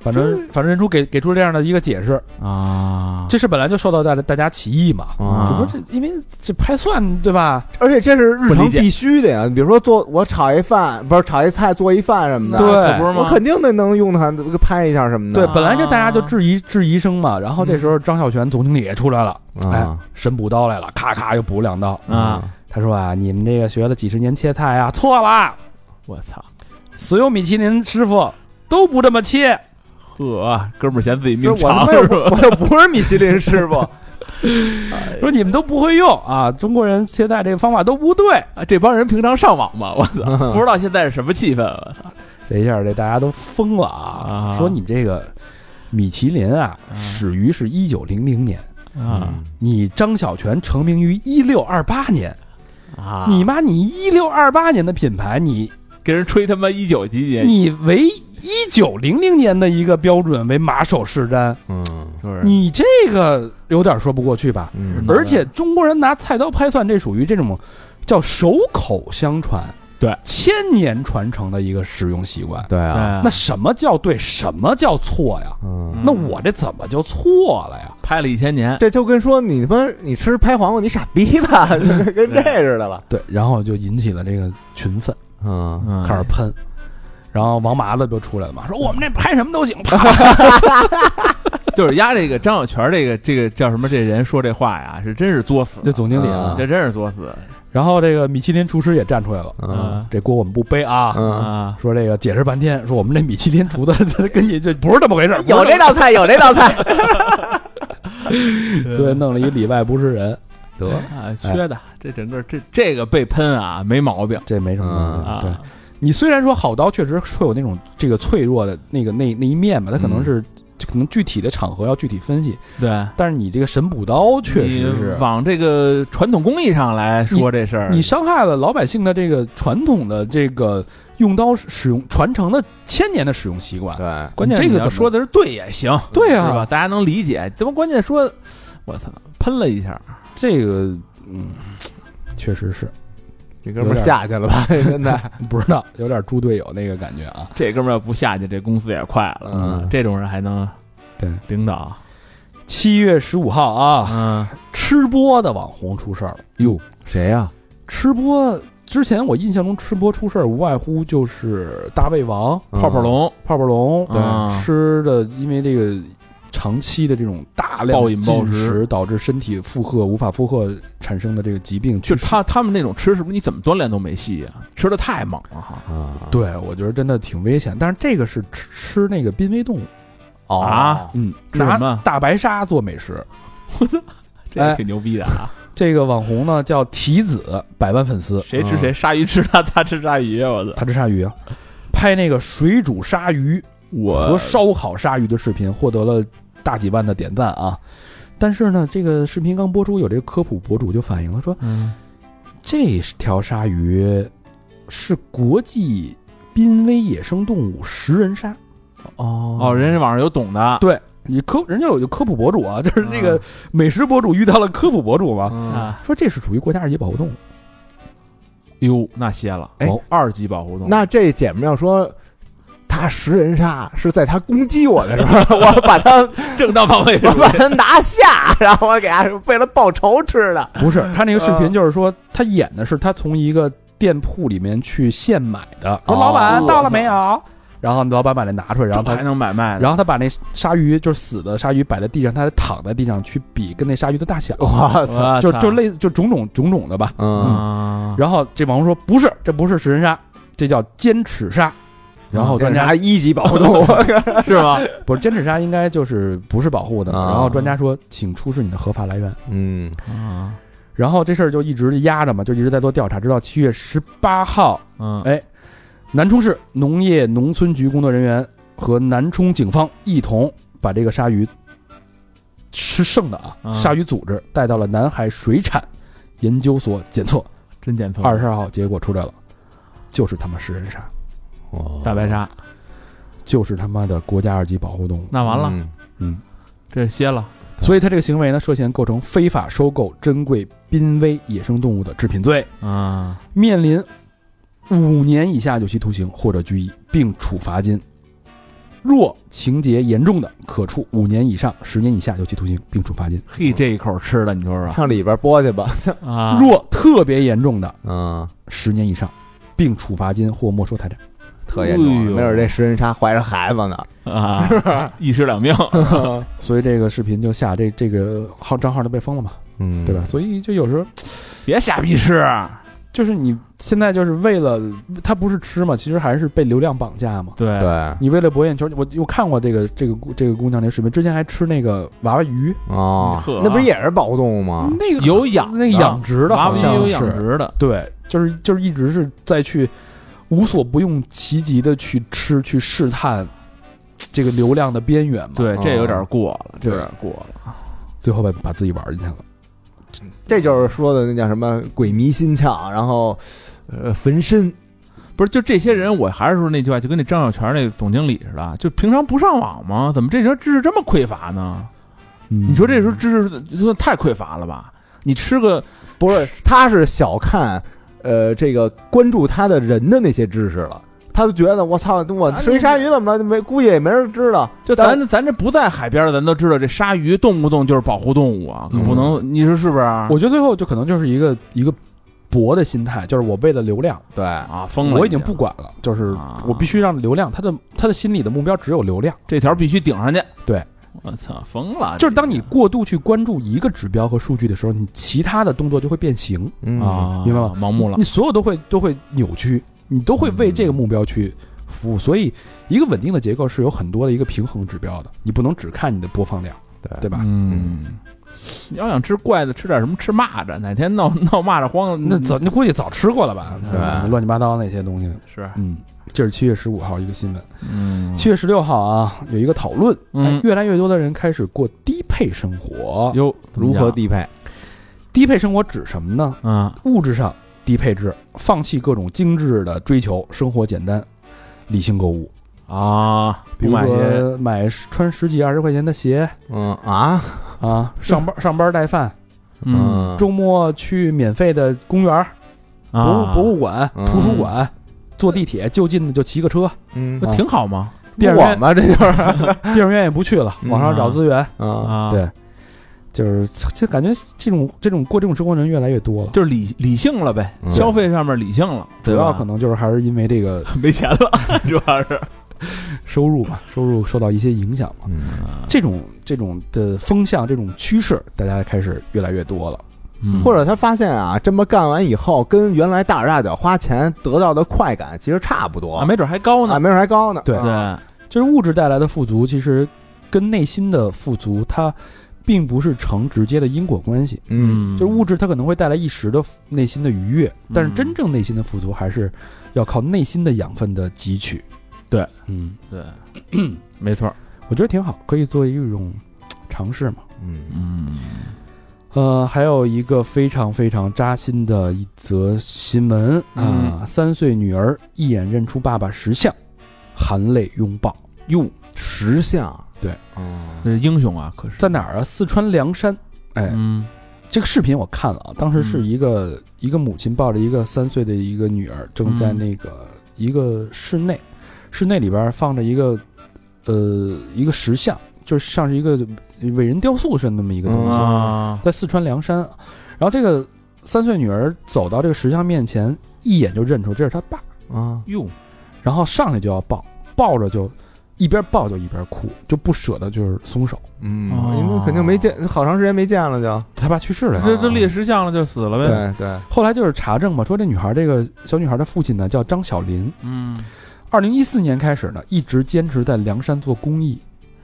[SPEAKER 1] 反正反正人出给给出这样的一个解释，
[SPEAKER 4] 啊！
[SPEAKER 1] 这事本来就受到大家大家歧义嘛。
[SPEAKER 4] 啊
[SPEAKER 1] 就说这因为这拍蒜对吧？
[SPEAKER 3] 嗯而且这是日
[SPEAKER 4] 不
[SPEAKER 3] 常
[SPEAKER 4] 理解
[SPEAKER 3] 必须的呀。比如说做我炒一饭，不是炒一菜，做一饭什么的，
[SPEAKER 1] 对
[SPEAKER 4] 可不是吗？
[SPEAKER 3] 我肯定得能用它这个拍一下什么
[SPEAKER 1] 对
[SPEAKER 3] 的。，
[SPEAKER 1] 本来就大家就质疑质疑声嘛。然后这时候张孝全总经理也出来了，
[SPEAKER 3] 啊
[SPEAKER 1] 哎，神补刀来了，咔咔又补两刀。
[SPEAKER 4] 啊！
[SPEAKER 1] 他说啊，你们这个学了几十年切菜啊，错了，
[SPEAKER 4] 我操！
[SPEAKER 1] 所有米其林师傅都不这么切。
[SPEAKER 4] 呵，哥们儿嫌自己
[SPEAKER 3] 就是
[SPEAKER 4] 命
[SPEAKER 3] 我他
[SPEAKER 4] 长
[SPEAKER 3] 妈又
[SPEAKER 4] 是
[SPEAKER 3] 不
[SPEAKER 4] 吧？
[SPEAKER 3] 我又不是米其林师傅，
[SPEAKER 1] 说你们都不会用啊，中国人切菜这个方法都不对。
[SPEAKER 4] 啊这帮人平常上网吗？我操！ 不知道现在是什么气氛。我操
[SPEAKER 1] 这一下这大家都疯了啊！
[SPEAKER 4] 啊
[SPEAKER 1] 说你这个米其林啊，
[SPEAKER 4] 啊
[SPEAKER 1] 始于是一九零零年，
[SPEAKER 4] 啊
[SPEAKER 1] 你张小泉成名于一六二八年，
[SPEAKER 4] 啊！
[SPEAKER 1] 你妈你一六二八年的品牌，你
[SPEAKER 4] 跟人吹他妈一九几几？
[SPEAKER 1] 你为一九零零年的一个标准为马首是瞻，
[SPEAKER 3] 嗯
[SPEAKER 4] 就是
[SPEAKER 1] 你这个有点说不过去吧？
[SPEAKER 3] 嗯
[SPEAKER 4] 嗯
[SPEAKER 1] 而且中国人拿菜刀拍蒜，这属于这种叫手口相传，
[SPEAKER 4] 对，
[SPEAKER 1] 千年传承的一个使用习惯。
[SPEAKER 4] 对
[SPEAKER 3] 对啊，
[SPEAKER 4] 啊
[SPEAKER 1] 那什么叫对，什么叫错呀？
[SPEAKER 3] 嗯，啊
[SPEAKER 1] 那我这怎么就错了呀？
[SPEAKER 4] 拍了一千年，
[SPEAKER 3] 这就跟说你他妈你吃拍黄瓜你傻逼 吧，就是跟这似的了。
[SPEAKER 1] 对，然后就引起了这个群愤，
[SPEAKER 3] 嗯，
[SPEAKER 4] 嗯
[SPEAKER 1] 开始喷，然后王麻子就出来了嘛，说我们这拍什么都行，
[SPEAKER 3] 嗯
[SPEAKER 1] 啪，
[SPEAKER 4] 就是压这个张小泉这个这个叫什么这人说这话呀，是真是作死，
[SPEAKER 1] 这总经理啊。
[SPEAKER 3] 啊
[SPEAKER 4] 这真是作死
[SPEAKER 1] 然后这个米其林厨师也站出来了，
[SPEAKER 3] 嗯
[SPEAKER 1] 这锅我们不背啊。
[SPEAKER 3] 嗯，
[SPEAKER 4] 啊！
[SPEAKER 1] 说这个解释半天，说我们这米其林厨的 跟你这不是这么回事 儿，不是
[SPEAKER 3] 有这道菜，有这道菜，
[SPEAKER 1] 么回事
[SPEAKER 4] 嗯
[SPEAKER 1] 儿所以弄了一里外不是人，
[SPEAKER 3] 得
[SPEAKER 4] 啊，缺的
[SPEAKER 1] 哎
[SPEAKER 4] 这整个这这个被喷啊，没毛病
[SPEAKER 1] 这没什么
[SPEAKER 4] 啊。
[SPEAKER 1] 毛嗯病。对你虽然说好刀确实会有那种这个脆弱的那个那那一面吧，它可能是
[SPEAKER 4] 嗯
[SPEAKER 1] 可能具体的场合要具体分析，
[SPEAKER 4] 对，
[SPEAKER 1] 但是你这个神补刀确实
[SPEAKER 4] 你
[SPEAKER 1] 是啊
[SPEAKER 4] 往这个传统工艺上来说这嗯事儿，
[SPEAKER 1] 你伤害了老百姓的这个传统的这个用刀使用传承的千年的使用习惯。
[SPEAKER 3] 对，
[SPEAKER 4] 关键
[SPEAKER 1] 这个
[SPEAKER 4] 你要
[SPEAKER 1] 怎么
[SPEAKER 4] 说的是对也行，
[SPEAKER 1] 对啊
[SPEAKER 4] 是吧？大家能理解，怎么关键说，我操，喷了一下，
[SPEAKER 1] 这个，嗯，确实是
[SPEAKER 3] 这哥们儿下去了吧？现在，
[SPEAKER 1] 不知道，有点猪队友那个感觉啊。
[SPEAKER 4] 这哥们儿要不下去，这公司也快了。
[SPEAKER 3] 嗯
[SPEAKER 4] 这种人还能
[SPEAKER 1] 对，
[SPEAKER 4] 领导？
[SPEAKER 1] 七月十五号啊，
[SPEAKER 4] 嗯
[SPEAKER 1] 吃播的网红出事儿了。
[SPEAKER 3] 哟，谁呀？
[SPEAKER 1] 吃播之前我印象中吃播出事儿无外乎就是大胃王、
[SPEAKER 3] 嗯
[SPEAKER 4] 泡泡龙
[SPEAKER 1] 泡泡龙，
[SPEAKER 4] 对
[SPEAKER 1] 吃的因为这个。长期的这种大量
[SPEAKER 4] 暴饮暴
[SPEAKER 1] 进
[SPEAKER 4] 食
[SPEAKER 1] 食，导致身体负荷无法负荷产生的这个疾病，
[SPEAKER 4] 就
[SPEAKER 1] 去世
[SPEAKER 4] 他他们那种吃，是不是你怎么锻炼都没戏啊？吃的太猛了哈！
[SPEAKER 3] 啊，
[SPEAKER 1] 对，我觉得真的挺危险。但是这个是吃吃那个濒危动物，
[SPEAKER 3] 哦
[SPEAKER 4] 啊，
[SPEAKER 1] 嗯，
[SPEAKER 4] 吃什
[SPEAKER 1] 拿
[SPEAKER 4] 么
[SPEAKER 1] 大白鲨做美食。
[SPEAKER 4] 这也挺牛逼的 啊！
[SPEAKER 1] 这个网红呢叫提子，百万粉丝，
[SPEAKER 4] 谁吃谁，鲨鱼吃啊 他，他吃鲨鱼，我操！
[SPEAKER 1] 他吃鲨鱼啊，拍那个水煮鲨鱼和
[SPEAKER 4] 我
[SPEAKER 1] 烧烤鲨鱼的视频，获得了大几万的点赞啊。但是呢，这个视频刚播出，有这个科普博主就反映了说，
[SPEAKER 4] 嗯
[SPEAKER 1] 这条鲨鱼是国际濒危野生动物食人鲨。
[SPEAKER 3] 哦
[SPEAKER 4] 哦，人家网上有懂的，
[SPEAKER 1] 对你科人家有有科普博主啊，就是这个美食博主遇到了科普博主嘛，
[SPEAKER 3] 啊，
[SPEAKER 4] 啊，
[SPEAKER 1] 说这是属于国家二级保护动物。
[SPEAKER 4] 哟，那歇了，
[SPEAKER 3] 哎
[SPEAKER 4] 哦二级保护动物，
[SPEAKER 3] 那这姐们要说。他食人鲨是在他攻击我的时候， 我把他
[SPEAKER 4] 正当防 卫是
[SPEAKER 3] 我
[SPEAKER 4] 吧
[SPEAKER 3] 把他拿下， 然后我给他为了报仇吃的。
[SPEAKER 1] 不是，他那个视频就是说，他演的是他从一个店铺里面去现买的，说
[SPEAKER 3] 哦
[SPEAKER 1] 老板到了没有？然后老板把那拿出来，然后
[SPEAKER 4] 这还
[SPEAKER 1] 他。
[SPEAKER 4] 能买卖的
[SPEAKER 1] 然后他把那鲨鱼，就是死的鲨鱼，摆在地上，他还躺在地上去比跟那鲨鱼的大小，
[SPEAKER 3] 我
[SPEAKER 4] 我操，
[SPEAKER 1] 就就类似就种种种种的吧。
[SPEAKER 3] 嗯
[SPEAKER 4] 啊，
[SPEAKER 1] 然后这网红说不是，这不是食人鲨，这叫尖齿鲨。然后
[SPEAKER 3] 专
[SPEAKER 1] 专
[SPEAKER 3] 家
[SPEAKER 1] 家
[SPEAKER 3] 还一级保护 动物，
[SPEAKER 4] 是吗？
[SPEAKER 1] 不是监视鲨应该就是不是保护的，
[SPEAKER 3] 啊
[SPEAKER 1] 然后专家说请出示你的合法来源，
[SPEAKER 3] 嗯，
[SPEAKER 4] 啊，
[SPEAKER 1] 然后这事儿就一直压着嘛，就一直在做调查，直到七月十八号，
[SPEAKER 4] 嗯，
[SPEAKER 1] 哎，南充市农业农村局工作人员和南充警方一同把这个鲨鱼吃剩的啊
[SPEAKER 4] 啊
[SPEAKER 1] 鲨鱼组织带到了南海水产研究所检测，
[SPEAKER 4] 真检测
[SPEAKER 1] 二十二号结果出来了，就是他妈食人鲨，
[SPEAKER 3] 哦
[SPEAKER 4] 大白鲨，
[SPEAKER 1] 就是他妈的国家二级保护动物，
[SPEAKER 4] 那完了，
[SPEAKER 3] 嗯
[SPEAKER 1] 嗯。
[SPEAKER 4] 这歇了，
[SPEAKER 1] 所以他这个行为呢，涉嫌构成非法收购珍贵濒危野生动物的制品罪，
[SPEAKER 4] 啊，
[SPEAKER 1] 面临五年以下有期徒刑或者拘役，并处罚金。若情节严重的，可处五年以上十年以下有期徒刑，并处罚金；
[SPEAKER 4] 嘿，这一口吃的，你说说
[SPEAKER 3] 上里边播 去吧，
[SPEAKER 4] 啊？
[SPEAKER 1] 若特别严重的，
[SPEAKER 3] 嗯，
[SPEAKER 1] 十年以上，并处罚金或没收财产。
[SPEAKER 3] 特严重
[SPEAKER 4] 哎
[SPEAKER 3] 了，
[SPEAKER 4] 呦
[SPEAKER 3] 没准这食人鲨怀着孩子 呢，
[SPEAKER 4] 啊， 一尸两命，
[SPEAKER 1] 所以这个视频就下这这个号账号就被封了嘛，
[SPEAKER 3] 嗯
[SPEAKER 1] 对吧？？所以就有时候
[SPEAKER 4] 别瞎逼吃，
[SPEAKER 1] 就是你现在就是为了他不是吃嘛，其实还是被流量绑架嘛。
[SPEAKER 4] 对
[SPEAKER 3] 对，
[SPEAKER 1] 你为了博眼球，我又看过这个这个姑这个姑娘那视频，之前还吃那个娃娃鱼，
[SPEAKER 3] 哦
[SPEAKER 4] 呵，
[SPEAKER 3] 那不是
[SPEAKER 1] 啊
[SPEAKER 3] 也是保护动物吗？
[SPEAKER 1] 那个
[SPEAKER 4] 有养
[SPEAKER 1] 那个
[SPEAKER 4] 的
[SPEAKER 1] 啊养殖的，
[SPEAKER 4] 啊
[SPEAKER 1] 好
[SPEAKER 4] 娃娃鱼
[SPEAKER 1] 像
[SPEAKER 4] 有
[SPEAKER 1] 是
[SPEAKER 4] 养殖的，
[SPEAKER 1] 对，就是就是一直是在去无所不用其极的去吃去试探这个流量的边缘嘛，，
[SPEAKER 4] 对，这
[SPEAKER 3] 哦
[SPEAKER 4] 有点过了，这
[SPEAKER 1] 啊对
[SPEAKER 4] 有点过了，
[SPEAKER 1] 最后把把自己玩进去了，
[SPEAKER 3] 这就是说的那叫什么鬼迷心窍，然后呃焚身，
[SPEAKER 4] 不是，就这些人，我还是说那句话，就跟那张小泉那总经理似的，啊就平常不上网吗？怎么这人知识这么匮乏呢？
[SPEAKER 1] 嗯
[SPEAKER 4] 你说这时候知识就算太匮乏了吧？你吃个
[SPEAKER 3] 不是，他是小看呃这个关注他的人的那些知识了。他就觉得我操，我
[SPEAKER 4] 啊
[SPEAKER 3] 吃一
[SPEAKER 4] 你
[SPEAKER 3] 鲨鱼怎么了？没估计也没人知道。
[SPEAKER 4] 就
[SPEAKER 3] 但
[SPEAKER 4] 咱咱这不在海边的，咱都知道这鲨鱼动不动就是保护动物啊，可不能，你说是不是啊？
[SPEAKER 1] 嗯我觉得最后就可能就是一个一个博的心态，就是我为了流量，
[SPEAKER 3] 对，
[SPEAKER 4] 啊疯了，
[SPEAKER 1] 我已经不管了，就是
[SPEAKER 4] 啊
[SPEAKER 1] 我必须让流量，他的他的心里的目标只有流量。
[SPEAKER 4] 这条必须顶上去。
[SPEAKER 1] 对，
[SPEAKER 4] 我操，疯了！
[SPEAKER 1] 就是当
[SPEAKER 4] 这
[SPEAKER 1] 你过度去关注一个指标和数据的时候，你其他的动作就会变形，
[SPEAKER 3] 嗯
[SPEAKER 4] 个啊，
[SPEAKER 1] 明白吗？
[SPEAKER 4] 盲目了
[SPEAKER 1] 嗯你，所有都会都会扭曲，你都会为这个目标去服
[SPEAKER 4] 嗯
[SPEAKER 1] 务。所以，一个稳定的结构是有很多的一个平衡指标的，你不能只看你的播放量，
[SPEAKER 3] 对
[SPEAKER 1] 对吧？
[SPEAKER 4] 嗯。你要想吃怪的，吃点什么？吃蚂蚱，哪天闹闹蚂蚱荒了，
[SPEAKER 1] 那早你估计早吃过了吧？
[SPEAKER 4] 嗯对
[SPEAKER 1] 吧乱七八糟那些东西。
[SPEAKER 4] 是
[SPEAKER 1] 嗯，这是七月十五号一个新闻，
[SPEAKER 4] 嗯
[SPEAKER 1] 七月十六号啊有一个讨论，哎
[SPEAKER 4] 嗯，
[SPEAKER 1] 越来越多的人开始过低配生活。
[SPEAKER 4] 哟，
[SPEAKER 3] 如何
[SPEAKER 4] 地
[SPEAKER 3] 低配？
[SPEAKER 1] 低配生活指什么呢？
[SPEAKER 4] 啊？
[SPEAKER 1] 物质上低配置，放弃各种精致的追求，生活简单，理性购物，
[SPEAKER 4] 啊，
[SPEAKER 1] 比
[SPEAKER 4] 不
[SPEAKER 1] 如
[SPEAKER 4] 买些
[SPEAKER 1] 说买十穿十几二十块钱的鞋
[SPEAKER 3] 嗯啊，
[SPEAKER 1] 啊，上班上班带饭，
[SPEAKER 4] 嗯
[SPEAKER 1] 周末去免费的公园、博物
[SPEAKER 4] 啊，
[SPEAKER 1] 博物馆、
[SPEAKER 3] 嗯
[SPEAKER 1] 图书馆，坐地铁就近的就骑个车，
[SPEAKER 3] 嗯，
[SPEAKER 1] 啊
[SPEAKER 4] 不挺好吗？
[SPEAKER 1] 电影
[SPEAKER 3] 我
[SPEAKER 1] 院
[SPEAKER 3] 嘛，这就是
[SPEAKER 1] 电影院也不去了，
[SPEAKER 3] 嗯
[SPEAKER 1] 网上找资源，
[SPEAKER 3] 啊，
[SPEAKER 4] 啊，
[SPEAKER 1] 对，就是就感觉这种这种过这种生活的人越来越多了。
[SPEAKER 4] 就是理理性了呗，
[SPEAKER 3] 嗯
[SPEAKER 4] 消费上面理性了，
[SPEAKER 1] 主
[SPEAKER 4] 对吧
[SPEAKER 1] 要可能就是还是因为这个
[SPEAKER 4] 没钱了，主要是
[SPEAKER 1] 收入嘛，收入受到一些影响嘛。
[SPEAKER 3] 嗯
[SPEAKER 1] 这种这种的风向、这种趋势，大家开始越来越多了。
[SPEAKER 4] 嗯
[SPEAKER 3] 或者他发现啊，这么干完以后，跟原来大手大脚花钱得到的快感其实差不多
[SPEAKER 4] 啊，没准还高
[SPEAKER 3] 啊，
[SPEAKER 4] 呢，
[SPEAKER 3] 没准还高呢。
[SPEAKER 1] 对嗯
[SPEAKER 3] 啊
[SPEAKER 4] 对，
[SPEAKER 1] 就是物质带来的富足，其实跟内心的富足，它并不是成直接的因果关系。
[SPEAKER 3] 嗯，
[SPEAKER 1] 就是物质，它可能会带来一时的内心的愉悦，但是真正内心的富足，还是要靠内心的养分的汲取。
[SPEAKER 4] 对，
[SPEAKER 1] 嗯，
[SPEAKER 4] 对， 没错，
[SPEAKER 1] 我觉得挺好，可以作为一种尝试嘛。
[SPEAKER 3] 嗯
[SPEAKER 4] 嗯
[SPEAKER 1] 呃，还有一个非常非常扎心的一则新闻啊，三岁女儿一眼认出爸爸识相，含泪拥抱。
[SPEAKER 4] 哟，
[SPEAKER 3] 石像，
[SPEAKER 1] 对
[SPEAKER 3] 哦，
[SPEAKER 4] 这英雄啊，可是
[SPEAKER 1] 在哪儿啊？四川凉山。哎，
[SPEAKER 4] 嗯
[SPEAKER 1] 这个视频我看了啊，当时是一个、一个母亲抱着一个三岁的一个女儿，正在那个、一个室内，室内里边放着一个呃一个石像，就是像是一个伟人雕塑似的那么一个东西，
[SPEAKER 4] 啊，
[SPEAKER 1] 在四川凉山啊。然后这个三岁女儿走到这个石像面前，一眼就认出这是她爸，
[SPEAKER 3] 啊，
[SPEAKER 4] 哟，
[SPEAKER 1] 然后上来就要抱，抱着就一边抱就一边哭，就不舍得就是松手。
[SPEAKER 3] 嗯
[SPEAKER 4] 哦，
[SPEAKER 3] 因为肯定没见，好长时间没见了就，
[SPEAKER 1] 他爸去世了呀，
[SPEAKER 4] 这都列石像了，就死了呗，
[SPEAKER 3] 对对，
[SPEAKER 1] 后来就是查证嘛，说这女孩这个小女孩的父亲呢叫张小林，
[SPEAKER 4] 嗯，
[SPEAKER 1] 二零一四年开始呢，一直坚持在梁山做公益。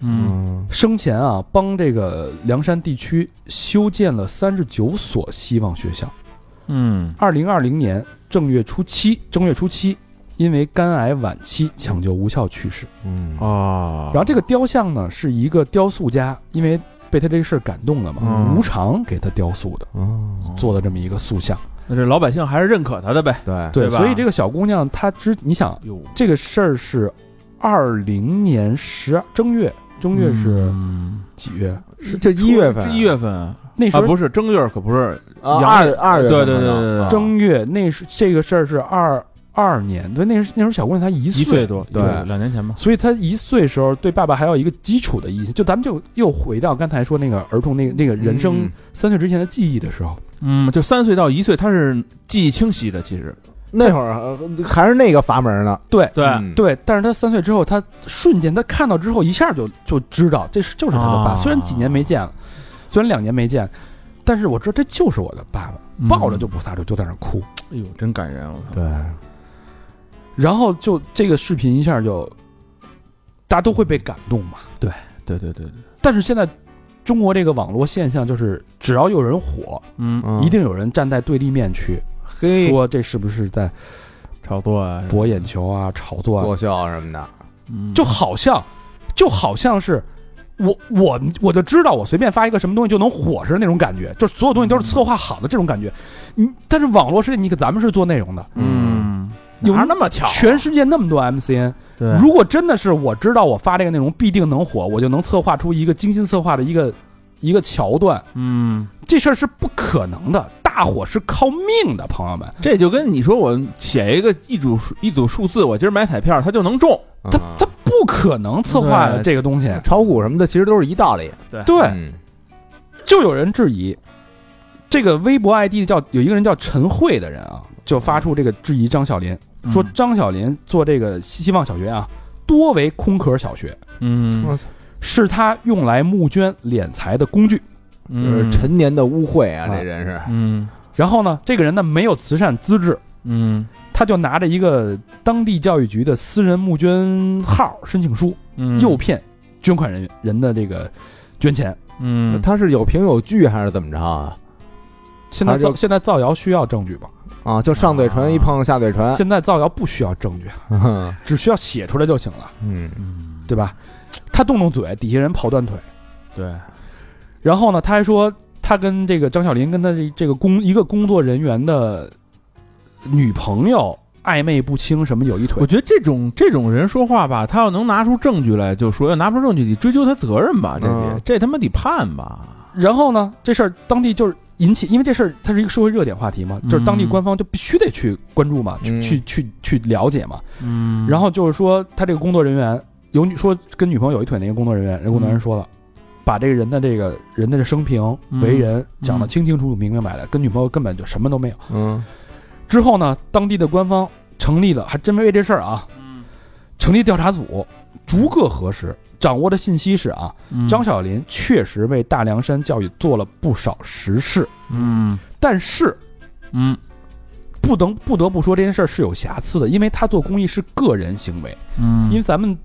[SPEAKER 4] 嗯
[SPEAKER 1] 生前啊，帮这个梁山地区修建了三十九所希望学校。
[SPEAKER 4] 嗯
[SPEAKER 1] 二零二零年正月初七，正月初七，因为肝癌晚期抢救无效去世。
[SPEAKER 3] 嗯
[SPEAKER 4] 哦，
[SPEAKER 1] 然后这个雕像呢，是一个雕塑家，因为被他这个事儿感动了嘛，
[SPEAKER 4] 嗯
[SPEAKER 1] 无偿给他雕塑的，
[SPEAKER 3] 哦，
[SPEAKER 1] 做了这么一个塑像。
[SPEAKER 2] 那这老百姓还是认可他的呗。
[SPEAKER 3] 对，
[SPEAKER 1] 对，
[SPEAKER 2] 对吧
[SPEAKER 1] 所以这个小姑娘她之，你想
[SPEAKER 2] 哟，
[SPEAKER 1] 这个事儿是二零年十正月，正月是
[SPEAKER 4] 嗯
[SPEAKER 1] 几月？
[SPEAKER 3] 是这一月份，
[SPEAKER 2] 这一月份啊，
[SPEAKER 1] 那时候
[SPEAKER 2] 不是正月，可不是
[SPEAKER 3] 啊
[SPEAKER 2] 阳
[SPEAKER 3] 二二月
[SPEAKER 2] 对
[SPEAKER 3] 份
[SPEAKER 2] 对对
[SPEAKER 3] 好像
[SPEAKER 2] 对对对
[SPEAKER 3] 啊
[SPEAKER 1] 正月那是这个事儿是二二年，对，那时那时候小姑娘才一岁，
[SPEAKER 4] 一岁多，
[SPEAKER 3] 对
[SPEAKER 4] 一岁两年前吧。
[SPEAKER 1] 所以她一岁时候对爸爸还有一个基础的印象，就咱们就又回到刚才说那个儿童那个那个人生
[SPEAKER 3] 嗯
[SPEAKER 1] 三岁之前的记忆的时候，
[SPEAKER 4] 嗯，
[SPEAKER 2] 就三岁到一岁，他是记忆清晰的。其实
[SPEAKER 3] 那会儿呃还是那个阀门呢，
[SPEAKER 1] 对。
[SPEAKER 4] 对，
[SPEAKER 3] 嗯，
[SPEAKER 1] 对，但是她三岁之后，她瞬间她看到之后，一下就就知道这是就是她的爸。
[SPEAKER 4] 啊
[SPEAKER 1] 虽然几年没见了，虽然两年没见，但是我知道这就是我的爸爸，
[SPEAKER 4] 嗯
[SPEAKER 1] 抱着就不撒手，就在那儿哭。
[SPEAKER 4] 哎呦，真感人，我操！
[SPEAKER 3] 对，
[SPEAKER 1] 然后就这个视频一下就，大家都会被感动嘛。
[SPEAKER 4] 对对对对，
[SPEAKER 1] 但是现在中国这个网络现象就是，只要有人火，
[SPEAKER 4] 嗯，
[SPEAKER 3] 嗯
[SPEAKER 1] 一定有人站在对立面去
[SPEAKER 3] 嘿
[SPEAKER 1] 说这是不是在
[SPEAKER 4] 炒作啊，
[SPEAKER 1] 博眼球啊、炒作啊，
[SPEAKER 3] 作秀什么的，
[SPEAKER 4] 嗯
[SPEAKER 1] 就好像就好像是。我我我就知道，我随便发一个什么东西就能火似的那种感觉，就是所有东西都是策划好的这种感觉。你但是网络世界，你可咱们是做内容的，
[SPEAKER 4] 嗯，
[SPEAKER 1] 有
[SPEAKER 2] 哪那么巧啊？
[SPEAKER 1] 全世界那么多 MCN，
[SPEAKER 4] 对，
[SPEAKER 1] 如果真的是我知道我发这个内容必定能火，我就能策划出一个精心策划的一个一个桥段，
[SPEAKER 4] 嗯，
[SPEAKER 1] 这事儿是不可能的。大火是靠命的，朋友
[SPEAKER 4] 啊
[SPEAKER 1] 们，
[SPEAKER 2] 这就跟你说，我写一个一组数一组数字，我今儿买彩票，它就能中。
[SPEAKER 1] 他
[SPEAKER 3] 嗯
[SPEAKER 1] 他不可能策划
[SPEAKER 2] 对
[SPEAKER 1] 这个东西。
[SPEAKER 3] 炒股什么的其实都是一道理，
[SPEAKER 1] 对，
[SPEAKER 3] 嗯
[SPEAKER 1] 就有人质疑，这个微博 ID 叫有一个人叫陈慧的人啊，就发出这个质疑张小林，
[SPEAKER 4] 嗯
[SPEAKER 1] 说张小林做这个希希望小学啊，多为空壳小学，
[SPEAKER 4] 嗯
[SPEAKER 3] 我
[SPEAKER 1] 是他用来募捐敛财的工具。
[SPEAKER 3] 就是
[SPEAKER 4] 嗯，
[SPEAKER 3] 陈年的污秽啊，
[SPEAKER 1] 嗯
[SPEAKER 3] 这人是，
[SPEAKER 4] 嗯
[SPEAKER 1] 然后呢，这个人呢没有慈善资质，
[SPEAKER 4] 嗯
[SPEAKER 1] 他就拿着一个当地教育局的私人募捐号申请书，
[SPEAKER 4] 嗯，
[SPEAKER 1] 诱骗捐款人人的这个捐钱。
[SPEAKER 4] 嗯，
[SPEAKER 3] 他是有凭有据还是怎么着啊？
[SPEAKER 1] 现在
[SPEAKER 3] 他就
[SPEAKER 1] 造现在造谣需要证据吧？
[SPEAKER 3] 啊，就上嘴唇一碰下嘴唇，
[SPEAKER 1] 现在造谣不需要证据，
[SPEAKER 3] 嗯
[SPEAKER 1] 只需要写出来就行了，
[SPEAKER 3] 嗯
[SPEAKER 4] 嗯
[SPEAKER 1] 对吧？他动动嘴，底下人跑断腿。
[SPEAKER 4] 对，
[SPEAKER 1] 然后呢，他还说他跟这个张小林跟他这这个工一个工作人员的女朋友暧昧不清，什么有一腿
[SPEAKER 4] 我。觉得这种这种人说话吧，他要能拿出证据来，就说哎要拿不出证据得追究他责任吧，这得
[SPEAKER 3] 嗯
[SPEAKER 4] 这他妈得判吧，
[SPEAKER 1] 然后呢，这事儿当地就是引起，因为这事儿它是一个社会热点话题嘛，
[SPEAKER 4] 嗯
[SPEAKER 1] 就是当地官方就必须得去关注嘛，
[SPEAKER 3] 嗯
[SPEAKER 1] 去去去去了解嘛。
[SPEAKER 4] 嗯
[SPEAKER 1] 然后就是说，他这个工作人员有女说跟女朋友有一腿那个工作人员，人工作人员说了，把这个人的这个人的这生平
[SPEAKER 4] 嗯
[SPEAKER 1] 为人讲得清清楚楚、明明白白，跟女朋友根本就什么都没有。
[SPEAKER 3] 嗯
[SPEAKER 1] 之后呢，当地的官方成立了，还真为这事儿啊，
[SPEAKER 4] 嗯
[SPEAKER 1] 成立调查组，逐个核实。掌握的信息是啊，张小林确实为大凉山教育做了不少实事，
[SPEAKER 4] 嗯
[SPEAKER 1] 但是
[SPEAKER 4] 嗯
[SPEAKER 1] 不能不得不说这件事儿是有瑕疵的，因为他做公益是个人行为，
[SPEAKER 4] 嗯，
[SPEAKER 1] 因为咱们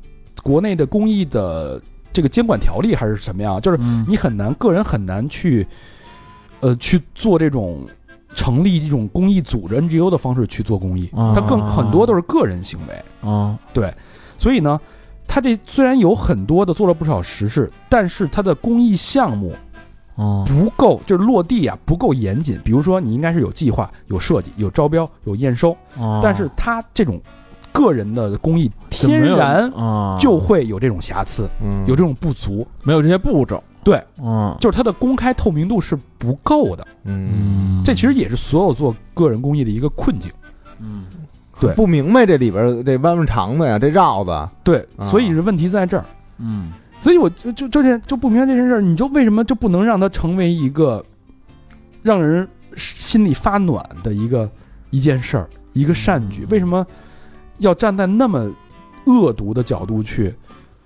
[SPEAKER 1] 国内的公益的这个监管条例还是什么呀，就是
[SPEAKER 4] 嗯
[SPEAKER 1] 你很难个人很难去，呃，去做这种成立一种公益组织 NGO 的方式去做公益，
[SPEAKER 4] 啊
[SPEAKER 1] 它更很多都是个人行为，
[SPEAKER 4] 啊
[SPEAKER 1] 所以呢，他这虽然有很多的做了不少实事，但是他的公益项目
[SPEAKER 4] 啊
[SPEAKER 1] 不够，就是落地啊不够严谨。比如说，你应该是有计划、有设计、有招标、有验收，
[SPEAKER 4] 啊，
[SPEAKER 1] 但是他这种个人的公益
[SPEAKER 4] 就没
[SPEAKER 1] 天
[SPEAKER 4] 有
[SPEAKER 1] 然
[SPEAKER 4] 啊
[SPEAKER 1] 就会有这种瑕疵，
[SPEAKER 3] 嗯
[SPEAKER 1] 有这种不足，
[SPEAKER 4] 没有这些步骤，
[SPEAKER 1] 对，
[SPEAKER 4] 嗯
[SPEAKER 1] 就是它的公开透明度是不够的。
[SPEAKER 3] 嗯，
[SPEAKER 4] 嗯，
[SPEAKER 1] 这其实也是所有做个人公益的一个困境。
[SPEAKER 4] 嗯
[SPEAKER 1] 对
[SPEAKER 3] 不明白这里边儿这弯弯肠子呀，这绕子，
[SPEAKER 1] 对，
[SPEAKER 3] 啊
[SPEAKER 1] 所以是问题在这儿。
[SPEAKER 4] 嗯
[SPEAKER 1] 所以我就就就这就不明白这件事儿，你就为什么就不能让它成为一个让人心里发暖的一个一件事儿，一个善举？为什么要站在那么恶毒的角度去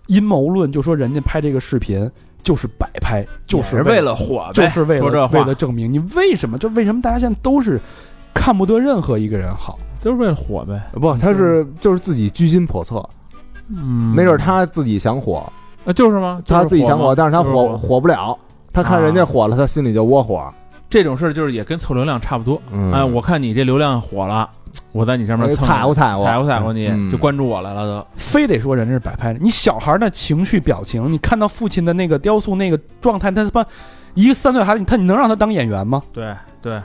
[SPEAKER 1] 阴谋论？就说人家拍这个视频就是摆拍，就是
[SPEAKER 2] 为了火
[SPEAKER 1] 就
[SPEAKER 2] 呗，
[SPEAKER 1] 是为
[SPEAKER 2] 说这
[SPEAKER 1] 了
[SPEAKER 2] 话
[SPEAKER 1] 为了证明你为什么？就为什么大家现在都是看不得任何一个人好。
[SPEAKER 4] 就是为了火呗。
[SPEAKER 3] 不，他是就是自己居心叵测，
[SPEAKER 4] 嗯
[SPEAKER 3] 没准他自己想火，
[SPEAKER 4] 啊，就是吗？
[SPEAKER 3] 他自己想火，
[SPEAKER 4] 火，
[SPEAKER 3] 但是他
[SPEAKER 4] 就是
[SPEAKER 3] 火啊
[SPEAKER 4] 火
[SPEAKER 3] 火不了，他看人家火了，他心里就窝火。
[SPEAKER 4] 这种事儿就是也跟凑流量差不多。
[SPEAKER 3] 嗯
[SPEAKER 4] 哎，我看你这流量火了，我在你上面蹭
[SPEAKER 3] 踩乎踩乎
[SPEAKER 4] 踩乎踩乎
[SPEAKER 3] 嗯
[SPEAKER 4] 你，就关注我来了
[SPEAKER 1] 非得说人家是摆拍的。你小孩儿的情绪表情，你看到父亲的那个雕塑那个状态，他他妈一个三岁孩子，他你能让他当演员吗？
[SPEAKER 4] 都。对对，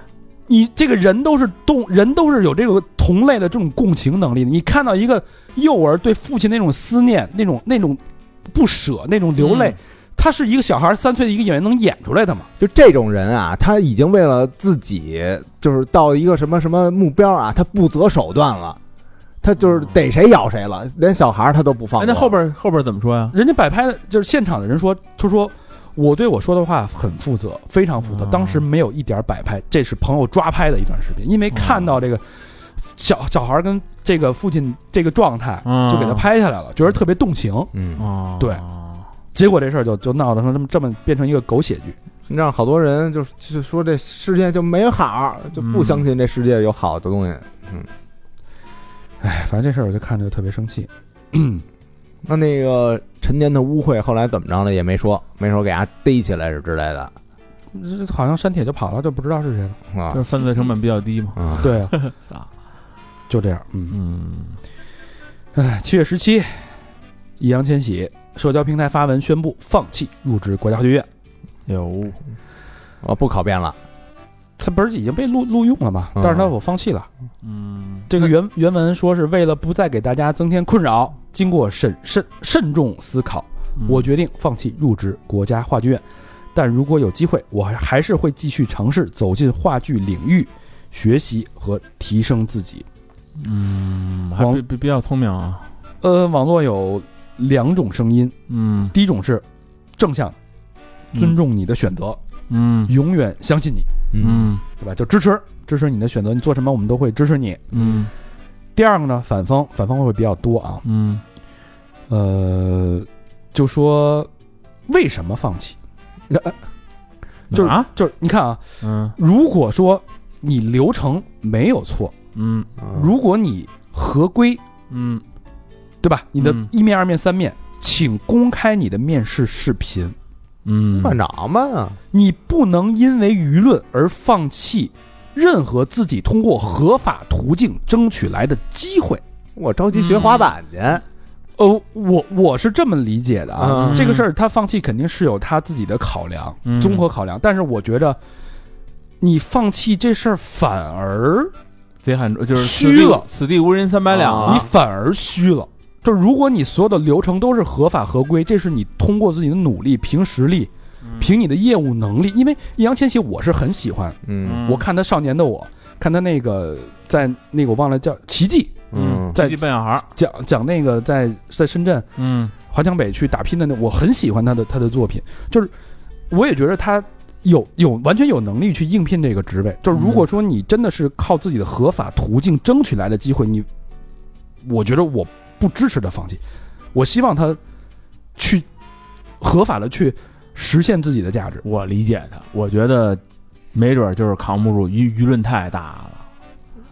[SPEAKER 1] 你这个人都是动， 人都是有这个同类的这种共情能力的。你看到一个幼儿对父亲那种思念、那种那种不舍、那种流泪，他是一个小孩儿三岁的一个演员能演出来的吗？
[SPEAKER 3] 就这种人啊，他已经为了自己，就是到一个什么什么目标啊，他不择手段了，他就是逮谁咬谁了，连小孩儿他都不放
[SPEAKER 4] 哎
[SPEAKER 3] 过。，
[SPEAKER 4] 那后边后边怎么说呀？
[SPEAKER 1] 人家摆拍的，就是现场的人说，他说我对我说的话很负责，非常负责，
[SPEAKER 4] 哦
[SPEAKER 1] 当时没有一点摆拍，这是朋友抓拍的一段视频，因为看到这个小小孩跟这个父亲这个状态，
[SPEAKER 4] 嗯
[SPEAKER 1] 就给他拍下来了，觉得特别动情。
[SPEAKER 3] 嗯，
[SPEAKER 4] 哦，
[SPEAKER 1] 对结果这事儿就就闹得成这么这么变成一个狗血剧，
[SPEAKER 3] 让好多人就是就是说这世界就没好，就
[SPEAKER 4] 嗯
[SPEAKER 3] 不相信这世界有好的东西。
[SPEAKER 1] 哎，反正这事儿我就看着就特别生气。
[SPEAKER 3] 那那个陈年的污秽后来怎么着了也没说，没说给他逮起来是之类的
[SPEAKER 1] 这好像删帖就跑了，就不知道是谁了。
[SPEAKER 3] 啊
[SPEAKER 4] 就是犯罪成本比较低嘛。
[SPEAKER 3] 啊，
[SPEAKER 1] 对 啊，
[SPEAKER 4] 啊，
[SPEAKER 1] 就这样。嗯，
[SPEAKER 4] 嗯，
[SPEAKER 1] 哎，七月十七，易烊千玺社交平台发文宣布放弃入职国家学院。
[SPEAKER 4] 有
[SPEAKER 3] 我哦不考编了。
[SPEAKER 1] 他不是已经被录录用了吗？
[SPEAKER 3] 嗯
[SPEAKER 1] 但是呢，我放弃了。
[SPEAKER 4] 嗯，
[SPEAKER 1] 这个原原文说是为了不再给大家增添困扰，经过慎慎慎重思考，
[SPEAKER 4] 嗯
[SPEAKER 1] 嗯我决定放弃入职国家话剧院。但如果有机会，我还还是会继续尝试走进话剧领域，学习和提升自己。
[SPEAKER 4] 嗯还比比比较聪明啊。
[SPEAKER 1] 呃，网络有两种声音，
[SPEAKER 4] 嗯，
[SPEAKER 1] 第一种是正向
[SPEAKER 4] 嗯
[SPEAKER 1] 尊，重你的选择，
[SPEAKER 4] 嗯
[SPEAKER 1] 永远相信你，
[SPEAKER 4] 嗯
[SPEAKER 1] 对吧？就支持支持你的选择，你做什么我们都会支持你。
[SPEAKER 4] 嗯
[SPEAKER 1] 第二个呢，反方反方会比较多啊，
[SPEAKER 4] 嗯
[SPEAKER 1] 呃，就说为什么放弃？就是
[SPEAKER 4] 啊，
[SPEAKER 1] 就是你看啊，
[SPEAKER 4] 嗯
[SPEAKER 1] 如果说你流程没有错，
[SPEAKER 4] 嗯
[SPEAKER 1] 如果你合规，
[SPEAKER 4] 嗯
[SPEAKER 1] 对吧？你的
[SPEAKER 4] 嗯
[SPEAKER 1] 一面、二面、三面，请公开你的面试视频，
[SPEAKER 4] 嗯，
[SPEAKER 3] 办着嘛，
[SPEAKER 1] 你不能因为舆论而放弃任何自己通过合法途径争取来的机会。
[SPEAKER 3] 我着急学滑板去。
[SPEAKER 4] 嗯
[SPEAKER 1] 呃，我我是这么理解的啊，
[SPEAKER 3] 嗯
[SPEAKER 1] 这个事儿他放弃肯定是有他自己的考量，
[SPEAKER 4] 嗯
[SPEAKER 1] 综合考量。但是我觉得，你放弃这事儿反而
[SPEAKER 4] 贼喊就是
[SPEAKER 1] 虚
[SPEAKER 4] 此地
[SPEAKER 1] 了
[SPEAKER 4] 此地无人三百两
[SPEAKER 3] 啊
[SPEAKER 1] 你反而虚了。就如果你所有的流程都是合法合规，这是你通过自己的努力、凭实力、
[SPEAKER 3] 嗯
[SPEAKER 1] 凭你的业务能力。因为易烊千玺，我是很喜欢，
[SPEAKER 3] 嗯
[SPEAKER 1] 我看他《少年的我》，看他那个在那个我忘了叫《奇迹
[SPEAKER 4] 嗯，
[SPEAKER 1] 在
[SPEAKER 4] 在地笨小孩儿，》，
[SPEAKER 1] 讲讲那个在在深圳
[SPEAKER 4] 嗯
[SPEAKER 1] 华强北去打拼的那，我很喜欢他的他的作品，就是我也觉得他有有完全有能力去应聘这个职位。就是如果说你真的是靠自己的合法途径争取来的机会，你我觉得我不支持他放弃，我希望他去合法的去实现自己的价值。
[SPEAKER 4] 我理解他，我觉得没准儿就是扛不住舆舆论太大了，
[SPEAKER 1] 嗯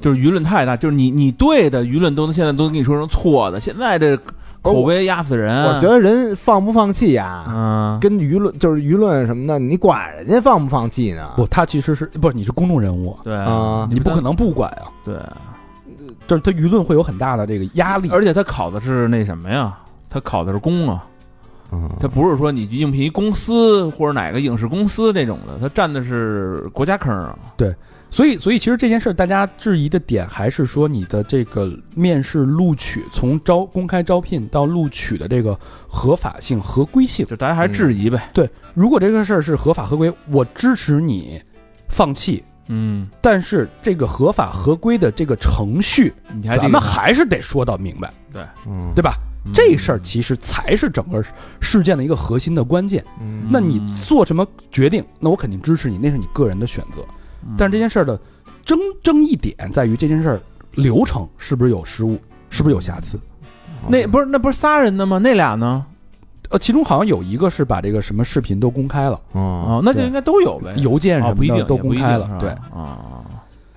[SPEAKER 4] 就是舆论太大，就是你你对的舆论都能现在都能给你说成错的，现在这口碑压死人。
[SPEAKER 3] 我觉，得人放不放弃呀，
[SPEAKER 4] 嗯，
[SPEAKER 3] 跟舆论就是舆论什么的，你管人家放不放弃呢？
[SPEAKER 1] 不，他其实是不是你是公众人物，
[SPEAKER 4] 对
[SPEAKER 3] 啊
[SPEAKER 1] 你不可能不管啊，
[SPEAKER 4] 对，
[SPEAKER 1] 就是他舆论会有很大的这个压力。
[SPEAKER 4] 而且他考的是那什么呀？他考的是公啊，
[SPEAKER 3] 嗯
[SPEAKER 4] 他不是说你应聘一公司或者哪个影视公司这种的，他占的是国家坑啊。
[SPEAKER 1] 所以，所以其实这件事儿，大家质疑的点还是说你的这个面试录取，从招公开招聘到录取的这个合法性、合规性。
[SPEAKER 4] 就大家还质疑呗。
[SPEAKER 1] 如果这个事儿是合法合规，我支持你放弃，
[SPEAKER 4] 嗯，
[SPEAKER 1] 但是这个合法合规的这个程序，
[SPEAKER 4] 嗯你还得
[SPEAKER 1] 咱们还是得说到明白，
[SPEAKER 3] 嗯
[SPEAKER 1] 对吧？这事儿其实才是整个事件的一个核心的关键。
[SPEAKER 3] 嗯
[SPEAKER 1] 那你做什么决定，那我肯定支持你，那是你个人的选择。但是这件事儿的争争议点在于这件事儿流程是不是有失误，是不是有瑕疵？嗯
[SPEAKER 4] 那
[SPEAKER 3] 嗯
[SPEAKER 4] 不是那不是仨人的吗？那俩呢？
[SPEAKER 1] 呃，其中好像有一个是把这个什么视频都公开了，
[SPEAKER 3] 嗯
[SPEAKER 4] 哦，那就应该都有呗。
[SPEAKER 1] 邮件什
[SPEAKER 4] 哦，不
[SPEAKER 1] 么
[SPEAKER 4] 一定
[SPEAKER 1] 的
[SPEAKER 4] 也
[SPEAKER 1] 都
[SPEAKER 4] 不
[SPEAKER 1] 公
[SPEAKER 4] 一定
[SPEAKER 1] 开
[SPEAKER 4] 是吧
[SPEAKER 1] 了，对。
[SPEAKER 4] 啊，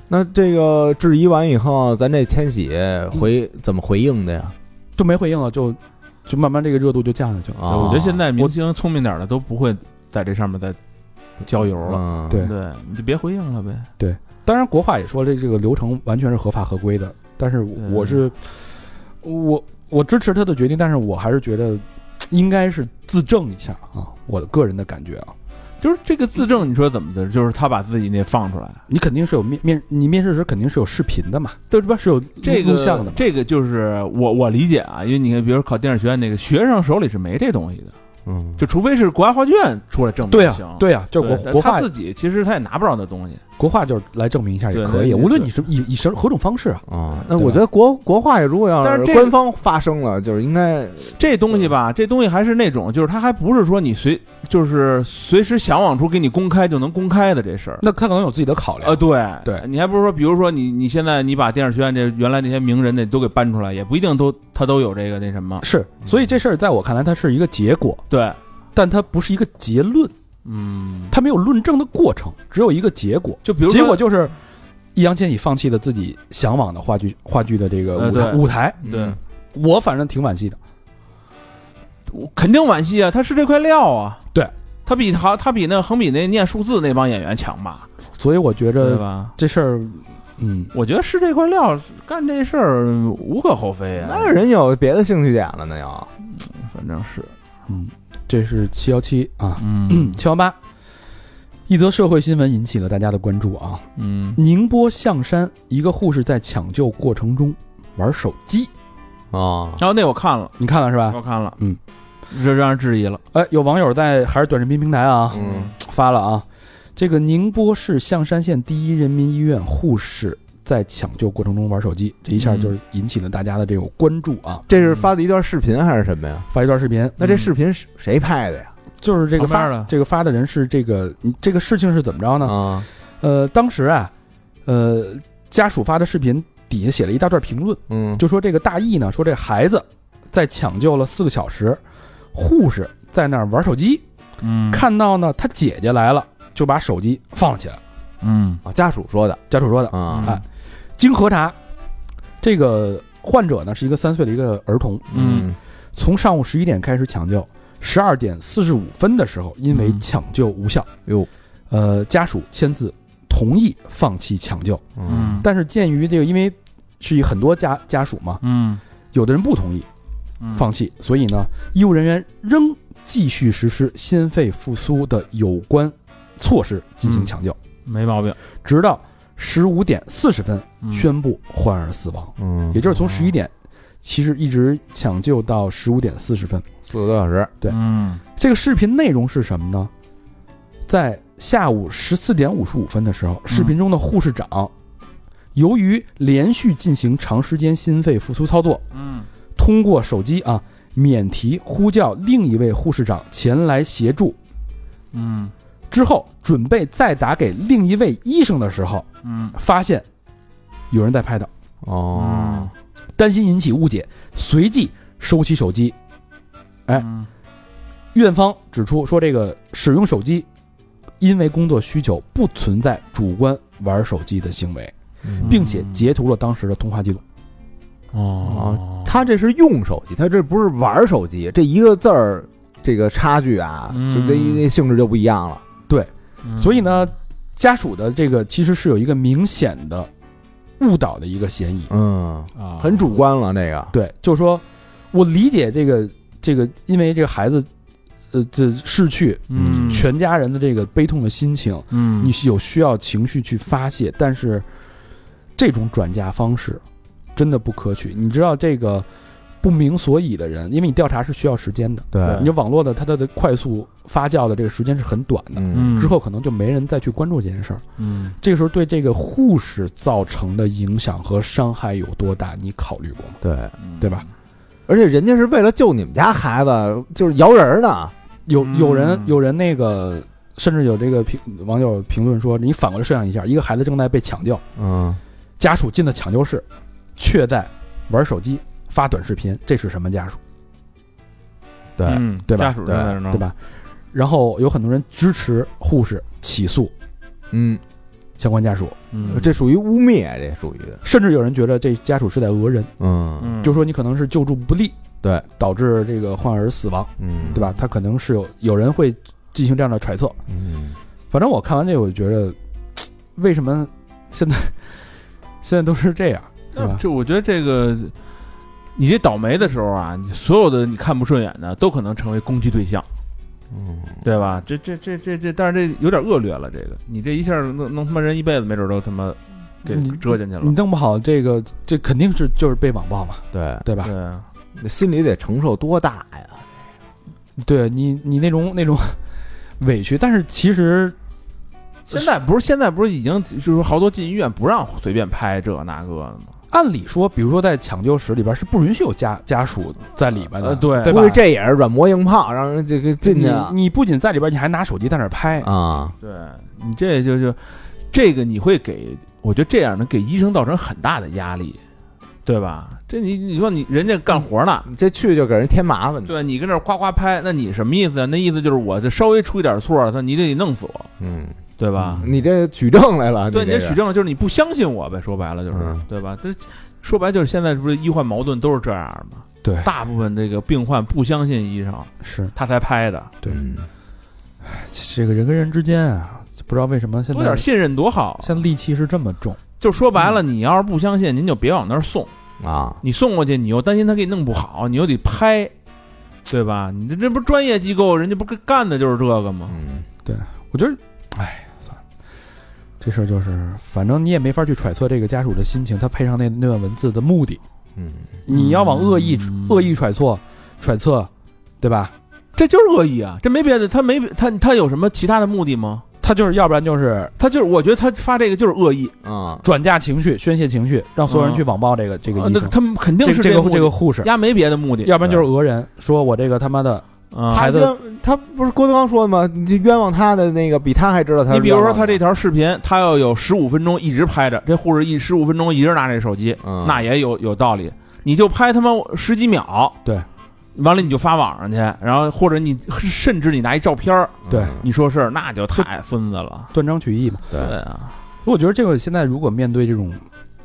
[SPEAKER 3] 那这个质疑完以后，咱这千玺回怎么回应的呀？
[SPEAKER 1] 就没回应了，就就慢慢这个热度就降下去了。
[SPEAKER 3] 啊，
[SPEAKER 4] 我觉得现在明星聪明点儿的都不会在这上面再浇油了。
[SPEAKER 3] 嗯
[SPEAKER 1] 对
[SPEAKER 4] 对，你就别回应了呗。
[SPEAKER 1] 当然，国话也说这这个流程完全是合法合规的，但是我
[SPEAKER 4] 嗯
[SPEAKER 1] 我是、我我支持他的决定，但是我还是觉得应该是自证一下啊，我的个人的感觉啊，
[SPEAKER 4] 就是这个自证，你说怎么的？就是他把自己那放出来，
[SPEAKER 1] 你肯定是有面面，你面试时肯定是有视频的嘛，
[SPEAKER 4] 对吧？
[SPEAKER 1] 是有
[SPEAKER 4] 这
[SPEAKER 1] 录像的
[SPEAKER 4] 个
[SPEAKER 1] 嘛，
[SPEAKER 4] 这个就是我我理解啊，因为你看，比如考电影学院那个学生手里是没这东西的，
[SPEAKER 3] 嗯，
[SPEAKER 4] 就除非是国家画卷出来证明
[SPEAKER 1] 对
[SPEAKER 4] 就行。
[SPEAKER 1] 啊，对啊，就是国
[SPEAKER 4] 对
[SPEAKER 1] 国
[SPEAKER 4] 他
[SPEAKER 1] 画
[SPEAKER 4] 自己其实他也拿不着那东西。
[SPEAKER 1] 国画就是来证明一下也
[SPEAKER 4] 对
[SPEAKER 1] 可以，
[SPEAKER 4] 对对
[SPEAKER 1] 无论你是以以什何种方式啊，
[SPEAKER 3] 啊，
[SPEAKER 1] 对
[SPEAKER 3] 那
[SPEAKER 1] 吧
[SPEAKER 3] 我觉得国国话如果要
[SPEAKER 4] 但是这个
[SPEAKER 3] 官方发声了，就是应该
[SPEAKER 4] 这东西吧，这东西还是那种，就是他还不是说你随就是随时想往出给你公开就能公开的这事儿。
[SPEAKER 1] 那他可能有自己的考量。
[SPEAKER 4] 呃，对
[SPEAKER 1] 对
[SPEAKER 4] 你还不是说，比如说你你现在你把电影学院这原来那些名人那都给搬出来，也不一定都他都有这个那什么。
[SPEAKER 1] 是，所以这事儿在我看来，它是一个结果，
[SPEAKER 4] 对，
[SPEAKER 1] 但它不是一个结论，
[SPEAKER 4] 嗯，
[SPEAKER 1] 它没有论证的过程，只有一个结果。
[SPEAKER 4] 就比如说
[SPEAKER 1] 结果就是易烊千玺放弃了自己向往的话剧话剧的这个
[SPEAKER 4] 呃
[SPEAKER 1] 舞台、
[SPEAKER 4] 对
[SPEAKER 1] 舞台，
[SPEAKER 4] 对，
[SPEAKER 1] 我反正挺惋惜的。
[SPEAKER 4] 我肯定惋惜啊，他是这块料啊。
[SPEAKER 1] 嗯对，
[SPEAKER 4] 他比好，他比那横比那念数字那帮演员强吧？
[SPEAKER 1] 所以我觉
[SPEAKER 4] 对
[SPEAKER 1] 着
[SPEAKER 4] 吧？
[SPEAKER 1] 这事儿，嗯，
[SPEAKER 4] 我觉得是这块料，干这事儿无可厚非啊。
[SPEAKER 3] 那人有别的兴趣点了呢，又
[SPEAKER 4] 反正是，
[SPEAKER 1] 嗯，这是七幺七啊，
[SPEAKER 4] 嗯
[SPEAKER 1] 七幺八。一则社会新闻引起了大家的关注啊！
[SPEAKER 4] 嗯，
[SPEAKER 1] 宁波象山一个护士在抢救过程中玩手机，
[SPEAKER 3] 啊，
[SPEAKER 4] 然后那我看了，
[SPEAKER 1] 你看了是吧？
[SPEAKER 4] 我看了，
[SPEAKER 1] 嗯，
[SPEAKER 4] 这让人质疑了。
[SPEAKER 1] 哎，有网友在还是短视频平台啊，
[SPEAKER 3] 嗯
[SPEAKER 1] 发了啊，这个宁波市象山县第一人民医院护士在抢救过程中玩手机，这一下就是引起了大家的这种关注
[SPEAKER 4] 嗯
[SPEAKER 1] 啊。
[SPEAKER 3] 这是发的一段视频还是什么呀？
[SPEAKER 1] 发一段视频，
[SPEAKER 3] 那这视频是谁拍的呀？
[SPEAKER 1] 就是这个
[SPEAKER 4] 旁边
[SPEAKER 1] 发
[SPEAKER 4] 的
[SPEAKER 1] 这个发的人是这个你这个事情是怎么着呢？
[SPEAKER 3] 啊，
[SPEAKER 1] 呃，当时啊，呃，家属发的视频底下写了一大段评论，
[SPEAKER 3] 嗯，
[SPEAKER 1] 就说这个大意呢，说这孩子在抢救了四个小时，护士在那儿玩手机，
[SPEAKER 4] 嗯，，
[SPEAKER 1] 看到呢他姐姐来了，就把手机放了起来。
[SPEAKER 4] 嗯
[SPEAKER 3] 啊家属说的
[SPEAKER 1] 家属说的。
[SPEAKER 3] 啊，
[SPEAKER 1] 哎，经核查，这个患者呢是一个三岁的一个儿童，
[SPEAKER 4] 嗯
[SPEAKER 1] 从上午十一点开始抢救，十二点四十五分的时候，因
[SPEAKER 4] 嗯
[SPEAKER 1] 为抢救无效，
[SPEAKER 3] 哟，
[SPEAKER 1] 呃，家属签字同意放弃抢救，
[SPEAKER 3] 嗯，
[SPEAKER 1] 但是鉴于这个，因为是很多家家属嘛，
[SPEAKER 4] 嗯，
[SPEAKER 1] 有的人不同意
[SPEAKER 4] 嗯
[SPEAKER 1] 放弃，所以呢，医务人员仍继续实施心肺复苏的有关措施进行抢救，
[SPEAKER 4] 没毛病，
[SPEAKER 1] 直到十五点四十分
[SPEAKER 4] 嗯
[SPEAKER 1] 宣布患儿死亡。
[SPEAKER 3] 嗯
[SPEAKER 1] 也就是从十一点，其实一直抢救到十五点四十分。
[SPEAKER 3] 四个多小时，
[SPEAKER 1] 对
[SPEAKER 4] 嗯
[SPEAKER 1] 这个视频内容是什么呢？在下午十四点五十五分的时候，视频中的护士长，由于连续进行长时间心肺复苏操作，
[SPEAKER 4] 嗯
[SPEAKER 1] 通过手机啊免提呼叫另一位护士长前来协助，
[SPEAKER 4] 嗯
[SPEAKER 1] 之后准备再打给另一位医生的时候，
[SPEAKER 4] 嗯
[SPEAKER 1] 发现有人在拍到，
[SPEAKER 4] 嗯
[SPEAKER 3] 哦，
[SPEAKER 1] 担心引起误解，随即收起手机哎
[SPEAKER 4] 嗯
[SPEAKER 1] 院方指出说，这个使用手机因为工作需求不存在主观玩手机的行为，
[SPEAKER 3] 嗯
[SPEAKER 1] 并且截图了当时的通话记录。
[SPEAKER 4] 哦，
[SPEAKER 3] 他这是用手机，他这不是玩手机，这一个字儿这个差距啊，
[SPEAKER 4] 嗯
[SPEAKER 3] 就这一性质就不一样了。
[SPEAKER 4] 嗯
[SPEAKER 1] 所以，呢，家属的这个其实是有一个明显的误导的一个嫌疑。
[SPEAKER 3] 嗯，
[SPEAKER 4] 啊
[SPEAKER 3] 很主观了，这个
[SPEAKER 1] 对，就是说我理解这个这个，因为这个孩子呃这逝去，
[SPEAKER 4] 嗯
[SPEAKER 1] 全家人的这个悲痛的心情，
[SPEAKER 4] 嗯
[SPEAKER 1] 你是有需要情绪去发泄，但是这种转嫁方式真的不可取。你知道这个不明所以的人，因为你调查是需要时间的，
[SPEAKER 3] 对
[SPEAKER 1] 你，网络的它的快速发酵的这个时间是很短的，
[SPEAKER 3] 嗯
[SPEAKER 4] 嗯
[SPEAKER 1] 之后可能就没人再去关注这件事儿。
[SPEAKER 4] 嗯
[SPEAKER 1] 这个时候对这个护士造成的影响和伤害有多大，你考虑过吗？
[SPEAKER 3] 对，
[SPEAKER 1] 对吧？
[SPEAKER 3] 而且人家是为了救你们家孩子，就是摇人呢。
[SPEAKER 1] 有
[SPEAKER 4] 嗯
[SPEAKER 1] 有人有人那个。甚至有这个评网友评论说：“你反过来设想一下，一个孩子正在被抢救，
[SPEAKER 3] 嗯，
[SPEAKER 1] 家属进了抢救室，却在玩手机、发短视频，这是什么家属，
[SPEAKER 3] 对，
[SPEAKER 4] 嗯，
[SPEAKER 1] 对吧
[SPEAKER 4] 家属在那儿呢
[SPEAKER 1] 对？吧？然后有很多人支持护士起诉
[SPEAKER 3] 嗯，
[SPEAKER 1] 相关家属，
[SPEAKER 4] 嗯
[SPEAKER 3] 这属于污蔑，这属于
[SPEAKER 1] 甚至有人觉得这家属是在讹人，
[SPEAKER 3] 嗯
[SPEAKER 1] 就说你可能是救助不力，
[SPEAKER 3] 对，
[SPEAKER 1] 导致这个患儿死亡，
[SPEAKER 3] 嗯
[SPEAKER 1] 对？吧？他可能是有有人会进行这样的揣测。
[SPEAKER 3] 嗯，
[SPEAKER 1] 反正我看完这，我就觉得为什么现在现在都是这样，对
[SPEAKER 4] 那
[SPEAKER 1] 吧？
[SPEAKER 4] 就我觉得这个，你这倒霉的时候啊，你所有的你看不顺眼的都可能成为攻击对象，
[SPEAKER 3] 嗯
[SPEAKER 4] 对吧？这这这这这，但是这有点恶劣了。这个你这一下弄弄他妈人一辈子，没准都他妈给
[SPEAKER 1] 你
[SPEAKER 4] 折进去了
[SPEAKER 1] 你。弄不好这个，这肯定是就是被网暴嘛，
[SPEAKER 3] 对，
[SPEAKER 1] 对吧？
[SPEAKER 4] 对啊，
[SPEAKER 3] 心里得承受多大呀？
[SPEAKER 1] 对你，你那种那种委屈，但是其实
[SPEAKER 4] 现在不是现在不是已经就是好多进医院不让随便拍这那个的吗？
[SPEAKER 1] 按理说，比如说在抢救室里边是不允许有家家属在里边的，
[SPEAKER 4] 呃对
[SPEAKER 1] 对吧
[SPEAKER 3] 估计？这也是软磨硬泡，让人这个进去啊
[SPEAKER 1] 你你不仅在里边，你还拿手机在那儿拍，
[SPEAKER 3] 啊，
[SPEAKER 4] 对你这就就这个你会给，我觉得这样能给医生造成很大的压力，对吧？这你你说你人家干活呢，
[SPEAKER 3] 你这去就给人添麻烦。，
[SPEAKER 4] 对你跟那儿夸夸拍，那你什么意思啊？那意思就是我这稍微出一点错，他你得弄死我，
[SPEAKER 3] 嗯，
[SPEAKER 4] 对吧？
[SPEAKER 3] 你这取证来了，
[SPEAKER 4] 对，你
[SPEAKER 3] 这
[SPEAKER 4] 这
[SPEAKER 3] 是
[SPEAKER 4] 取证就是你不相信我呗，说白了就是，
[SPEAKER 3] 嗯
[SPEAKER 4] 对吧？这说白就是现在不是医患矛盾都是这样的吗？
[SPEAKER 1] 对
[SPEAKER 4] 大部分这个病患不相信医生，
[SPEAKER 1] 是
[SPEAKER 4] 他才拍的，
[SPEAKER 1] 对
[SPEAKER 3] 嗯
[SPEAKER 1] 这个人跟人之间啊，不知道为什么现
[SPEAKER 4] 多
[SPEAKER 1] 在
[SPEAKER 4] 点信任多好。
[SPEAKER 1] 现在嗯戾气是这么重，
[SPEAKER 4] 就说白了，你要是不相信，您就别往那儿送，
[SPEAKER 3] 啊，
[SPEAKER 4] 你送过去，你又担心他给你弄不好，你又得拍，对吧？你这这不是专业机构，人家不是干的就是这个吗？
[SPEAKER 3] 嗯，
[SPEAKER 1] 我觉得，哎，算了，这事儿就是，反正你也没法去揣测这个家属的心情，他配上那那段文字的目的，
[SPEAKER 3] 嗯，
[SPEAKER 1] 你要往恶意、
[SPEAKER 4] 嗯
[SPEAKER 1] 恶意揣测，揣测，对吧？
[SPEAKER 4] 这就是恶意啊！这没别的，他没他他有什么其他的目的吗？
[SPEAKER 1] 他就是要不然就是
[SPEAKER 4] 他就是，我觉得他发这个就是恶意。
[SPEAKER 3] 啊，
[SPEAKER 1] 转嫁情绪、宣泄情绪，让所有人
[SPEAKER 4] 嗯
[SPEAKER 1] 去网暴这个、这个
[SPEAKER 4] 啊
[SPEAKER 1] 医
[SPEAKER 4] 那
[SPEAKER 1] 生，
[SPEAKER 4] 他们肯定
[SPEAKER 1] 这
[SPEAKER 4] 是
[SPEAKER 1] 这
[SPEAKER 4] 目
[SPEAKER 1] 个
[SPEAKER 4] 的
[SPEAKER 1] 这个护士，
[SPEAKER 4] 丫没别的目的。
[SPEAKER 1] 要不然就是讹人，说我这个他妈的
[SPEAKER 4] 啊，
[SPEAKER 1] 孩子
[SPEAKER 3] 他冤他不是郭德纲说的吗？你就冤枉他的那个比他还知道他是
[SPEAKER 4] 你比如
[SPEAKER 3] 冤
[SPEAKER 4] 说
[SPEAKER 3] 枉
[SPEAKER 4] 他
[SPEAKER 3] 的
[SPEAKER 4] 这条视频，他要有十五分钟一直拍着，这护士一十五分钟一直拿这手机，
[SPEAKER 3] 嗯
[SPEAKER 4] 那也有有道理。你就拍他妈十几秒，
[SPEAKER 1] 对，
[SPEAKER 4] 完了你就发网上去，然后或者你甚至你拿一照片儿，
[SPEAKER 3] 嗯
[SPEAKER 1] 对
[SPEAKER 4] 你说是那就太孙子了。
[SPEAKER 1] 断章取义嘛。
[SPEAKER 3] 对
[SPEAKER 4] 对啊，
[SPEAKER 1] 我觉得这个现在如果面对这种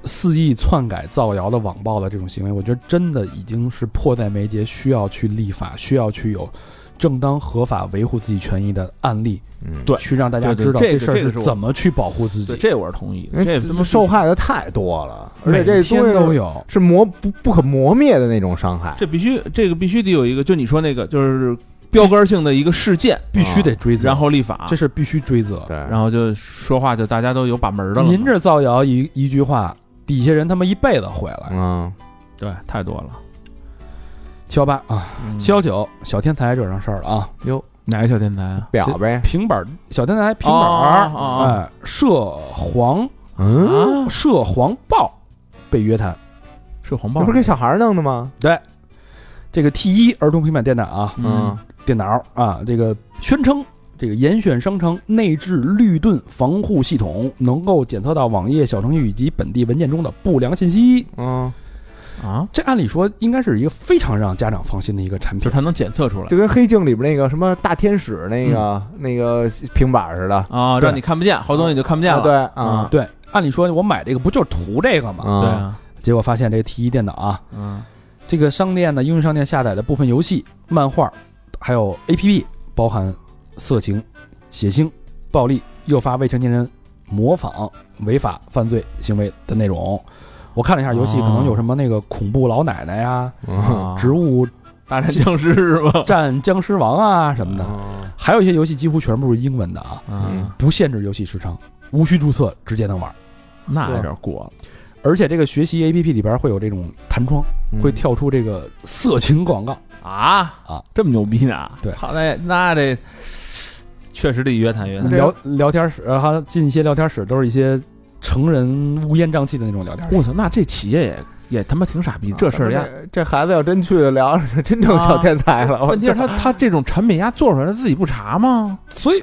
[SPEAKER 1] 肆意篡改、造谣的网暴的这种行为，我觉得真的已经是迫在眉睫，需要去立法，需要去有正当合法维护自己权益的案例，
[SPEAKER 3] 嗯
[SPEAKER 4] 对
[SPEAKER 1] 去让大家
[SPEAKER 4] 对对
[SPEAKER 1] 知道
[SPEAKER 4] 这个
[SPEAKER 1] 事儿
[SPEAKER 4] 这个是我
[SPEAKER 1] 怎么去保护自
[SPEAKER 4] 对，
[SPEAKER 1] 己。
[SPEAKER 4] 这我是同意的。这他妈
[SPEAKER 3] 受害的太多了，而且
[SPEAKER 1] 每
[SPEAKER 3] 这
[SPEAKER 1] 天
[SPEAKER 3] 东
[SPEAKER 1] 都
[SPEAKER 3] 西
[SPEAKER 1] 有，
[SPEAKER 3] 是磨不不可磨灭的那种伤害。
[SPEAKER 4] 这必须，这个必须得有一个，就你说那个，就是标杆性的一个事件，
[SPEAKER 1] 必须得追责，
[SPEAKER 4] 然后立啊法，
[SPEAKER 1] 这是必须追责。
[SPEAKER 3] 对，然
[SPEAKER 4] 然后就说话就大家都有把门儿的了。
[SPEAKER 1] 您这造谣一一句话，底下人他妈一辈子回来。
[SPEAKER 3] 嗯，
[SPEAKER 4] 对太多了，
[SPEAKER 1] 七幺八啊，
[SPEAKER 4] 嗯
[SPEAKER 1] 七幺九小天才惹上事儿了啊！
[SPEAKER 4] 哪个小天才啊？
[SPEAKER 3] 表呗，
[SPEAKER 1] 平板儿小天才平板
[SPEAKER 4] 哦哦
[SPEAKER 1] 儿，
[SPEAKER 4] 哦
[SPEAKER 1] 哎，涉黄
[SPEAKER 3] 嗯，
[SPEAKER 4] 啊，
[SPEAKER 1] 涉黄暴被约谈。
[SPEAKER 4] 是黄
[SPEAKER 3] 那
[SPEAKER 4] 豹
[SPEAKER 3] 不是给小孩弄的吗？
[SPEAKER 1] 对，这个 T 一儿童平板电脑啊，
[SPEAKER 4] 嗯，
[SPEAKER 1] 电脑啊，这个宣称这个严选商城内置绿盾防护系统，能够检测到网页小程序以及本地文件中的不良信息。
[SPEAKER 3] 嗯，
[SPEAKER 4] 啊，
[SPEAKER 1] 这按理说应该是一个非常让家长放心的一个产品
[SPEAKER 4] 就是。他能检测出来
[SPEAKER 3] 就跟黑镜里边那个什么大天使那个
[SPEAKER 4] 嗯
[SPEAKER 3] 那个平板似的，
[SPEAKER 4] 啊，
[SPEAKER 1] 对
[SPEAKER 4] 让你看不见，好东西就看不见
[SPEAKER 3] 啊
[SPEAKER 4] 了。
[SPEAKER 3] 对
[SPEAKER 4] 啊
[SPEAKER 3] 啊，
[SPEAKER 1] 对，按理说我买这个不就是图这个吗？
[SPEAKER 3] 嗯
[SPEAKER 4] 对，啊，
[SPEAKER 1] 结果发现这个 T 一电脑啊，
[SPEAKER 4] 嗯
[SPEAKER 1] 这个商店呢，应用商店下载的部分游戏、漫画，还有 APP，包含色情、血腥、暴力、诱发未成年人模仿违法犯罪行为的内容。我看了一下游戏，
[SPEAKER 4] 哦
[SPEAKER 1] 可能有什么那个恐怖老奶奶呀、
[SPEAKER 3] 嗯，
[SPEAKER 1] 植物
[SPEAKER 4] 啊大战僵尸是吧？
[SPEAKER 1] 战僵尸王啊什么的，还有一些游戏几乎全部是英文的啊，
[SPEAKER 4] 嗯，
[SPEAKER 1] 不限制游戏时长，啊无需注册，直接能玩。
[SPEAKER 4] 那有点过了。
[SPEAKER 1] 而且这个学习 APP 里边会有这种弹窗，
[SPEAKER 3] 嗯
[SPEAKER 1] 会跳出这个色情广告。
[SPEAKER 4] 啊
[SPEAKER 1] 啊，
[SPEAKER 4] 这么牛逼呢？
[SPEAKER 1] 对
[SPEAKER 4] 好嘞，那得确实得约谈约谈。
[SPEAKER 1] 聊聊天室，呃然后进一些聊天室，都是一些成人乌烟瘴气的那种聊天室。
[SPEAKER 4] 我操，那这企业也也他妈挺傻
[SPEAKER 3] 啊
[SPEAKER 4] 逼，这事儿呀，啊
[SPEAKER 3] 这这孩子要真去聊， 真成小天才了。我
[SPEAKER 4] 问题是他他这种产品呀做出来，他自己不查吗？
[SPEAKER 1] 所以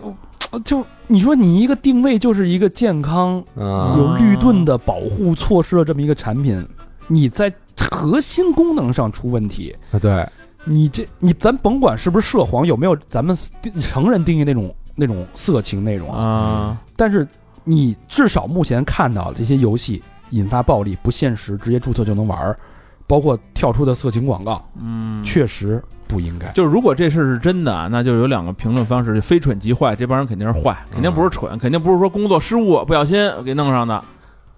[SPEAKER 1] 我就你说你一个定位就是一个健康
[SPEAKER 3] 嗯
[SPEAKER 1] 有绿盾的保护措施的这么一个产品，你在核心功能上出问题，
[SPEAKER 3] 啊对，
[SPEAKER 1] 你这你咱甭管是不是涉黄，有没有咱们定成人定义那种那种色情内容，
[SPEAKER 4] 啊，
[SPEAKER 1] 但是你至少目前看到的这些游戏引发暴力不现实，直接注册就能玩儿，包括跳出的色情广告，
[SPEAKER 4] 嗯
[SPEAKER 1] 确实不应该。
[SPEAKER 4] 就是如果这事儿是真的啊，那就有两个评论方式：非蠢即坏，这帮人肯定是坏，
[SPEAKER 3] 嗯
[SPEAKER 4] 肯定不是蠢，肯定不是说工作失误不小心给弄上的。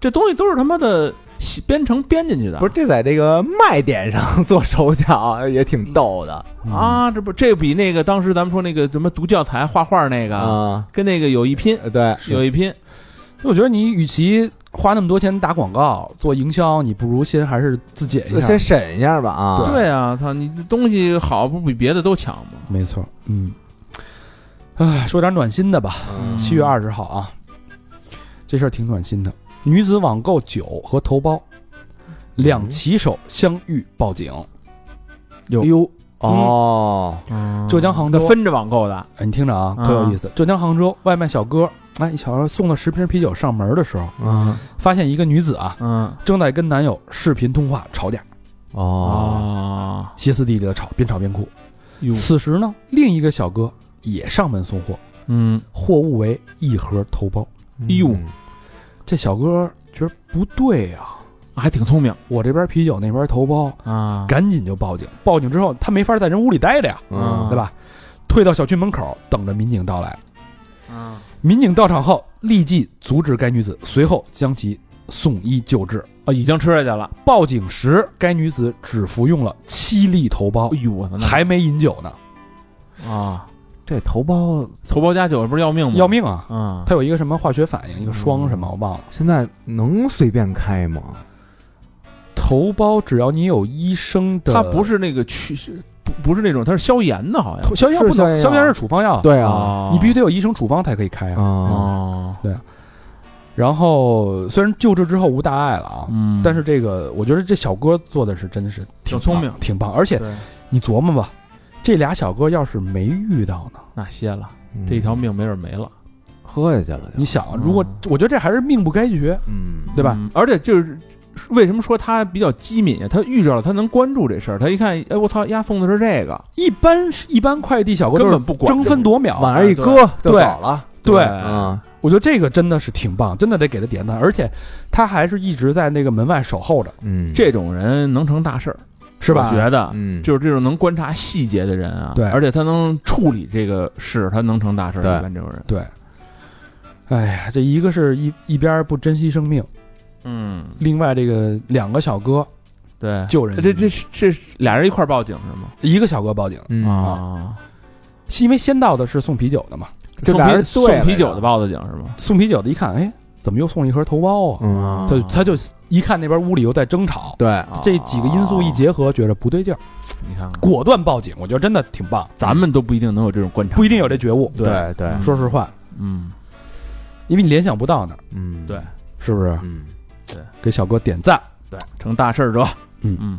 [SPEAKER 4] 这东西都是他妈的写编程编进去的，
[SPEAKER 3] 不是这在这个卖点上 做手脚也挺逗的
[SPEAKER 4] 啊？这不这比那个当时咱们说那个什么读教材画画那个，
[SPEAKER 3] 啊，
[SPEAKER 4] 跟那个有一拼，
[SPEAKER 3] 呃对，
[SPEAKER 4] 有一拼。
[SPEAKER 1] 我觉得你与其花那么多钱打广告做营销，你不如先还是自检一下
[SPEAKER 3] 先。审一下吧啊，
[SPEAKER 4] 对啊，操你这东西好不比别的都强吗？
[SPEAKER 1] 没错，嗯。唉，说点暖心的吧。
[SPEAKER 3] 嗯
[SPEAKER 1] 七月二十号啊，这事儿挺暖心的。女子网购酒和头孢，嗯两骑手相遇报警。
[SPEAKER 4] 有
[SPEAKER 3] 哎呦哦，
[SPEAKER 1] 浙江杭州
[SPEAKER 4] 嗯那分着网购的，
[SPEAKER 1] 嗯哎，你听着啊，可有意思。浙江杭州外卖小哥，哎，小哥送了十瓶啤酒上门的时候，
[SPEAKER 3] 嗯
[SPEAKER 1] 发现一个女子啊，
[SPEAKER 4] 嗯
[SPEAKER 1] 正在跟男友视频通话吵架，
[SPEAKER 3] 哦，
[SPEAKER 4] 啊，
[SPEAKER 1] 歇斯底里的吵，边吵边哭。
[SPEAKER 4] 哟
[SPEAKER 1] 此时呢，另一个小哥也上门送货，
[SPEAKER 4] 嗯，
[SPEAKER 1] 货物为一盒头孢。
[SPEAKER 4] 哎呦
[SPEAKER 3] 嗯
[SPEAKER 1] 这小哥觉得不对呀、
[SPEAKER 4] 还挺聪明
[SPEAKER 1] 我这边啤酒，那边头孢，
[SPEAKER 4] 啊，
[SPEAKER 1] 赶紧就报警。报警之后，他没法在人屋里待着呀，
[SPEAKER 3] 嗯
[SPEAKER 1] 对吧？退到小区门口，等着民警到来。
[SPEAKER 4] 啊
[SPEAKER 1] 民警到场后，立即阻止该女子，随后将其送医救治。
[SPEAKER 4] 哦，已经吃下去了。
[SPEAKER 1] 报警时，该女子只服用了七粒头孢
[SPEAKER 4] 哎，呦我操，那
[SPEAKER 1] 还没饮酒呢，
[SPEAKER 4] 啊，
[SPEAKER 3] 这头孢
[SPEAKER 4] 头孢加酒不是要命吗？
[SPEAKER 1] 要命啊！
[SPEAKER 4] 啊！
[SPEAKER 1] 它有一个什么化学反应，一个双什么我忘了。
[SPEAKER 3] 现在能随便开吗？
[SPEAKER 1] 头孢只要你有医生的，
[SPEAKER 4] 它不是那个去，是不不是那种，它是消炎的，好像
[SPEAKER 1] 头消炎药
[SPEAKER 3] 是
[SPEAKER 1] 不能，
[SPEAKER 3] 消
[SPEAKER 1] 消
[SPEAKER 3] 炎药
[SPEAKER 1] 炎药是处方药，，
[SPEAKER 3] 对啊
[SPEAKER 4] 啊，
[SPEAKER 1] 你必须得有医生处方才可以开啊。
[SPEAKER 3] 啊，
[SPEAKER 4] 哦，
[SPEAKER 1] 然后虽然救治之后无大碍了啊，
[SPEAKER 4] 嗯，
[SPEAKER 1] 但是这个我觉得这小哥做的是真的是
[SPEAKER 4] 挺聪明
[SPEAKER 1] 棒挺棒。而且
[SPEAKER 4] 对
[SPEAKER 1] 你琢磨吧，这俩小哥要是没遇到呢，
[SPEAKER 4] 那歇了，
[SPEAKER 3] 嗯
[SPEAKER 4] 这一条命没准没了，
[SPEAKER 3] 喝下去了就，
[SPEAKER 1] 你想，
[SPEAKER 4] 嗯
[SPEAKER 1] 如果我觉得这还是命不该绝，
[SPEAKER 3] 嗯
[SPEAKER 1] 对吧？
[SPEAKER 4] 嗯？而且就是为什么说他比较机敏啊？他遇着了，他能关注这事儿，他一看，哎，我操，丫送的是这个，
[SPEAKER 1] 一般是一般快递小哥
[SPEAKER 4] 根
[SPEAKER 1] 都是
[SPEAKER 4] 本不管
[SPEAKER 1] 争分夺秒，啊
[SPEAKER 3] 往那儿一搁就
[SPEAKER 1] 对
[SPEAKER 3] 走了，
[SPEAKER 1] 对
[SPEAKER 3] 啊，
[SPEAKER 1] 我觉得这个真的是挺棒，真的得给他点赞，而且他还是一直在那个门外守候着，
[SPEAKER 3] 嗯，
[SPEAKER 4] 这种人能成大事儿，
[SPEAKER 1] 是
[SPEAKER 4] 我
[SPEAKER 1] 吧？
[SPEAKER 4] 觉得。
[SPEAKER 3] 嗯
[SPEAKER 4] 就是这种能观察细节的人啊，
[SPEAKER 1] 对
[SPEAKER 4] 而且他能处理这个事，他能成大事儿。
[SPEAKER 3] 对
[SPEAKER 4] 一般这种人，
[SPEAKER 1] 对，哎呀，这一个是一一边不珍惜生命，
[SPEAKER 4] 嗯，
[SPEAKER 1] 另外这个两个小哥
[SPEAKER 4] 对，
[SPEAKER 1] 救人，
[SPEAKER 4] 这这这这俩人一块儿报警是吗？
[SPEAKER 1] 一个小哥报警，
[SPEAKER 3] 嗯
[SPEAKER 4] 啊，
[SPEAKER 1] 是因为先到的是送啤酒的嘛，
[SPEAKER 3] 这
[SPEAKER 4] 送
[SPEAKER 3] 俩
[SPEAKER 4] 啤
[SPEAKER 3] 人对
[SPEAKER 4] 送
[SPEAKER 3] 了
[SPEAKER 4] 啤酒
[SPEAKER 3] 呀
[SPEAKER 4] 的豹子警是吗？
[SPEAKER 1] 送啤酒的一看，哎，怎么又送一盒头孢啊？
[SPEAKER 3] 嗯，
[SPEAKER 1] 他他就一看那边屋里又在争吵，
[SPEAKER 3] 对，
[SPEAKER 4] 啊
[SPEAKER 1] 这几个因素一
[SPEAKER 4] 结，
[SPEAKER 1] 结合，觉得不对劲儿，
[SPEAKER 4] 你看看，
[SPEAKER 1] 果断报警，我觉得真的挺棒，
[SPEAKER 4] 咱们都不一定能有这种观察，
[SPEAKER 1] 不一定有这，觉悟，
[SPEAKER 4] 对
[SPEAKER 3] 对对，
[SPEAKER 1] 说实话，
[SPEAKER 4] 嗯，
[SPEAKER 1] 因为你联想不到呢，
[SPEAKER 3] 嗯，
[SPEAKER 4] 对，
[SPEAKER 1] 是不是？
[SPEAKER 3] 嗯，
[SPEAKER 1] 给小哥点赞。
[SPEAKER 4] 对，成大事儿者，
[SPEAKER 1] 嗯
[SPEAKER 4] 嗯，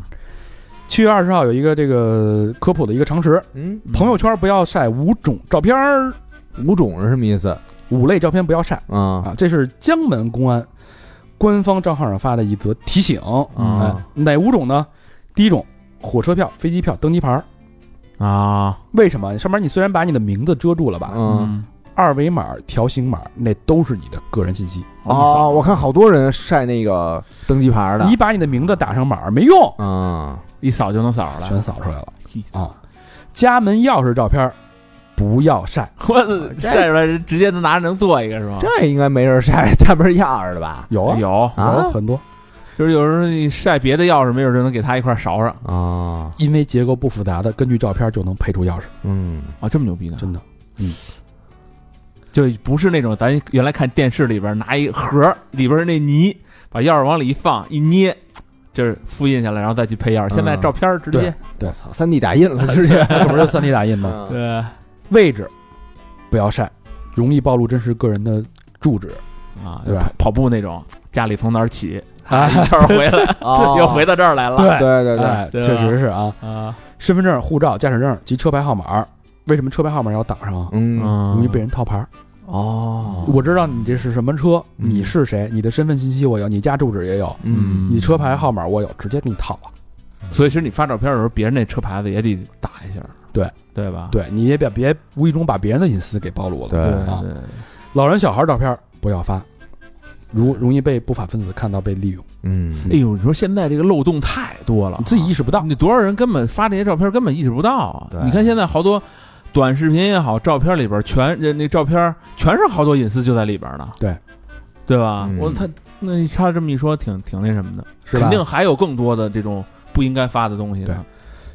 [SPEAKER 1] 七月二十号有一个这个科普的一个常识：
[SPEAKER 3] 嗯，
[SPEAKER 1] 朋友圈不要晒五种照片儿，
[SPEAKER 3] 五种是什么意思？
[SPEAKER 1] 五类照片不要晒
[SPEAKER 3] 啊
[SPEAKER 1] 啊！这是江门公安官方账号上发的一则提醒。
[SPEAKER 3] 啊
[SPEAKER 4] 嗯
[SPEAKER 1] 哎，哪五种呢？第一种，火车票、飞机票、登机牌儿。
[SPEAKER 4] 啊，
[SPEAKER 1] 为什么？上面你虽然把你的名字遮住了吧，
[SPEAKER 3] 嗯，
[SPEAKER 1] 二维码、条形码那都是你的个人信息。
[SPEAKER 3] 啊，我看好多人晒那个登机牌的，
[SPEAKER 1] 你把你的名字打上码儿没用，
[SPEAKER 3] 嗯，
[SPEAKER 4] 一扫就能扫出来，
[SPEAKER 1] 全扫出来了啊！家门钥匙照片儿不要晒。
[SPEAKER 4] 我晒出来直接能拿着能做一个是吗？
[SPEAKER 3] 这应该没人晒家门钥匙的吧？
[SPEAKER 1] 有啊，
[SPEAKER 4] 有，
[SPEAKER 3] 啊
[SPEAKER 1] 有很多，
[SPEAKER 4] 就是有时候你晒别的钥匙，没准就能给他一块儿勺上
[SPEAKER 3] 啊，
[SPEAKER 1] 因为结构不复杂的，根据照片就能配出钥匙，
[SPEAKER 3] 嗯，
[SPEAKER 4] 啊，这么牛逼呢？
[SPEAKER 1] 真的。
[SPEAKER 4] 就不是那种咱原来看电视里边拿一盒儿里边那泥，把钥匙往里一放一捏，就是复印下来，然后再去配钥匙。现在
[SPEAKER 3] 嗯
[SPEAKER 4] 照片儿直接啊
[SPEAKER 3] 我操，三 D 打印了直 接，
[SPEAKER 1] 这不是三 D 打印吗？
[SPEAKER 3] 嗯
[SPEAKER 4] 对
[SPEAKER 1] 位置不要晒，容易暴露真实个人的住址。
[SPEAKER 3] 哎
[SPEAKER 4] 啊，
[SPEAKER 1] 对吧
[SPEAKER 4] 跑跑步那种，家里从哪 儿起，
[SPEAKER 1] 啊
[SPEAKER 4] 一圈儿回来，
[SPEAKER 3] 哦
[SPEAKER 4] 又回到这儿来了
[SPEAKER 1] 对
[SPEAKER 3] 对对对，
[SPEAKER 1] 哎，
[SPEAKER 4] 对
[SPEAKER 1] 确实是啊。
[SPEAKER 4] 啊，
[SPEAKER 1] 身份证、护照、驾驶证及车牌号码，为什么车牌号码要挡上啊？
[SPEAKER 3] 嗯，
[SPEAKER 1] 容易被人套牌。
[SPEAKER 3] 哦，
[SPEAKER 1] 我知道你这是什么车，
[SPEAKER 3] 嗯
[SPEAKER 1] 你是谁，你的身份信息我有，你家住址也有，
[SPEAKER 3] 嗯，啊
[SPEAKER 1] 你车牌号码我有，直接给你套了。
[SPEAKER 4] 所以其实你发照片的时候，别人那车牌子也得打一下，
[SPEAKER 1] 对
[SPEAKER 4] 对吧？
[SPEAKER 1] 对，你也别别无意中把别人的隐私给暴露了。
[SPEAKER 3] 对
[SPEAKER 4] 对
[SPEAKER 1] 啊，
[SPEAKER 4] 对
[SPEAKER 1] 老人、小孩照片不要发，容容易被不法分子看到被利用，
[SPEAKER 3] 嗯
[SPEAKER 4] 哎呦，你说现在这个漏洞太多了，
[SPEAKER 3] 啊
[SPEAKER 1] 你自己意识不到。
[SPEAKER 4] 你多少人根本发这些照片根本意识不到啊
[SPEAKER 3] 对！
[SPEAKER 4] 你看现在好多短视频也好，照片里边全人那照片全是好多隐私就在里边呢，
[SPEAKER 1] 对
[SPEAKER 4] 对吧？
[SPEAKER 3] 嗯
[SPEAKER 4] 我他那你他这么一说，挺挺那什么的，
[SPEAKER 1] 是吧
[SPEAKER 4] 肯定还有更多的这种不应该发的东西呢。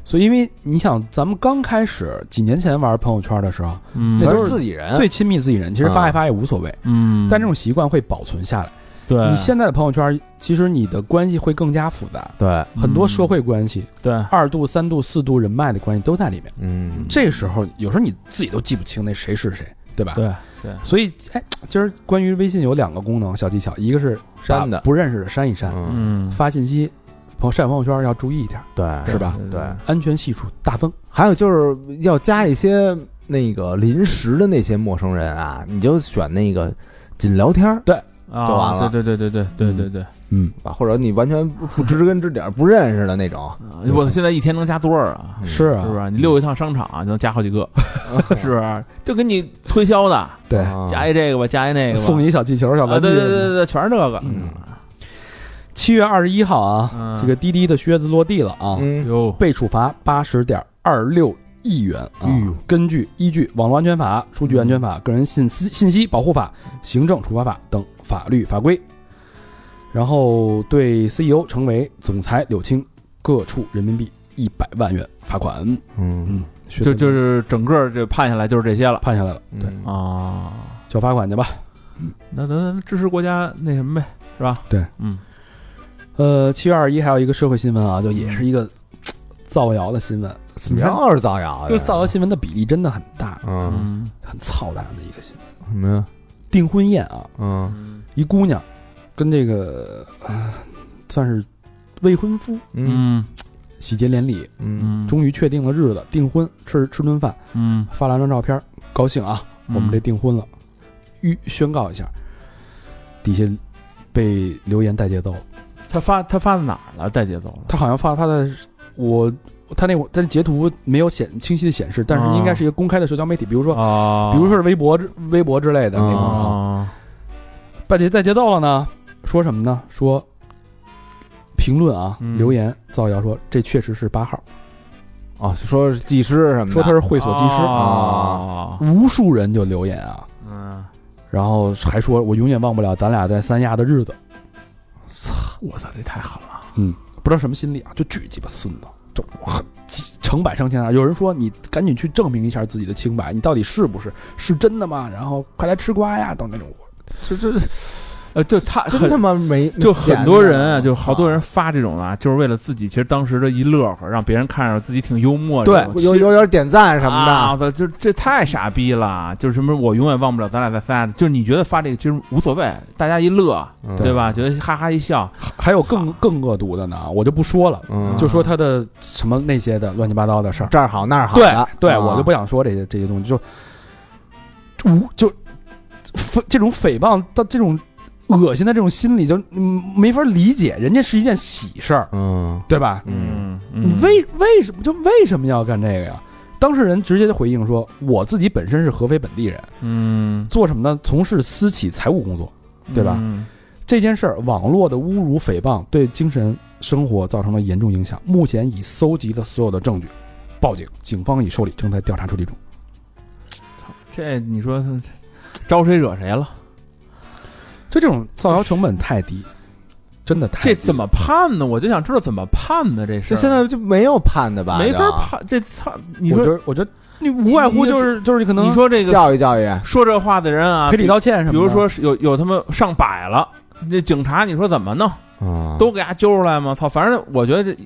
[SPEAKER 1] 所以，因为你想，咱们刚开始几年前玩朋友圈的时候，
[SPEAKER 4] 嗯，
[SPEAKER 1] 那
[SPEAKER 3] 全
[SPEAKER 1] 都
[SPEAKER 3] 是
[SPEAKER 1] 是
[SPEAKER 3] 自己人，
[SPEAKER 1] 最亲密自己人，其实发一发也无所谓，
[SPEAKER 4] 嗯，
[SPEAKER 1] 但这种习惯会保存下来。
[SPEAKER 4] 对
[SPEAKER 1] 你现在的朋友圈，其实你的关系会更加复杂，
[SPEAKER 3] 对，
[SPEAKER 1] 很多社会嗯关系、
[SPEAKER 4] 嗯对
[SPEAKER 1] 二度、三度、四度人脉的关系都在里面。
[SPEAKER 3] 嗯，
[SPEAKER 1] 这时候，有时候你自己都记不清那谁是谁，对吧？
[SPEAKER 4] 对
[SPEAKER 1] 所以，哎，今儿关于微信有两个功能小技巧，一个是把
[SPEAKER 3] 删的
[SPEAKER 1] 不认识的删一删，
[SPEAKER 3] 嗯
[SPEAKER 4] 嗯，
[SPEAKER 1] 发信息、朋晒朋友圈要注意一点，
[SPEAKER 3] 对
[SPEAKER 1] 是吧？
[SPEAKER 3] 对，
[SPEAKER 1] 安全系数大增。
[SPEAKER 3] 还有就是要加一些那个临时的那些陌生人啊，你就选那个仅聊天儿，就完
[SPEAKER 4] 啊，
[SPEAKER 3] 了
[SPEAKER 4] 对对对对对对对对。
[SPEAKER 1] 嗯，
[SPEAKER 3] 啊或者你完全不知根知底儿不认识的那种，
[SPEAKER 4] 啊我现在一天能加多少啊？
[SPEAKER 3] 嗯
[SPEAKER 1] 是
[SPEAKER 4] 是不
[SPEAKER 1] 啊，
[SPEAKER 4] 是？你溜一趟商场就能加好几
[SPEAKER 1] 嗯
[SPEAKER 4] 个，是不是？就跟你推销的，
[SPEAKER 1] 对，
[SPEAKER 3] 啊
[SPEAKER 4] 加一这个吧，加一那个吧，
[SPEAKER 1] 送你一小气球、小
[SPEAKER 4] 啊，
[SPEAKER 1] 玩具
[SPEAKER 4] 对。对对对，全是这个。
[SPEAKER 1] 嗯七月二十一号啊，
[SPEAKER 4] 嗯
[SPEAKER 1] 这个滴滴的靴子落地了啊，
[SPEAKER 3] 嗯
[SPEAKER 4] 哟，
[SPEAKER 1] 被处罚八十点二六亿元啊
[SPEAKER 3] 哎呦。嗯
[SPEAKER 1] 根据依据《网络安全法》《数据安全法》《个人信息信息保护法》《行政处罚法》等法律法规，然后对 E CEO 程维、总裁柳青各处人民币一百万元罚款。
[SPEAKER 3] 嗯
[SPEAKER 1] 嗯，靴子
[SPEAKER 4] 就就是整个这判下来就是这些了
[SPEAKER 1] 判下来了，对，
[SPEAKER 3] 嗯
[SPEAKER 4] 啊。
[SPEAKER 1] 交罚款去吧。
[SPEAKER 4] 那咱咱支持国家那什么呗，是吧？
[SPEAKER 1] 对，
[SPEAKER 4] 嗯，
[SPEAKER 1] 呃，七月二十一还有一个社会新闻啊，就也
[SPEAKER 3] 嗯
[SPEAKER 1] 是一个造谣的新闻，啊
[SPEAKER 3] 你要是造谣
[SPEAKER 1] 就
[SPEAKER 3] 的，
[SPEAKER 1] 是造谣新闻的比例真的很大，
[SPEAKER 3] 嗯
[SPEAKER 4] 嗯
[SPEAKER 1] 很操蛋的一个新闻。
[SPEAKER 3] 什么呀？
[SPEAKER 1] 订婚宴啊，
[SPEAKER 3] 嗯
[SPEAKER 1] 一姑娘跟这个呃算是未婚夫
[SPEAKER 3] 嗯
[SPEAKER 4] 嗯
[SPEAKER 1] 喜结连理，
[SPEAKER 3] 嗯
[SPEAKER 4] 嗯，
[SPEAKER 1] 终于确定了日子，订婚吃吃顿饭，
[SPEAKER 4] 嗯，
[SPEAKER 1] 发了张照片，高兴啊，我们这订婚了，预宣告一下，底下被留言带节奏了。
[SPEAKER 4] 他发他发到哪儿了？带节奏了？
[SPEAKER 1] 他好像发他的我。他那会儿但是截图没有显清晰的显示，但是
[SPEAKER 4] 啊
[SPEAKER 1] 应该是一个公开的社交媒体，比如说，
[SPEAKER 4] 啊，
[SPEAKER 1] 比如说是微博之、微博之类的那种啊。
[SPEAKER 4] 啊，
[SPEAKER 1] 把这带节奏了呢，说什么呢？说评论啊，
[SPEAKER 4] 嗯
[SPEAKER 1] 留言造谣说这确实是八号，
[SPEAKER 3] 哦，说是技师什么的，
[SPEAKER 1] 说他是会所技师，
[SPEAKER 4] 啊，
[SPEAKER 1] 无数人就留言啊，
[SPEAKER 4] 嗯，
[SPEAKER 1] 然后还说我永远忘不了咱俩在三亚的日子，
[SPEAKER 4] 我操，这太狠了。
[SPEAKER 1] 不知道什么心理啊，就巨鸡巴孙子，就我很急成百上千啊！有人说你赶紧去证明一下自己的清白，你到底是不是是真的吗？然后快来吃瓜呀，等那种。
[SPEAKER 3] 这这
[SPEAKER 4] 呃，就他
[SPEAKER 3] 真
[SPEAKER 4] 很
[SPEAKER 3] 他妈没
[SPEAKER 4] 就很多人啊，
[SPEAKER 3] 啊，
[SPEAKER 4] 就好多人发这种啊，就是为了自己，其实当时的一乐呵，让别人看着自己挺幽默这
[SPEAKER 1] 对
[SPEAKER 4] 种。
[SPEAKER 3] 有有点点赞什
[SPEAKER 4] 啊
[SPEAKER 3] 么
[SPEAKER 4] 我操，就这太傻逼了！就是什么，我永远忘不了咱俩在三亚，就是你觉得发这个其实无所谓，大家一乐，
[SPEAKER 3] 的，
[SPEAKER 4] 对？吧？觉得哈哈一笑，
[SPEAKER 1] 还有更更恶毒的呢，我就不说了，
[SPEAKER 3] 嗯，
[SPEAKER 1] 就说他的什么那些的乱七八糟的事儿。
[SPEAKER 3] 这儿好那儿好
[SPEAKER 1] 对
[SPEAKER 3] 的，
[SPEAKER 1] 对，
[SPEAKER 3] 啊
[SPEAKER 1] 我就不想说这些这些东西，就无就诽这种诽谤到这种恶心的这种心理就，嗯没法理解。人家是一件喜事儿，
[SPEAKER 3] 嗯
[SPEAKER 1] 对吧？
[SPEAKER 3] 嗯
[SPEAKER 1] 你
[SPEAKER 4] 嗯，
[SPEAKER 1] 为为什么就为什么要干这个呀？当事人直接就回应说：“我自己本身是合肥本地人，
[SPEAKER 4] 嗯，
[SPEAKER 1] 做什么呢？从事私企财务工作。对吧
[SPEAKER 4] 嗯？
[SPEAKER 1] 这件事儿，网络的侮辱、诽谤对精神生活造成了严重影响。目前已搜集了所有的证据，报警，警方已受理，正在调查处理中。
[SPEAKER 4] 这你说他招谁惹谁了？
[SPEAKER 1] 就这种造谣成本太低，真的太低
[SPEAKER 4] 这怎么判呢？我就想知道怎么判呢？这事
[SPEAKER 3] 这
[SPEAKER 4] 儿
[SPEAKER 3] 现在就没有判的吧？
[SPEAKER 4] 没法
[SPEAKER 3] 就
[SPEAKER 4] 判，这操！你
[SPEAKER 1] 我觉
[SPEAKER 4] 说
[SPEAKER 1] 得，我觉得你无外乎就是就是你可能
[SPEAKER 4] 你说这个
[SPEAKER 3] 教育教育，
[SPEAKER 4] 说这话的人啊，
[SPEAKER 1] 赔礼道歉什么的，
[SPEAKER 4] 比如说是有有他妈上百了，那警察你说怎么弄？
[SPEAKER 3] 嗯
[SPEAKER 4] 都给他揪出来吗？操，反正我觉得这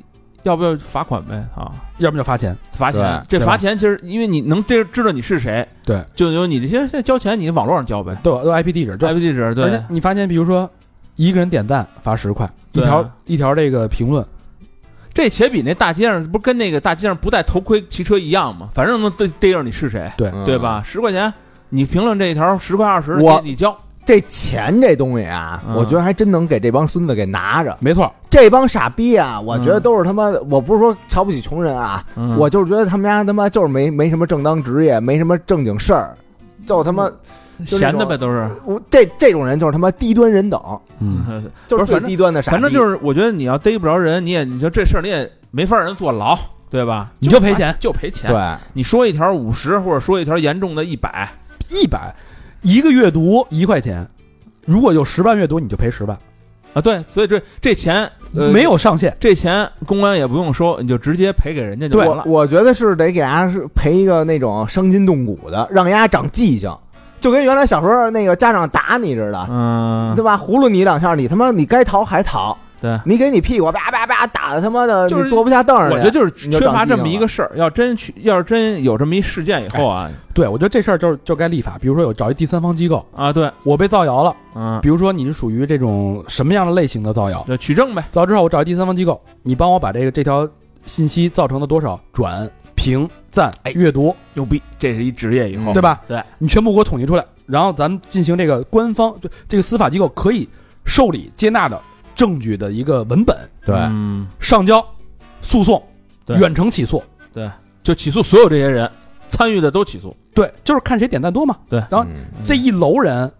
[SPEAKER 4] 要不要罚款呗啊，
[SPEAKER 1] 要不就罚钱，
[SPEAKER 4] 罚钱。
[SPEAKER 1] 对
[SPEAKER 4] 这罚钱其实因为你能这知道你是谁，
[SPEAKER 1] 对，
[SPEAKER 4] 就有你这些现在交钱，你网络上交呗
[SPEAKER 1] 都有都有 IP 地址，这
[SPEAKER 4] ，IP 地址
[SPEAKER 1] 而
[SPEAKER 4] 对
[SPEAKER 1] 且，你发现，比如说一个人点赞罚十块，一
[SPEAKER 4] 对啊
[SPEAKER 1] 条一条这个评论，
[SPEAKER 4] 这且比那大街上不是跟那个大街上不戴头盔骑车一样吗？反正能逮逮着你是谁，
[SPEAKER 1] 对
[SPEAKER 3] 嗯
[SPEAKER 4] 对吧？十块钱。你评论这一条十块二十，
[SPEAKER 3] 我
[SPEAKER 4] 你交
[SPEAKER 3] 这钱这东西啊，
[SPEAKER 4] 嗯
[SPEAKER 3] 我觉得还真能给这帮孙子给拿着。
[SPEAKER 1] 没错，
[SPEAKER 3] 这帮傻逼啊，我觉得
[SPEAKER 4] 嗯
[SPEAKER 3] 都是他妈，我不是说瞧不起穷人啊，
[SPEAKER 4] 嗯
[SPEAKER 3] 我就是觉得他们家他妈就是没没什么正当职业，没什么正经事儿，就他妈就那
[SPEAKER 4] 闲的
[SPEAKER 3] 种
[SPEAKER 4] 呗，都是。
[SPEAKER 3] 我这这种人就是他妈低端人等，
[SPEAKER 1] 嗯，
[SPEAKER 3] 就是
[SPEAKER 4] 不是
[SPEAKER 3] 最低端的傻
[SPEAKER 4] 反
[SPEAKER 3] 逼。
[SPEAKER 4] 正就是，我觉得你要逮不着人，你也你说这事儿你也没法让人坐牢，对吧？
[SPEAKER 1] 你
[SPEAKER 4] 你
[SPEAKER 1] 就赔钱，
[SPEAKER 4] 就赔钱。
[SPEAKER 3] 对，
[SPEAKER 4] 你说一条五十，或者说一条严重的一百，
[SPEAKER 1] 一百一个阅读一块钱，如果有十万阅读，你就赔十万，
[SPEAKER 4] 啊，对，所以这这钱呃
[SPEAKER 1] 没有上限。
[SPEAKER 4] 这钱公安也不用收，你就直接赔给人家就
[SPEAKER 1] 对
[SPEAKER 4] 完
[SPEAKER 3] 我
[SPEAKER 4] 了。
[SPEAKER 3] 我觉得是得给伢是赔一个那种伤筋动骨的，让伢长记性，就跟原来小时候那个家长打你似的，
[SPEAKER 4] 嗯
[SPEAKER 3] 对，吧？葫芦你两下，你他妈你该逃还逃，
[SPEAKER 4] 对
[SPEAKER 3] 你给你屁股叭叭叭打的他妈的，
[SPEAKER 4] 就是
[SPEAKER 3] 你坐不下凳儿去。
[SPEAKER 4] 我觉得就是
[SPEAKER 3] 你就
[SPEAKER 4] 缺乏
[SPEAKER 3] 长记
[SPEAKER 4] 这
[SPEAKER 3] 性
[SPEAKER 4] 么一个事儿。要真去，要是真有这么一事件以后啊
[SPEAKER 1] 对，我觉得这事儿就是就该立法，比如说有找一第三方机构，
[SPEAKER 4] 啊，对，
[SPEAKER 1] 我被造谣了，
[SPEAKER 4] 嗯，
[SPEAKER 1] 比如说你是属于这种什么样的类型的造谣，
[SPEAKER 4] 就取证呗。
[SPEAKER 1] 造谣之后我找一第三方机构，你帮我把这个这条信息造成了多少转、评、赞
[SPEAKER 4] 哎、
[SPEAKER 1] 阅读，
[SPEAKER 4] 牛逼，这是一职业以后，
[SPEAKER 1] 对？吧？
[SPEAKER 4] 对，
[SPEAKER 1] 你全部给我统计出来，然后咱们进行这个官方就这个司法机构可以受理接纳的证据的一个文本
[SPEAKER 3] 对，
[SPEAKER 4] 嗯，
[SPEAKER 1] 上交、诉讼、
[SPEAKER 4] 对
[SPEAKER 1] 远程起诉，
[SPEAKER 4] 就起诉所有这些人参与的都起诉。
[SPEAKER 1] 对，就是看谁点赞多嘛。然后
[SPEAKER 3] 嗯
[SPEAKER 1] 这一楼人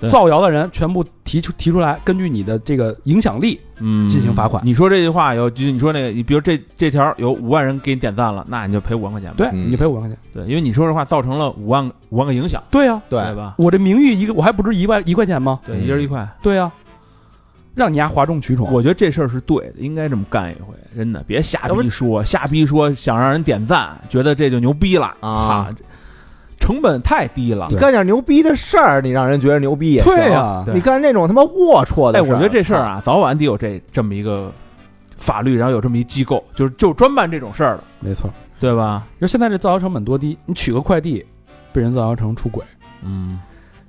[SPEAKER 4] 对
[SPEAKER 1] 造谣的人全部提出提出来，根据你的这个影响力，
[SPEAKER 4] 嗯
[SPEAKER 1] 进行罚款
[SPEAKER 4] 你说这句话有，就你说那个，你比如这这条有五万人给你点赞了，那你就赔五万块钱吧。
[SPEAKER 1] 对
[SPEAKER 3] 嗯
[SPEAKER 1] 你赔五万块钱。
[SPEAKER 4] 对，因为你说这话造成了五万个五万个影响，
[SPEAKER 1] 对呀，
[SPEAKER 3] 对
[SPEAKER 4] 对吧？
[SPEAKER 1] 我这名誉一个我还不值一万一块钱吗？
[SPEAKER 4] 对，
[SPEAKER 3] 嗯
[SPEAKER 4] 一人一块。
[SPEAKER 1] 对呀，让你丫哗众取宠。
[SPEAKER 4] 我觉得这事儿是对的，应该这么干一回。真的，别瞎逼说，瞎逼说想让人点赞，觉得这就牛逼了操
[SPEAKER 3] 啊
[SPEAKER 4] 成本太低了。
[SPEAKER 1] 对
[SPEAKER 3] 干点牛逼的事儿，你让人觉得牛逼也行啊
[SPEAKER 1] 对啊呀，
[SPEAKER 4] 对
[SPEAKER 3] 你干那种他妈龌龊的
[SPEAKER 4] 哎，
[SPEAKER 3] 事
[SPEAKER 4] 我觉得这事儿啊，早晚得有这这么一个法律，然后有这么一机构，就是就专办这种事儿的，
[SPEAKER 1] 没错。
[SPEAKER 4] 对吧？
[SPEAKER 1] 就现在这造谣成本多低，你取个快递被人造谣成出轨，
[SPEAKER 4] 嗯，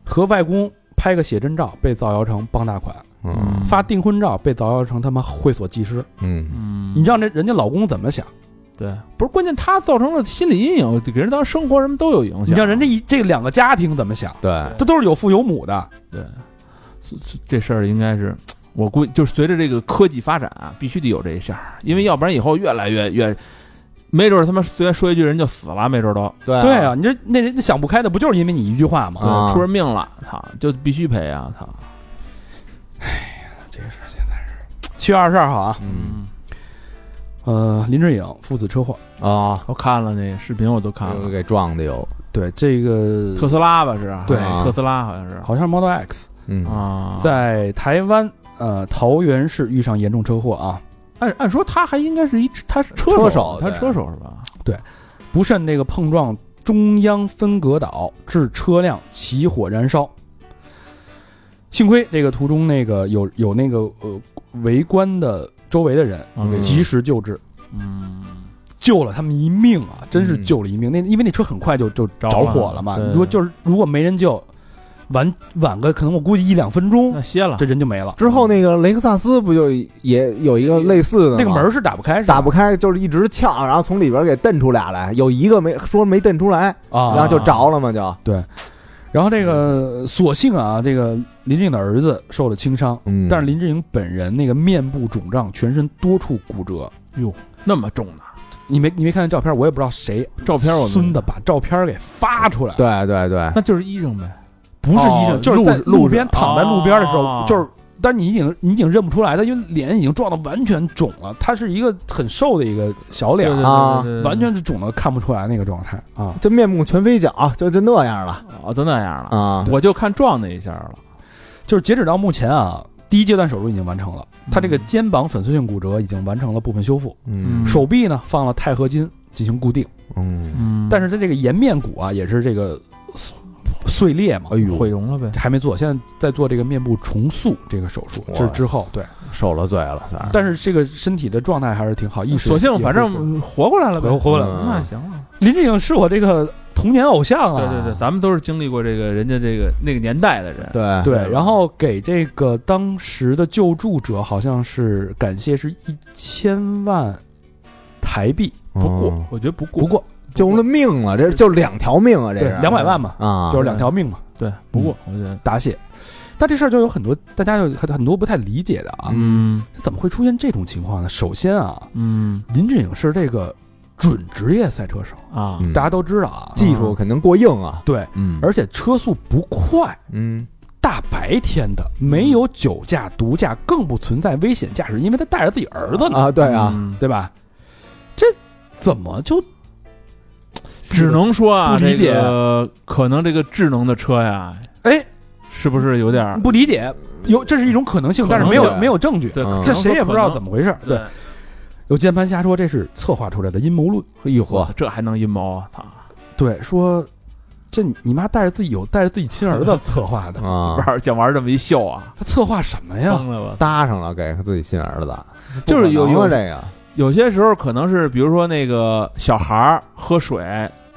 [SPEAKER 1] 和外公拍个写真照被造谣成傍大款，
[SPEAKER 4] 嗯
[SPEAKER 1] 发订婚照被造谣成他妈会所技师。
[SPEAKER 3] 嗯，
[SPEAKER 4] 嗯，
[SPEAKER 1] 你让这人家老公怎么想？
[SPEAKER 4] 对，不是关键，他造成了心理阴影，给人当生活什么都有影响。
[SPEAKER 1] 你让人家一这两个家庭怎么想？
[SPEAKER 3] 对，
[SPEAKER 1] 这都是有父有母的。
[SPEAKER 4] 这事儿应该是，我估计就是随着这个科技发展啊，必须得有这一下儿，因为要不然以后越来越越，没准儿他妈随便说一句人就死了，没准儿都
[SPEAKER 3] 对
[SPEAKER 1] 对啊，你这那人家想不开的，不就是因为你一句话吗？
[SPEAKER 3] 啊
[SPEAKER 4] 出人命了，操，就必须赔啊，操，
[SPEAKER 1] 七月二十二号啊，
[SPEAKER 3] 嗯，
[SPEAKER 1] 呃，林志颖父子车祸，
[SPEAKER 3] 啊，
[SPEAKER 4] 我看了那视频，我都看了，
[SPEAKER 3] 给撞的有，
[SPEAKER 1] 对这个
[SPEAKER 4] 特斯拉吧是，
[SPEAKER 1] 对
[SPEAKER 4] 啊特斯拉好像是
[SPEAKER 1] 好像是 Model X
[SPEAKER 3] 嗯
[SPEAKER 4] 啊，
[SPEAKER 1] 在台湾呃桃园市遇上严重车祸啊，
[SPEAKER 4] 按按说他还应该是一他是车
[SPEAKER 3] 车
[SPEAKER 4] 手
[SPEAKER 3] 手，
[SPEAKER 4] 他
[SPEAKER 3] 对
[SPEAKER 4] 车手是吧？
[SPEAKER 1] 不慎那个碰撞中央分隔岛，致车辆起火燃烧。幸亏这个途中那个有有那个呃围观的周围的人
[SPEAKER 4] 嗯
[SPEAKER 1] 及时救治，
[SPEAKER 4] 嗯，
[SPEAKER 1] 救了他们一命啊，真是
[SPEAKER 3] 嗯
[SPEAKER 1] 救了一命。那因为那车很快就就
[SPEAKER 4] 着
[SPEAKER 1] 着
[SPEAKER 4] 了
[SPEAKER 1] 火了嘛，
[SPEAKER 4] 对
[SPEAKER 1] 如果就是如果没人救，晚晚个可能我估计一两分钟
[SPEAKER 4] 那，歇了
[SPEAKER 1] 这，人就没了。
[SPEAKER 3] 之后那个雷克萨斯不就也有一个类
[SPEAKER 4] 嗯
[SPEAKER 3] 似的
[SPEAKER 1] 那个
[SPEAKER 3] 吗
[SPEAKER 1] 门是打不开，是吧
[SPEAKER 3] 打不开，就是一直撬，然后从里边给蹬出俩来，有一个没说没蹬出来，
[SPEAKER 1] 啊。
[SPEAKER 3] 然后就着了嘛，就
[SPEAKER 1] 然后这个所幸啊，这个林志颖的儿子受了轻伤，
[SPEAKER 3] 嗯
[SPEAKER 1] 但是林志颖本人那个面部肿胀，全身多处骨折。
[SPEAKER 4] 那么重呢？
[SPEAKER 1] 你没你没看见照片，我也不知道谁
[SPEAKER 4] 照片我没
[SPEAKER 1] 孙子把照片给发出来，
[SPEAKER 3] 对对对，
[SPEAKER 4] 那就是医生呗，
[SPEAKER 1] 不是医生，
[SPEAKER 4] 哦
[SPEAKER 1] 就是在
[SPEAKER 4] 路路
[SPEAKER 1] 路边
[SPEAKER 4] 上
[SPEAKER 1] 躺在路边的时候
[SPEAKER 4] 哦，
[SPEAKER 1] 就是，但是你已经你已经认不出来他，因为脸已经撞得完全肿了，他是一个很瘦的一个小脸，
[SPEAKER 3] 对啊
[SPEAKER 1] 完全是肿的看不出来那个状态啊。
[SPEAKER 3] 就面目全非角，就就那样了
[SPEAKER 4] 哦，都那样了。
[SPEAKER 3] 啊，
[SPEAKER 4] 我就看撞那一下了，
[SPEAKER 1] 就是截止到目前啊，第一阶段手术已经完成了，他这个
[SPEAKER 4] 嗯
[SPEAKER 1] 肩膀粉碎性骨折已经完成了部分修复。
[SPEAKER 4] 嗯
[SPEAKER 1] 手臂呢放了钛合金进行固定，
[SPEAKER 3] 嗯，
[SPEAKER 4] 嗯
[SPEAKER 1] 但是它这个颜面骨啊也是这个碎碎裂嘛，
[SPEAKER 3] 哎
[SPEAKER 4] 毁
[SPEAKER 3] 呦，
[SPEAKER 4] 容了呗。
[SPEAKER 1] 还没做，现在在做这个面部重塑这个手术，
[SPEAKER 3] 哇
[SPEAKER 1] 这是之后对，
[SPEAKER 3] 受了罪了，算是
[SPEAKER 1] 但是这个身体的状态还是挺好，意识
[SPEAKER 4] 索性
[SPEAKER 1] 也
[SPEAKER 4] 反
[SPEAKER 1] 恢复
[SPEAKER 4] 正活过来了呗，
[SPEAKER 1] 活活过来
[SPEAKER 3] 了
[SPEAKER 4] 那行了。
[SPEAKER 1] 林志颖是我这个童年偶像啊，
[SPEAKER 4] 对对对，咱们都是经历过这个人家这个那个年代的人。
[SPEAKER 3] 对
[SPEAKER 1] 对然后给这个当时的救助者好像是感谢是一千万台币，
[SPEAKER 3] 嗯
[SPEAKER 4] 不
[SPEAKER 3] 哦
[SPEAKER 4] 过我觉得不过
[SPEAKER 1] 不过
[SPEAKER 3] 救了命了，这就两条命啊，这
[SPEAKER 1] 对
[SPEAKER 3] 是
[SPEAKER 1] 两百万嘛，
[SPEAKER 3] 啊，
[SPEAKER 1] 就是两条命嘛，
[SPEAKER 4] 对
[SPEAKER 3] 嗯
[SPEAKER 4] 不过，我觉得
[SPEAKER 1] 答谢。但这事儿就有很多大家有很很多不太理解的啊，
[SPEAKER 4] 嗯
[SPEAKER 1] 怎么会出现这种情况呢？首先啊，
[SPEAKER 4] 嗯
[SPEAKER 1] 林志颖是这个准职业赛车手，
[SPEAKER 4] 啊
[SPEAKER 3] 嗯
[SPEAKER 1] 大家都知道啊，
[SPEAKER 3] 技术肯定过硬啊，
[SPEAKER 1] 对，
[SPEAKER 3] 嗯
[SPEAKER 1] 而且车速不快，
[SPEAKER 3] 嗯
[SPEAKER 1] 大白天的没有酒驾、毒驾，更不存在危险驾驶，因为他带着自己儿子呢，
[SPEAKER 3] 啊，对啊，
[SPEAKER 4] 嗯
[SPEAKER 1] 对吧？这怎么就
[SPEAKER 4] 只能说啊，
[SPEAKER 1] 不理解
[SPEAKER 4] 这个可能这个智能的车呀，
[SPEAKER 1] 哎
[SPEAKER 4] 是不是有点儿
[SPEAKER 1] 不理解？有这是一种可能性，
[SPEAKER 4] 啊可
[SPEAKER 1] 但
[SPEAKER 4] 能
[SPEAKER 1] 是没有
[SPEAKER 3] 性
[SPEAKER 1] 没有证据，
[SPEAKER 4] 对
[SPEAKER 3] 嗯？
[SPEAKER 1] 这谁也不知道怎
[SPEAKER 4] 么
[SPEAKER 1] 么回事儿。
[SPEAKER 4] 对。
[SPEAKER 1] 有键盘侠说这是策划出来的阴谋论，
[SPEAKER 3] 哎呦
[SPEAKER 4] 我
[SPEAKER 3] 呵
[SPEAKER 4] 操，，这还能阴谋啊！操，
[SPEAKER 1] 对，说这你妈带着自己有带着自己亲儿子策划的，
[SPEAKER 3] 啊，
[SPEAKER 4] 玩儿想玩儿这么一秀啊，
[SPEAKER 1] 他策划什么呀？
[SPEAKER 4] 疯了吧！
[SPEAKER 3] 搭上了给自己亲儿子，
[SPEAKER 4] 就是有
[SPEAKER 3] 不可能啊
[SPEAKER 4] 有
[SPEAKER 3] 这个，
[SPEAKER 4] 有些时候可能是，比如说那个小孩儿喝水，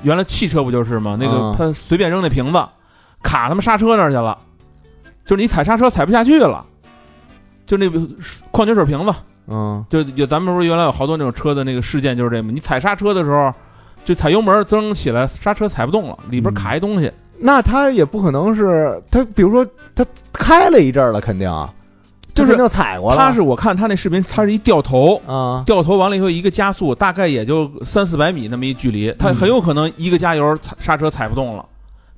[SPEAKER 4] 原来汽车不就是吗？那
[SPEAKER 3] 嗯
[SPEAKER 4] 个他随便扔那瓶子，卡他妈刹车那儿去了，就是你踩刹车踩不下去了，就那个矿泉水瓶子，
[SPEAKER 3] 嗯
[SPEAKER 4] 就有咱们不是原来有好多那种车的那个事件就是这么，你踩刹车的时候，就踩油门噌起来，刹车踩不动了，
[SPEAKER 3] 嗯
[SPEAKER 4] 里边卡一东西，
[SPEAKER 3] 那他也不可能是他，比如说他开了一阵儿了，肯定啊
[SPEAKER 4] 就是
[SPEAKER 3] 就踩过了。
[SPEAKER 4] 他是我看他那视频，他是一掉头。
[SPEAKER 3] 啊，
[SPEAKER 4] 掉头完了以后，一个加速大概也就三四百米那么一距离，
[SPEAKER 1] 嗯
[SPEAKER 4] 他很有可能一个加油踩刹车踩不动了，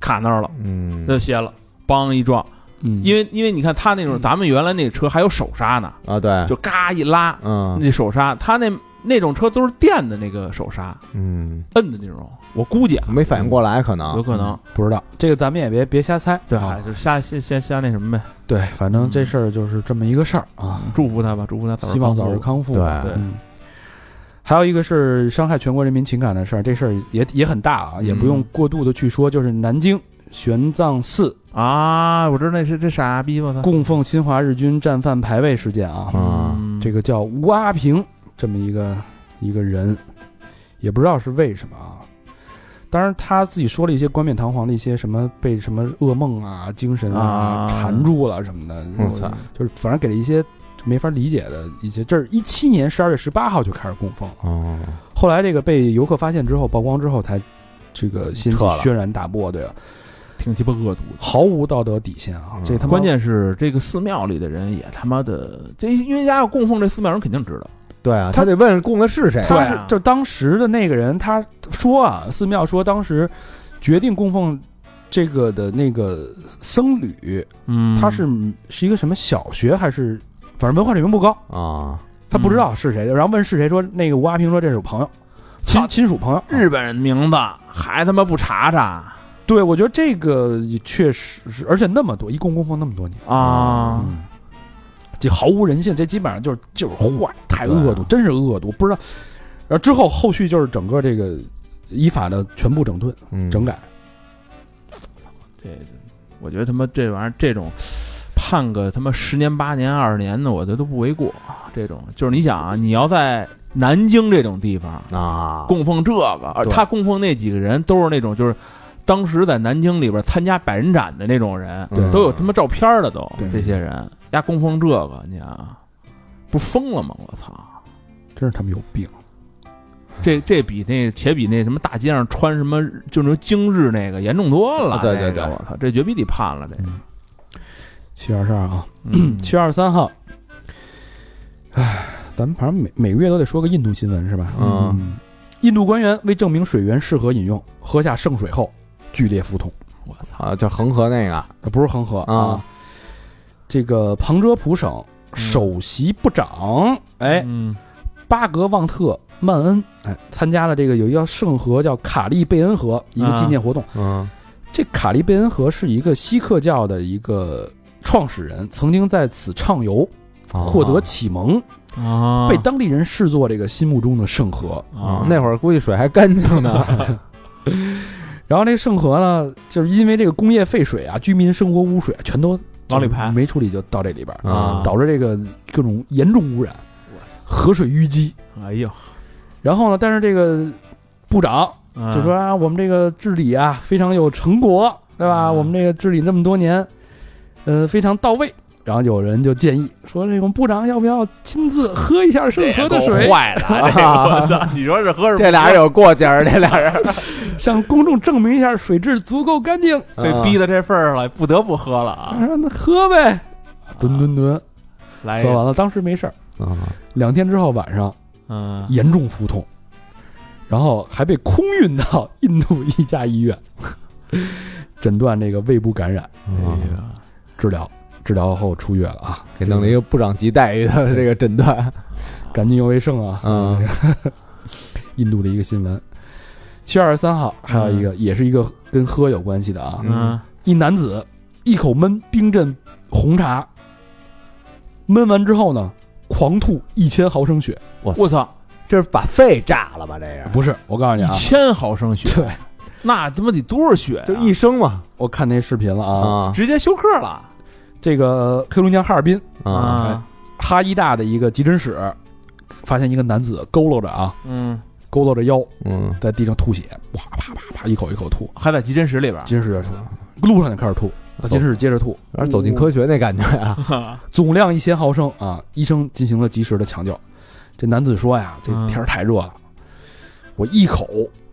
[SPEAKER 4] 卡那儿了，
[SPEAKER 3] 嗯
[SPEAKER 4] 那就歇了，梆一撞。
[SPEAKER 1] 嗯
[SPEAKER 4] 因为因为你看他那种，咱们原来那车还有手刹呢，
[SPEAKER 3] 啊，对，
[SPEAKER 4] 就嘎一拉
[SPEAKER 3] 嗯
[SPEAKER 4] 那手刹，他那那种车都是电的那个手刹，
[SPEAKER 3] 嗯，
[SPEAKER 4] 摁的那种。我估计啊，
[SPEAKER 3] 没反应过来，可
[SPEAKER 1] 啊
[SPEAKER 3] 能
[SPEAKER 4] 有可能。
[SPEAKER 1] 嗯不知道这个，咱们也别别瞎猜。
[SPEAKER 4] 对，
[SPEAKER 1] 啊嗯
[SPEAKER 4] 哎就瞎先先瞎那什么呗，
[SPEAKER 1] 对，反正这事儿就是这么一个事儿啊。
[SPEAKER 4] 祝福他吧，祝福他早日
[SPEAKER 1] 希望
[SPEAKER 4] 康
[SPEAKER 1] 早
[SPEAKER 4] 复
[SPEAKER 1] 日康复。
[SPEAKER 3] 对
[SPEAKER 4] 对
[SPEAKER 1] 嗯。还有一个是伤害全国人民情感的事儿，这事儿也也很大啊，也不用过度的去说。就是南京玄奘寺
[SPEAKER 4] 啊！我知道那是这傻逼吧他，
[SPEAKER 1] 供奉侵华日军战犯牌位事件啊，
[SPEAKER 3] 啊，
[SPEAKER 4] 嗯
[SPEAKER 1] 这个叫吴阿平这么一个一个人，也不知道是为什么啊。当然他自己说了一些冠冕堂皇的一些什么被什么噩梦啊、精神啊
[SPEAKER 4] 啊嗯
[SPEAKER 1] 缠住了什么的，
[SPEAKER 3] 我操，
[SPEAKER 1] 就是反正给了一些没法理解的一些。这是一七年十二月十八号就开始供奉了，
[SPEAKER 3] 哦，
[SPEAKER 1] 后来这个被游客发现之后，曝光之后才这个掀起
[SPEAKER 3] 撤了
[SPEAKER 1] 轩然大波，对吧？啊
[SPEAKER 4] 挺鸡巴恶毒的。
[SPEAKER 1] 毫无道德底线啊！
[SPEAKER 3] 嗯
[SPEAKER 1] 这他妈
[SPEAKER 4] 关键是这个寺庙里的人也他妈的，这因为家要供奉这寺庙人肯定知道，
[SPEAKER 3] 对啊，
[SPEAKER 1] 他
[SPEAKER 3] 他得问供的是谁，
[SPEAKER 1] 他是
[SPEAKER 4] 对啊
[SPEAKER 1] 就当时的那个人，他说啊，寺庙说当时决定供奉这个的那个僧侣，
[SPEAKER 4] 嗯
[SPEAKER 1] 他是是一个什么小学还是反正文化水平不高，
[SPEAKER 3] 啊，
[SPEAKER 1] 他不知道是
[SPEAKER 4] 嗯
[SPEAKER 1] 谁的，然后问是谁说那个吴阿平说这是我朋友，亲
[SPEAKER 4] 操
[SPEAKER 1] 亲属朋友，
[SPEAKER 4] 日本人名字，还他妈不查查
[SPEAKER 1] 对，我觉得这个也确实是，而且那么多，一共供奉那么多年
[SPEAKER 4] 啊？
[SPEAKER 1] 嗯，这毫无人性，这基本上就是就是坏，太
[SPEAKER 3] 对啊
[SPEAKER 1] 恶毒，真是恶毒，不知道。然后之后后续就是整个这个依法的全部整顿、
[SPEAKER 3] 嗯
[SPEAKER 1] 整改，
[SPEAKER 4] 这我觉得他妈这玩意儿这种判个他妈十年八年二十年的，我觉得都不为过。这种就是你想啊，你要在南京这种地方
[SPEAKER 3] 啊，
[SPEAKER 4] 供奉这个，而
[SPEAKER 3] 对
[SPEAKER 4] 他供奉那几个人都是那种就是当时在南京里边参加百人斩的那种人，
[SPEAKER 3] 对
[SPEAKER 4] 都有他妈照片儿的都
[SPEAKER 1] 对
[SPEAKER 4] 这些人呀供奉这个，你啊，不是疯了吗？我操！
[SPEAKER 1] 真是他们有病。
[SPEAKER 4] 这这比那且比那什么大街上穿什么就那种京日那个严重多了。
[SPEAKER 3] 啊对对
[SPEAKER 4] 这个
[SPEAKER 3] 对
[SPEAKER 4] 我操，这绝逼得判了这个。
[SPEAKER 1] 七月二十二啊，
[SPEAKER 4] 嗯
[SPEAKER 1] 七月二十三号，唉，咱们反正每每个月都得说个印度新闻是吧？
[SPEAKER 3] 嗯
[SPEAKER 1] 嗯，印度官员为证明水源适合饮用，喝下圣水后剧烈腹痛。
[SPEAKER 4] 我操，
[SPEAKER 3] 啊，就恒河那个
[SPEAKER 1] 啊，不是恒河
[SPEAKER 3] 啊。
[SPEAKER 1] 这个旁遮普省首席部长，哎，
[SPEAKER 4] 嗯
[SPEAKER 1] 巴格旺特曼恩，哎，参加了这个有一个叫圣河叫卡利贝恩河一个纪念活动。
[SPEAKER 3] 嗯
[SPEAKER 1] 这卡利贝恩河是一个锡克教的一个创始人，曾经在此畅游，
[SPEAKER 3] 啊哦
[SPEAKER 1] 获得启蒙，
[SPEAKER 4] 啊，
[SPEAKER 1] 被当地人视作这个心目中的圣河。
[SPEAKER 3] 啊
[SPEAKER 4] 啊，
[SPEAKER 3] 那会儿估计水还干 净呢，
[SPEAKER 1] 然后这圣河呢，就是因为这个工业废水啊、居民生活污水啊，全都
[SPEAKER 4] 往里排
[SPEAKER 1] 没处理就到这里边儿。
[SPEAKER 3] 啊
[SPEAKER 1] 导致这个各种严重污染，河水淤积。
[SPEAKER 4] 哎呦，
[SPEAKER 1] 然后呢，但是这个部长
[SPEAKER 4] 嗯
[SPEAKER 1] 就 说啊，我们这个治理啊非常有成果，对吧？
[SPEAKER 4] 嗯
[SPEAKER 1] 我们这个治理那么多年，呃，非常到位。然后有人就建议说，这个部长要不要亲自喝一下圣河 的水，
[SPEAKER 4] 坏的，这个哎我操！你说这喝什么？
[SPEAKER 3] 啊这俩人有过节儿，这俩人
[SPEAKER 1] 向公众证明一下水质足够干净？
[SPEAKER 3] 啊
[SPEAKER 4] 被逼到这份儿上了，不得不喝了啊！
[SPEAKER 1] 让他喝呗，吨吨吨，
[SPEAKER 4] 来，
[SPEAKER 3] 嗯
[SPEAKER 1] 喝完了，当时没事儿。
[SPEAKER 3] 哎啊，
[SPEAKER 1] 两天之后晚上
[SPEAKER 4] 嗯，
[SPEAKER 1] 严重腹痛，然后还被空运到印度一家医院，诊断这个胃部感染，
[SPEAKER 3] 嗯
[SPEAKER 4] 哎呀，
[SPEAKER 1] 治疗，治疗后出院了啊，
[SPEAKER 3] 给弄了一个不长级待遇的这个诊断，
[SPEAKER 1] 赶紧有卫生啊！
[SPEAKER 3] 嗯，
[SPEAKER 1] 印度的一个新闻，七月二十三号还有
[SPEAKER 3] 嗯
[SPEAKER 1] 一个、也是一个跟喝有关系的啊，
[SPEAKER 4] 嗯，
[SPEAKER 1] 一男子一口闷冰镇红茶，闷完之后呢，狂吐一千毫升血，
[SPEAKER 4] 我操，
[SPEAKER 3] 这是把肺炸了吧？这是
[SPEAKER 1] 不是，我告诉你
[SPEAKER 4] 一
[SPEAKER 1] 啊，
[SPEAKER 4] 千毫升血，
[SPEAKER 1] 对，
[SPEAKER 4] 那他妈得多少血呀？
[SPEAKER 3] 就一生嘛
[SPEAKER 1] 我看那视频了啊，
[SPEAKER 3] 啊
[SPEAKER 4] 直接休克了
[SPEAKER 1] 这个黑龙江哈尔滨
[SPEAKER 3] 啊！
[SPEAKER 1] 哎！哈医大的一个急诊室，发现一个男子佝偻着啊，
[SPEAKER 4] 嗯，
[SPEAKER 1] 佝偻着腰
[SPEAKER 3] 嗯，
[SPEAKER 1] 在地上吐血，啪啪啪啪一口一口吐，
[SPEAKER 4] 还在急诊室里边儿，
[SPEAKER 1] 急诊室也吐，路上也开始吐，
[SPEAKER 3] 啊
[SPEAKER 1] 到急诊室接着吐，
[SPEAKER 3] 有点走进科学那感觉啊，
[SPEAKER 1] 总量一千毫升啊！医生进行了及时的抢救。这男子说呀，这
[SPEAKER 4] 嗯
[SPEAKER 1] 天儿太热了，我一口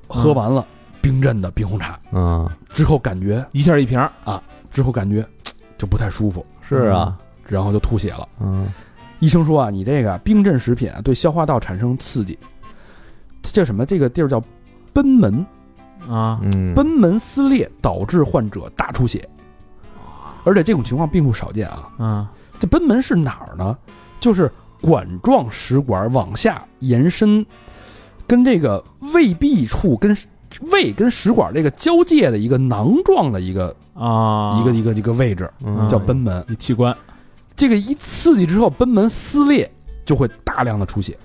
[SPEAKER 1] 喝完了冰镇的冰红茶，
[SPEAKER 3] 嗯，
[SPEAKER 1] 之后感觉
[SPEAKER 4] 一下一瓶儿，
[SPEAKER 1] 之后感觉嘖就不太舒服，
[SPEAKER 3] 是啊，
[SPEAKER 1] 然后就吐血了。
[SPEAKER 3] 嗯，
[SPEAKER 1] 医生说啊，你这个冰镇食品啊，对消化道产生刺激，这叫什么？这个地儿叫贲门，
[SPEAKER 4] 啊，
[SPEAKER 3] 嗯，
[SPEAKER 1] 贲门撕裂导致患者大出血，而且这种情况并不少见啊。
[SPEAKER 4] 嗯
[SPEAKER 1] 这贲门是哪儿呢？就是管状食管往下延伸，跟这个胃壁处跟胃跟食管这个交界的一个囊状的一个、
[SPEAKER 4] 啊，
[SPEAKER 1] 一个一个一个位置，
[SPEAKER 3] 嗯
[SPEAKER 1] 叫贲门。
[SPEAKER 4] 一器官，
[SPEAKER 1] 这个一刺激之后，贲门撕裂就会大量的出血。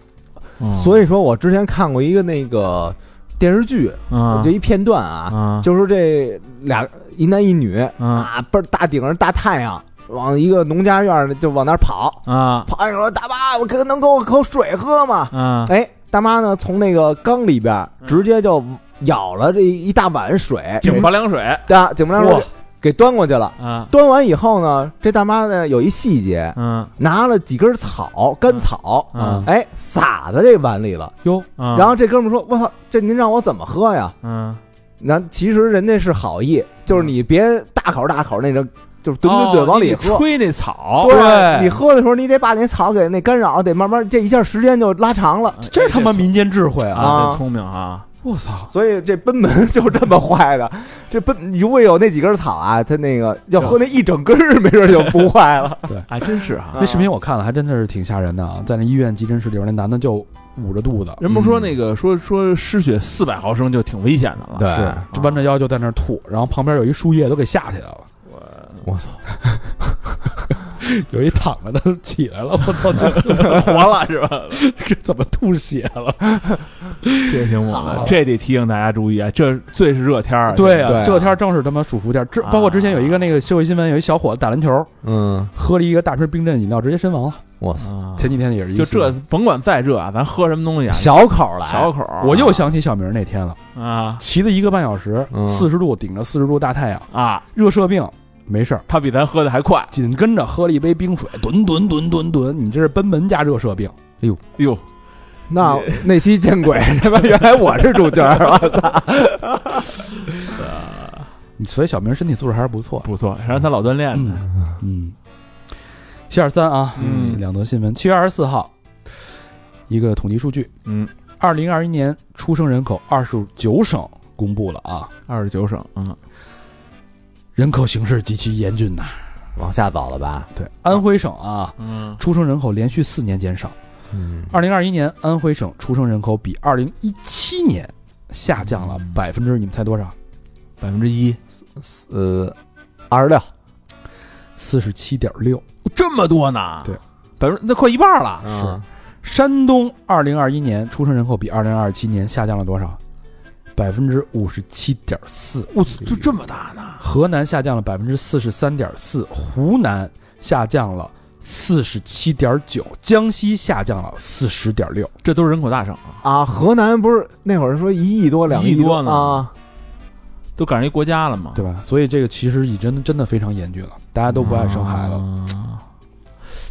[SPEAKER 3] 所
[SPEAKER 4] 以
[SPEAKER 3] 以说我之前看过一个那个电视剧，
[SPEAKER 4] 啊
[SPEAKER 3] 就一片段啊，
[SPEAKER 4] 啊，
[SPEAKER 3] 就说这俩一男一女
[SPEAKER 4] 啊
[SPEAKER 3] 啊，倍儿大顶着大太阳，往一个农家院儿就往那儿跑，
[SPEAKER 4] 啊
[SPEAKER 3] 跑完以后大妈，我哥能给我口水喝吗？
[SPEAKER 4] 啊嗯
[SPEAKER 3] 哎，大妈呢从那个缸里边儿直接就舀了这一大碗水，
[SPEAKER 4] 井拔凉水
[SPEAKER 3] 给啊，井柏良
[SPEAKER 1] 哇
[SPEAKER 3] 说给端过去了。
[SPEAKER 4] 啊，
[SPEAKER 3] 端完以后呢，这大妈呢有一细节，
[SPEAKER 4] 嗯
[SPEAKER 3] 拿了几根草干草，
[SPEAKER 4] 啊
[SPEAKER 3] 哎，撒在这碗里了。
[SPEAKER 1] 哟，
[SPEAKER 4] 啊，
[SPEAKER 3] 然后这哥们儿说：“我操，这您让我怎么喝呀
[SPEAKER 4] 嗯，？”
[SPEAKER 3] 那其实人家是好意，就是你别大口大口那种，就是怼怼怼
[SPEAKER 4] 哦
[SPEAKER 3] 往里
[SPEAKER 4] 你
[SPEAKER 3] 喝。
[SPEAKER 4] 吹那草，
[SPEAKER 3] 对，你喝的时候，你得把那草给那干扰，得慢慢，这一下时间就拉长了。
[SPEAKER 1] 这他妈民间智慧啊！
[SPEAKER 4] 啊，
[SPEAKER 3] 啊
[SPEAKER 4] 哎这聪明啊，
[SPEAKER 1] 我操，
[SPEAKER 3] 所以这贲门 就这么坏的，这贲如果有那几根草啊，它那个要喝那一整根儿，没准就不坏了。
[SPEAKER 4] 还哎真是啊哈。
[SPEAKER 3] 嗯
[SPEAKER 1] 那视频我看了，还真的是挺吓人的啊！在那医院急诊室里边，那男的就捂着肚子，
[SPEAKER 4] 人不说那个说说失血四百毫升就挺危险的了，
[SPEAKER 3] 是
[SPEAKER 1] 就弯着腰就在那儿吐，然后旁边有一树叶都给吓起来了。
[SPEAKER 3] 我
[SPEAKER 1] 操！ 有一躺着的起来了，我操！这
[SPEAKER 4] 活了是吧？
[SPEAKER 1] 这怎么吐血了？
[SPEAKER 4] 这挺猛的，这得提醒大家注意啊！这最是热天儿，
[SPEAKER 1] 啊，
[SPEAKER 3] 对啊
[SPEAKER 1] 这天儿正是他妈暑伏天儿。之
[SPEAKER 4] 啊
[SPEAKER 1] 包括之前有一个那个社会新闻，有一小伙子打篮球，
[SPEAKER 3] 嗯，
[SPEAKER 1] 喝了一个大瓶冰镇饮料，直接身亡了。
[SPEAKER 3] 我操，
[SPEAKER 4] 啊
[SPEAKER 1] 前几天也是一
[SPEAKER 4] 就
[SPEAKER 1] 新
[SPEAKER 4] 这
[SPEAKER 1] 闻，
[SPEAKER 4] 甭管再热啊，咱喝什么东西啊，
[SPEAKER 3] 小口来，
[SPEAKER 4] 小口儿，
[SPEAKER 1] 我又想起小明那天了，
[SPEAKER 4] 啊
[SPEAKER 1] 骑了一个半小时，
[SPEAKER 3] 嗯
[SPEAKER 1] 四十度顶着四十度大太阳，
[SPEAKER 4] 啊，
[SPEAKER 1] 热射病没事儿，
[SPEAKER 4] 他比咱喝的还快，
[SPEAKER 1] 紧跟着喝了一杯冰水，吨吨吨吨吨，你这是贲门加热射病。
[SPEAKER 4] 哟，
[SPEAKER 3] 那那期见鬼，他妈原来我是主角，我操！
[SPEAKER 1] 所以小明身体素质还是不错的。
[SPEAKER 4] 不错，让他老锻炼呢。
[SPEAKER 1] 嗯，七二三啊，
[SPEAKER 4] 嗯
[SPEAKER 1] 这两则新闻。七月二十四号，一个统计数据，
[SPEAKER 4] 嗯，
[SPEAKER 1] 二零二一年出生人口二十九省公布了啊，
[SPEAKER 4] 二十九省，嗯，
[SPEAKER 1] 人口形势极其严峻呐、
[SPEAKER 3] 往下走了吧？
[SPEAKER 1] 对，安徽省啊，
[SPEAKER 4] 嗯
[SPEAKER 1] 出生人口连续四年减少。
[SPEAKER 3] 嗯，
[SPEAKER 1] 二零二一年安徽省出生人口比二零一七年下降了百分之，你们猜多少？
[SPEAKER 4] 百分之一，
[SPEAKER 3] 呃，二十六，
[SPEAKER 1] 四十七点六。
[SPEAKER 4] 这么多呢？
[SPEAKER 1] 对，
[SPEAKER 4] 百分那快一半了。
[SPEAKER 3] 嗯
[SPEAKER 1] 山东二零二一年出生人口比二零二七年下降了多少？百分之五十七点四。
[SPEAKER 4] 我操，就这么大呢？
[SPEAKER 1] 河南下降了百分之四十三点四，湖南下降了四十七点九，江西下降了四十点六。
[SPEAKER 4] 这都是人口大省啊，
[SPEAKER 3] 啊，河南不是那会儿说一亿多、两
[SPEAKER 4] 一亿
[SPEAKER 3] 多
[SPEAKER 4] 多呢
[SPEAKER 3] 啊？
[SPEAKER 4] 都赶上一国家了嘛，
[SPEAKER 1] 对
[SPEAKER 3] 嗯
[SPEAKER 1] 吧？所以这个其实已真的真的非常严峻了，大家都不爱生孩子了。
[SPEAKER 4] 啊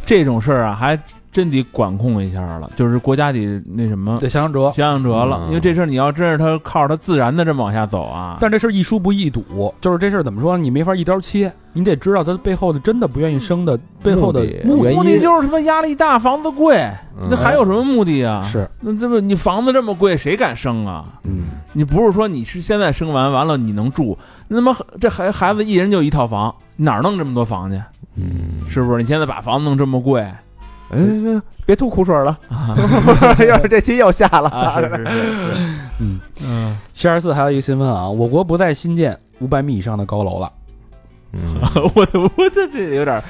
[SPEAKER 4] 这种事儿啊，还真得管控一下了，就是国家得那什么
[SPEAKER 1] 对，想想辙。
[SPEAKER 4] 想想辙了，
[SPEAKER 3] 嗯
[SPEAKER 4] 因为这事儿你要真是他靠着他自然的这么往下走啊，
[SPEAKER 1] 但这事儿一疏不易堵，就是这事儿怎么说，你没法一刀切，你得知道他背后的真的不愿意生的背后的
[SPEAKER 3] 嗯目的
[SPEAKER 1] 目
[SPEAKER 3] 原
[SPEAKER 4] 目
[SPEAKER 3] 因
[SPEAKER 4] 的就是什么压力大、房子贵，
[SPEAKER 3] 嗯
[SPEAKER 4] 那还有什么目的啊？
[SPEAKER 1] 是，
[SPEAKER 4] 那这不你房子这么贵，谁敢生啊？
[SPEAKER 1] 嗯，
[SPEAKER 4] 你不是说你是现在生完完了你能住，那么这孩孩子一人就一套房，哪儿弄这么多房去？
[SPEAKER 1] 嗯，
[SPEAKER 4] 是不是？你现在把房子弄这么贵，啊
[SPEAKER 3] 哎，别吐苦水了， 要是这期又下了，
[SPEAKER 4] 嗯，
[SPEAKER 1] 七二四还有一个新闻啊，我国不再新建五百米以上的高楼了。
[SPEAKER 4] 我的我的这有点儿，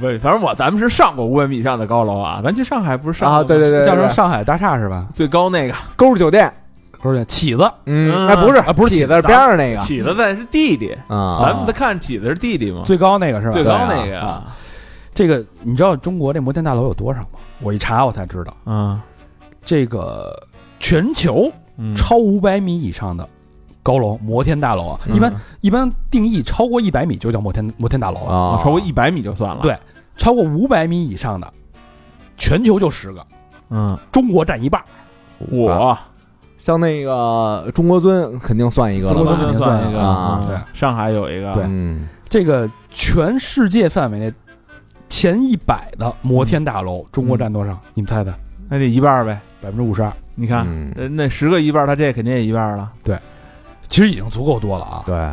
[SPEAKER 4] 我反正我咱们是上过五百米以上的高楼啊，咱去上海不是上过
[SPEAKER 3] 啊，
[SPEAKER 4] 吗
[SPEAKER 3] 对对对，
[SPEAKER 1] 叫什
[SPEAKER 3] 对
[SPEAKER 1] 么
[SPEAKER 3] 对
[SPEAKER 1] 上海大厦是吧？
[SPEAKER 4] 最高那个
[SPEAKER 3] 勾儿酒店，
[SPEAKER 1] 不是起子，
[SPEAKER 3] 嗯，
[SPEAKER 4] 嗯
[SPEAKER 3] 哎，不是
[SPEAKER 1] 啊不是
[SPEAKER 3] 起
[SPEAKER 1] 起
[SPEAKER 3] 子边上那个
[SPEAKER 4] 起子在是弟弟，
[SPEAKER 3] 啊
[SPEAKER 4] 咱们在看起子是弟弟嘛，
[SPEAKER 1] 最高那个是吧？
[SPEAKER 4] 最高那
[SPEAKER 1] 对
[SPEAKER 4] 个
[SPEAKER 1] 啊啊这个你知道中国这摩天大楼有多少吗？我一查我才知道，
[SPEAKER 4] 啊，
[SPEAKER 1] 这个全球
[SPEAKER 4] 嗯
[SPEAKER 1] 超五百米以上的高楼，摩天大楼啊，一般一般定义超过一百米就叫摩天摩天大楼了，
[SPEAKER 4] 啊
[SPEAKER 3] 啊，
[SPEAKER 4] 超过一百米就算了，
[SPEAKER 1] 对超过五百米以上的，全球就十个，
[SPEAKER 4] 嗯，
[SPEAKER 1] 中国占一半儿。
[SPEAKER 4] 我
[SPEAKER 3] 像那个中国尊肯定算一个
[SPEAKER 1] 中
[SPEAKER 3] 了
[SPEAKER 1] 国
[SPEAKER 3] 吧
[SPEAKER 1] 尊？
[SPEAKER 4] 就一个
[SPEAKER 3] 啊
[SPEAKER 4] 嗯
[SPEAKER 1] 对
[SPEAKER 4] 上海有一个，
[SPEAKER 1] 对
[SPEAKER 3] 嗯，
[SPEAKER 1] 这个全世界范围内前一百的摩天大楼，中国占多少？你们猜猜？
[SPEAKER 4] 那得一半儿呗，
[SPEAKER 1] 百分之五十二，
[SPEAKER 4] 你看
[SPEAKER 3] 嗯
[SPEAKER 4] 呃那十个一半儿，他这肯定也一半儿了，
[SPEAKER 1] 其实已经足够多了啊。
[SPEAKER 3] 对，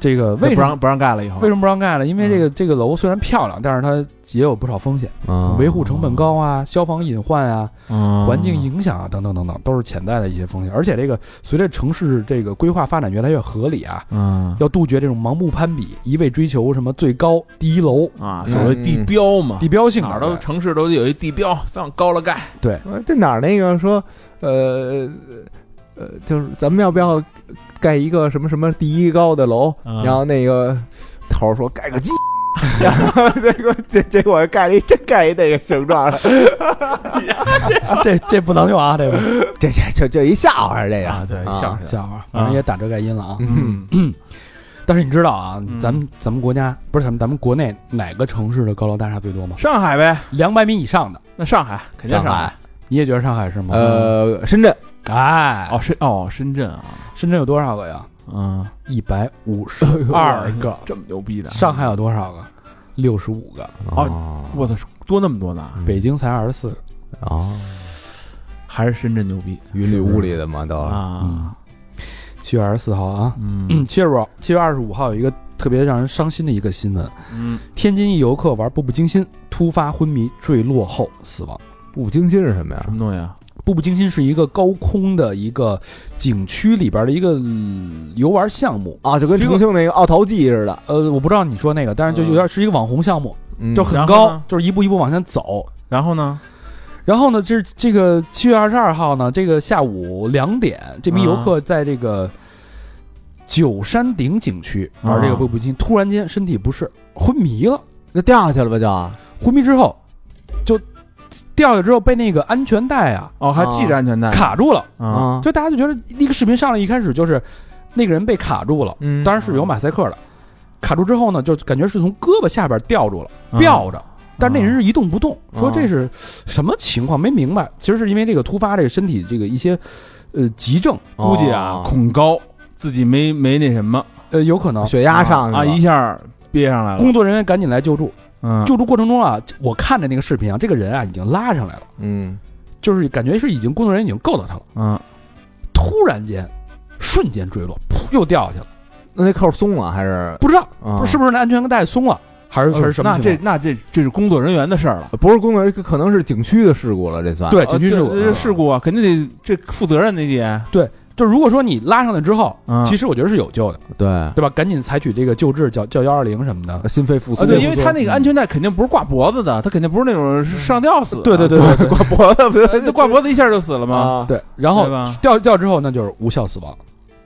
[SPEAKER 1] 这个为什
[SPEAKER 4] 那不
[SPEAKER 1] 么
[SPEAKER 4] 让不让盖了以后
[SPEAKER 1] 为，什么不让盖呢？因为这个这个楼虽然漂亮，但是它也有不少风险，
[SPEAKER 3] 啊
[SPEAKER 1] 嗯维护成本高啊，消防隐患啊，
[SPEAKER 4] 嗯
[SPEAKER 1] 环境影响啊，等等等等，都是潜在的一些风险。而且这个随着城市这个规划发展越来越合理啊，
[SPEAKER 4] 嗯
[SPEAKER 1] 要杜绝这种盲目攀比，一味追求什么最高第一楼、
[SPEAKER 4] 啊，所谓地标嘛，
[SPEAKER 1] 嗯地标性
[SPEAKER 4] 哪
[SPEAKER 1] 的
[SPEAKER 4] 儿都城市都得有一地标，放高了盖，
[SPEAKER 3] 哎这哪儿那个说，呃呃，就是咱们要不要盖一个什么什么第一高的楼？
[SPEAKER 4] 嗯
[SPEAKER 3] 然后那个头儿说盖个鸡， 然后结果结结果盖了一真盖一那个形状，
[SPEAKER 1] 这这不能用啊，这个
[SPEAKER 3] 这这这这一笑话这
[SPEAKER 4] 啊
[SPEAKER 3] 个，
[SPEAKER 4] 对
[SPEAKER 3] 啊
[SPEAKER 4] 笑话
[SPEAKER 1] 笑话，反正也打遮盖阴了啊。
[SPEAKER 3] 嗯，
[SPEAKER 1] 但是你知道啊
[SPEAKER 4] 嗯，
[SPEAKER 1] 咱们咱们国家不是咱们咱们国内哪个城市的高楼大厦最多吗？
[SPEAKER 4] 上海呗，
[SPEAKER 1] 两百米以上的，
[SPEAKER 4] 那上海肯定
[SPEAKER 3] 上
[SPEAKER 4] 海
[SPEAKER 3] 海
[SPEAKER 1] 你也觉得上海是吗？，
[SPEAKER 3] 呃，深圳
[SPEAKER 1] 哎，
[SPEAKER 4] 哦深哦深圳啊，
[SPEAKER 1] 深圳有多少个呀？
[SPEAKER 4] 嗯，
[SPEAKER 1] 一百五十二个。
[SPEAKER 4] 这么牛逼的，
[SPEAKER 1] 上海有多少个？六十五个。
[SPEAKER 3] 哦
[SPEAKER 4] 我操多那么多呢，
[SPEAKER 1] 北京才二十四。
[SPEAKER 3] 哦，
[SPEAKER 4] 还是深圳牛逼
[SPEAKER 3] 云里雾里的嘛都，
[SPEAKER 4] 啊，
[SPEAKER 1] 嗯七月二十四号啊，
[SPEAKER 4] 嗯
[SPEAKER 1] 七月五，七月二十五号有一个特别让人伤心的一个新闻：
[SPEAKER 4] 嗯，
[SPEAKER 1] 天津一游客玩步步惊心，突发昏迷坠落后死亡。
[SPEAKER 3] 步步惊心是什么呀
[SPEAKER 4] 什？么东西啊？
[SPEAKER 1] 步步惊心是一个高空的一个景区里边的一个嗯游玩项目。
[SPEAKER 3] 啊，就跟
[SPEAKER 1] 这个
[SPEAKER 3] 重庆那个奥陶纪似的，
[SPEAKER 1] 呃，我不知道你说那个，但是就有点是一个网红项目，
[SPEAKER 3] 嗯
[SPEAKER 1] 就很
[SPEAKER 4] 然后
[SPEAKER 1] 高
[SPEAKER 4] 呢，
[SPEAKER 1] 就是一步一步往前走，
[SPEAKER 4] 然后呢？
[SPEAKER 1] 然后呢，这这个七月二十二号呢，这个下午两点，这名游
[SPEAKER 4] 嗯
[SPEAKER 1] 客在这个九山顶景区玩这个
[SPEAKER 4] 啊
[SPEAKER 1] 步步惊，突然间身体不适，昏迷了。
[SPEAKER 3] 那掉下去了吧就。啊
[SPEAKER 1] 昏迷之后，就掉下之后被那个安全带啊
[SPEAKER 4] 哦，还系着安全带
[SPEAKER 1] 卡住了。
[SPEAKER 4] 啊，
[SPEAKER 1] 就大家就觉得那个视频上来一开始就是那个人被卡住了，
[SPEAKER 3] 嗯
[SPEAKER 1] 当然是有马赛克的。卡住之后呢，就感觉是从胳膊下边吊住了，
[SPEAKER 4] 嗯
[SPEAKER 1] 吊着。但那人是一动不动，说这是什么情况？没明白。其实是因为这个突发这个身体这个一些呃急症，
[SPEAKER 4] 估计啊
[SPEAKER 3] 哦
[SPEAKER 4] 恐高，自己没没那什么
[SPEAKER 1] 呃有可能。
[SPEAKER 3] 血压上去了
[SPEAKER 4] 啊，一下憋上来了，
[SPEAKER 1] 工作人员赶紧来救助，
[SPEAKER 4] 嗯，
[SPEAKER 1] 救助过程中啊，我看着那个视频啊，这个人啊已经拉上来了，
[SPEAKER 3] 嗯
[SPEAKER 1] 就是感觉是已经工作人员已经够到他了，
[SPEAKER 4] 嗯
[SPEAKER 1] 突然间瞬间坠落，噗又掉下去了，
[SPEAKER 3] 那那扣松了还是
[SPEAKER 1] 不知道
[SPEAKER 4] 嗯
[SPEAKER 3] 啊
[SPEAKER 1] 是不是那安全带松了，还是还是什么
[SPEAKER 4] 哦那
[SPEAKER 1] 情况？
[SPEAKER 4] 这那这这是工作人员的事儿了。
[SPEAKER 3] 不是工作人员，可能是景区的事故了，这算
[SPEAKER 1] 哦对紧急事故
[SPEAKER 4] 呃这这事故啊，肯定得这负责任那得，
[SPEAKER 1] 就如果说你拉上来之后，
[SPEAKER 4] 嗯
[SPEAKER 1] 其实我觉得是有救的，
[SPEAKER 3] 对，
[SPEAKER 1] 对吧？赶紧采取这个救治，叫叫幺二零什么的。
[SPEAKER 3] 心肺复苏
[SPEAKER 4] 啊，，对，因为他那个 安全带肯定不是挂脖子的，他肯定不是那种上吊死的，
[SPEAKER 1] 嗯对对对啊对对
[SPEAKER 3] 挂脖子不
[SPEAKER 4] 呃，那挂脖子一下就死了吗？
[SPEAKER 3] 啊，
[SPEAKER 1] 对，然后
[SPEAKER 4] 对吧
[SPEAKER 1] 掉掉之后，那就是无效死亡，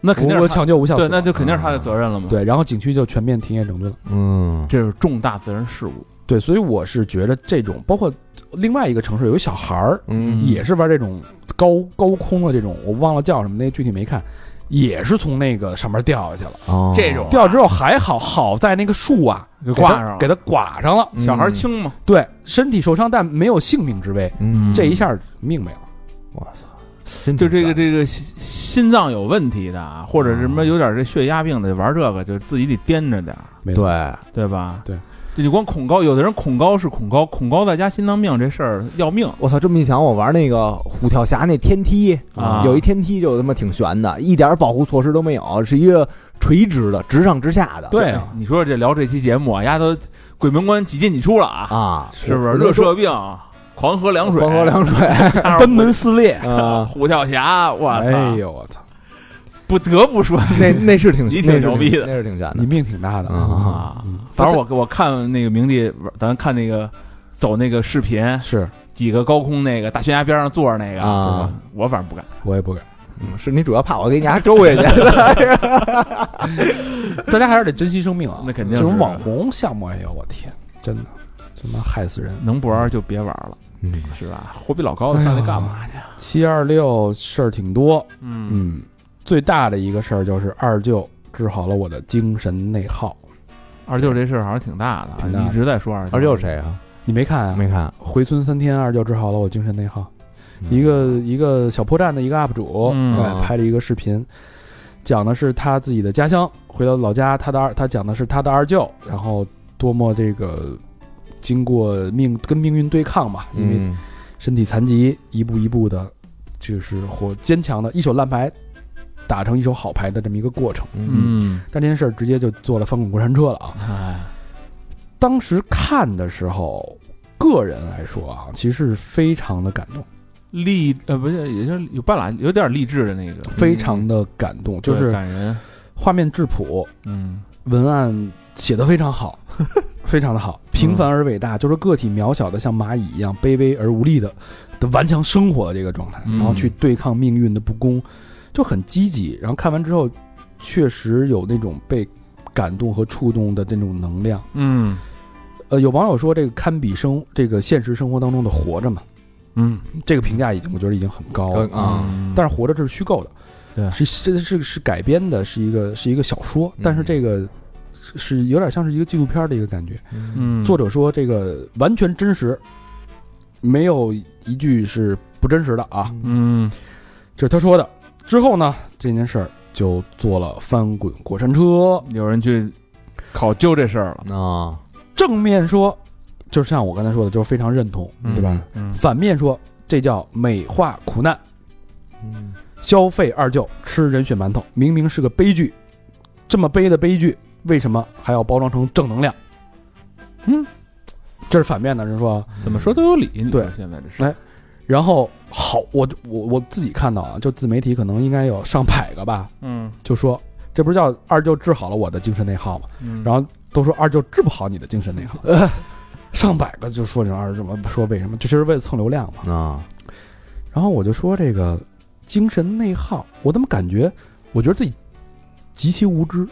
[SPEAKER 4] 那肯定
[SPEAKER 1] 我
[SPEAKER 4] 是
[SPEAKER 1] 我
[SPEAKER 4] 他
[SPEAKER 1] 抢救无效死
[SPEAKER 4] 对，
[SPEAKER 1] 亡，
[SPEAKER 4] 那就肯定是他的责任了嘛。，
[SPEAKER 1] 对，然后景区就全面停业整顿了。
[SPEAKER 3] 嗯，
[SPEAKER 4] 这是重大自然事故。
[SPEAKER 1] 对，所以我是觉得这种，包括另外一个城市有一小孩儿
[SPEAKER 3] 嗯
[SPEAKER 1] 也是玩这种高高空的这种，我忘了叫什么，那具体没看，也是从那个上面掉下去了。
[SPEAKER 3] 哦
[SPEAKER 4] 这种啊
[SPEAKER 1] 掉之后还好，好在那个树啊
[SPEAKER 4] 给挂上了
[SPEAKER 1] 给它挂上了。
[SPEAKER 2] 小孩，轻嘛，
[SPEAKER 1] 对，身体受伤但没有性命之危，
[SPEAKER 3] 嗯，
[SPEAKER 1] 这一下命没了。
[SPEAKER 3] 我操，真
[SPEAKER 4] 就这个
[SPEAKER 3] 挺
[SPEAKER 4] 这个心心脏有问题的啊，或者什么有点这血压病的，玩这个就自己得掂着点儿，
[SPEAKER 1] 没错，
[SPEAKER 3] 烦
[SPEAKER 4] 对吧？
[SPEAKER 1] 对，
[SPEAKER 4] 这你光恐高，有的人恐高是恐高，恐高再加心脏病这事儿要命。
[SPEAKER 3] 对，我操，这么一想，我玩那个虎跳峡那天梯
[SPEAKER 4] 啊
[SPEAKER 3] 有一天梯就他妈挺悬的，一点保护措施都没有，是一个垂直的，直上直下的，
[SPEAKER 1] 对啊，
[SPEAKER 4] 你说这聊这期节目啊，丫都鬼门关几进几出了啊，
[SPEAKER 3] 啊，
[SPEAKER 4] 是不是？
[SPEAKER 3] 我
[SPEAKER 4] 热射病，狂喝 凉水，
[SPEAKER 3] 光喝凉水 哎
[SPEAKER 4] 水
[SPEAKER 1] 贲门撕裂。
[SPEAKER 3] 啊，
[SPEAKER 4] 虎跳峡，我操！
[SPEAKER 1] 哎呦我操，
[SPEAKER 4] 不得不说
[SPEAKER 3] 那那是挺
[SPEAKER 4] 你挺
[SPEAKER 3] 那是
[SPEAKER 4] 牛逼的
[SPEAKER 3] 那是挺悬
[SPEAKER 1] 你
[SPEAKER 3] 的，
[SPEAKER 1] 命挺大的
[SPEAKER 3] 嗯
[SPEAKER 4] 啊，反正我我看那个明帝，咱看那个走那个视频，
[SPEAKER 1] 是
[SPEAKER 4] 几个高空那个大悬崖边上坐着那个
[SPEAKER 3] 啊，
[SPEAKER 4] 我反正不敢。
[SPEAKER 1] 我也不敢。
[SPEAKER 3] 嗯是你主要怕我给你家周回去，
[SPEAKER 1] 大家还是得珍惜生命啊！
[SPEAKER 4] 那肯定
[SPEAKER 1] 这种
[SPEAKER 4] 是
[SPEAKER 1] 网红项目，哎呦我天，真的，真的害死人。
[SPEAKER 4] 能不玩就别玩了，
[SPEAKER 3] 嗯
[SPEAKER 4] 是吧？活比老高的上去干嘛去？
[SPEAKER 1] 七二六事儿挺多，
[SPEAKER 4] 嗯，
[SPEAKER 1] 嗯，最大的一个事儿就是二舅治好了我的精神内耗。
[SPEAKER 4] 二舅这事儿好像挺大的
[SPEAKER 1] 挺大
[SPEAKER 4] 啊，
[SPEAKER 1] 的
[SPEAKER 4] 一直在说二舅。
[SPEAKER 3] 二舅是谁啊？
[SPEAKER 1] 你没看啊？
[SPEAKER 3] 没看，
[SPEAKER 1] 回村三天，二舅治好了我精神内耗。一个一个小破站的一个 UP 主，
[SPEAKER 4] 嗯
[SPEAKER 1] 哎拍了一个视频，讲的是他自己的家乡，回到老家，他的二他讲的是他的二舅，然后多么这个经过命跟命运对抗吧，因为
[SPEAKER 3] 嗯
[SPEAKER 1] 身体残疾，一步一步的，就是活坚强的一手烂牌打成一手好牌的这么一个过程。
[SPEAKER 3] 嗯
[SPEAKER 4] 嗯，
[SPEAKER 1] 但这件事儿直接就坐了翻滚过山车了啊！
[SPEAKER 4] 哎，
[SPEAKER 1] 当时看的时候，个人来说啊，其实是非常的感动。
[SPEAKER 4] 励呃不是，也就是有半拉有点励志的那个，
[SPEAKER 1] 非常的感动，就
[SPEAKER 4] 对
[SPEAKER 1] 是
[SPEAKER 4] 感人。
[SPEAKER 1] 画面质朴，
[SPEAKER 4] 嗯
[SPEAKER 1] 文案写的非常好， 非常的好。平凡而伟大，就是个体渺小的像蚂蚁一样卑微而无力的的顽强生活的这个状态，
[SPEAKER 4] 嗯
[SPEAKER 1] 然后去对抗命运的不公，就很积极。然后看完之后，确实有那种被感动和触动的那种能量。
[SPEAKER 4] 嗯
[SPEAKER 1] 呃，有网友说这个堪比生这个现实生活当中的活着嘛，
[SPEAKER 4] 嗯
[SPEAKER 1] 这个评价已经我觉得已经很高了
[SPEAKER 3] 高啊
[SPEAKER 1] 但
[SPEAKER 4] 是
[SPEAKER 1] 是活着这是虚构的，
[SPEAKER 4] 嗯对
[SPEAKER 1] 是是是是改编的，是一个是一个小说
[SPEAKER 3] 嗯，
[SPEAKER 1] 但是这个是是有点像是一个纪录片的一个感觉。
[SPEAKER 3] 嗯
[SPEAKER 4] 嗯
[SPEAKER 1] 作者说这个完全真实，没有一句是不真实的啊，
[SPEAKER 4] 嗯
[SPEAKER 1] 这是他说的。之后呢，这件事儿就做了翻滚过山车，
[SPEAKER 4] 有人去考究这事儿了，
[SPEAKER 3] 啊，
[SPEAKER 1] 正面说，就像我刚才说的，就是非常认同，对吧？？
[SPEAKER 4] 嗯
[SPEAKER 1] 反面说，这叫美化苦难。
[SPEAKER 3] 嗯
[SPEAKER 1] 消费二舅吃人血馒头，明明是个悲剧，这么悲的悲剧，为什么还要包装成正能量？
[SPEAKER 4] 嗯，
[SPEAKER 1] 这是反面的，人说。
[SPEAKER 4] 怎么说都有理。你说
[SPEAKER 1] 对
[SPEAKER 4] 现在这是
[SPEAKER 1] 哎然后好，我我我自己看到啊，就自媒体可能应该有上百个吧，
[SPEAKER 4] 嗯
[SPEAKER 1] 就说这不是叫二舅治好了我的精神内耗吗？
[SPEAKER 4] 嗯
[SPEAKER 1] 然后都说二舅治不好你的精神 内耗，上百个就说这二舅说为什么，就就是为了蹭流量嘛。
[SPEAKER 3] 啊，
[SPEAKER 1] 然后我就说这个精神内耗，我怎么感觉，我觉得自己极其无知。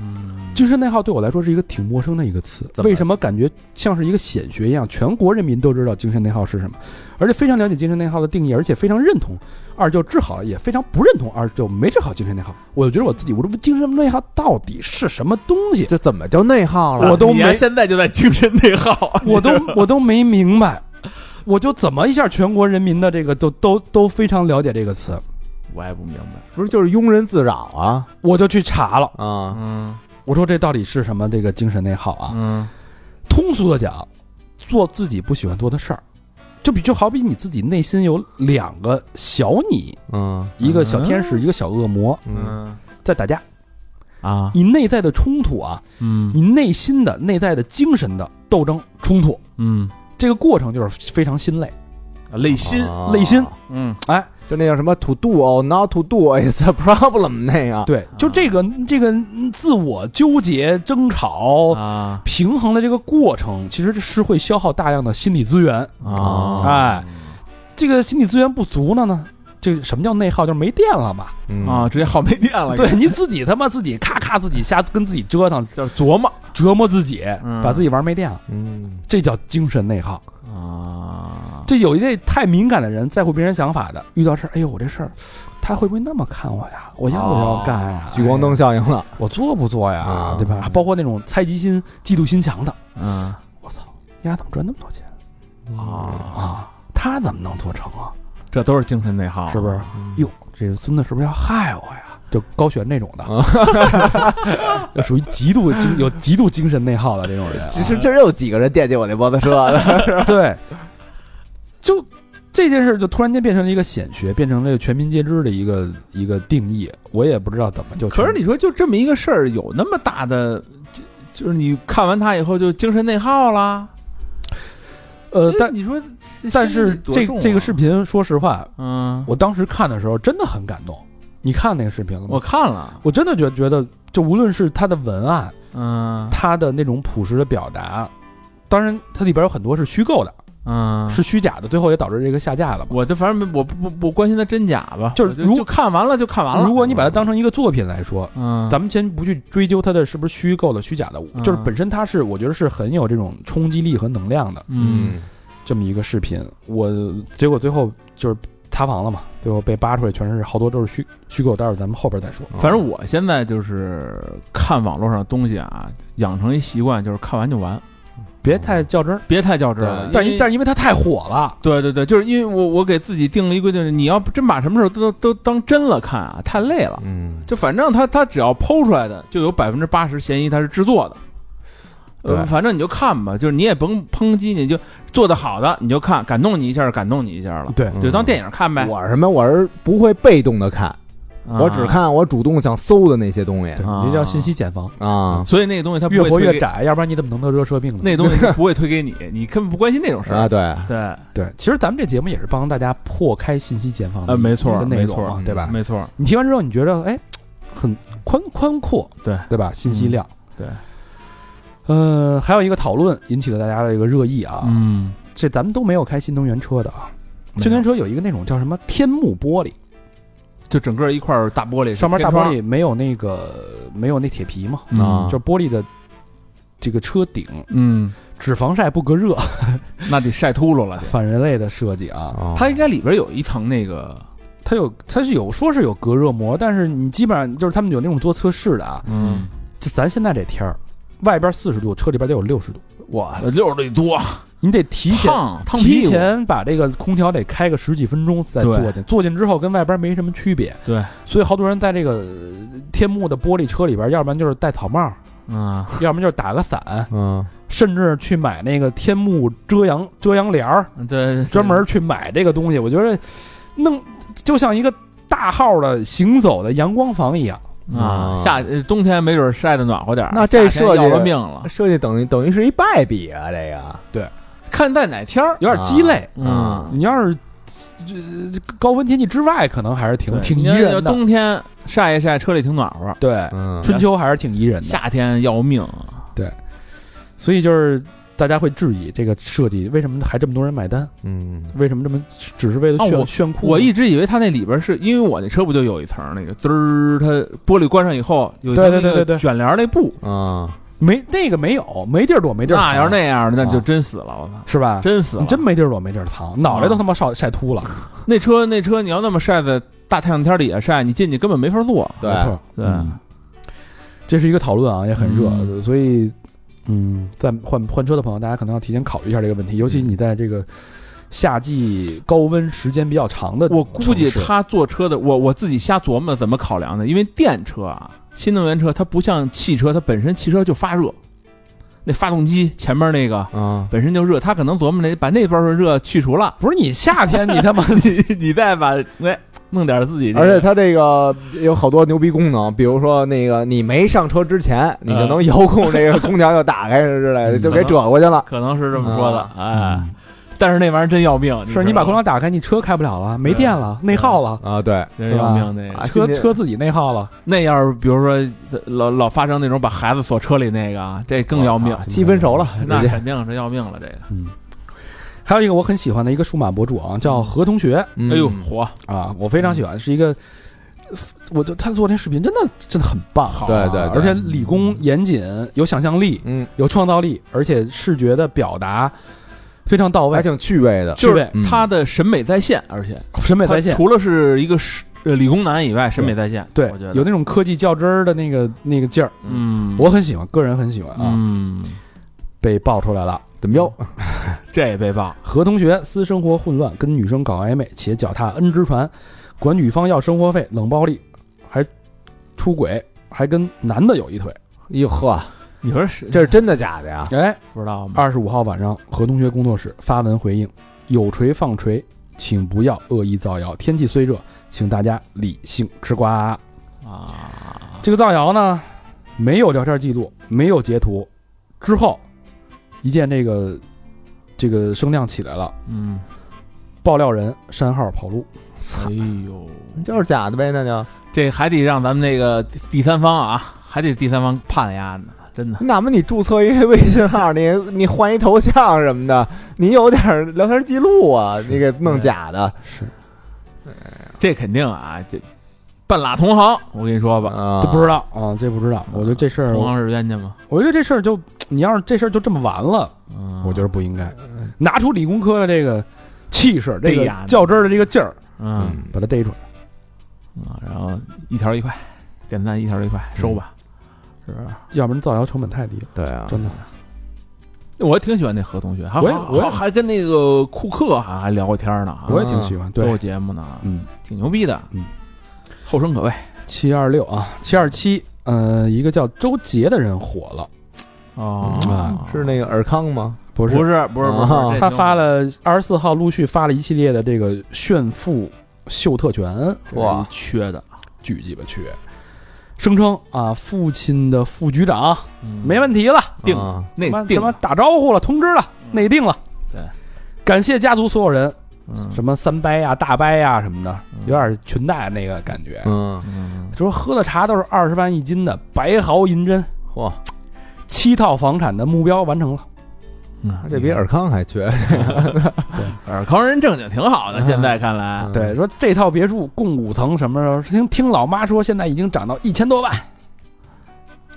[SPEAKER 4] 嗯
[SPEAKER 1] 精神内耗对我来说是一个挺陌生的一个词，
[SPEAKER 3] 怎么
[SPEAKER 1] 为什么感觉像是一个显学一样？全国人民都知道精神内耗是什么，而且非常了解精神内耗的定义，而且非常认同二舅治好了，也非常不认同二舅没治好精神内耗。我就觉得我自己，我这精神内耗到底是什么东西，
[SPEAKER 3] 这怎么叫内耗了？
[SPEAKER 1] 我都
[SPEAKER 4] 你呀
[SPEAKER 1] 没
[SPEAKER 4] 现在就在精神内 耗，
[SPEAKER 1] 我都我都没明白，我就怎么一下全国人民的这个都都都非常了解这个词，
[SPEAKER 4] 我也不明白。
[SPEAKER 3] 不是就是庸人自扰啊
[SPEAKER 1] 我就去查了，
[SPEAKER 3] 啊，
[SPEAKER 4] 嗯
[SPEAKER 1] 我说这到底是什么这个精神内耗啊？
[SPEAKER 4] 嗯
[SPEAKER 1] 通俗的讲，做自己不喜欢做的事儿，就比就好比你自己内心有两个小你，
[SPEAKER 3] 嗯
[SPEAKER 1] 一个小天使，一个小恶魔
[SPEAKER 3] 嗯
[SPEAKER 1] 在打架，
[SPEAKER 4] 啊
[SPEAKER 1] 你内在的冲突啊，
[SPEAKER 4] 嗯
[SPEAKER 1] 你内心的内在的精神的斗争冲突，
[SPEAKER 4] 嗯，
[SPEAKER 1] 这个过程就是非常心累。
[SPEAKER 4] 累心
[SPEAKER 3] 啊
[SPEAKER 1] 内心
[SPEAKER 4] 嗯
[SPEAKER 1] 哎，
[SPEAKER 3] 就那叫什么 “to do or not to do is a problem” 那样，
[SPEAKER 1] 对，就这个这个自我纠结、争吵、
[SPEAKER 4] 啊
[SPEAKER 1] 平衡的这个过程，其实这是会消耗大量的心理资源。
[SPEAKER 4] 啊
[SPEAKER 1] 哎，这个心理资源不足了呢，这个什么叫内耗？就是没电了嘛。
[SPEAKER 3] 嗯
[SPEAKER 4] 啊，，直接耗没电了，
[SPEAKER 1] 对，你自己他妈自己咔咔自己瞎跟自己折腾
[SPEAKER 4] 叫琢磨
[SPEAKER 1] 折磨自己，
[SPEAKER 4] 嗯
[SPEAKER 1] 把自己玩没电了，
[SPEAKER 3] 嗯
[SPEAKER 1] 这叫精神内耗。
[SPEAKER 4] 啊，
[SPEAKER 1] 这有一类太敏感的人，在乎别人想法的，遇到事儿，哎呦，我这事儿太他会不会那么看我呀？我要不
[SPEAKER 4] 哦
[SPEAKER 1] 要干呀？
[SPEAKER 3] 聚光灯效应了，
[SPEAKER 1] 哎，我做不做呀
[SPEAKER 3] 啊？
[SPEAKER 1] 对吧？包括那种猜忌心、嫉妒心强的，
[SPEAKER 4] 嗯
[SPEAKER 1] 我操，丫怎么赚那么多钱
[SPEAKER 4] 啊，
[SPEAKER 1] 啊？他怎么能做成啊？
[SPEAKER 4] 这都是精神内耗，
[SPEAKER 1] 是不是？
[SPEAKER 4] 嗯
[SPEAKER 1] 哟，这个孙子是不是要害我呀？就高璇那种的， 就属于极度精有极度精神内耗的这种人啊，
[SPEAKER 3] 其实这又有几个人惦记我那摩托车了，
[SPEAKER 1] 对，就这件事就突然间变成了一个显学，变成了一个全民皆知的一个一个定义，我也不知道怎么就。
[SPEAKER 4] 可是你说就这么一个事儿，有那么大的，就就是你看完它以后就精神内耗啦。
[SPEAKER 1] 呃，
[SPEAKER 4] 这
[SPEAKER 1] 但
[SPEAKER 4] 你说，
[SPEAKER 1] 但是这这个视，频，说实话，
[SPEAKER 4] 啊嗯，
[SPEAKER 1] 我当时看的时候真的很感动。你看那个视频了吗？
[SPEAKER 4] 我看了，
[SPEAKER 1] 我真的觉觉得，就无论是他的文案，
[SPEAKER 4] 嗯
[SPEAKER 1] 他的那种朴实的表达，当然它里边有很多是虚构的，
[SPEAKER 4] 嗯，
[SPEAKER 1] 是虚假的，最后也导致这个下架了嘛。
[SPEAKER 4] 我这反正我不不不关心它真假吧，
[SPEAKER 1] 就是
[SPEAKER 4] 我
[SPEAKER 1] 如
[SPEAKER 4] 就看完了就看完了。
[SPEAKER 1] 如果你把它当成一个作品来说，
[SPEAKER 4] 嗯，
[SPEAKER 1] 咱们先不去追究它的是不是虚构的、虚假的，
[SPEAKER 4] 嗯
[SPEAKER 1] 就是本身它是，我觉得是很有这种冲击力和能量的
[SPEAKER 4] 嗯，
[SPEAKER 1] 这么一个视频。我结果最后就是塌房了嘛，最后被扒出来，全是好多都是虚虚构，待会儿咱们后边再说。
[SPEAKER 4] 反正我现在就是看网络上的东西啊，养成一习惯就是看完就完，
[SPEAKER 1] 别太较真儿，
[SPEAKER 4] 别太较真儿了。
[SPEAKER 1] 但是
[SPEAKER 4] 嗯因为
[SPEAKER 1] 但是因为它太火了，
[SPEAKER 4] 对对对，就是因为我我给自己定了一规定，你要真把什么事儿都都当真了看啊，太累了。
[SPEAKER 3] 嗯，
[SPEAKER 4] 就反正他他只要剖出来的，就有百分之八十嫌疑他是制作的。呃，
[SPEAKER 3] 对
[SPEAKER 4] 反正你就看吧，就是你也甭抨击，你就做的好的你就看，感动你一下，感动你一下了，
[SPEAKER 1] 对，
[SPEAKER 3] 嗯
[SPEAKER 4] 就当电影看呗。
[SPEAKER 3] 我是什么？我是不会被动的看，
[SPEAKER 4] 啊
[SPEAKER 3] 我只，看我主动想搜的那些东西
[SPEAKER 1] 对，
[SPEAKER 4] 啊
[SPEAKER 1] 这叫信息茧房，
[SPEAKER 3] 啊
[SPEAKER 4] 所以那个东西它不
[SPEAKER 1] 越
[SPEAKER 4] 会
[SPEAKER 1] 活
[SPEAKER 4] 推
[SPEAKER 1] 越
[SPEAKER 4] 给，
[SPEAKER 1] 窄，要不然你怎么能得热射病呢？
[SPEAKER 4] 那东西它不会推给你，你根本不关心那种事
[SPEAKER 3] 啊，
[SPEAKER 4] 儿。
[SPEAKER 3] 对，
[SPEAKER 4] 对，
[SPEAKER 1] 对，其实咱们这节目也是帮大家破开信息茧房的
[SPEAKER 4] 呃没错
[SPEAKER 1] 一个内
[SPEAKER 4] 没
[SPEAKER 1] 容
[SPEAKER 4] 错嗯
[SPEAKER 1] 嘛对吧？
[SPEAKER 4] 没错，
[SPEAKER 1] 你听完之后，你觉得哎，很宽宽阔，
[SPEAKER 4] 对
[SPEAKER 1] 对吧？信息量，
[SPEAKER 4] 嗯
[SPEAKER 1] 对，呃，还有一个讨论引起了大家的一个热议啊，
[SPEAKER 4] 嗯，
[SPEAKER 1] 这咱们都没有开新能源车的啊。
[SPEAKER 4] 没有
[SPEAKER 1] 新能源车有一个那种叫什么天幕玻璃，
[SPEAKER 4] 就整个一块儿大玻璃，
[SPEAKER 1] 上面大玻璃没有那个没有那铁皮嘛，
[SPEAKER 4] 嗯
[SPEAKER 3] 啊
[SPEAKER 1] 就是玻璃的这个车顶
[SPEAKER 4] 嗯，
[SPEAKER 1] 只防晒不隔热，
[SPEAKER 4] 那得晒秃噜了得。
[SPEAKER 1] 反人类的设计啊。
[SPEAKER 3] 哦
[SPEAKER 4] 它应该里边有一层那个，
[SPEAKER 1] 它有它是有说是有隔热膜，但是你基本上就是他们有那种做测试的啊，
[SPEAKER 4] 嗯，
[SPEAKER 1] 就咱现在这天儿，外边四十度，车里边得有六十度。
[SPEAKER 3] 我
[SPEAKER 4] 六十度多，
[SPEAKER 1] 你得提前
[SPEAKER 4] 烫烫
[SPEAKER 1] 提
[SPEAKER 4] 屁股，
[SPEAKER 1] 前把这个空调得开个十几分钟再坐进，坐进之后跟外边没什么区别。
[SPEAKER 4] 对，
[SPEAKER 1] 所以好多人在这个呃天幕的玻璃车里边，要不然就是戴草 帽，
[SPEAKER 4] 嗯，
[SPEAKER 1] 要不然就是打个伞，
[SPEAKER 3] 嗯
[SPEAKER 1] 甚至去买那个天幕遮阳遮阳帘儿，
[SPEAKER 4] 对，
[SPEAKER 1] 专门去买这个东西。我觉得弄就像一个大号的行走的阳光房一样。
[SPEAKER 4] 啊
[SPEAKER 3] 啊，
[SPEAKER 4] 夏呃冬天没准晒的暖和点儿，
[SPEAKER 3] 那这
[SPEAKER 4] 夏天
[SPEAKER 3] 设计
[SPEAKER 4] 要了命了，
[SPEAKER 3] 设计等于等于是一败笔啊，这个
[SPEAKER 4] 看在哪天儿，
[SPEAKER 1] 有点鸡肋。
[SPEAKER 4] 啊
[SPEAKER 1] 你要是这这高温天气之外，可能还是挺
[SPEAKER 4] 对
[SPEAKER 1] 挺
[SPEAKER 4] 你
[SPEAKER 1] 宜
[SPEAKER 4] 要要
[SPEAKER 1] 人的。
[SPEAKER 4] 冬天晒一晒，车里挺暖和，
[SPEAKER 1] 对，
[SPEAKER 3] 嗯
[SPEAKER 1] 春秋还是挺宜人的。
[SPEAKER 4] 夏天要命啊，
[SPEAKER 1] 所以就是大家会质疑这个设计为什么还这么多人买单？
[SPEAKER 3] 嗯
[SPEAKER 1] 为什么这么只是为了
[SPEAKER 4] 啊
[SPEAKER 1] 炫、
[SPEAKER 4] 我
[SPEAKER 1] 炫酷？
[SPEAKER 4] 我一直以为它那里边是因为我那车不就有一层那个嘚儿，它玻璃关上以后有一层
[SPEAKER 1] 对对对
[SPEAKER 4] 那个
[SPEAKER 1] 对对
[SPEAKER 4] 卷帘儿那布，
[SPEAKER 3] 啊
[SPEAKER 1] 没那个没有，没地儿躲，没地儿藏。
[SPEAKER 4] 那要是那样的，那就真死了，我操，
[SPEAKER 1] 是吧？
[SPEAKER 4] 真死了
[SPEAKER 1] 你，真没地儿躲，没地儿藏，脑袋都
[SPEAKER 4] 啊
[SPEAKER 1] 他妈晒晒秃了。
[SPEAKER 4] 那车那车你要那么晒在大太阳天底下晒，你进去根本没法坐，
[SPEAKER 3] 对啊
[SPEAKER 1] 没错，
[SPEAKER 4] 对
[SPEAKER 1] 嗯这是一个讨论啊，也很热，
[SPEAKER 4] 嗯
[SPEAKER 1] 所以嗯，在换换车的朋友，大家可能要提前考虑一下这个问题，尤其你在这个夏季高温时间比较长嗯的城市，
[SPEAKER 4] 我估计他坐车的，我我自己瞎琢磨怎么考量的，因为电车啊，新能源车它不像汽车，它本身汽车就发热，那发动机前面那个
[SPEAKER 3] 啊
[SPEAKER 4] 本身就热，他可能琢磨那把那边的热去除了，
[SPEAKER 1] 不是你夏天你 他妈
[SPEAKER 4] 你你再把哎弄点自己这个，
[SPEAKER 3] 而且它这个有好多牛逼功能，比如说那个你没上车之前，你就能遥控这个空调就打开之类的，
[SPEAKER 1] 嗯
[SPEAKER 3] 就给折过去了。
[SPEAKER 4] 可能是这么说的
[SPEAKER 3] 啊，
[SPEAKER 4] 哎，但是那玩意儿真要命，
[SPEAKER 1] 是
[SPEAKER 4] 你
[SPEAKER 1] 你把空
[SPEAKER 4] 调
[SPEAKER 1] 调打开，你车开不了了，没电了，内耗了，
[SPEAKER 3] 啊，对，
[SPEAKER 4] 真要命那个
[SPEAKER 3] 啊
[SPEAKER 1] 车
[SPEAKER 3] 今天
[SPEAKER 1] 车自己内耗了。
[SPEAKER 4] 那要是比如说老老发生那种把孩子锁车里那个啊，这更要命，
[SPEAKER 3] 七分熟了，
[SPEAKER 4] 那
[SPEAKER 3] 直接
[SPEAKER 4] 肯定是要命了这个，
[SPEAKER 1] 嗯，还有一个我很喜欢的一个数码博主啊，叫何同学
[SPEAKER 4] 哎呦火，
[SPEAKER 3] 嗯
[SPEAKER 1] 啊，我非常喜欢，是一个，我就他做这视频真的真的很棒，好
[SPEAKER 3] 对对对
[SPEAKER 1] 而且理工严谨，有想象力，
[SPEAKER 3] 嗯，
[SPEAKER 1] 有创造力，而且视觉的表达非常到
[SPEAKER 3] 嗯还
[SPEAKER 1] 位，
[SPEAKER 3] 挺趣味的，
[SPEAKER 1] 趣味
[SPEAKER 4] 他的审美在线，而且
[SPEAKER 1] 审美嗯
[SPEAKER 4] 他
[SPEAKER 1] 在线，
[SPEAKER 4] 除了是一个视呃理工男以外审美在线，
[SPEAKER 1] 对
[SPEAKER 4] 我觉，得
[SPEAKER 1] 有那种科技较真儿的那个那个劲儿，
[SPEAKER 4] 嗯，
[SPEAKER 1] 我很喜欢，个人很喜欢啊。
[SPEAKER 4] 嗯，
[SPEAKER 1] 被爆出来了，
[SPEAKER 3] 怎么着？
[SPEAKER 4] 这也被爆，
[SPEAKER 1] 何同学私生活混乱，跟女生搞暧昧，且脚踏 N 只船，管女方要生活费，冷暴力，还出轨，还跟男的有一腿。
[SPEAKER 3] 哟呵，
[SPEAKER 4] 你说是
[SPEAKER 3] 这是真的假的呀？
[SPEAKER 1] 哎，
[SPEAKER 4] 不知道吗？
[SPEAKER 1] 二十五号晚上，何同学工作室发文回应：有锤放锤，请不要恶意造谣。天气虽热，请大家理性吃瓜。
[SPEAKER 4] 啊，
[SPEAKER 1] 这个造谣呢，没有聊天记录，没有截图。之后，一见这个这个声量起来了，
[SPEAKER 4] 嗯，
[SPEAKER 1] 爆料人删号跑路。
[SPEAKER 4] 哎呦，
[SPEAKER 3] 就是假的呗，那就
[SPEAKER 4] 这还得让咱们那个第第三方啊，还得第三方判呀呢，真 的。
[SPEAKER 3] 哪怕你注册一个微信 号，你你换一头像什么的，你有点聊天记录啊，你给弄假的
[SPEAKER 1] 是，
[SPEAKER 4] 这肯定啊，这半拉同行，我跟你说吧，
[SPEAKER 3] 啊
[SPEAKER 1] 这，不知道啊，这不知道。我觉得这事儿，
[SPEAKER 4] 同行是冤家嘛。
[SPEAKER 1] 我觉得这事儿就你要是这事儿就这么完了，
[SPEAKER 4] 嗯，
[SPEAKER 1] 我觉得不应该。拿出理工科的这个气势，这
[SPEAKER 4] 对
[SPEAKER 1] 个
[SPEAKER 4] 呀
[SPEAKER 1] 较真儿的这个劲儿，
[SPEAKER 4] 嗯
[SPEAKER 1] 把它逮出来。
[SPEAKER 4] 啊，
[SPEAKER 1] 嗯
[SPEAKER 4] 然后一条一块，点赞一条一块，收吧，是不是？
[SPEAKER 1] 要不然造谣成本太低了，
[SPEAKER 3] 对啊，
[SPEAKER 1] 真的。
[SPEAKER 4] 我还挺喜欢那何同学，还
[SPEAKER 1] 我也
[SPEAKER 4] 好
[SPEAKER 1] 我也
[SPEAKER 4] 还还跟那个库克还还聊过天呢，啊
[SPEAKER 1] 我也挺喜欢。
[SPEAKER 4] 做
[SPEAKER 1] 对，
[SPEAKER 4] 节目呢，
[SPEAKER 1] 嗯，
[SPEAKER 4] 挺牛逼的，
[SPEAKER 1] 嗯，
[SPEAKER 4] 后生可畏
[SPEAKER 1] 七二六啊，七二七，呃，一个叫周杰的人火了，嗯啊
[SPEAKER 4] 哦，
[SPEAKER 3] 是那个尔康吗？
[SPEAKER 1] 不
[SPEAKER 4] 不是不是不是
[SPEAKER 3] 啊，
[SPEAKER 4] 这
[SPEAKER 1] 他发了二十四号陆续发了一系列的这个炫富秀特权，
[SPEAKER 3] 哇，
[SPEAKER 4] 缺的，
[SPEAKER 1] 巨鸡巴缺，声称啊父亲的副局长嗯没问题了，
[SPEAKER 4] 定
[SPEAKER 3] 啊
[SPEAKER 4] 嗯那
[SPEAKER 1] 什么
[SPEAKER 4] 定嗯
[SPEAKER 1] 什么打招呼了，通知了，内定了，
[SPEAKER 4] 对，
[SPEAKER 1] 感谢家族所有人，
[SPEAKER 4] 嗯
[SPEAKER 1] 什么三伯呀、大伯呀什么的，
[SPEAKER 4] 嗯
[SPEAKER 1] 有点裙带那个感觉，
[SPEAKER 3] 嗯，
[SPEAKER 4] 嗯
[SPEAKER 1] 说喝的茶都是二十万一斤的白毫银针，
[SPEAKER 3] 嚯，
[SPEAKER 1] 七套房产的目标完成了。
[SPEAKER 4] 嗯
[SPEAKER 3] 这比尔康还缺，
[SPEAKER 4] 尔康人正经挺好的，现在看来
[SPEAKER 3] 嗯
[SPEAKER 1] 对，说这套别墅共五层，什么时候听听老妈说，现在已经涨到一千多万，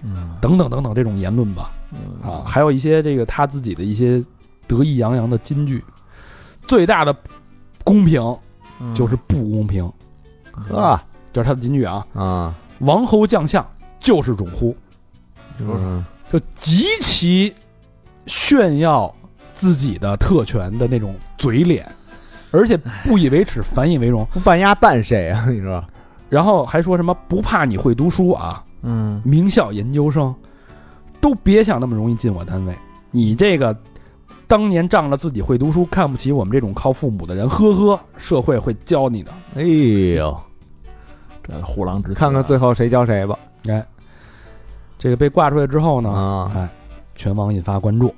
[SPEAKER 4] 嗯
[SPEAKER 1] 等等等等这种言论吧。啊，还有一些这个他自己的一些得意洋洋的金句。最大的公平就是不公平，
[SPEAKER 3] 呵
[SPEAKER 1] 这是他的金句啊。
[SPEAKER 3] 啊，
[SPEAKER 1] 王侯将相就是种乎，
[SPEAKER 4] 说说
[SPEAKER 3] 嗯
[SPEAKER 1] 就极其炫耀自己的特权的那种嘴脸，而且不以为耻，反以为荣。
[SPEAKER 3] 不半鸭半谁啊？你说
[SPEAKER 1] 然后还说什么不怕你会读书啊，
[SPEAKER 4] 嗯
[SPEAKER 1] 名校研究生，都别想那么容易进我单位。你这个当年仗着自己会读书，看不起我们这种靠父母的人，呵呵，社会会教你的。
[SPEAKER 3] 哎呦，
[SPEAKER 4] 这虎狼之徒啊
[SPEAKER 3] 看看最后谁教谁吧
[SPEAKER 1] 哎，这个被挂出来之后呢，
[SPEAKER 3] 啊！
[SPEAKER 1] 哎，全网引发关注。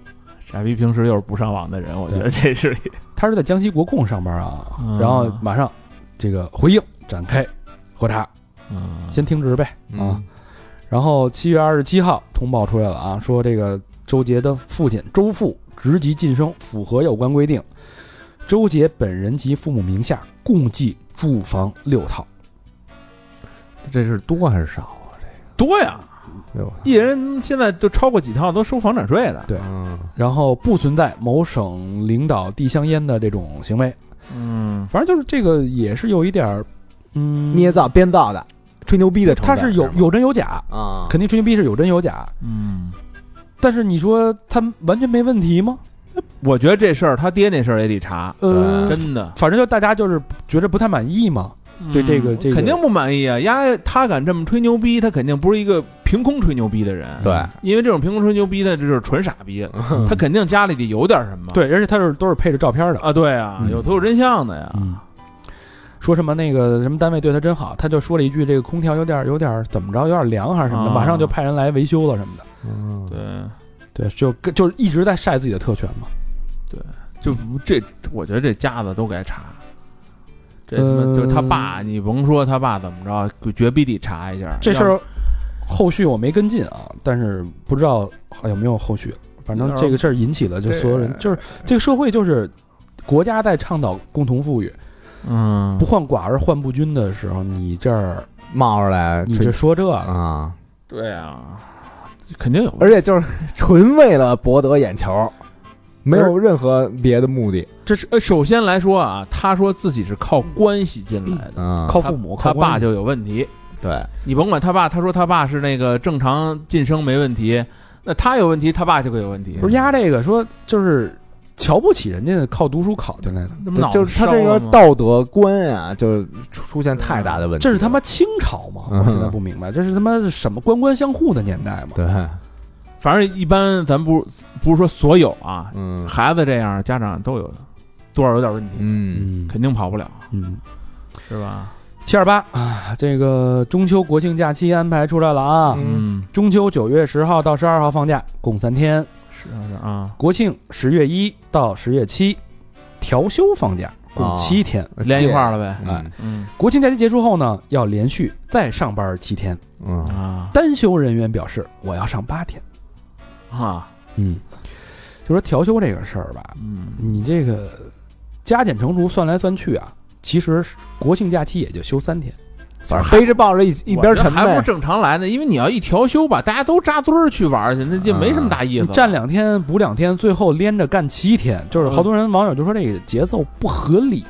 [SPEAKER 4] 傻逼平时又是不上网的人，我觉得这是
[SPEAKER 1] 他是在江西国共上班啊，
[SPEAKER 4] 嗯
[SPEAKER 1] 然后马上这个回应展开核查，
[SPEAKER 4] 嗯
[SPEAKER 1] 先停职呗啊
[SPEAKER 3] 嗯。
[SPEAKER 1] 然后七月二十七号通报出来了啊，说这个周杰的父亲周父职级晋升符合有关规定，周杰本人及父母名下共计住房六套，
[SPEAKER 3] 这是多还是少啊？
[SPEAKER 4] 多呀，
[SPEAKER 3] 这六
[SPEAKER 4] 一人现在就超过几套都收房产税的，
[SPEAKER 1] 对
[SPEAKER 3] 嗯
[SPEAKER 1] 然后不存在某省领导地香烟的这种行为，
[SPEAKER 4] 嗯，
[SPEAKER 1] 反正就是这个也是有一点儿，嗯，
[SPEAKER 3] 捏造编造的，吹牛逼的成
[SPEAKER 1] 他
[SPEAKER 3] 分，
[SPEAKER 1] 是有
[SPEAKER 3] 吗
[SPEAKER 1] 有真有假，
[SPEAKER 3] 啊，
[SPEAKER 1] 肯定吹牛逼是有真有假，
[SPEAKER 4] 嗯，
[SPEAKER 1] 但是你说他完全没问题吗？
[SPEAKER 4] 我觉得这事儿他爹那事儿也得查，
[SPEAKER 1] 呃，
[SPEAKER 4] 真的
[SPEAKER 1] 反正就大家就是觉得不太满意 嘛。对这个这个
[SPEAKER 4] 肯定不满意啊！丫他敢这么吹牛逼，他肯定不是一个凭空吹牛逼的人，
[SPEAKER 3] 对，
[SPEAKER 4] 因为这种凭空吹牛逼的，这就是纯傻逼，
[SPEAKER 1] 嗯
[SPEAKER 4] 他肯定家里得有点什么，
[SPEAKER 1] 对，而且他是都是配着照片的。
[SPEAKER 4] 啊，对啊，
[SPEAKER 1] 嗯
[SPEAKER 4] 有头有真相的呀，
[SPEAKER 1] 嗯，说什么那个什么单位对他真好，他就说了一句这个空调有点有点怎么着，有点凉还是什么的，
[SPEAKER 4] 啊
[SPEAKER 1] 马上就派人来维修了什么的。
[SPEAKER 3] 嗯
[SPEAKER 4] 对，
[SPEAKER 1] 对，就跟就是一直在晒自己的特权嘛。
[SPEAKER 4] 就这，我觉得这家子都该查。
[SPEAKER 1] 呃
[SPEAKER 4] 这他妈就是他爸，你甭说他爸怎么着，绝逼得查一下
[SPEAKER 1] 这事儿后续我没跟进啊，但是不知道有没有后续。反正这个事儿引起了就所有人，就是这个社会就是国家在倡导共同富裕，
[SPEAKER 4] 嗯
[SPEAKER 1] 不，患寡而患不均的时候，你这儿
[SPEAKER 3] 冒出来
[SPEAKER 1] 你
[SPEAKER 3] 吹
[SPEAKER 1] 这说这啊，
[SPEAKER 3] 啊，
[SPEAKER 4] 对啊，肯定有问题。
[SPEAKER 3] 而且就是纯为了博得眼球，没有任何别的目的
[SPEAKER 4] 这是呃，首先来说啊，他说自己是靠关系进来的，
[SPEAKER 3] 啊
[SPEAKER 1] 靠父母，
[SPEAKER 4] 他
[SPEAKER 1] 靠关
[SPEAKER 4] 爸
[SPEAKER 1] 系
[SPEAKER 4] 就有问题。
[SPEAKER 3] 对，
[SPEAKER 4] 你甭管他爸，他说他爸是那个正常晋升没问题，那他有问题，他爸就会有问题。
[SPEAKER 1] 不是压这个说就是瞧不起人家靠读书考进来的，
[SPEAKER 4] 那不脑子
[SPEAKER 3] 就是他这
[SPEAKER 4] 烧
[SPEAKER 3] 个
[SPEAKER 4] 了吗
[SPEAKER 3] 道德观啊，就是出出现太大的问题。
[SPEAKER 1] 这是他妈清朝吗？
[SPEAKER 3] 嗯
[SPEAKER 1] 我现在不明白，这是他妈什么官官相护的年代吗？
[SPEAKER 3] 对，
[SPEAKER 4] 反正一般咱不不是说所有啊，
[SPEAKER 3] 嗯
[SPEAKER 4] 孩子这样家长都有多少有点问题，
[SPEAKER 3] 嗯，
[SPEAKER 1] 嗯
[SPEAKER 4] 肯定跑不了，
[SPEAKER 1] 嗯，
[SPEAKER 4] 是吧？
[SPEAKER 1] 七二八啊，这个中秋国庆假期安排出来了啊，
[SPEAKER 3] 嗯
[SPEAKER 4] 嗯，
[SPEAKER 1] 中秋九月十号到十二号放假，共三天；
[SPEAKER 4] 是啊是啊，
[SPEAKER 1] 国庆十月一到十月七调休放假，共
[SPEAKER 3] 哦
[SPEAKER 1] 七天。
[SPEAKER 4] 连一块儿了呗。
[SPEAKER 3] 嗯
[SPEAKER 1] 哎
[SPEAKER 4] 嗯
[SPEAKER 1] 国庆假期结束后呢，要连续再上班七天。
[SPEAKER 3] 嗯，
[SPEAKER 4] 啊
[SPEAKER 1] 单休人员表示，我要上八天。
[SPEAKER 4] 啊
[SPEAKER 1] 嗯，就说调休这个事儿吧，
[SPEAKER 4] 嗯
[SPEAKER 1] 你这个加减乘除算来算去啊，其实国庆假期也就休三天。
[SPEAKER 3] 反正背着抱着一一边
[SPEAKER 4] 我觉得
[SPEAKER 3] 沉
[SPEAKER 4] 还不
[SPEAKER 3] 呗
[SPEAKER 4] 是。正常来呢，因为你要一调休吧，大家都扎堆儿去玩儿去，那就没
[SPEAKER 3] 嗯
[SPEAKER 4] 什么大意思
[SPEAKER 1] 你
[SPEAKER 4] 了。
[SPEAKER 1] 站两天补两天，最后连着干七天，就是好多人网友就说这个节奏不合理。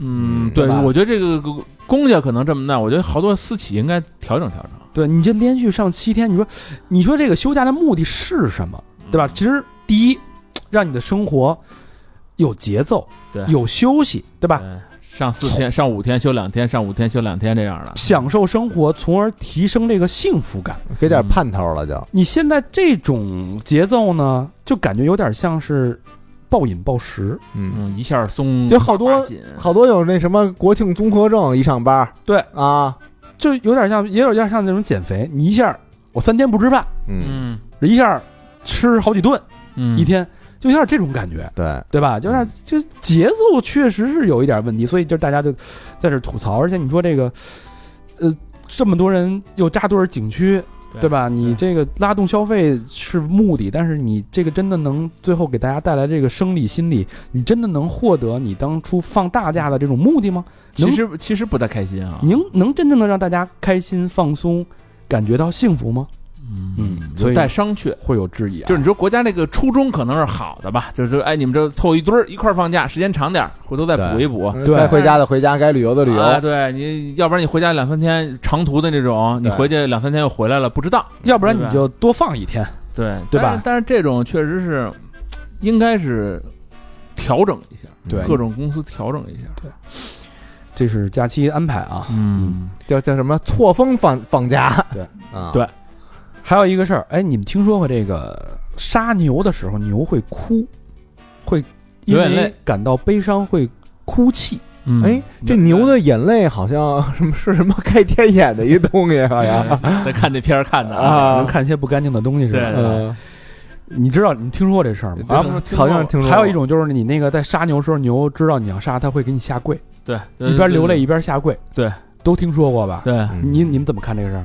[SPEAKER 4] 嗯，
[SPEAKER 3] 嗯
[SPEAKER 4] 对，
[SPEAKER 1] 对吧
[SPEAKER 4] 我觉得这个公家可能这么弄，我觉得好多私企应该调整调整，
[SPEAKER 1] 对，你这连续上七天，你说，你说这个休假的目的是什么？对吧？其实第一，让你的生活有节奏，
[SPEAKER 4] 对
[SPEAKER 1] 有休息，对吧？
[SPEAKER 4] 对？上四天，上五天休两天，上五天休两天这样的，
[SPEAKER 1] 享受生活，从而提升这个幸福感。
[SPEAKER 3] 给点盼头了就。
[SPEAKER 1] 你现在这种节奏呢，就感觉有点像是暴饮暴食。
[SPEAKER 3] 嗯，
[SPEAKER 4] 嗯，一下松
[SPEAKER 3] 就好多
[SPEAKER 4] 八紧
[SPEAKER 3] 好多有那什么国庆综合症，一上班
[SPEAKER 1] 对
[SPEAKER 3] 啊，
[SPEAKER 1] 就有点像，也有点像那种减肥。你一下我三天不吃饭，
[SPEAKER 3] 嗯，
[SPEAKER 4] 嗯
[SPEAKER 1] 一下吃好几顿，
[SPEAKER 4] 嗯，
[SPEAKER 1] 一天就有点这种感觉，
[SPEAKER 3] 对，
[SPEAKER 1] 对吧？就有点就节奏确实是有一点问题，所以就大家就在这吐槽。而且你说这个，呃，这么多人又扎堆儿景区，对吧？你这个拉动消费是目的，但是你这个真的能最后给大家带来这个生理、心理，你真的能获得你当初放大假的这种目的吗？
[SPEAKER 4] 其实其实不太开心啊。
[SPEAKER 1] 您能真正的让大家开心、放松，感觉到幸福吗？嗯所以
[SPEAKER 4] 有待商榷。
[SPEAKER 1] 会有质疑啊。
[SPEAKER 4] 就是你说国家这个初衷可能是好的吧，就是说，哎，你们这凑一堆儿一块儿放假，时间长点儿，回头再补一补。
[SPEAKER 1] 对
[SPEAKER 3] 该回家的回家，该旅游的旅
[SPEAKER 4] 啊，
[SPEAKER 3] 游。
[SPEAKER 4] 对你，要不然你回家两三天长途的那种，你
[SPEAKER 3] 对
[SPEAKER 4] 回去两三天又回来了，不值当。
[SPEAKER 1] 要不然
[SPEAKER 4] 对
[SPEAKER 1] 你
[SPEAKER 4] 吧
[SPEAKER 1] 就多放一天。
[SPEAKER 4] 对
[SPEAKER 1] 对吧
[SPEAKER 4] 但是但是这种确实是，应该是调整一下，
[SPEAKER 1] 对
[SPEAKER 4] 各种公司调整一下。
[SPEAKER 1] 这是假期安排啊。
[SPEAKER 4] 嗯，
[SPEAKER 3] 叫叫什么错峰放放假。
[SPEAKER 1] 对
[SPEAKER 3] 啊，
[SPEAKER 4] 对
[SPEAKER 1] 还有一个事儿，哎，你们听说过这个杀牛的时候牛会哭，会因
[SPEAKER 4] 流眼
[SPEAKER 1] 为
[SPEAKER 4] 泪
[SPEAKER 1] 感到悲伤会哭泣。
[SPEAKER 4] 嗯
[SPEAKER 3] 哎，这牛的眼泪好像 什么是什么开天眼的一东西，啊好 像
[SPEAKER 4] 在看那片儿看的
[SPEAKER 3] 啊
[SPEAKER 1] 能看一些不干净的东西是
[SPEAKER 4] 对
[SPEAKER 1] 吧？呃
[SPEAKER 4] 对
[SPEAKER 3] 嗯
[SPEAKER 1] 你知道你听说过这事儿吗？
[SPEAKER 3] 啊，好像听说
[SPEAKER 1] 还有一种就是你那个在杀牛时候，牛知道你要杀，它会给你下跪，
[SPEAKER 4] 对，
[SPEAKER 1] 一边流泪一边下跪。
[SPEAKER 4] 对，
[SPEAKER 1] 都听说过吧？
[SPEAKER 4] 对。
[SPEAKER 1] 你你们怎么看这个事儿？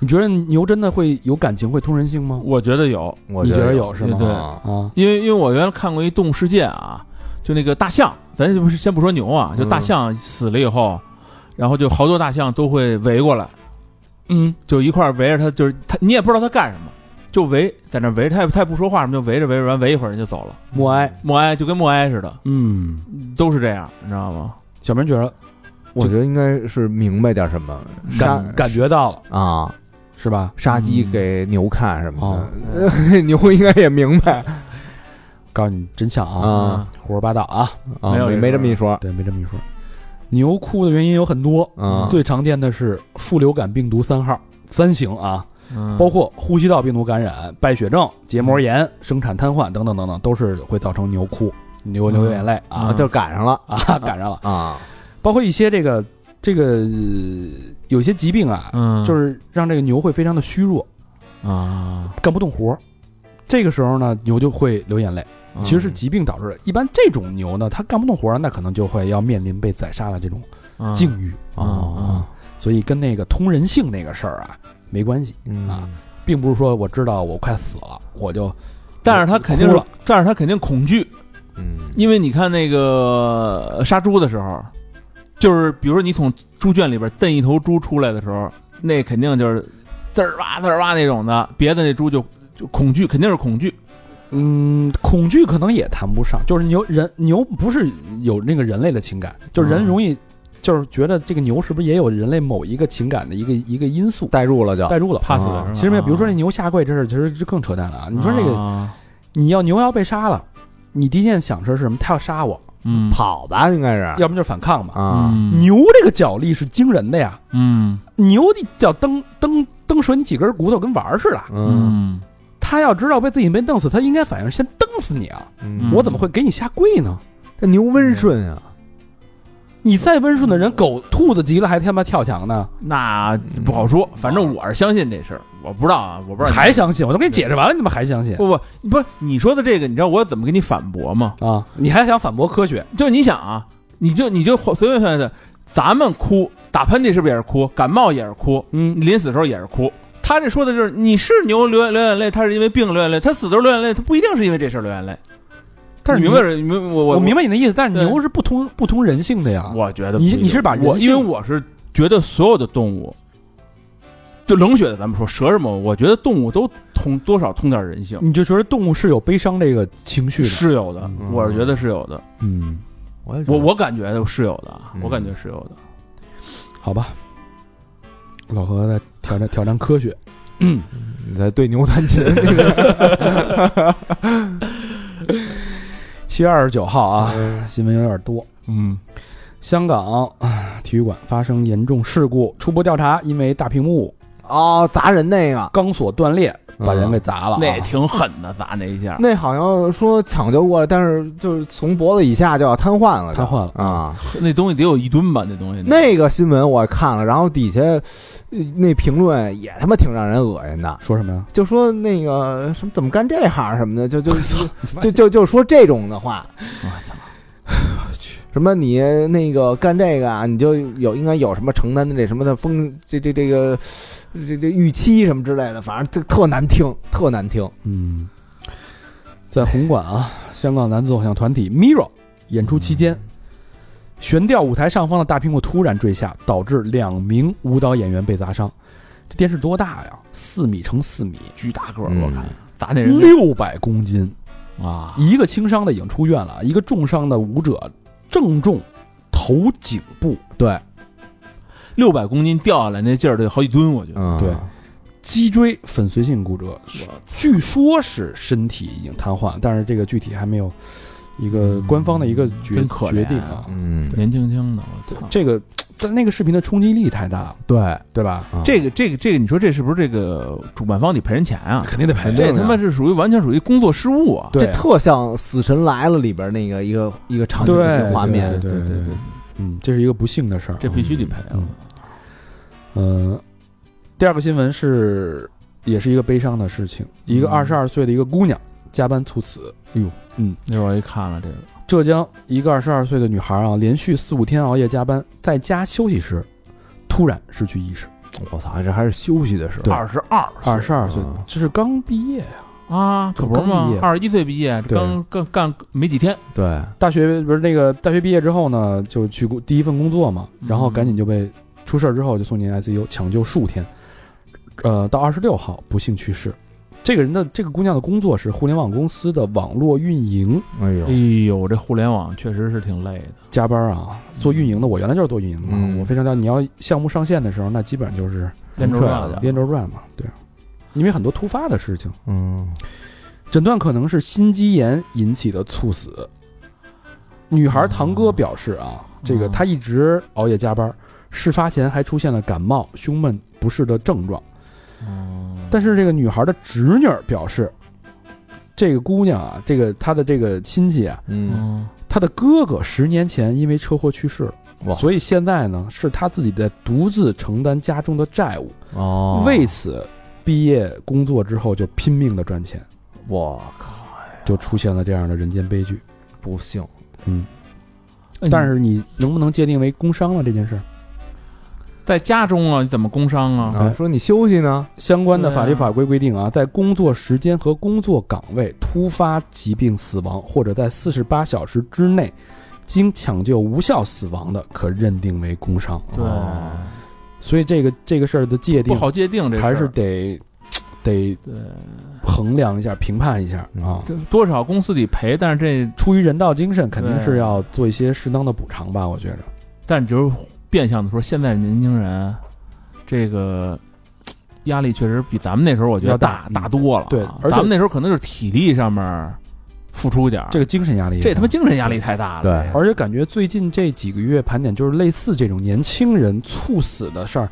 [SPEAKER 1] 你觉得牛真的会有感情，会通人性吗？
[SPEAKER 4] 我觉得有，
[SPEAKER 3] 我
[SPEAKER 1] 你觉得
[SPEAKER 3] 有
[SPEAKER 1] 有是吗？
[SPEAKER 4] 对
[SPEAKER 3] 啊
[SPEAKER 1] 啊，
[SPEAKER 4] 因为因为我原来看过一《动物世界》啊，就那个大象，咱就不是先不说牛啊，就大象死了以后，然后就好多大象都会围过来，
[SPEAKER 1] 嗯，
[SPEAKER 4] 就一块儿围着它，就是它，你也不知道它干什么，就围在那儿围着它，它也不说话什么，就围着围着完围一会儿人就走了。
[SPEAKER 1] 默哀，
[SPEAKER 4] 默哀就跟默哀似的，
[SPEAKER 1] 嗯，
[SPEAKER 4] 都是这样，你知道吗？
[SPEAKER 1] 小明觉得
[SPEAKER 3] 我觉得应该是明白点什么，杀
[SPEAKER 1] 感感觉到了
[SPEAKER 3] 啊，
[SPEAKER 1] 是吧？
[SPEAKER 3] 杀鸡给牛看什么
[SPEAKER 1] 哦
[SPEAKER 3] 的，牛应该也明白
[SPEAKER 1] 告诉你真相啊，
[SPEAKER 3] 啊
[SPEAKER 1] 胡说八道啊，
[SPEAKER 3] 啊，
[SPEAKER 4] 没有
[SPEAKER 3] 没
[SPEAKER 4] 这事
[SPEAKER 3] 没这么一说
[SPEAKER 1] 对，没这么一说。牛哭的原因有很多，
[SPEAKER 3] 啊，
[SPEAKER 1] 最常见的是副流感病毒三号三型啊，
[SPEAKER 4] 嗯
[SPEAKER 1] 包括呼吸道病毒感染、败血症、结膜炎、
[SPEAKER 3] 嗯
[SPEAKER 1] 生产瘫痪等等等等，都是会造成牛哭、牛流眼泪啊
[SPEAKER 3] 啊，就赶上了
[SPEAKER 1] 啊赶上了。
[SPEAKER 3] 啊，
[SPEAKER 1] 包括一些这个这个呃有些疾病啊，
[SPEAKER 4] 嗯
[SPEAKER 1] 就是让这个牛会非常的虚弱，
[SPEAKER 4] 啊，
[SPEAKER 1] 干不动活儿。这个时候呢，牛就会流眼泪，
[SPEAKER 4] 嗯
[SPEAKER 1] 其实是疾病导致的。一般这种牛呢，它干不动活儿，那可能就会要面临被宰杀的这种
[SPEAKER 4] 嗯
[SPEAKER 1] 境遇
[SPEAKER 4] 嗯嗯
[SPEAKER 1] 啊。所以跟那个通人性那个事儿啊没关系。啊
[SPEAKER 3] 嗯，
[SPEAKER 1] 并不是说我知道我快死了，我就，
[SPEAKER 4] 但是他肯定
[SPEAKER 1] 嗯哭
[SPEAKER 4] 是
[SPEAKER 1] 了，
[SPEAKER 4] 但是他肯定恐惧，
[SPEAKER 3] 嗯，
[SPEAKER 4] 因为你看那个呃杀猪的时候，就是比如说你从猪圈里边蹬一头猪出来的时候，那
[SPEAKER 1] 啊
[SPEAKER 4] 肯定就是滋儿哇滋儿哇那种的，别的那猪就就恐惧，肯定是恐惧。
[SPEAKER 1] 嗯，恐惧可能也谈不上，就是牛人牛不是有那个人类的情感，就是人
[SPEAKER 4] 嗯
[SPEAKER 1] 容易就是觉得这个牛是不是也有人类某一个情感的一个一个因素
[SPEAKER 3] 代入了就
[SPEAKER 1] 带入了。
[SPEAKER 4] 怕死
[SPEAKER 3] 啊
[SPEAKER 4] 了是吧？
[SPEAKER 1] 其实没有，比如说那牛下跪这事儿，其实就更扯淡了啊！你说这个，
[SPEAKER 4] 啊
[SPEAKER 1] 你要牛要被杀了，你第一件想的是什么？他要杀我，
[SPEAKER 4] 嗯
[SPEAKER 3] 跑吧，应该是
[SPEAKER 1] 要不就是反抗嘛。
[SPEAKER 3] 啊，
[SPEAKER 4] 嗯
[SPEAKER 1] 牛这个脚力是惊人的呀，
[SPEAKER 4] 嗯
[SPEAKER 1] 牛的脚蹬蹬蹬折你几根骨头跟玩儿似的。
[SPEAKER 3] 嗯
[SPEAKER 4] 嗯
[SPEAKER 1] 他要知道被自己被弄死，他应该反应是先蹬死你啊！
[SPEAKER 3] 嗯
[SPEAKER 1] 我怎么会给你下跪呢？
[SPEAKER 3] 这牛温顺啊，
[SPEAKER 1] 你再温顺的人，狗兔子急了还他妈跳墙呢，
[SPEAKER 4] 那不好说，反正我是相信这事儿，我不知道啊，我不知道你
[SPEAKER 1] 还相信？我都给你解释完了，你怎么还相信
[SPEAKER 4] 不不不，你说的这个，你知道我怎么跟你反驳吗？
[SPEAKER 1] 啊？你还想反驳科学？
[SPEAKER 4] 就你想啊，你就你就随便算算，咱们哭打喷嚏是不是也是哭？感冒也是哭，
[SPEAKER 1] 嗯，
[SPEAKER 4] 临死的时候也是哭。他这说的就是你是牛流眼流眼泪，他是因为病流眼泪，他死的时候流眼泪，他不一定是因为这事儿流眼泪。
[SPEAKER 1] 但是
[SPEAKER 4] 你
[SPEAKER 1] 牛
[SPEAKER 4] 明白这你明我
[SPEAKER 1] 我
[SPEAKER 4] 我
[SPEAKER 1] 明白你的意思，但是
[SPEAKER 4] 对
[SPEAKER 1] 牛是不通不通人性的呀。
[SPEAKER 4] 我觉得
[SPEAKER 1] 你
[SPEAKER 4] 不一
[SPEAKER 1] 你
[SPEAKER 4] 定
[SPEAKER 1] 是把人
[SPEAKER 4] 我因为
[SPEAKER 1] 性
[SPEAKER 4] 我是觉得所有的动物，就冷血的咱们说蛇什么，我觉得动物都通多少通点人性，
[SPEAKER 1] 你就觉得动物是有悲伤这个情绪的，
[SPEAKER 4] 是有的，
[SPEAKER 1] 嗯
[SPEAKER 4] 我是觉得是有的，
[SPEAKER 1] 嗯，
[SPEAKER 3] 我也觉
[SPEAKER 4] 我
[SPEAKER 3] 得
[SPEAKER 4] 我感觉是有的啊，
[SPEAKER 3] 嗯
[SPEAKER 4] 我感觉是有的。
[SPEAKER 1] 好吧。老何在挑战挑战科学，
[SPEAKER 3] 你在对牛弹琴，那个
[SPEAKER 1] 七月二十九号啊，
[SPEAKER 4] 哎
[SPEAKER 1] 新闻有点多。
[SPEAKER 4] 嗯
[SPEAKER 1] 香港啊体育馆发生严重事故，初步调查因为大屏幕
[SPEAKER 3] 哦砸人那个
[SPEAKER 1] 钢索断裂把人给砸了、啊。
[SPEAKER 4] 那也挺狠的，砸那一下。
[SPEAKER 3] 那好像说抢救过来，但是就是从脖子以下就要瘫痪了就，
[SPEAKER 1] 瘫痪了
[SPEAKER 3] 啊！
[SPEAKER 4] 那东西得有一吨吧？那东西
[SPEAKER 3] 那个新闻我看了，然后底下呃那评论也他妈挺让人恶心的，
[SPEAKER 1] 说什么呀？
[SPEAKER 3] 就说那个什么怎么干这行什么的，就就就就就就说这种的话，
[SPEAKER 4] 我操！
[SPEAKER 3] 什么你那个干这个啊，你就有应该有什么承担的这什么的风这这这个这这预期什么之类的，反正特特难听，特难听。
[SPEAKER 1] 嗯，在红馆啊，香港男子偶像团体 Mirror 演出期间，悬吊舞台上方的大屏幕突然坠下，导致两名舞蹈演员被砸伤。这电视多大呀？四米乘四米，
[SPEAKER 4] 巨大个儿，
[SPEAKER 3] 嗯
[SPEAKER 4] 我看砸那人
[SPEAKER 1] 六百公斤，
[SPEAKER 4] 啊，
[SPEAKER 1] 一个轻伤的已经出院了，一个重伤的舞者正中头颈部，
[SPEAKER 3] 对，
[SPEAKER 4] 六百公斤掉下来那劲儿得好几吨，我觉得。
[SPEAKER 3] 嗯，
[SPEAKER 1] 对脊椎粉碎性骨折，据说是身体已经瘫痪，但是这个具体还没有一个官方的一个决、
[SPEAKER 4] 真可怜
[SPEAKER 1] 决定啊。
[SPEAKER 3] 嗯，
[SPEAKER 4] 年轻轻的，我操！
[SPEAKER 1] 这个但那个视频的冲击力太大了，
[SPEAKER 3] 对，
[SPEAKER 1] 对吧？
[SPEAKER 3] 嗯
[SPEAKER 4] 这个这个这个，你说这是不是这个主办方得赔人钱啊？
[SPEAKER 1] 肯定得赔
[SPEAKER 3] 肯定
[SPEAKER 4] 这
[SPEAKER 3] 的
[SPEAKER 4] 他妈是属于完全属于工作失误啊！
[SPEAKER 1] 对
[SPEAKER 3] 这特像《死神来了》里边那个一个一个场景
[SPEAKER 1] 对
[SPEAKER 3] 的画面，
[SPEAKER 1] 对对
[SPEAKER 3] 对
[SPEAKER 1] 对，嗯，这是一个不幸的事儿。
[SPEAKER 4] 这必须得赔啊
[SPEAKER 1] 嗯！嗯、呃，第二个新闻是，也是一个悲伤的事情，一个
[SPEAKER 4] 嗯
[SPEAKER 1] 二十二岁的一个姑娘加班猝死。
[SPEAKER 4] 那会儿我一看了这个，
[SPEAKER 1] 浙江一个二十二岁的女孩啊，连续四五天熬夜加班，在家休息时，突然失去意识。
[SPEAKER 3] 我操，这还是休息的时候，
[SPEAKER 4] 二十二
[SPEAKER 1] 二十二岁
[SPEAKER 3] 啊，
[SPEAKER 1] 这是刚毕业呀、
[SPEAKER 4] 啊，可不是
[SPEAKER 1] 刚毕
[SPEAKER 4] 吗
[SPEAKER 1] 业？
[SPEAKER 4] 二十一岁毕业，
[SPEAKER 1] 对
[SPEAKER 4] 刚刚干没几天，
[SPEAKER 3] 对，
[SPEAKER 1] 大学不是那个大学毕业之后呢，就去工第一份工作嘛，然后
[SPEAKER 4] 嗯
[SPEAKER 1] 赶紧就被出事儿之后就送进 ICU 抢救数天，呃，到二十六号不幸去世。这个人的这个姑娘的工作是互联网公司的网络运营，
[SPEAKER 3] 哎呦
[SPEAKER 4] 哎，呦，这互联网确实是挺累的。
[SPEAKER 1] 加班啊，做运营的。我原来就是做运营的，
[SPEAKER 3] 嗯
[SPEAKER 1] 我非常了解。你要项目上线的时候，那基本上就是
[SPEAKER 4] 连轴
[SPEAKER 3] 踹
[SPEAKER 4] 转
[SPEAKER 3] 了
[SPEAKER 4] 了
[SPEAKER 1] 连轴转嘛，对啊，因为很多突发的事情，
[SPEAKER 3] 嗯，
[SPEAKER 1] 诊断可能是心肌炎引起的猝死。女孩堂哥表示啊，这个她一直熬夜加班，事发前还出现了感冒、胸闷不适的症状。
[SPEAKER 4] 嗯
[SPEAKER 1] 但是这个女孩的侄女儿表示，这个姑娘啊，这个她的这个亲戚啊，
[SPEAKER 3] 嗯，
[SPEAKER 4] 嗯，
[SPEAKER 1] 她的哥哥十年前因为车祸去世了
[SPEAKER 3] 哇，
[SPEAKER 1] 所以现在呢是她自己在独自承担家中的债务，
[SPEAKER 3] 哦，
[SPEAKER 4] 哎
[SPEAKER 1] 为此毕业工作之后就拼命的赚钱，
[SPEAKER 3] 我靠，
[SPEAKER 1] 就出现了这样的人间悲剧。
[SPEAKER 3] 不幸，
[SPEAKER 4] 哎
[SPEAKER 1] 但是你能不能界定为工伤了这件事
[SPEAKER 4] 啊
[SPEAKER 1] 儿？
[SPEAKER 4] 在家中啊，你怎么工伤啊？
[SPEAKER 3] 啊，说你休息呢，
[SPEAKER 1] 相关的
[SPEAKER 4] 对啊
[SPEAKER 1] 法律法规规定啊，在工作时间和工作岗位突发疾病死亡，或者在四十八小时之内经抢救无效死亡的，可认定为工伤。
[SPEAKER 4] 对，
[SPEAKER 3] 哦
[SPEAKER 1] 所以这个这个事儿的界
[SPEAKER 4] 不
[SPEAKER 1] 定
[SPEAKER 4] 啊好界定这事儿
[SPEAKER 1] 还是得得
[SPEAKER 4] 对，
[SPEAKER 1] 衡量一下、评判一下啊。
[SPEAKER 4] 这多少公司得赔，但是这
[SPEAKER 1] 出于人道精神，肯定
[SPEAKER 4] 对
[SPEAKER 1] 是要做一些适当的补偿吧，我觉着。
[SPEAKER 4] 但你就是变相的说，现在的年轻人这个嘖压力确实比咱们那时候我觉得
[SPEAKER 1] 要
[SPEAKER 4] 大
[SPEAKER 1] 大
[SPEAKER 4] 大多了啊、
[SPEAKER 1] 对而且
[SPEAKER 4] 咱们那时候可能就是体力上面付出一点儿，
[SPEAKER 1] 这个精神压力也大，
[SPEAKER 4] 这他妈精神压力太大了。
[SPEAKER 3] 对
[SPEAKER 4] 这个
[SPEAKER 1] 而且感觉最近这几个月盘点，就是类似这种年轻人猝死的事儿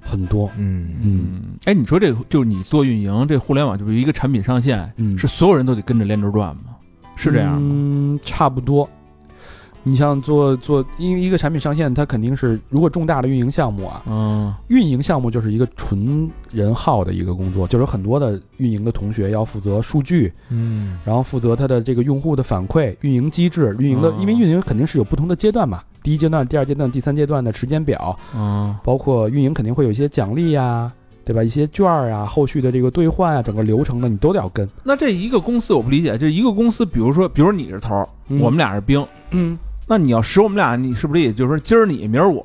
[SPEAKER 1] 很多。
[SPEAKER 3] 嗯，
[SPEAKER 4] 嗯，哎，你说这个就是你做运营，这互联网就是一个产品上线，
[SPEAKER 1] 嗯，
[SPEAKER 4] 是所有人都得跟着连轴转吗？是这样吗？
[SPEAKER 1] 嗯，差不多。你像做做，因为一个产品上线，它肯定是如果重大的运营项目啊，
[SPEAKER 4] 嗯，
[SPEAKER 1] 运营项目就是一个纯人号的一个工作，就是有很多的运营的同学要负责数据，
[SPEAKER 3] 嗯，
[SPEAKER 1] 然后负责它的这个用户的反馈、运营机制、运营的，
[SPEAKER 4] 嗯
[SPEAKER 1] 因为运营肯定是有不同的阶段嘛，第一阶段、第二阶段、第三阶段的时间表，
[SPEAKER 4] 嗯，
[SPEAKER 1] 包括运营肯定会有一些奖励呀、啊对吧？一些券儿啊，后续的这个兑换啊，整个流程呢，你都得要跟。
[SPEAKER 4] 那这一个公司我不理解，这一个公司，比如说，比如你是头儿，
[SPEAKER 1] 嗯
[SPEAKER 4] 我们俩是兵，
[SPEAKER 1] 嗯，
[SPEAKER 4] 那你要使我们俩，你是不是也就是说今儿你，明儿我？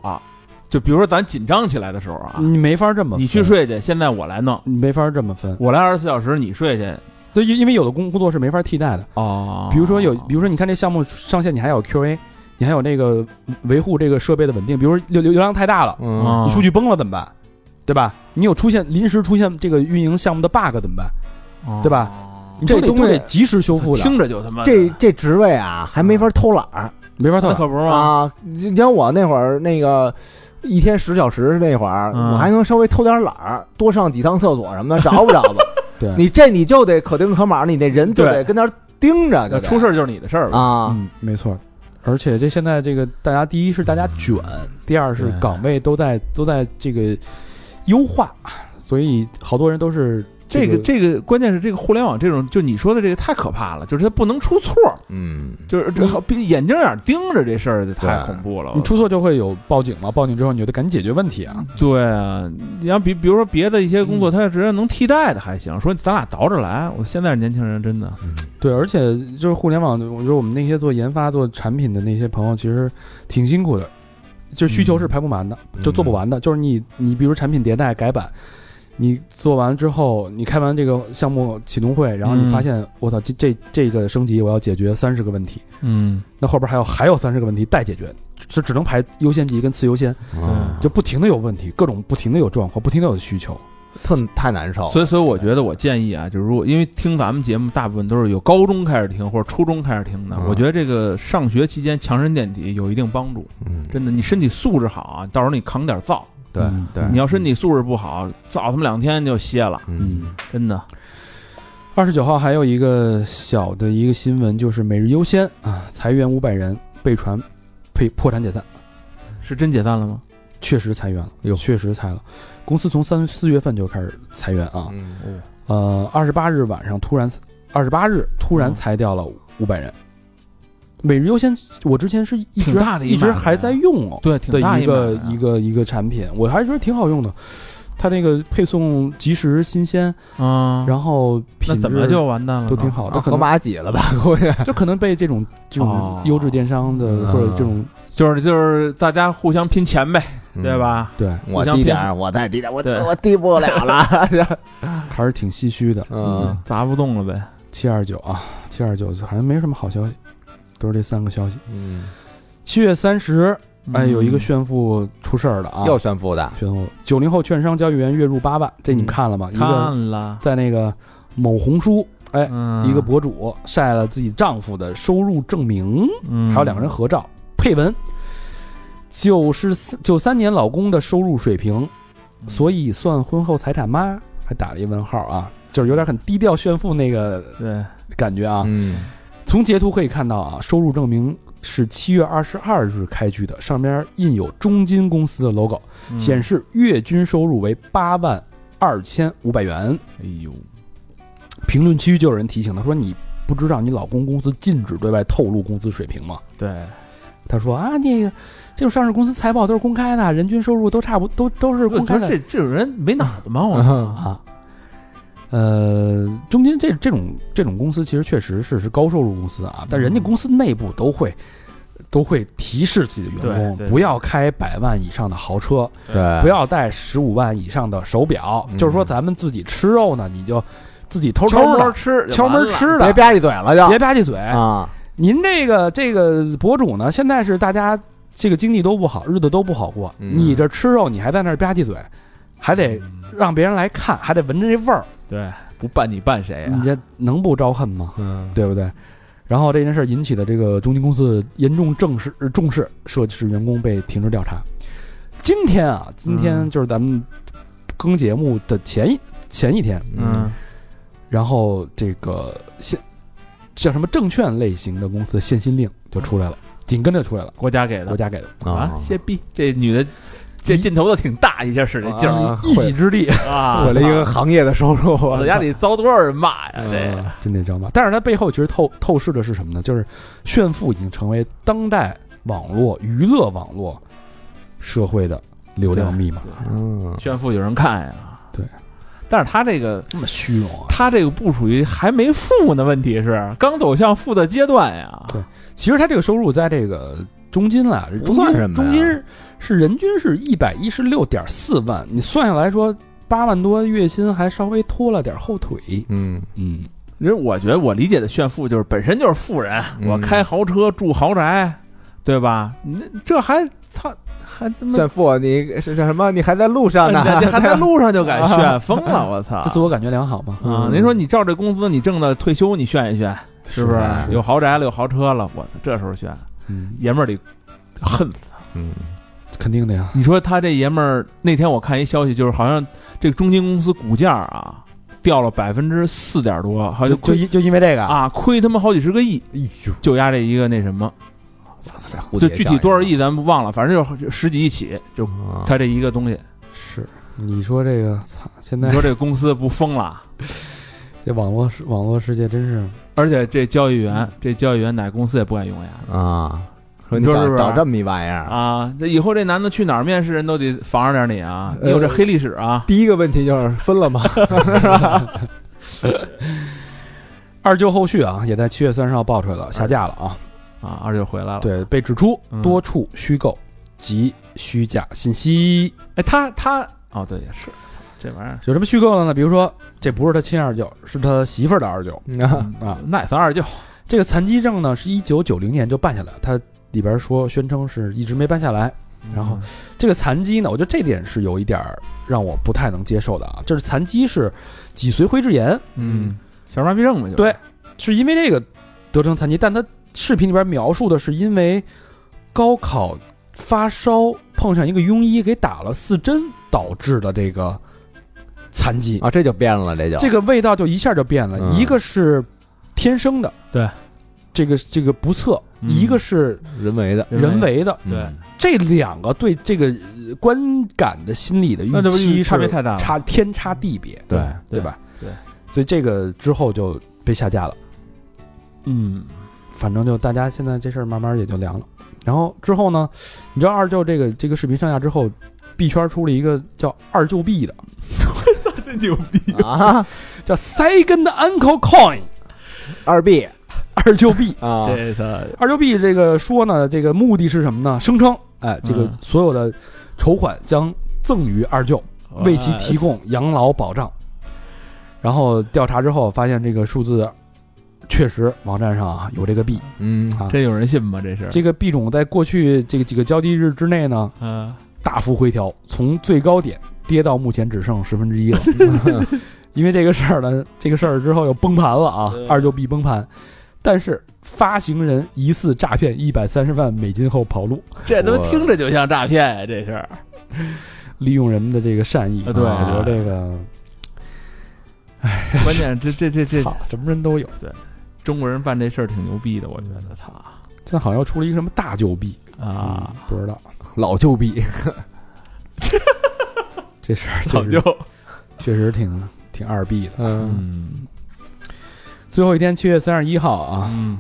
[SPEAKER 4] 就比如说咱紧张起来的时候啊，
[SPEAKER 1] 你没法这么分
[SPEAKER 4] 你去，睡去，现在我来弄，
[SPEAKER 1] 你没法这么分。
[SPEAKER 4] 我来二十四小时，你睡去。
[SPEAKER 1] 对，因因为有的工工作是没法替代的，
[SPEAKER 4] 哦
[SPEAKER 1] 比如说有，比如说你看这项目上线，你还有 QA，你还有那个维护这个设备的稳定，比如说流流流量太大了，
[SPEAKER 3] 嗯，
[SPEAKER 1] 你数据崩了怎么办？对吧？你有出现临时出现这个运营项目的 bug 怎么办？对吧？你
[SPEAKER 3] 这
[SPEAKER 1] 都得
[SPEAKER 3] 东西
[SPEAKER 1] 都得及时修复的，
[SPEAKER 4] 哦听着就他妈的
[SPEAKER 3] 这这职位啊，还没法偷懒儿
[SPEAKER 1] 没法
[SPEAKER 4] 那
[SPEAKER 1] 套。
[SPEAKER 4] 可不是吗？
[SPEAKER 3] 啊。你像我那会儿那个。一天十小时那会儿，
[SPEAKER 4] 嗯
[SPEAKER 3] 我还能稍微偷点懒儿，多上几趟厕所什么的，找不着吧？
[SPEAKER 1] 对
[SPEAKER 3] 你这你就得可丁可卯，你那人就得跟那儿盯着，就
[SPEAKER 4] 那
[SPEAKER 3] 得
[SPEAKER 4] 出事儿就是你的事儿了。
[SPEAKER 3] 啊！
[SPEAKER 1] 嗯，没错。而且这现在这个大家，第一是大家卷，第二是
[SPEAKER 4] 对
[SPEAKER 1] 岗位都在都在这个优化，所以好多人都是
[SPEAKER 4] 这个
[SPEAKER 1] 个
[SPEAKER 4] 这个，关键是这个互联网这种，就你说的这个太可怕了，就是它不能出错，
[SPEAKER 3] 嗯，
[SPEAKER 4] 就是这好比眼睛眼儿盯着这事儿就太
[SPEAKER 3] 对
[SPEAKER 4] 恐怖了。
[SPEAKER 1] 你出错就会有报警嘛，报警之后你就得赶紧解决问题啊。
[SPEAKER 4] 对啊，你要比比如说别的一些工作，他要只要能替代的还行。说咱俩倒着来，我现在是年轻人，真的，
[SPEAKER 1] 对，而且就是互联网，我觉得我们那些做研发、做产品的那些朋友，其实挺辛苦的，就是需求
[SPEAKER 3] 嗯
[SPEAKER 1] 是排不满的，就做不完的。就是你，你比如产品迭代、改版，你做完之后，你开完这个项目启动会，然后
[SPEAKER 4] 嗯
[SPEAKER 1] 你发现，我操，这这这个升级我要解决三十个问题，
[SPEAKER 4] 嗯，
[SPEAKER 1] 那后边还有还有三十个问题待解决，这只能排优先级跟次优先，
[SPEAKER 4] 嗯
[SPEAKER 1] 就不停的有问题，各种不停的有状况，不停的有需求。
[SPEAKER 3] 特太难受了。
[SPEAKER 4] 所以所以我觉得我建议啊，就是如果因为听咱们节目大部分都是有高中开始听或者初中开始听的，啊
[SPEAKER 3] 嗯
[SPEAKER 4] 我觉得这个上学期间强身健体有一定帮助，
[SPEAKER 3] 嗯
[SPEAKER 4] 真的，你身体素质好啊，到时候你扛点造，
[SPEAKER 3] 对
[SPEAKER 1] 嗯
[SPEAKER 3] 对，
[SPEAKER 4] 你要身体素质不好，造他们两天就歇了，
[SPEAKER 3] 嗯，
[SPEAKER 4] 真的。
[SPEAKER 1] 二十九号还有一个小的一个新闻，就是每日优先啊，裁员五百人，被传被破产解散，
[SPEAKER 4] 是真解散了吗？
[SPEAKER 1] 确实裁员了，确实裁了。公司从三四月份就开始裁员啊，
[SPEAKER 3] 嗯
[SPEAKER 1] 呃，二十八日晚上突然，二十八日突然
[SPEAKER 4] 嗯
[SPEAKER 1] 裁掉了五百人。每日优先，我之前是一
[SPEAKER 4] 挺
[SPEAKER 1] 直
[SPEAKER 4] 大的一
[SPEAKER 1] 一直
[SPEAKER 4] 买卖啊
[SPEAKER 1] 还在用哦
[SPEAKER 4] 对，
[SPEAKER 1] 的
[SPEAKER 4] 挺大
[SPEAKER 1] 一个
[SPEAKER 4] 买卖啊
[SPEAKER 1] 一个一个产品，我还是觉得挺好用的。它那个配送及时、新鲜，
[SPEAKER 4] 嗯，
[SPEAKER 1] 然后品
[SPEAKER 4] 那
[SPEAKER 1] 质
[SPEAKER 4] 怎么就啊完蛋了呢？
[SPEAKER 1] 都挺好的，
[SPEAKER 3] 那
[SPEAKER 1] 可
[SPEAKER 3] 河
[SPEAKER 1] 能
[SPEAKER 3] 马挤了吧， 估计。
[SPEAKER 1] 就可能被这种这
[SPEAKER 4] 哦
[SPEAKER 1] 种优质电商的
[SPEAKER 3] 嗯
[SPEAKER 1] 或者这种
[SPEAKER 4] 就是就是大家互相拼钱呗，嗯对？吧？
[SPEAKER 1] 对，
[SPEAKER 3] 嗯我低点儿，我再低点儿，我
[SPEAKER 4] 对
[SPEAKER 3] 我低不了了。
[SPEAKER 1] 还是挺唏嘘的。
[SPEAKER 3] 嗯，
[SPEAKER 4] 砸不动了呗。
[SPEAKER 1] 七二九啊，七二九好像没什么好消息，都是这三个消息。
[SPEAKER 3] 嗯，
[SPEAKER 1] 七月三十，哎，
[SPEAKER 4] 嗯
[SPEAKER 1] 有一个炫富出事儿了啊，
[SPEAKER 3] 又炫富的，
[SPEAKER 1] 炫富。九零后券商交易员月入八万，这你
[SPEAKER 4] 嗯
[SPEAKER 1] 们看了吗？一个
[SPEAKER 4] 看了，
[SPEAKER 1] 在那个某红书，哎，
[SPEAKER 4] 嗯，
[SPEAKER 1] 一个博主晒了自己丈夫的收入证明，
[SPEAKER 4] 嗯，
[SPEAKER 1] 还有两个人合照，配文。九十四九三年老公的收入水平，所以算婚后财产吗？还打了一问号啊，就是有点很低调炫富那个
[SPEAKER 4] 对，
[SPEAKER 1] 感觉啊。
[SPEAKER 3] 嗯，
[SPEAKER 1] 从截图可以看到啊，收入证明是七月二十二日开具的，上边印有中金公司的 logo，
[SPEAKER 4] 嗯
[SPEAKER 1] 显示月均收入为八万二千五百元。
[SPEAKER 4] 哎呦，
[SPEAKER 1] 评论区就有人提醒他说：“你不知道你老公公司禁止对外透露工资水平吗？”
[SPEAKER 4] 对，
[SPEAKER 1] 他说啊，那个这种上市公司财报都是公开的，人均收入都差不都都是公
[SPEAKER 4] 我
[SPEAKER 1] 开
[SPEAKER 4] 说
[SPEAKER 1] 的
[SPEAKER 4] 这这种人没脑子吗？我
[SPEAKER 3] 嗯
[SPEAKER 1] 啊。呃，中间这这种这种公司其实确实是是高收入公司啊，但人家公司内部都会都会提示自己的员工
[SPEAKER 4] 对对
[SPEAKER 1] 不要开百万以上的豪车，
[SPEAKER 3] 对，
[SPEAKER 1] 不要戴十五万以上的手表。
[SPEAKER 3] 嗯
[SPEAKER 1] 就是说，咱们自己吃肉呢，你就自己偷偷
[SPEAKER 2] 敲
[SPEAKER 1] 的
[SPEAKER 2] 门吃，
[SPEAKER 1] 敲门
[SPEAKER 2] 就完了。
[SPEAKER 1] 吃
[SPEAKER 3] 别
[SPEAKER 1] 的，
[SPEAKER 3] 吧唧嘴了就
[SPEAKER 1] 别吧唧嘴。
[SPEAKER 3] 啊，
[SPEAKER 1] 您这个这个博主呢，现在是大家这个经济都不好，日子都不好过。
[SPEAKER 3] 嗯
[SPEAKER 1] 你这吃肉，你还在那儿吧唧嘴，还
[SPEAKER 4] 嗯
[SPEAKER 1] 得让别人来看，还得闻着这味儿，
[SPEAKER 4] 对，不办你办谁
[SPEAKER 1] 你
[SPEAKER 4] 啊？
[SPEAKER 1] 这能不招恨吗？
[SPEAKER 3] 嗯，
[SPEAKER 1] 对不对？然后这件事儿引起的这个中金公司严重正视呃重视，涉事员工被停职调查。今天啊，今天就是咱们更节目的前一前一天，
[SPEAKER 3] 嗯，
[SPEAKER 1] 然后这个现叫什么证券类型的公司限薪令就出来了，紧跟着出来了，
[SPEAKER 4] 国家给
[SPEAKER 1] 国
[SPEAKER 4] 的
[SPEAKER 1] 家哦给的，
[SPEAKER 4] 啊
[SPEAKER 3] 啊，，
[SPEAKER 4] 谢逼，这女的这劲头子挺大，一下使这劲儿
[SPEAKER 3] 啊
[SPEAKER 1] 一己之力，
[SPEAKER 4] 啊
[SPEAKER 3] 毁了一个行业的收入
[SPEAKER 4] 我
[SPEAKER 3] 啊
[SPEAKER 4] 在，家得遭多少人骂呀？
[SPEAKER 3] 嗯
[SPEAKER 4] 这
[SPEAKER 1] 真得知道吗？但是它背后其实透透视的是什么呢？就是炫富已经成为当代网络娱乐网络社会的流量密码，
[SPEAKER 3] 嗯，
[SPEAKER 4] 炫富有人看呀。
[SPEAKER 1] 对，
[SPEAKER 4] 但是他这个
[SPEAKER 1] 这么虚荣啊！
[SPEAKER 4] 他这个不属于还没富呢，问题是刚走向富的阶段呀。
[SPEAKER 1] 对其实它这个收入在这个中金啊，
[SPEAKER 3] 不
[SPEAKER 1] 中
[SPEAKER 3] 算
[SPEAKER 1] 金
[SPEAKER 3] 什么呀
[SPEAKER 1] 中金是是人均是一百一十六点四万，你算下来说八万多月薪还稍微拖了点后腿，
[SPEAKER 3] 嗯，
[SPEAKER 1] 嗯，
[SPEAKER 4] 因为我觉得我理解的炫富就是本身就是富人，
[SPEAKER 3] 嗯
[SPEAKER 4] 我开豪车住豪宅，对吧？那这还他还他妈
[SPEAKER 3] 炫富，啊你是叫什么？你还在路上呢？
[SPEAKER 4] 这还在路上就敢炫，疯了！我操！
[SPEAKER 1] 这自我感觉良好吗？
[SPEAKER 3] 嗯
[SPEAKER 4] 啊，您说你照这工资，你挣到退休，你炫一炫，是不是？有豪宅了，有豪车了，我操，这时候炫，
[SPEAKER 1] 嗯，
[SPEAKER 4] 爷们儿得恨死。
[SPEAKER 3] 嗯，
[SPEAKER 1] 肯定的呀，
[SPEAKER 4] 你说他这爷们儿那天我看一消息，就是好像这个中金公司股价啊掉了百分之四点多，好
[SPEAKER 1] 就
[SPEAKER 4] 像
[SPEAKER 1] 就
[SPEAKER 4] 亏
[SPEAKER 1] 因就因为这个，
[SPEAKER 4] 啊亏他妈好几十个亿，
[SPEAKER 3] 哎呦，
[SPEAKER 4] 就压这一个那什么，
[SPEAKER 3] 这
[SPEAKER 4] 就具体多少亿咱不忘了，反正就是十几亿起，就
[SPEAKER 3] 啊？
[SPEAKER 4] 他这一个东西。
[SPEAKER 1] 是你说这个，操，现
[SPEAKER 4] 你
[SPEAKER 1] 在
[SPEAKER 4] 说这个公司不疯了？
[SPEAKER 1] 这网络世网络世界真是。
[SPEAKER 4] 而且这交易员，这交易员哪公司也不敢用呀。
[SPEAKER 3] 啊，说
[SPEAKER 4] 你
[SPEAKER 3] 你
[SPEAKER 4] 说
[SPEAKER 3] 找
[SPEAKER 4] 是不是
[SPEAKER 3] 找这么一玩意儿？
[SPEAKER 4] 啊，这以后这男的去哪儿面试人都得防着点你啊，你
[SPEAKER 3] 呃
[SPEAKER 4] 有这黑历史啊。
[SPEAKER 3] 第一个问题就是分了吗？
[SPEAKER 1] 二舅后续啊，也在七月三十号爆出来了，下架了啊。
[SPEAKER 4] 啊，二舅回来了。，
[SPEAKER 1] 对，被指出
[SPEAKER 4] 嗯
[SPEAKER 1] 多处虚构及虚假信息。
[SPEAKER 4] 哎，他他哦，对，也是这玩意儿
[SPEAKER 1] 有什么虚构的呢？比如说，这不是他亲二舅，是他媳妇儿的二舅。
[SPEAKER 4] 嗯
[SPEAKER 3] 啊
[SPEAKER 1] 啊，
[SPEAKER 4] 那也算二舅。
[SPEAKER 1] 这个残疾证呢，是一九九零年就办下来，他里边说宣称是一直没办下来。然后这个残疾呢，我觉得这点是有一点儿让我不太能接受的啊，就是残疾是脊髓灰质炎，
[SPEAKER 4] 嗯，小儿麻痹症嘛，就是
[SPEAKER 1] 对，是因为这个得成残疾，但他视频里边描述的是因为高考发烧碰上一个庸医给打了四针导致的这个残
[SPEAKER 4] 哎
[SPEAKER 1] 疾，
[SPEAKER 3] 啊，这就变了，这就
[SPEAKER 1] 这个味道就一下就变了，
[SPEAKER 3] 嗯
[SPEAKER 1] 一个是天生的，
[SPEAKER 4] 对，
[SPEAKER 1] 这个这个不测，
[SPEAKER 4] 嗯
[SPEAKER 1] 一个是
[SPEAKER 3] 人为的，
[SPEAKER 1] 人为的，
[SPEAKER 4] 对
[SPEAKER 3] 嗯，
[SPEAKER 1] 这两个对这个呃观感的心理的预
[SPEAKER 4] 那这不
[SPEAKER 1] 期
[SPEAKER 4] 是差别
[SPEAKER 1] 是
[SPEAKER 4] 太大了？
[SPEAKER 1] 差天差地别，
[SPEAKER 3] 对，
[SPEAKER 1] 对吧？
[SPEAKER 4] 对，
[SPEAKER 1] 所以这个之后就被下架了。
[SPEAKER 4] 嗯，
[SPEAKER 1] 反正就大家现在这事儿慢慢也就凉了。然后之后呢，你知道二舅这个这个视频上架之后，币圈出了一个叫二舅币的，
[SPEAKER 4] 真牛逼！
[SPEAKER 3] 啊，
[SPEAKER 1] 叫 Second Uncle Coin
[SPEAKER 3] 二 B
[SPEAKER 1] 二舅币。
[SPEAKER 3] 啊，
[SPEAKER 4] 这个
[SPEAKER 1] 二舅币这个说呢，这个目的是什么呢？声称，哎，这个
[SPEAKER 4] 嗯
[SPEAKER 1] 所有的筹款将赠予二舅，为其提
[SPEAKER 4] 呃
[SPEAKER 1] 供养老保障。然后调查之后发现，这个数字确实网站上啊有这个币，
[SPEAKER 3] 嗯
[SPEAKER 1] 啊
[SPEAKER 4] 真有人信吗？这是
[SPEAKER 1] 这个币种在过去这个几个交易日之内呢，
[SPEAKER 4] 嗯，
[SPEAKER 1] 大幅回调，从最高点跌到目前只剩十分之一了。 因为这个事儿呢，这个事儿之后又崩盘了啊
[SPEAKER 4] 对，
[SPEAKER 1] 二舅币崩盘，但是发行人疑似诈骗一百三十万美金后跑路，
[SPEAKER 4] 这他妈
[SPEAKER 3] 我
[SPEAKER 4] 听着就像诈骗呀！这是
[SPEAKER 1] 利用人们的这个善意。
[SPEAKER 4] 啊对
[SPEAKER 1] 我觉得这个
[SPEAKER 4] 关键，这这这这
[SPEAKER 1] 操，什么人都有。
[SPEAKER 4] 中国人办这事儿挺牛逼的，我觉得操
[SPEAKER 1] 现在好像要出了一个什么大舅币嗯
[SPEAKER 4] 啊，
[SPEAKER 1] 不知道
[SPEAKER 3] 老旧币，
[SPEAKER 1] 这事儿
[SPEAKER 4] 早
[SPEAKER 1] 确
[SPEAKER 4] 就
[SPEAKER 1] 实确实挺挺二逼的。
[SPEAKER 3] 嗯
[SPEAKER 4] 嗯
[SPEAKER 1] 最后一天，七月三十一号啊，
[SPEAKER 4] 嗯，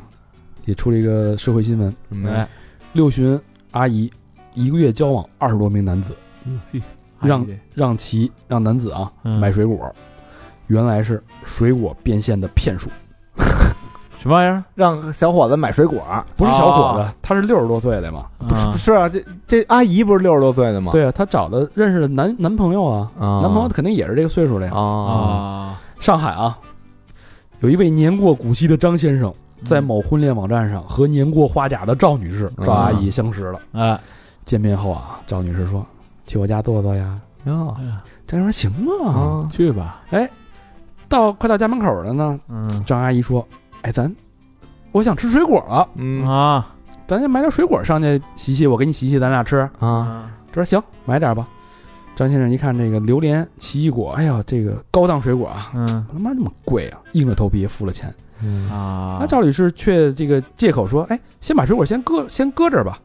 [SPEAKER 1] 也出了一个社会新闻：
[SPEAKER 4] 哎，
[SPEAKER 1] 六旬阿姨一个月交往二十多名男子。
[SPEAKER 4] 哎
[SPEAKER 1] 让让其让男子啊
[SPEAKER 4] 嗯
[SPEAKER 1] 买水果，原来是水果变现的骗术。
[SPEAKER 4] 什么玩意儿？
[SPEAKER 3] 让小伙子买水果，
[SPEAKER 1] 不是小伙子，他是六十多岁的嘛？
[SPEAKER 3] 不是
[SPEAKER 4] 嗯
[SPEAKER 3] 不是啊，这这阿姨不是六十多岁的吗？
[SPEAKER 1] 对啊，他找的认识的男男朋友啊，
[SPEAKER 3] 啊，
[SPEAKER 1] 男朋友肯定也是这个岁数的呀。
[SPEAKER 3] 啊
[SPEAKER 4] 啊，
[SPEAKER 1] 上海啊，有一位年过古稀的张先生，
[SPEAKER 4] 嗯
[SPEAKER 1] 在某婚恋网站上和年过花甲的赵女士、赵阿姨相识了。
[SPEAKER 4] 哎，
[SPEAKER 1] 见面后啊，赵女士说：“去我家坐坐呀。
[SPEAKER 3] 哟”
[SPEAKER 4] 哎
[SPEAKER 1] 张先生说：“行啊。
[SPEAKER 3] 啊
[SPEAKER 4] 去吧，”
[SPEAKER 1] 到快到家门口了呢，
[SPEAKER 4] 嗯
[SPEAKER 1] 张阿姨说：“哎，咱我想吃水果了，
[SPEAKER 3] 嗯
[SPEAKER 4] 啊
[SPEAKER 1] 咱先买点水果上去洗洗，我给你洗洗，咱俩吃。”
[SPEAKER 3] 啊，
[SPEAKER 1] 他说行，买点吧。张先生一看这个榴莲、奇异果，哎呀，这个高档水果啊，
[SPEAKER 4] 嗯
[SPEAKER 1] 他妈这么贵啊，硬着头皮付了钱。
[SPEAKER 3] 嗯
[SPEAKER 4] 啊，
[SPEAKER 1] 那赵律师却这个借口说，哎，先把水果先搁先搁这儿吧，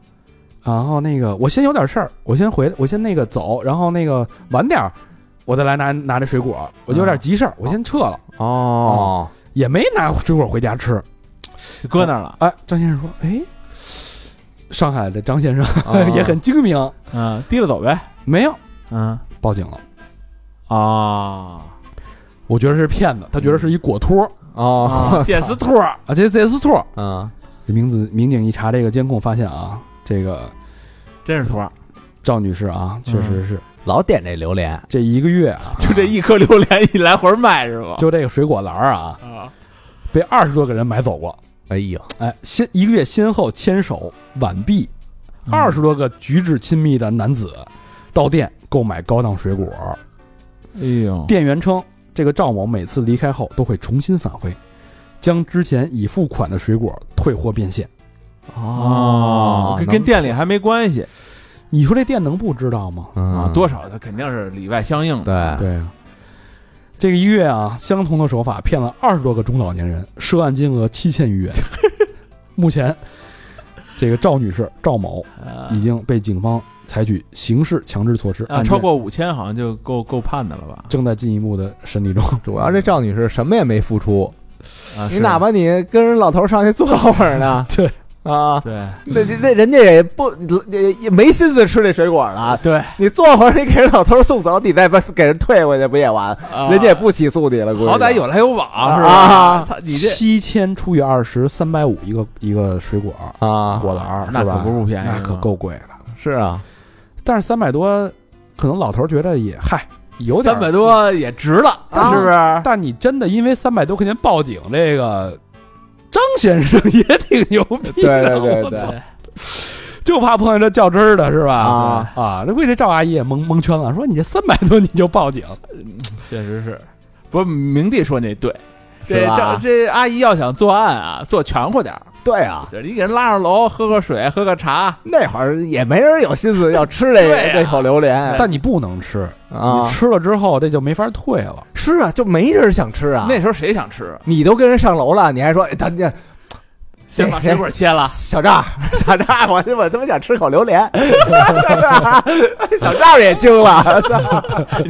[SPEAKER 1] 然后那个我先有点事儿，我先回，我先那个走，然后那个晚点儿我再来拿拿这水果，我就有点急事儿，我先撤了，
[SPEAKER 3] 哦，
[SPEAKER 1] 也没拿水果回家吃。
[SPEAKER 4] 就搁那儿了，
[SPEAKER 1] 哎，张先生说，哎，上海的张先生
[SPEAKER 3] 啊
[SPEAKER 1] 也很精明，
[SPEAKER 4] 嗯，提了走呗，
[SPEAKER 1] 没有
[SPEAKER 4] 嗯
[SPEAKER 1] 报警了，
[SPEAKER 4] 啊
[SPEAKER 1] 我觉得是骗子，他觉得是一果托。
[SPEAKER 3] 哦
[SPEAKER 4] 啊，，电磁 兔儿
[SPEAKER 1] 啊，这这是兔儿。
[SPEAKER 3] 嗯
[SPEAKER 1] 这民子民警一查这个监控，发现啊，这个
[SPEAKER 4] 真是兔儿，
[SPEAKER 1] 赵女士啊，确实是、
[SPEAKER 3] 老点这榴莲，
[SPEAKER 1] 这一个月啊，
[SPEAKER 4] 就这一颗榴莲一来回卖是吧？
[SPEAKER 1] 就这个水果篮儿啊，
[SPEAKER 4] 啊，
[SPEAKER 1] 被二十多个人买走过。
[SPEAKER 3] 哎呦，
[SPEAKER 1] 哎，先一个月先后牵手、挽臂，
[SPEAKER 4] 嗯
[SPEAKER 1] 二十多个举止亲密的男子到店购买高档水果。
[SPEAKER 4] 哎呦，
[SPEAKER 1] 店员称，这个赵某每次离开后都会重新返回，将之前已付款的水果退货变现。
[SPEAKER 3] 嗯
[SPEAKER 4] 哦，跟跟店里还没关系
[SPEAKER 1] 你说这店能不知道吗？
[SPEAKER 4] 啊
[SPEAKER 3] 啊，
[SPEAKER 4] 多少它肯定是里外相应的。
[SPEAKER 3] 对，
[SPEAKER 1] 对啊，这个一月啊，相同的手法骗了二十多个中老年人，涉案金额七千余 元。目前，这个赵女士赵某
[SPEAKER 4] 啊
[SPEAKER 1] 已经被警方采取刑事强制措施，案
[SPEAKER 4] 啊，
[SPEAKER 1] 件
[SPEAKER 4] 超过五千好像就够够判的了吧？
[SPEAKER 1] 正在进一步的审理中。，
[SPEAKER 3] 主要这赵女士什么也没付出，
[SPEAKER 4] 啊，
[SPEAKER 3] 你
[SPEAKER 4] 是
[SPEAKER 3] 哪怕你跟人老头上去坐会儿呢
[SPEAKER 1] 对
[SPEAKER 3] 啊，
[SPEAKER 4] 对
[SPEAKER 3] 那那人家也不也也没心思吃这水果了，啊
[SPEAKER 4] 对，
[SPEAKER 3] 你坐会儿，你给人老头送走，你再把给人退回去不也完？
[SPEAKER 4] 啊
[SPEAKER 3] 人家也不起诉你了，估计
[SPEAKER 4] 好歹有来有往是吧？
[SPEAKER 3] 啊
[SPEAKER 4] 他你这
[SPEAKER 1] 七千除以二十，三百五一个一个水果
[SPEAKER 3] 啊，
[SPEAKER 1] 果篮儿，
[SPEAKER 4] 那
[SPEAKER 1] 是吧
[SPEAKER 4] 可不是不便宜，
[SPEAKER 1] 那可够贵的。
[SPEAKER 3] 是啊，
[SPEAKER 1] 但是三百多，可能老头儿觉得也嗨，有点
[SPEAKER 4] 三百。多也值了，
[SPEAKER 3] 啊
[SPEAKER 4] 是不是？
[SPEAKER 1] 但你真的因为三百多块钱报警，这个张先生也挺牛逼的，
[SPEAKER 3] 对对对
[SPEAKER 1] 我操，就怕碰见这较真儿的是吧？
[SPEAKER 3] 啊
[SPEAKER 1] 啊，那为这赵阿姨也蒙蒙圈了，说你这三百多你就报警，
[SPEAKER 4] 确实是，不是明帝说那对，这
[SPEAKER 3] 是吧
[SPEAKER 4] 这这阿姨要想作案啊，做全乎点儿，
[SPEAKER 3] 对啊，
[SPEAKER 4] 就是你给人拉上楼喝个水，喝个茶，
[SPEAKER 3] 那会儿也没人有心思要吃这
[SPEAKER 4] 对啊
[SPEAKER 3] 个这口榴莲
[SPEAKER 1] 但你不能吃，你
[SPEAKER 3] 哎啊，
[SPEAKER 1] 吃了之后这就没法退了。
[SPEAKER 3] 是啊，就没人想吃啊。
[SPEAKER 4] 那时候谁想吃？
[SPEAKER 3] 你都跟人上楼了，你还说哎咱这
[SPEAKER 4] 先把水果切 了，
[SPEAKER 3] 小赵小赵，我我他妈想吃口榴 莲，小赵也惊了，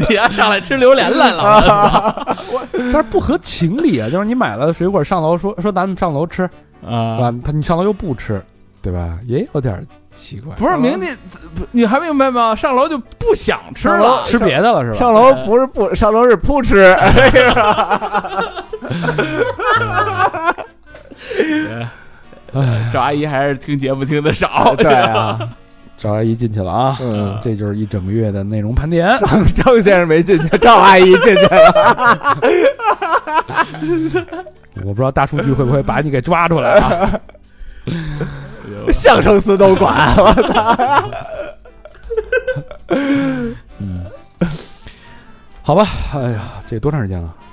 [SPEAKER 4] 你要上来吃榴莲
[SPEAKER 3] 啊
[SPEAKER 4] 来了，
[SPEAKER 1] 但是不合情理啊，就是你买了水果上楼说说咱们上楼吃，
[SPEAKER 4] 啊
[SPEAKER 1] 完、他你上楼又不吃，对吧？也有点奇怪，
[SPEAKER 4] 不是明帝，不你还明白吗？上楼就不想吃
[SPEAKER 3] 上
[SPEAKER 4] 了
[SPEAKER 3] 楼，
[SPEAKER 1] 吃别的了是吧？
[SPEAKER 3] 上楼不是不上楼是扑哧，
[SPEAKER 1] 哎，
[SPEAKER 4] 赵阿姨还是听节目听的少，
[SPEAKER 3] 对啊，
[SPEAKER 1] 赵阿姨进去了啊，
[SPEAKER 3] 嗯，
[SPEAKER 1] 这就是一整个月的内容盘点。
[SPEAKER 3] 张张先生没进去， 赵阿姨进去 了，
[SPEAKER 1] 我不知道大数据会不会把你给抓出来 啊？
[SPEAKER 3] 相声司都 管，
[SPEAKER 1] 嗯 好吧，哎呀，这多长时间了？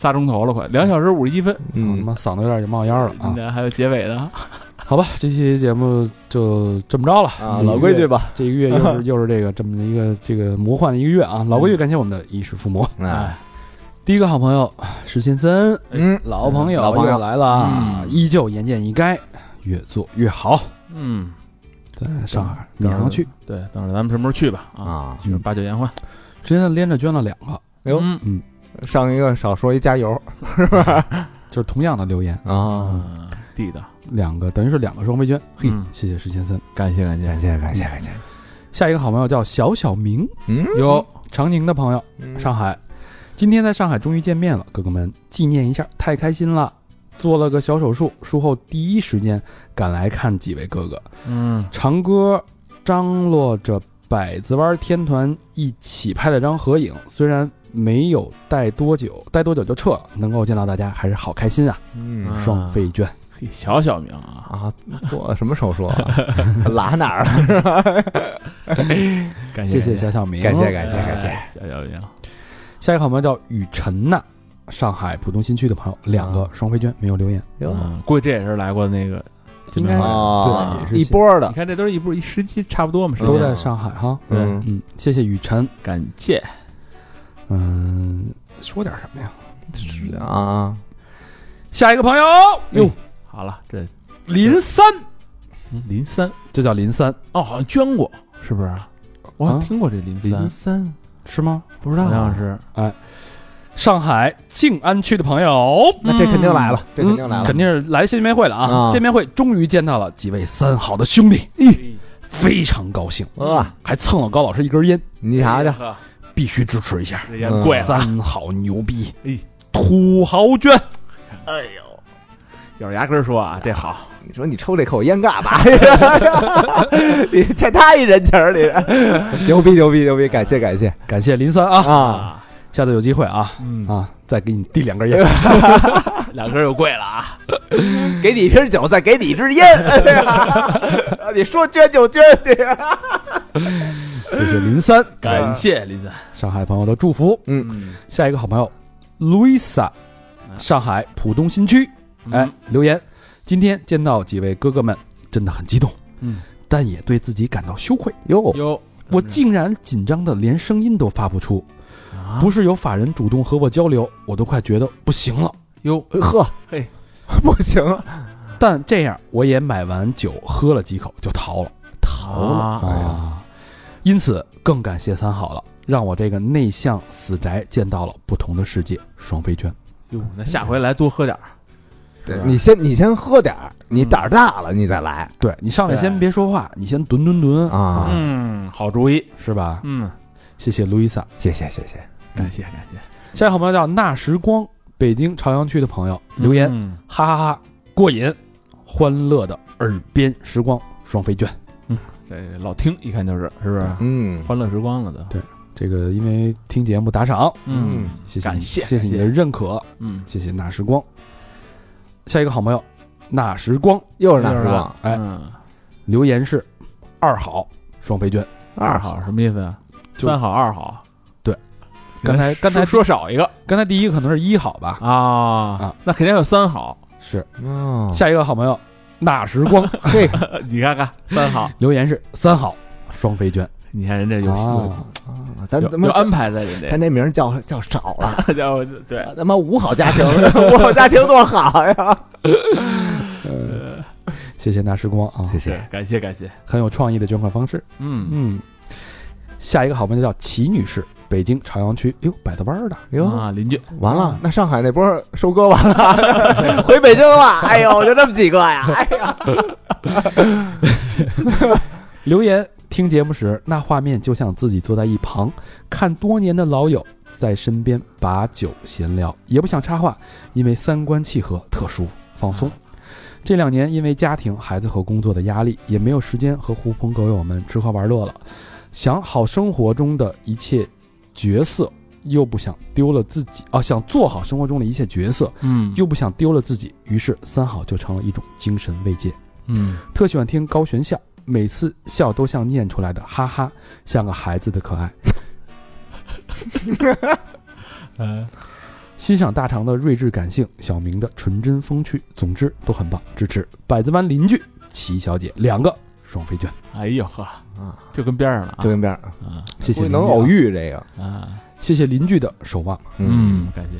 [SPEAKER 4] 仨钟头了快，两小时五十一分，
[SPEAKER 1] 操他
[SPEAKER 4] 嗯
[SPEAKER 3] 嗯
[SPEAKER 1] 妈嗓子有点冒烟了啊！
[SPEAKER 4] 那还有结尾呢，
[SPEAKER 1] 好吧，这期节目就这么着了
[SPEAKER 3] 啊，老规矩，吧，
[SPEAKER 1] 这一个月这一个月 又是又是这个这么一个这个魔幻的一个月啊！老规矩，感谢我们的衣食父母。
[SPEAKER 3] 哎，
[SPEAKER 1] 第一个好朋友史先森，
[SPEAKER 3] 嗯，
[SPEAKER 1] 老朋友
[SPEAKER 3] 老朋友
[SPEAKER 1] 又来了啊，
[SPEAKER 4] 嗯
[SPEAKER 1] 依旧言简意赅，越做越好。
[SPEAKER 4] 嗯，
[SPEAKER 1] 在上海嗯闵行区，
[SPEAKER 4] 对，等会儿咱们什么时候去吧啊，
[SPEAKER 3] 啊，
[SPEAKER 4] 就是八九言欢，
[SPEAKER 1] 之前连着捐了两个，
[SPEAKER 3] 哎呦，
[SPEAKER 4] 嗯
[SPEAKER 3] 上一个少说一加油
[SPEAKER 1] 就是同样的留言，
[SPEAKER 3] 啊，
[SPEAKER 4] 嗯，地道，
[SPEAKER 1] 两个等于是两个双飞捐。嘿
[SPEAKER 4] 嗯，
[SPEAKER 1] 谢谢史先森。
[SPEAKER 4] 感谢感谢
[SPEAKER 3] 感谢感谢感谢，
[SPEAKER 1] 下一个好朋友叫小小明，
[SPEAKER 3] 嗯，
[SPEAKER 1] 有长宁的朋友，
[SPEAKER 3] 嗯
[SPEAKER 1] 上海，今天在上海终于见面了，哥哥们纪念一下，太开心了！做了个小手术，术后第一时间赶来看几位哥哥。
[SPEAKER 4] 嗯，
[SPEAKER 1] 长歌张罗着百子湾天团一起拍了张合影，虽然没有待多久，待多久就撤了，能够见到大家还是好开心啊！
[SPEAKER 3] 嗯
[SPEAKER 4] 啊
[SPEAKER 1] 双飞娟，
[SPEAKER 2] 嘿小小明啊，
[SPEAKER 3] 啊，做了什么手术啊？ 拉哪 儿了？
[SPEAKER 4] 感
[SPEAKER 1] 谢谢
[SPEAKER 4] 谢
[SPEAKER 1] 小小明，
[SPEAKER 3] 感谢感谢
[SPEAKER 2] 哎
[SPEAKER 3] 感谢。哎
[SPEAKER 2] 小小明，
[SPEAKER 1] 下一个好朋友叫雨晨呐，上海浦东新区的朋友，两个双飞娟没有留言，
[SPEAKER 3] 哟
[SPEAKER 4] 嗯，估计这也是来过那个金
[SPEAKER 1] 应该
[SPEAKER 4] 牌
[SPEAKER 1] 是
[SPEAKER 3] 啊
[SPEAKER 1] 对也，是
[SPEAKER 3] 一波的
[SPEAKER 4] 你，看这都是一步一时期差不多嘛，时间
[SPEAKER 1] 都在上海哈。
[SPEAKER 4] 对
[SPEAKER 3] 嗯，
[SPEAKER 1] 嗯，谢谢雨晨。
[SPEAKER 4] 感谢
[SPEAKER 1] 嗯，说点什么呀？
[SPEAKER 3] 是啊，
[SPEAKER 1] 下一个朋友哟，
[SPEAKER 4] 哎好了，这
[SPEAKER 1] 林三，
[SPEAKER 4] 嗯林三
[SPEAKER 1] 就叫林三，
[SPEAKER 4] 哦，好像捐过，
[SPEAKER 1] 啊
[SPEAKER 4] 是不是？我好像听过这林三，
[SPEAKER 3] 三
[SPEAKER 1] 是吗？
[SPEAKER 3] 不知道
[SPEAKER 4] 好
[SPEAKER 3] 啊
[SPEAKER 4] 像，是
[SPEAKER 1] 上海静安区的朋友，
[SPEAKER 3] 那这肯定来了，这肯定
[SPEAKER 1] 嗯
[SPEAKER 3] 来了
[SPEAKER 1] 肯。定是来见面会了啊！
[SPEAKER 3] 啊
[SPEAKER 1] 见面会终于见到了几位三好的兄弟，
[SPEAKER 3] 哎
[SPEAKER 1] 咦，非常高兴，
[SPEAKER 3] 啊，
[SPEAKER 1] 还蹭了高老师一根烟，
[SPEAKER 3] 你瞧
[SPEAKER 4] 哎
[SPEAKER 3] 瞧，
[SPEAKER 2] 瞧，
[SPEAKER 1] 必须支持一下。
[SPEAKER 2] 这也
[SPEAKER 3] 嗯
[SPEAKER 2] 贵了，
[SPEAKER 1] 三好牛逼
[SPEAKER 2] 哎，
[SPEAKER 1] 土豪娟，
[SPEAKER 2] 哎呦，
[SPEAKER 4] 嗯
[SPEAKER 2] 咬着牙根儿
[SPEAKER 4] 哎
[SPEAKER 2] 说啊，这好，
[SPEAKER 3] 你说你抽这口烟干嘛 呀？你欠他一人情儿，你牛逼牛逼牛逼！感谢感谢
[SPEAKER 1] 感谢林三啊！
[SPEAKER 3] 啊！
[SPEAKER 1] 下次有机会啊
[SPEAKER 4] 嗯
[SPEAKER 1] 啊，再给你递两 根烟。
[SPEAKER 2] 两根儿又贵了啊，
[SPEAKER 3] 给你一瓶酒，再给你一支 烟，哎呀你说捐就捐，你
[SPEAKER 1] 谢谢林三，
[SPEAKER 4] 嗯
[SPEAKER 2] 感谢林三，
[SPEAKER 1] 上海朋友的祝福。
[SPEAKER 2] 嗯，
[SPEAKER 1] 下一个好朋友，Luisa，上
[SPEAKER 4] 哎
[SPEAKER 1] 海浦东新区，
[SPEAKER 4] 嗯
[SPEAKER 1] 哎，留言，今天见到几位哥哥们，真的很激动，
[SPEAKER 4] 嗯，
[SPEAKER 1] 但也对自己感到羞愧，
[SPEAKER 3] 哟
[SPEAKER 4] 哟，
[SPEAKER 1] 我竟然紧张的连声音都发不出，
[SPEAKER 4] 啊
[SPEAKER 1] 不是有法人主动和我交流，我都快觉得不行了。
[SPEAKER 4] 哟，
[SPEAKER 3] 呵，
[SPEAKER 4] 嘿，
[SPEAKER 3] 嗯不行了，
[SPEAKER 1] 但这样我也买完酒喝了几口就逃了
[SPEAKER 4] 逃了
[SPEAKER 3] 哎呀
[SPEAKER 1] 啊，因此更感谢三好了，让我这个内向死宅见到了不同的世界。双飞娟，
[SPEAKER 4] 哟，那下回来多喝点儿，
[SPEAKER 3] 对啊你先你先喝点儿，你胆儿大了你再来
[SPEAKER 1] 对你上来
[SPEAKER 4] 对
[SPEAKER 1] 先别说话，你先蹲蹲蹲，
[SPEAKER 3] 啊！
[SPEAKER 4] 嗯，好主意，
[SPEAKER 1] 是吧？
[SPEAKER 4] 嗯，
[SPEAKER 1] 谢谢路易萨。
[SPEAKER 3] 谢谢谢谢，
[SPEAKER 4] 感谢感谢，
[SPEAKER 1] 下一个好朋友叫那时光，北京朝阳区的朋友留言，
[SPEAKER 4] 嗯
[SPEAKER 1] 哈哈哈，过瘾，欢乐的耳边时光，双飞卷。
[SPEAKER 4] 这老听一看就是，是不是？
[SPEAKER 3] 嗯
[SPEAKER 4] 欢乐时光了都，
[SPEAKER 1] 这个因为听节目打赏，
[SPEAKER 3] 嗯，
[SPEAKER 1] 谢谢
[SPEAKER 4] 感
[SPEAKER 1] 你
[SPEAKER 4] 谢
[SPEAKER 1] 谢谢你的认可，
[SPEAKER 4] 嗯，
[SPEAKER 1] 谢谢那时光。下一个好朋友，那时光
[SPEAKER 3] 又是那时光
[SPEAKER 1] 哎
[SPEAKER 4] 嗯
[SPEAKER 1] 留言是二好双飞娟，
[SPEAKER 3] 二号
[SPEAKER 4] 好什么意思啊？
[SPEAKER 1] 就
[SPEAKER 4] 三好二好，
[SPEAKER 1] 对，
[SPEAKER 4] 刚才
[SPEAKER 1] 刚
[SPEAKER 4] 刚
[SPEAKER 1] 才
[SPEAKER 4] 才说少一个
[SPEAKER 1] 刚才第一个可能是一好吧？
[SPEAKER 4] 啊
[SPEAKER 1] 啊，
[SPEAKER 4] 那肯定有三好，
[SPEAKER 1] 是啊
[SPEAKER 3] 哦
[SPEAKER 1] 下一个好朋友，那时 光
[SPEAKER 3] 嘿，
[SPEAKER 4] 呃你看看三好，
[SPEAKER 1] 留言是三好双飞娟，
[SPEAKER 4] 你看人家有
[SPEAKER 1] 啊
[SPEAKER 3] 哦咱
[SPEAKER 4] 有
[SPEAKER 3] 他
[SPEAKER 4] 有
[SPEAKER 3] 妈
[SPEAKER 4] 安排在人
[SPEAKER 3] 咱这名儿叫叫少 了，
[SPEAKER 4] 家，家伙对，
[SPEAKER 3] 他妈五好 家庭，五好家庭多好呀！
[SPEAKER 1] 谢谢那时光啊，
[SPEAKER 3] 谢
[SPEAKER 4] 对
[SPEAKER 3] 谢，
[SPEAKER 4] 感谢感谢，
[SPEAKER 1] 很有创意的捐款方式。
[SPEAKER 4] 嗯，
[SPEAKER 1] 嗯，下一个好朋友叫齐女士，北京朝阳区，哟，百子湾儿的，
[SPEAKER 3] 哟，
[SPEAKER 4] 啊，邻居，
[SPEAKER 3] 完了，那上海那波收割完 了，回北京了，哎呦，就这么几个呀，哎 呀，
[SPEAKER 1] 留言听节目时，那画面就像自己坐在一旁看多年的老友在身边把酒闲聊，也不想插话，因为三观契合，特殊放松。啊这两年因为家庭、孩子和工作的压力，也没有时间和狐朋狗友们吃喝玩乐了。想好生活中的一切角色，又不想丢了自己啊，想做好生活中的一切角色，
[SPEAKER 4] 嗯
[SPEAKER 1] 又不想丢了自己，于是三好就成了一种精神慰藉。
[SPEAKER 4] 嗯，
[SPEAKER 1] 特喜欢听高璇笑，每次笑都像念出来的哈哈，像个孩子的可爱。欣赏大肠的睿智感性，小明的纯真风趣，总之都很棒，支持百子湾邻居齐小姐两个双飞卷，
[SPEAKER 4] 哎呦呵，就跟边上了啊，
[SPEAKER 3] 就跟边儿，
[SPEAKER 4] 啊
[SPEAKER 1] 谢谢
[SPEAKER 3] 估
[SPEAKER 1] 邻居
[SPEAKER 3] 计能
[SPEAKER 1] 啊
[SPEAKER 3] 偶，遇这个，
[SPEAKER 4] 啊，
[SPEAKER 1] 谢谢邻居的守望。
[SPEAKER 4] 嗯，感谢，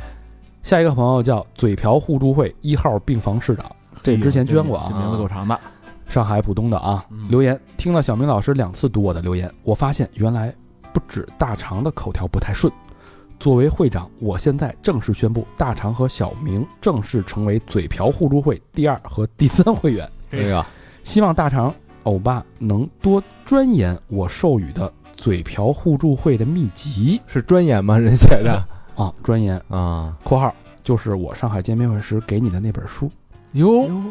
[SPEAKER 1] 下一个朋友叫嘴瓢互助会一号病房室长，这之前捐过
[SPEAKER 4] 哎这
[SPEAKER 1] 啊，
[SPEAKER 4] 名字够长的，
[SPEAKER 1] 上海浦东的啊
[SPEAKER 4] 嗯
[SPEAKER 1] 留言，听了小明老师两次读我的留言，我发现原来不止大肠的口条不太顺。作为会长，我现在正式宣布，大肠和小明正式成为嘴瓢互助会第二和第三会员。
[SPEAKER 3] 哎呀，
[SPEAKER 1] 希望大肠欧巴能多钻研我授予的嘴瓢互助会的秘籍
[SPEAKER 3] 是专研吗？人写的
[SPEAKER 1] 啊，钻研
[SPEAKER 3] 啊
[SPEAKER 1] （括号）就是我上海见面会时给你的那本书。
[SPEAKER 4] 哟，
[SPEAKER 3] 哟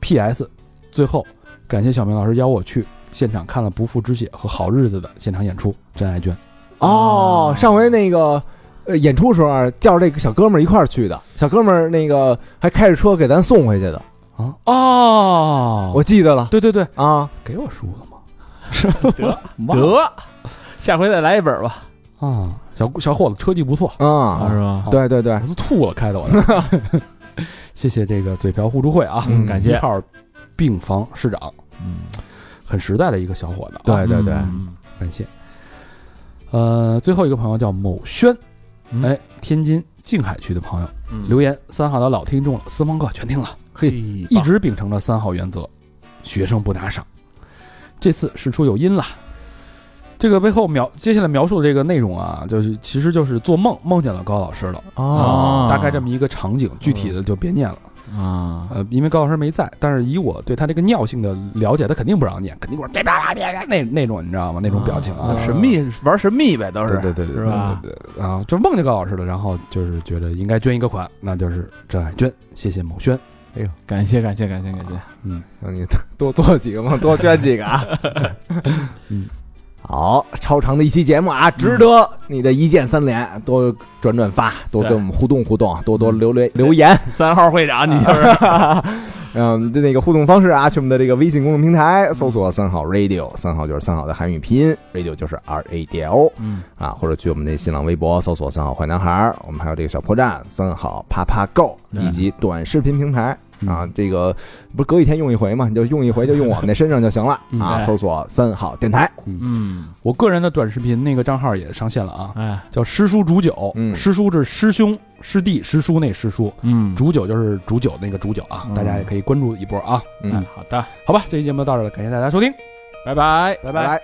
[SPEAKER 1] P.S. 最后感谢小明老师邀我去现场看了《不负之血》和《好日子》的现场演出，真爱娟。
[SPEAKER 3] 哦
[SPEAKER 4] 啊，
[SPEAKER 3] 上回那个呃演出时候啊叫这个小哥们儿一块儿去的，小哥们儿那个还开着车给咱送回去的，
[SPEAKER 1] 啊哦，
[SPEAKER 3] 我记得了
[SPEAKER 1] 对对对，
[SPEAKER 3] 啊。
[SPEAKER 1] 给我书 了吗？忘了
[SPEAKER 4] 得，下回再来一本吧，
[SPEAKER 1] 啊，小小伙子车技不错，
[SPEAKER 3] 啊，
[SPEAKER 4] 是吧？
[SPEAKER 3] 对对对
[SPEAKER 1] 我，都吐了， 开的我的。谢谢这个嘴瓢互助会啊，
[SPEAKER 3] 嗯
[SPEAKER 4] 感
[SPEAKER 1] 一
[SPEAKER 4] 谢，
[SPEAKER 1] 号病房市长，
[SPEAKER 4] 嗯，
[SPEAKER 1] 很实在的一个小伙子啊，
[SPEAKER 3] 对对对
[SPEAKER 4] 嗯
[SPEAKER 1] 感谢。呃，最后一个朋友叫某轩，
[SPEAKER 4] 嗯
[SPEAKER 1] 哎，天津静海区的朋友
[SPEAKER 4] 嗯
[SPEAKER 1] 留言，三好的老听众了，私房课全听了。
[SPEAKER 4] 嘿，
[SPEAKER 1] 一直秉承着三好原则，学生不打赏。这次事出有因了。这个背后描接下来描述的这个内容啊，就是其实就是做梦梦见了高老师了，啊
[SPEAKER 4] 哦
[SPEAKER 1] 大概这么一个场景，具体的就别念了。
[SPEAKER 4] 啊，
[SPEAKER 1] 呃，因为高老师没在，但是以我对他这个尿性的了解，他肯定不让念，肯定给我别别别别那那种你知道吗？那种表情啊
[SPEAKER 3] 啊，
[SPEAKER 4] 神秘玩神秘呗，都
[SPEAKER 1] 对
[SPEAKER 4] 是
[SPEAKER 1] 对对对
[SPEAKER 4] 是吧？
[SPEAKER 1] 对对对对啊，就梦见高老师了，然后就是觉得应该捐一个款，那就是真爱捐，谢谢某轩。
[SPEAKER 4] 感谢感谢感谢感谢，
[SPEAKER 3] 让你多多做几个梦，多捐几个啊。
[SPEAKER 1] 嗯，
[SPEAKER 3] 好，超长的一期节目啊，值得你的一键三连，多转转发，多跟我们互动互动，啊多多留言留言。
[SPEAKER 4] 三号会长你就是，
[SPEAKER 1] 啊
[SPEAKER 3] 嗯，的那个互动方式啊，去我们的这个微信公众平台搜索“三好 radio”，三好就是三好的韩语拼音，radio 就是 R A D L
[SPEAKER 4] 嗯，
[SPEAKER 3] 啊，或者去我们的新浪微博搜索“三好坏男孩儿”，我们还有这个小破站“三好啪啪 Go”
[SPEAKER 4] 对
[SPEAKER 3] 以及短视频平台。啊，这个不是隔一天用一回嘛？你就用一回，就用我们那身上就行了
[SPEAKER 1] 嗯
[SPEAKER 3] 啊！
[SPEAKER 4] 对
[SPEAKER 3] 搜索“三好电台
[SPEAKER 4] 嗯，
[SPEAKER 1] 我个人的短视频那个账号也上线了啊，
[SPEAKER 4] 哎，
[SPEAKER 1] 叫师叔煮酒，
[SPEAKER 3] 嗯
[SPEAKER 1] 师叔是师兄、师弟、师叔那师叔，
[SPEAKER 4] 嗯，
[SPEAKER 1] 煮酒就是煮酒那个煮酒啊，
[SPEAKER 4] 嗯
[SPEAKER 1] 大家也可以关注一波啊。
[SPEAKER 3] 嗯
[SPEAKER 4] 哎，好的，
[SPEAKER 1] 好吧，这期节目到这儿了，感谢大家收听，
[SPEAKER 4] 拜拜。
[SPEAKER 1] 拜”，
[SPEAKER 3] 拜。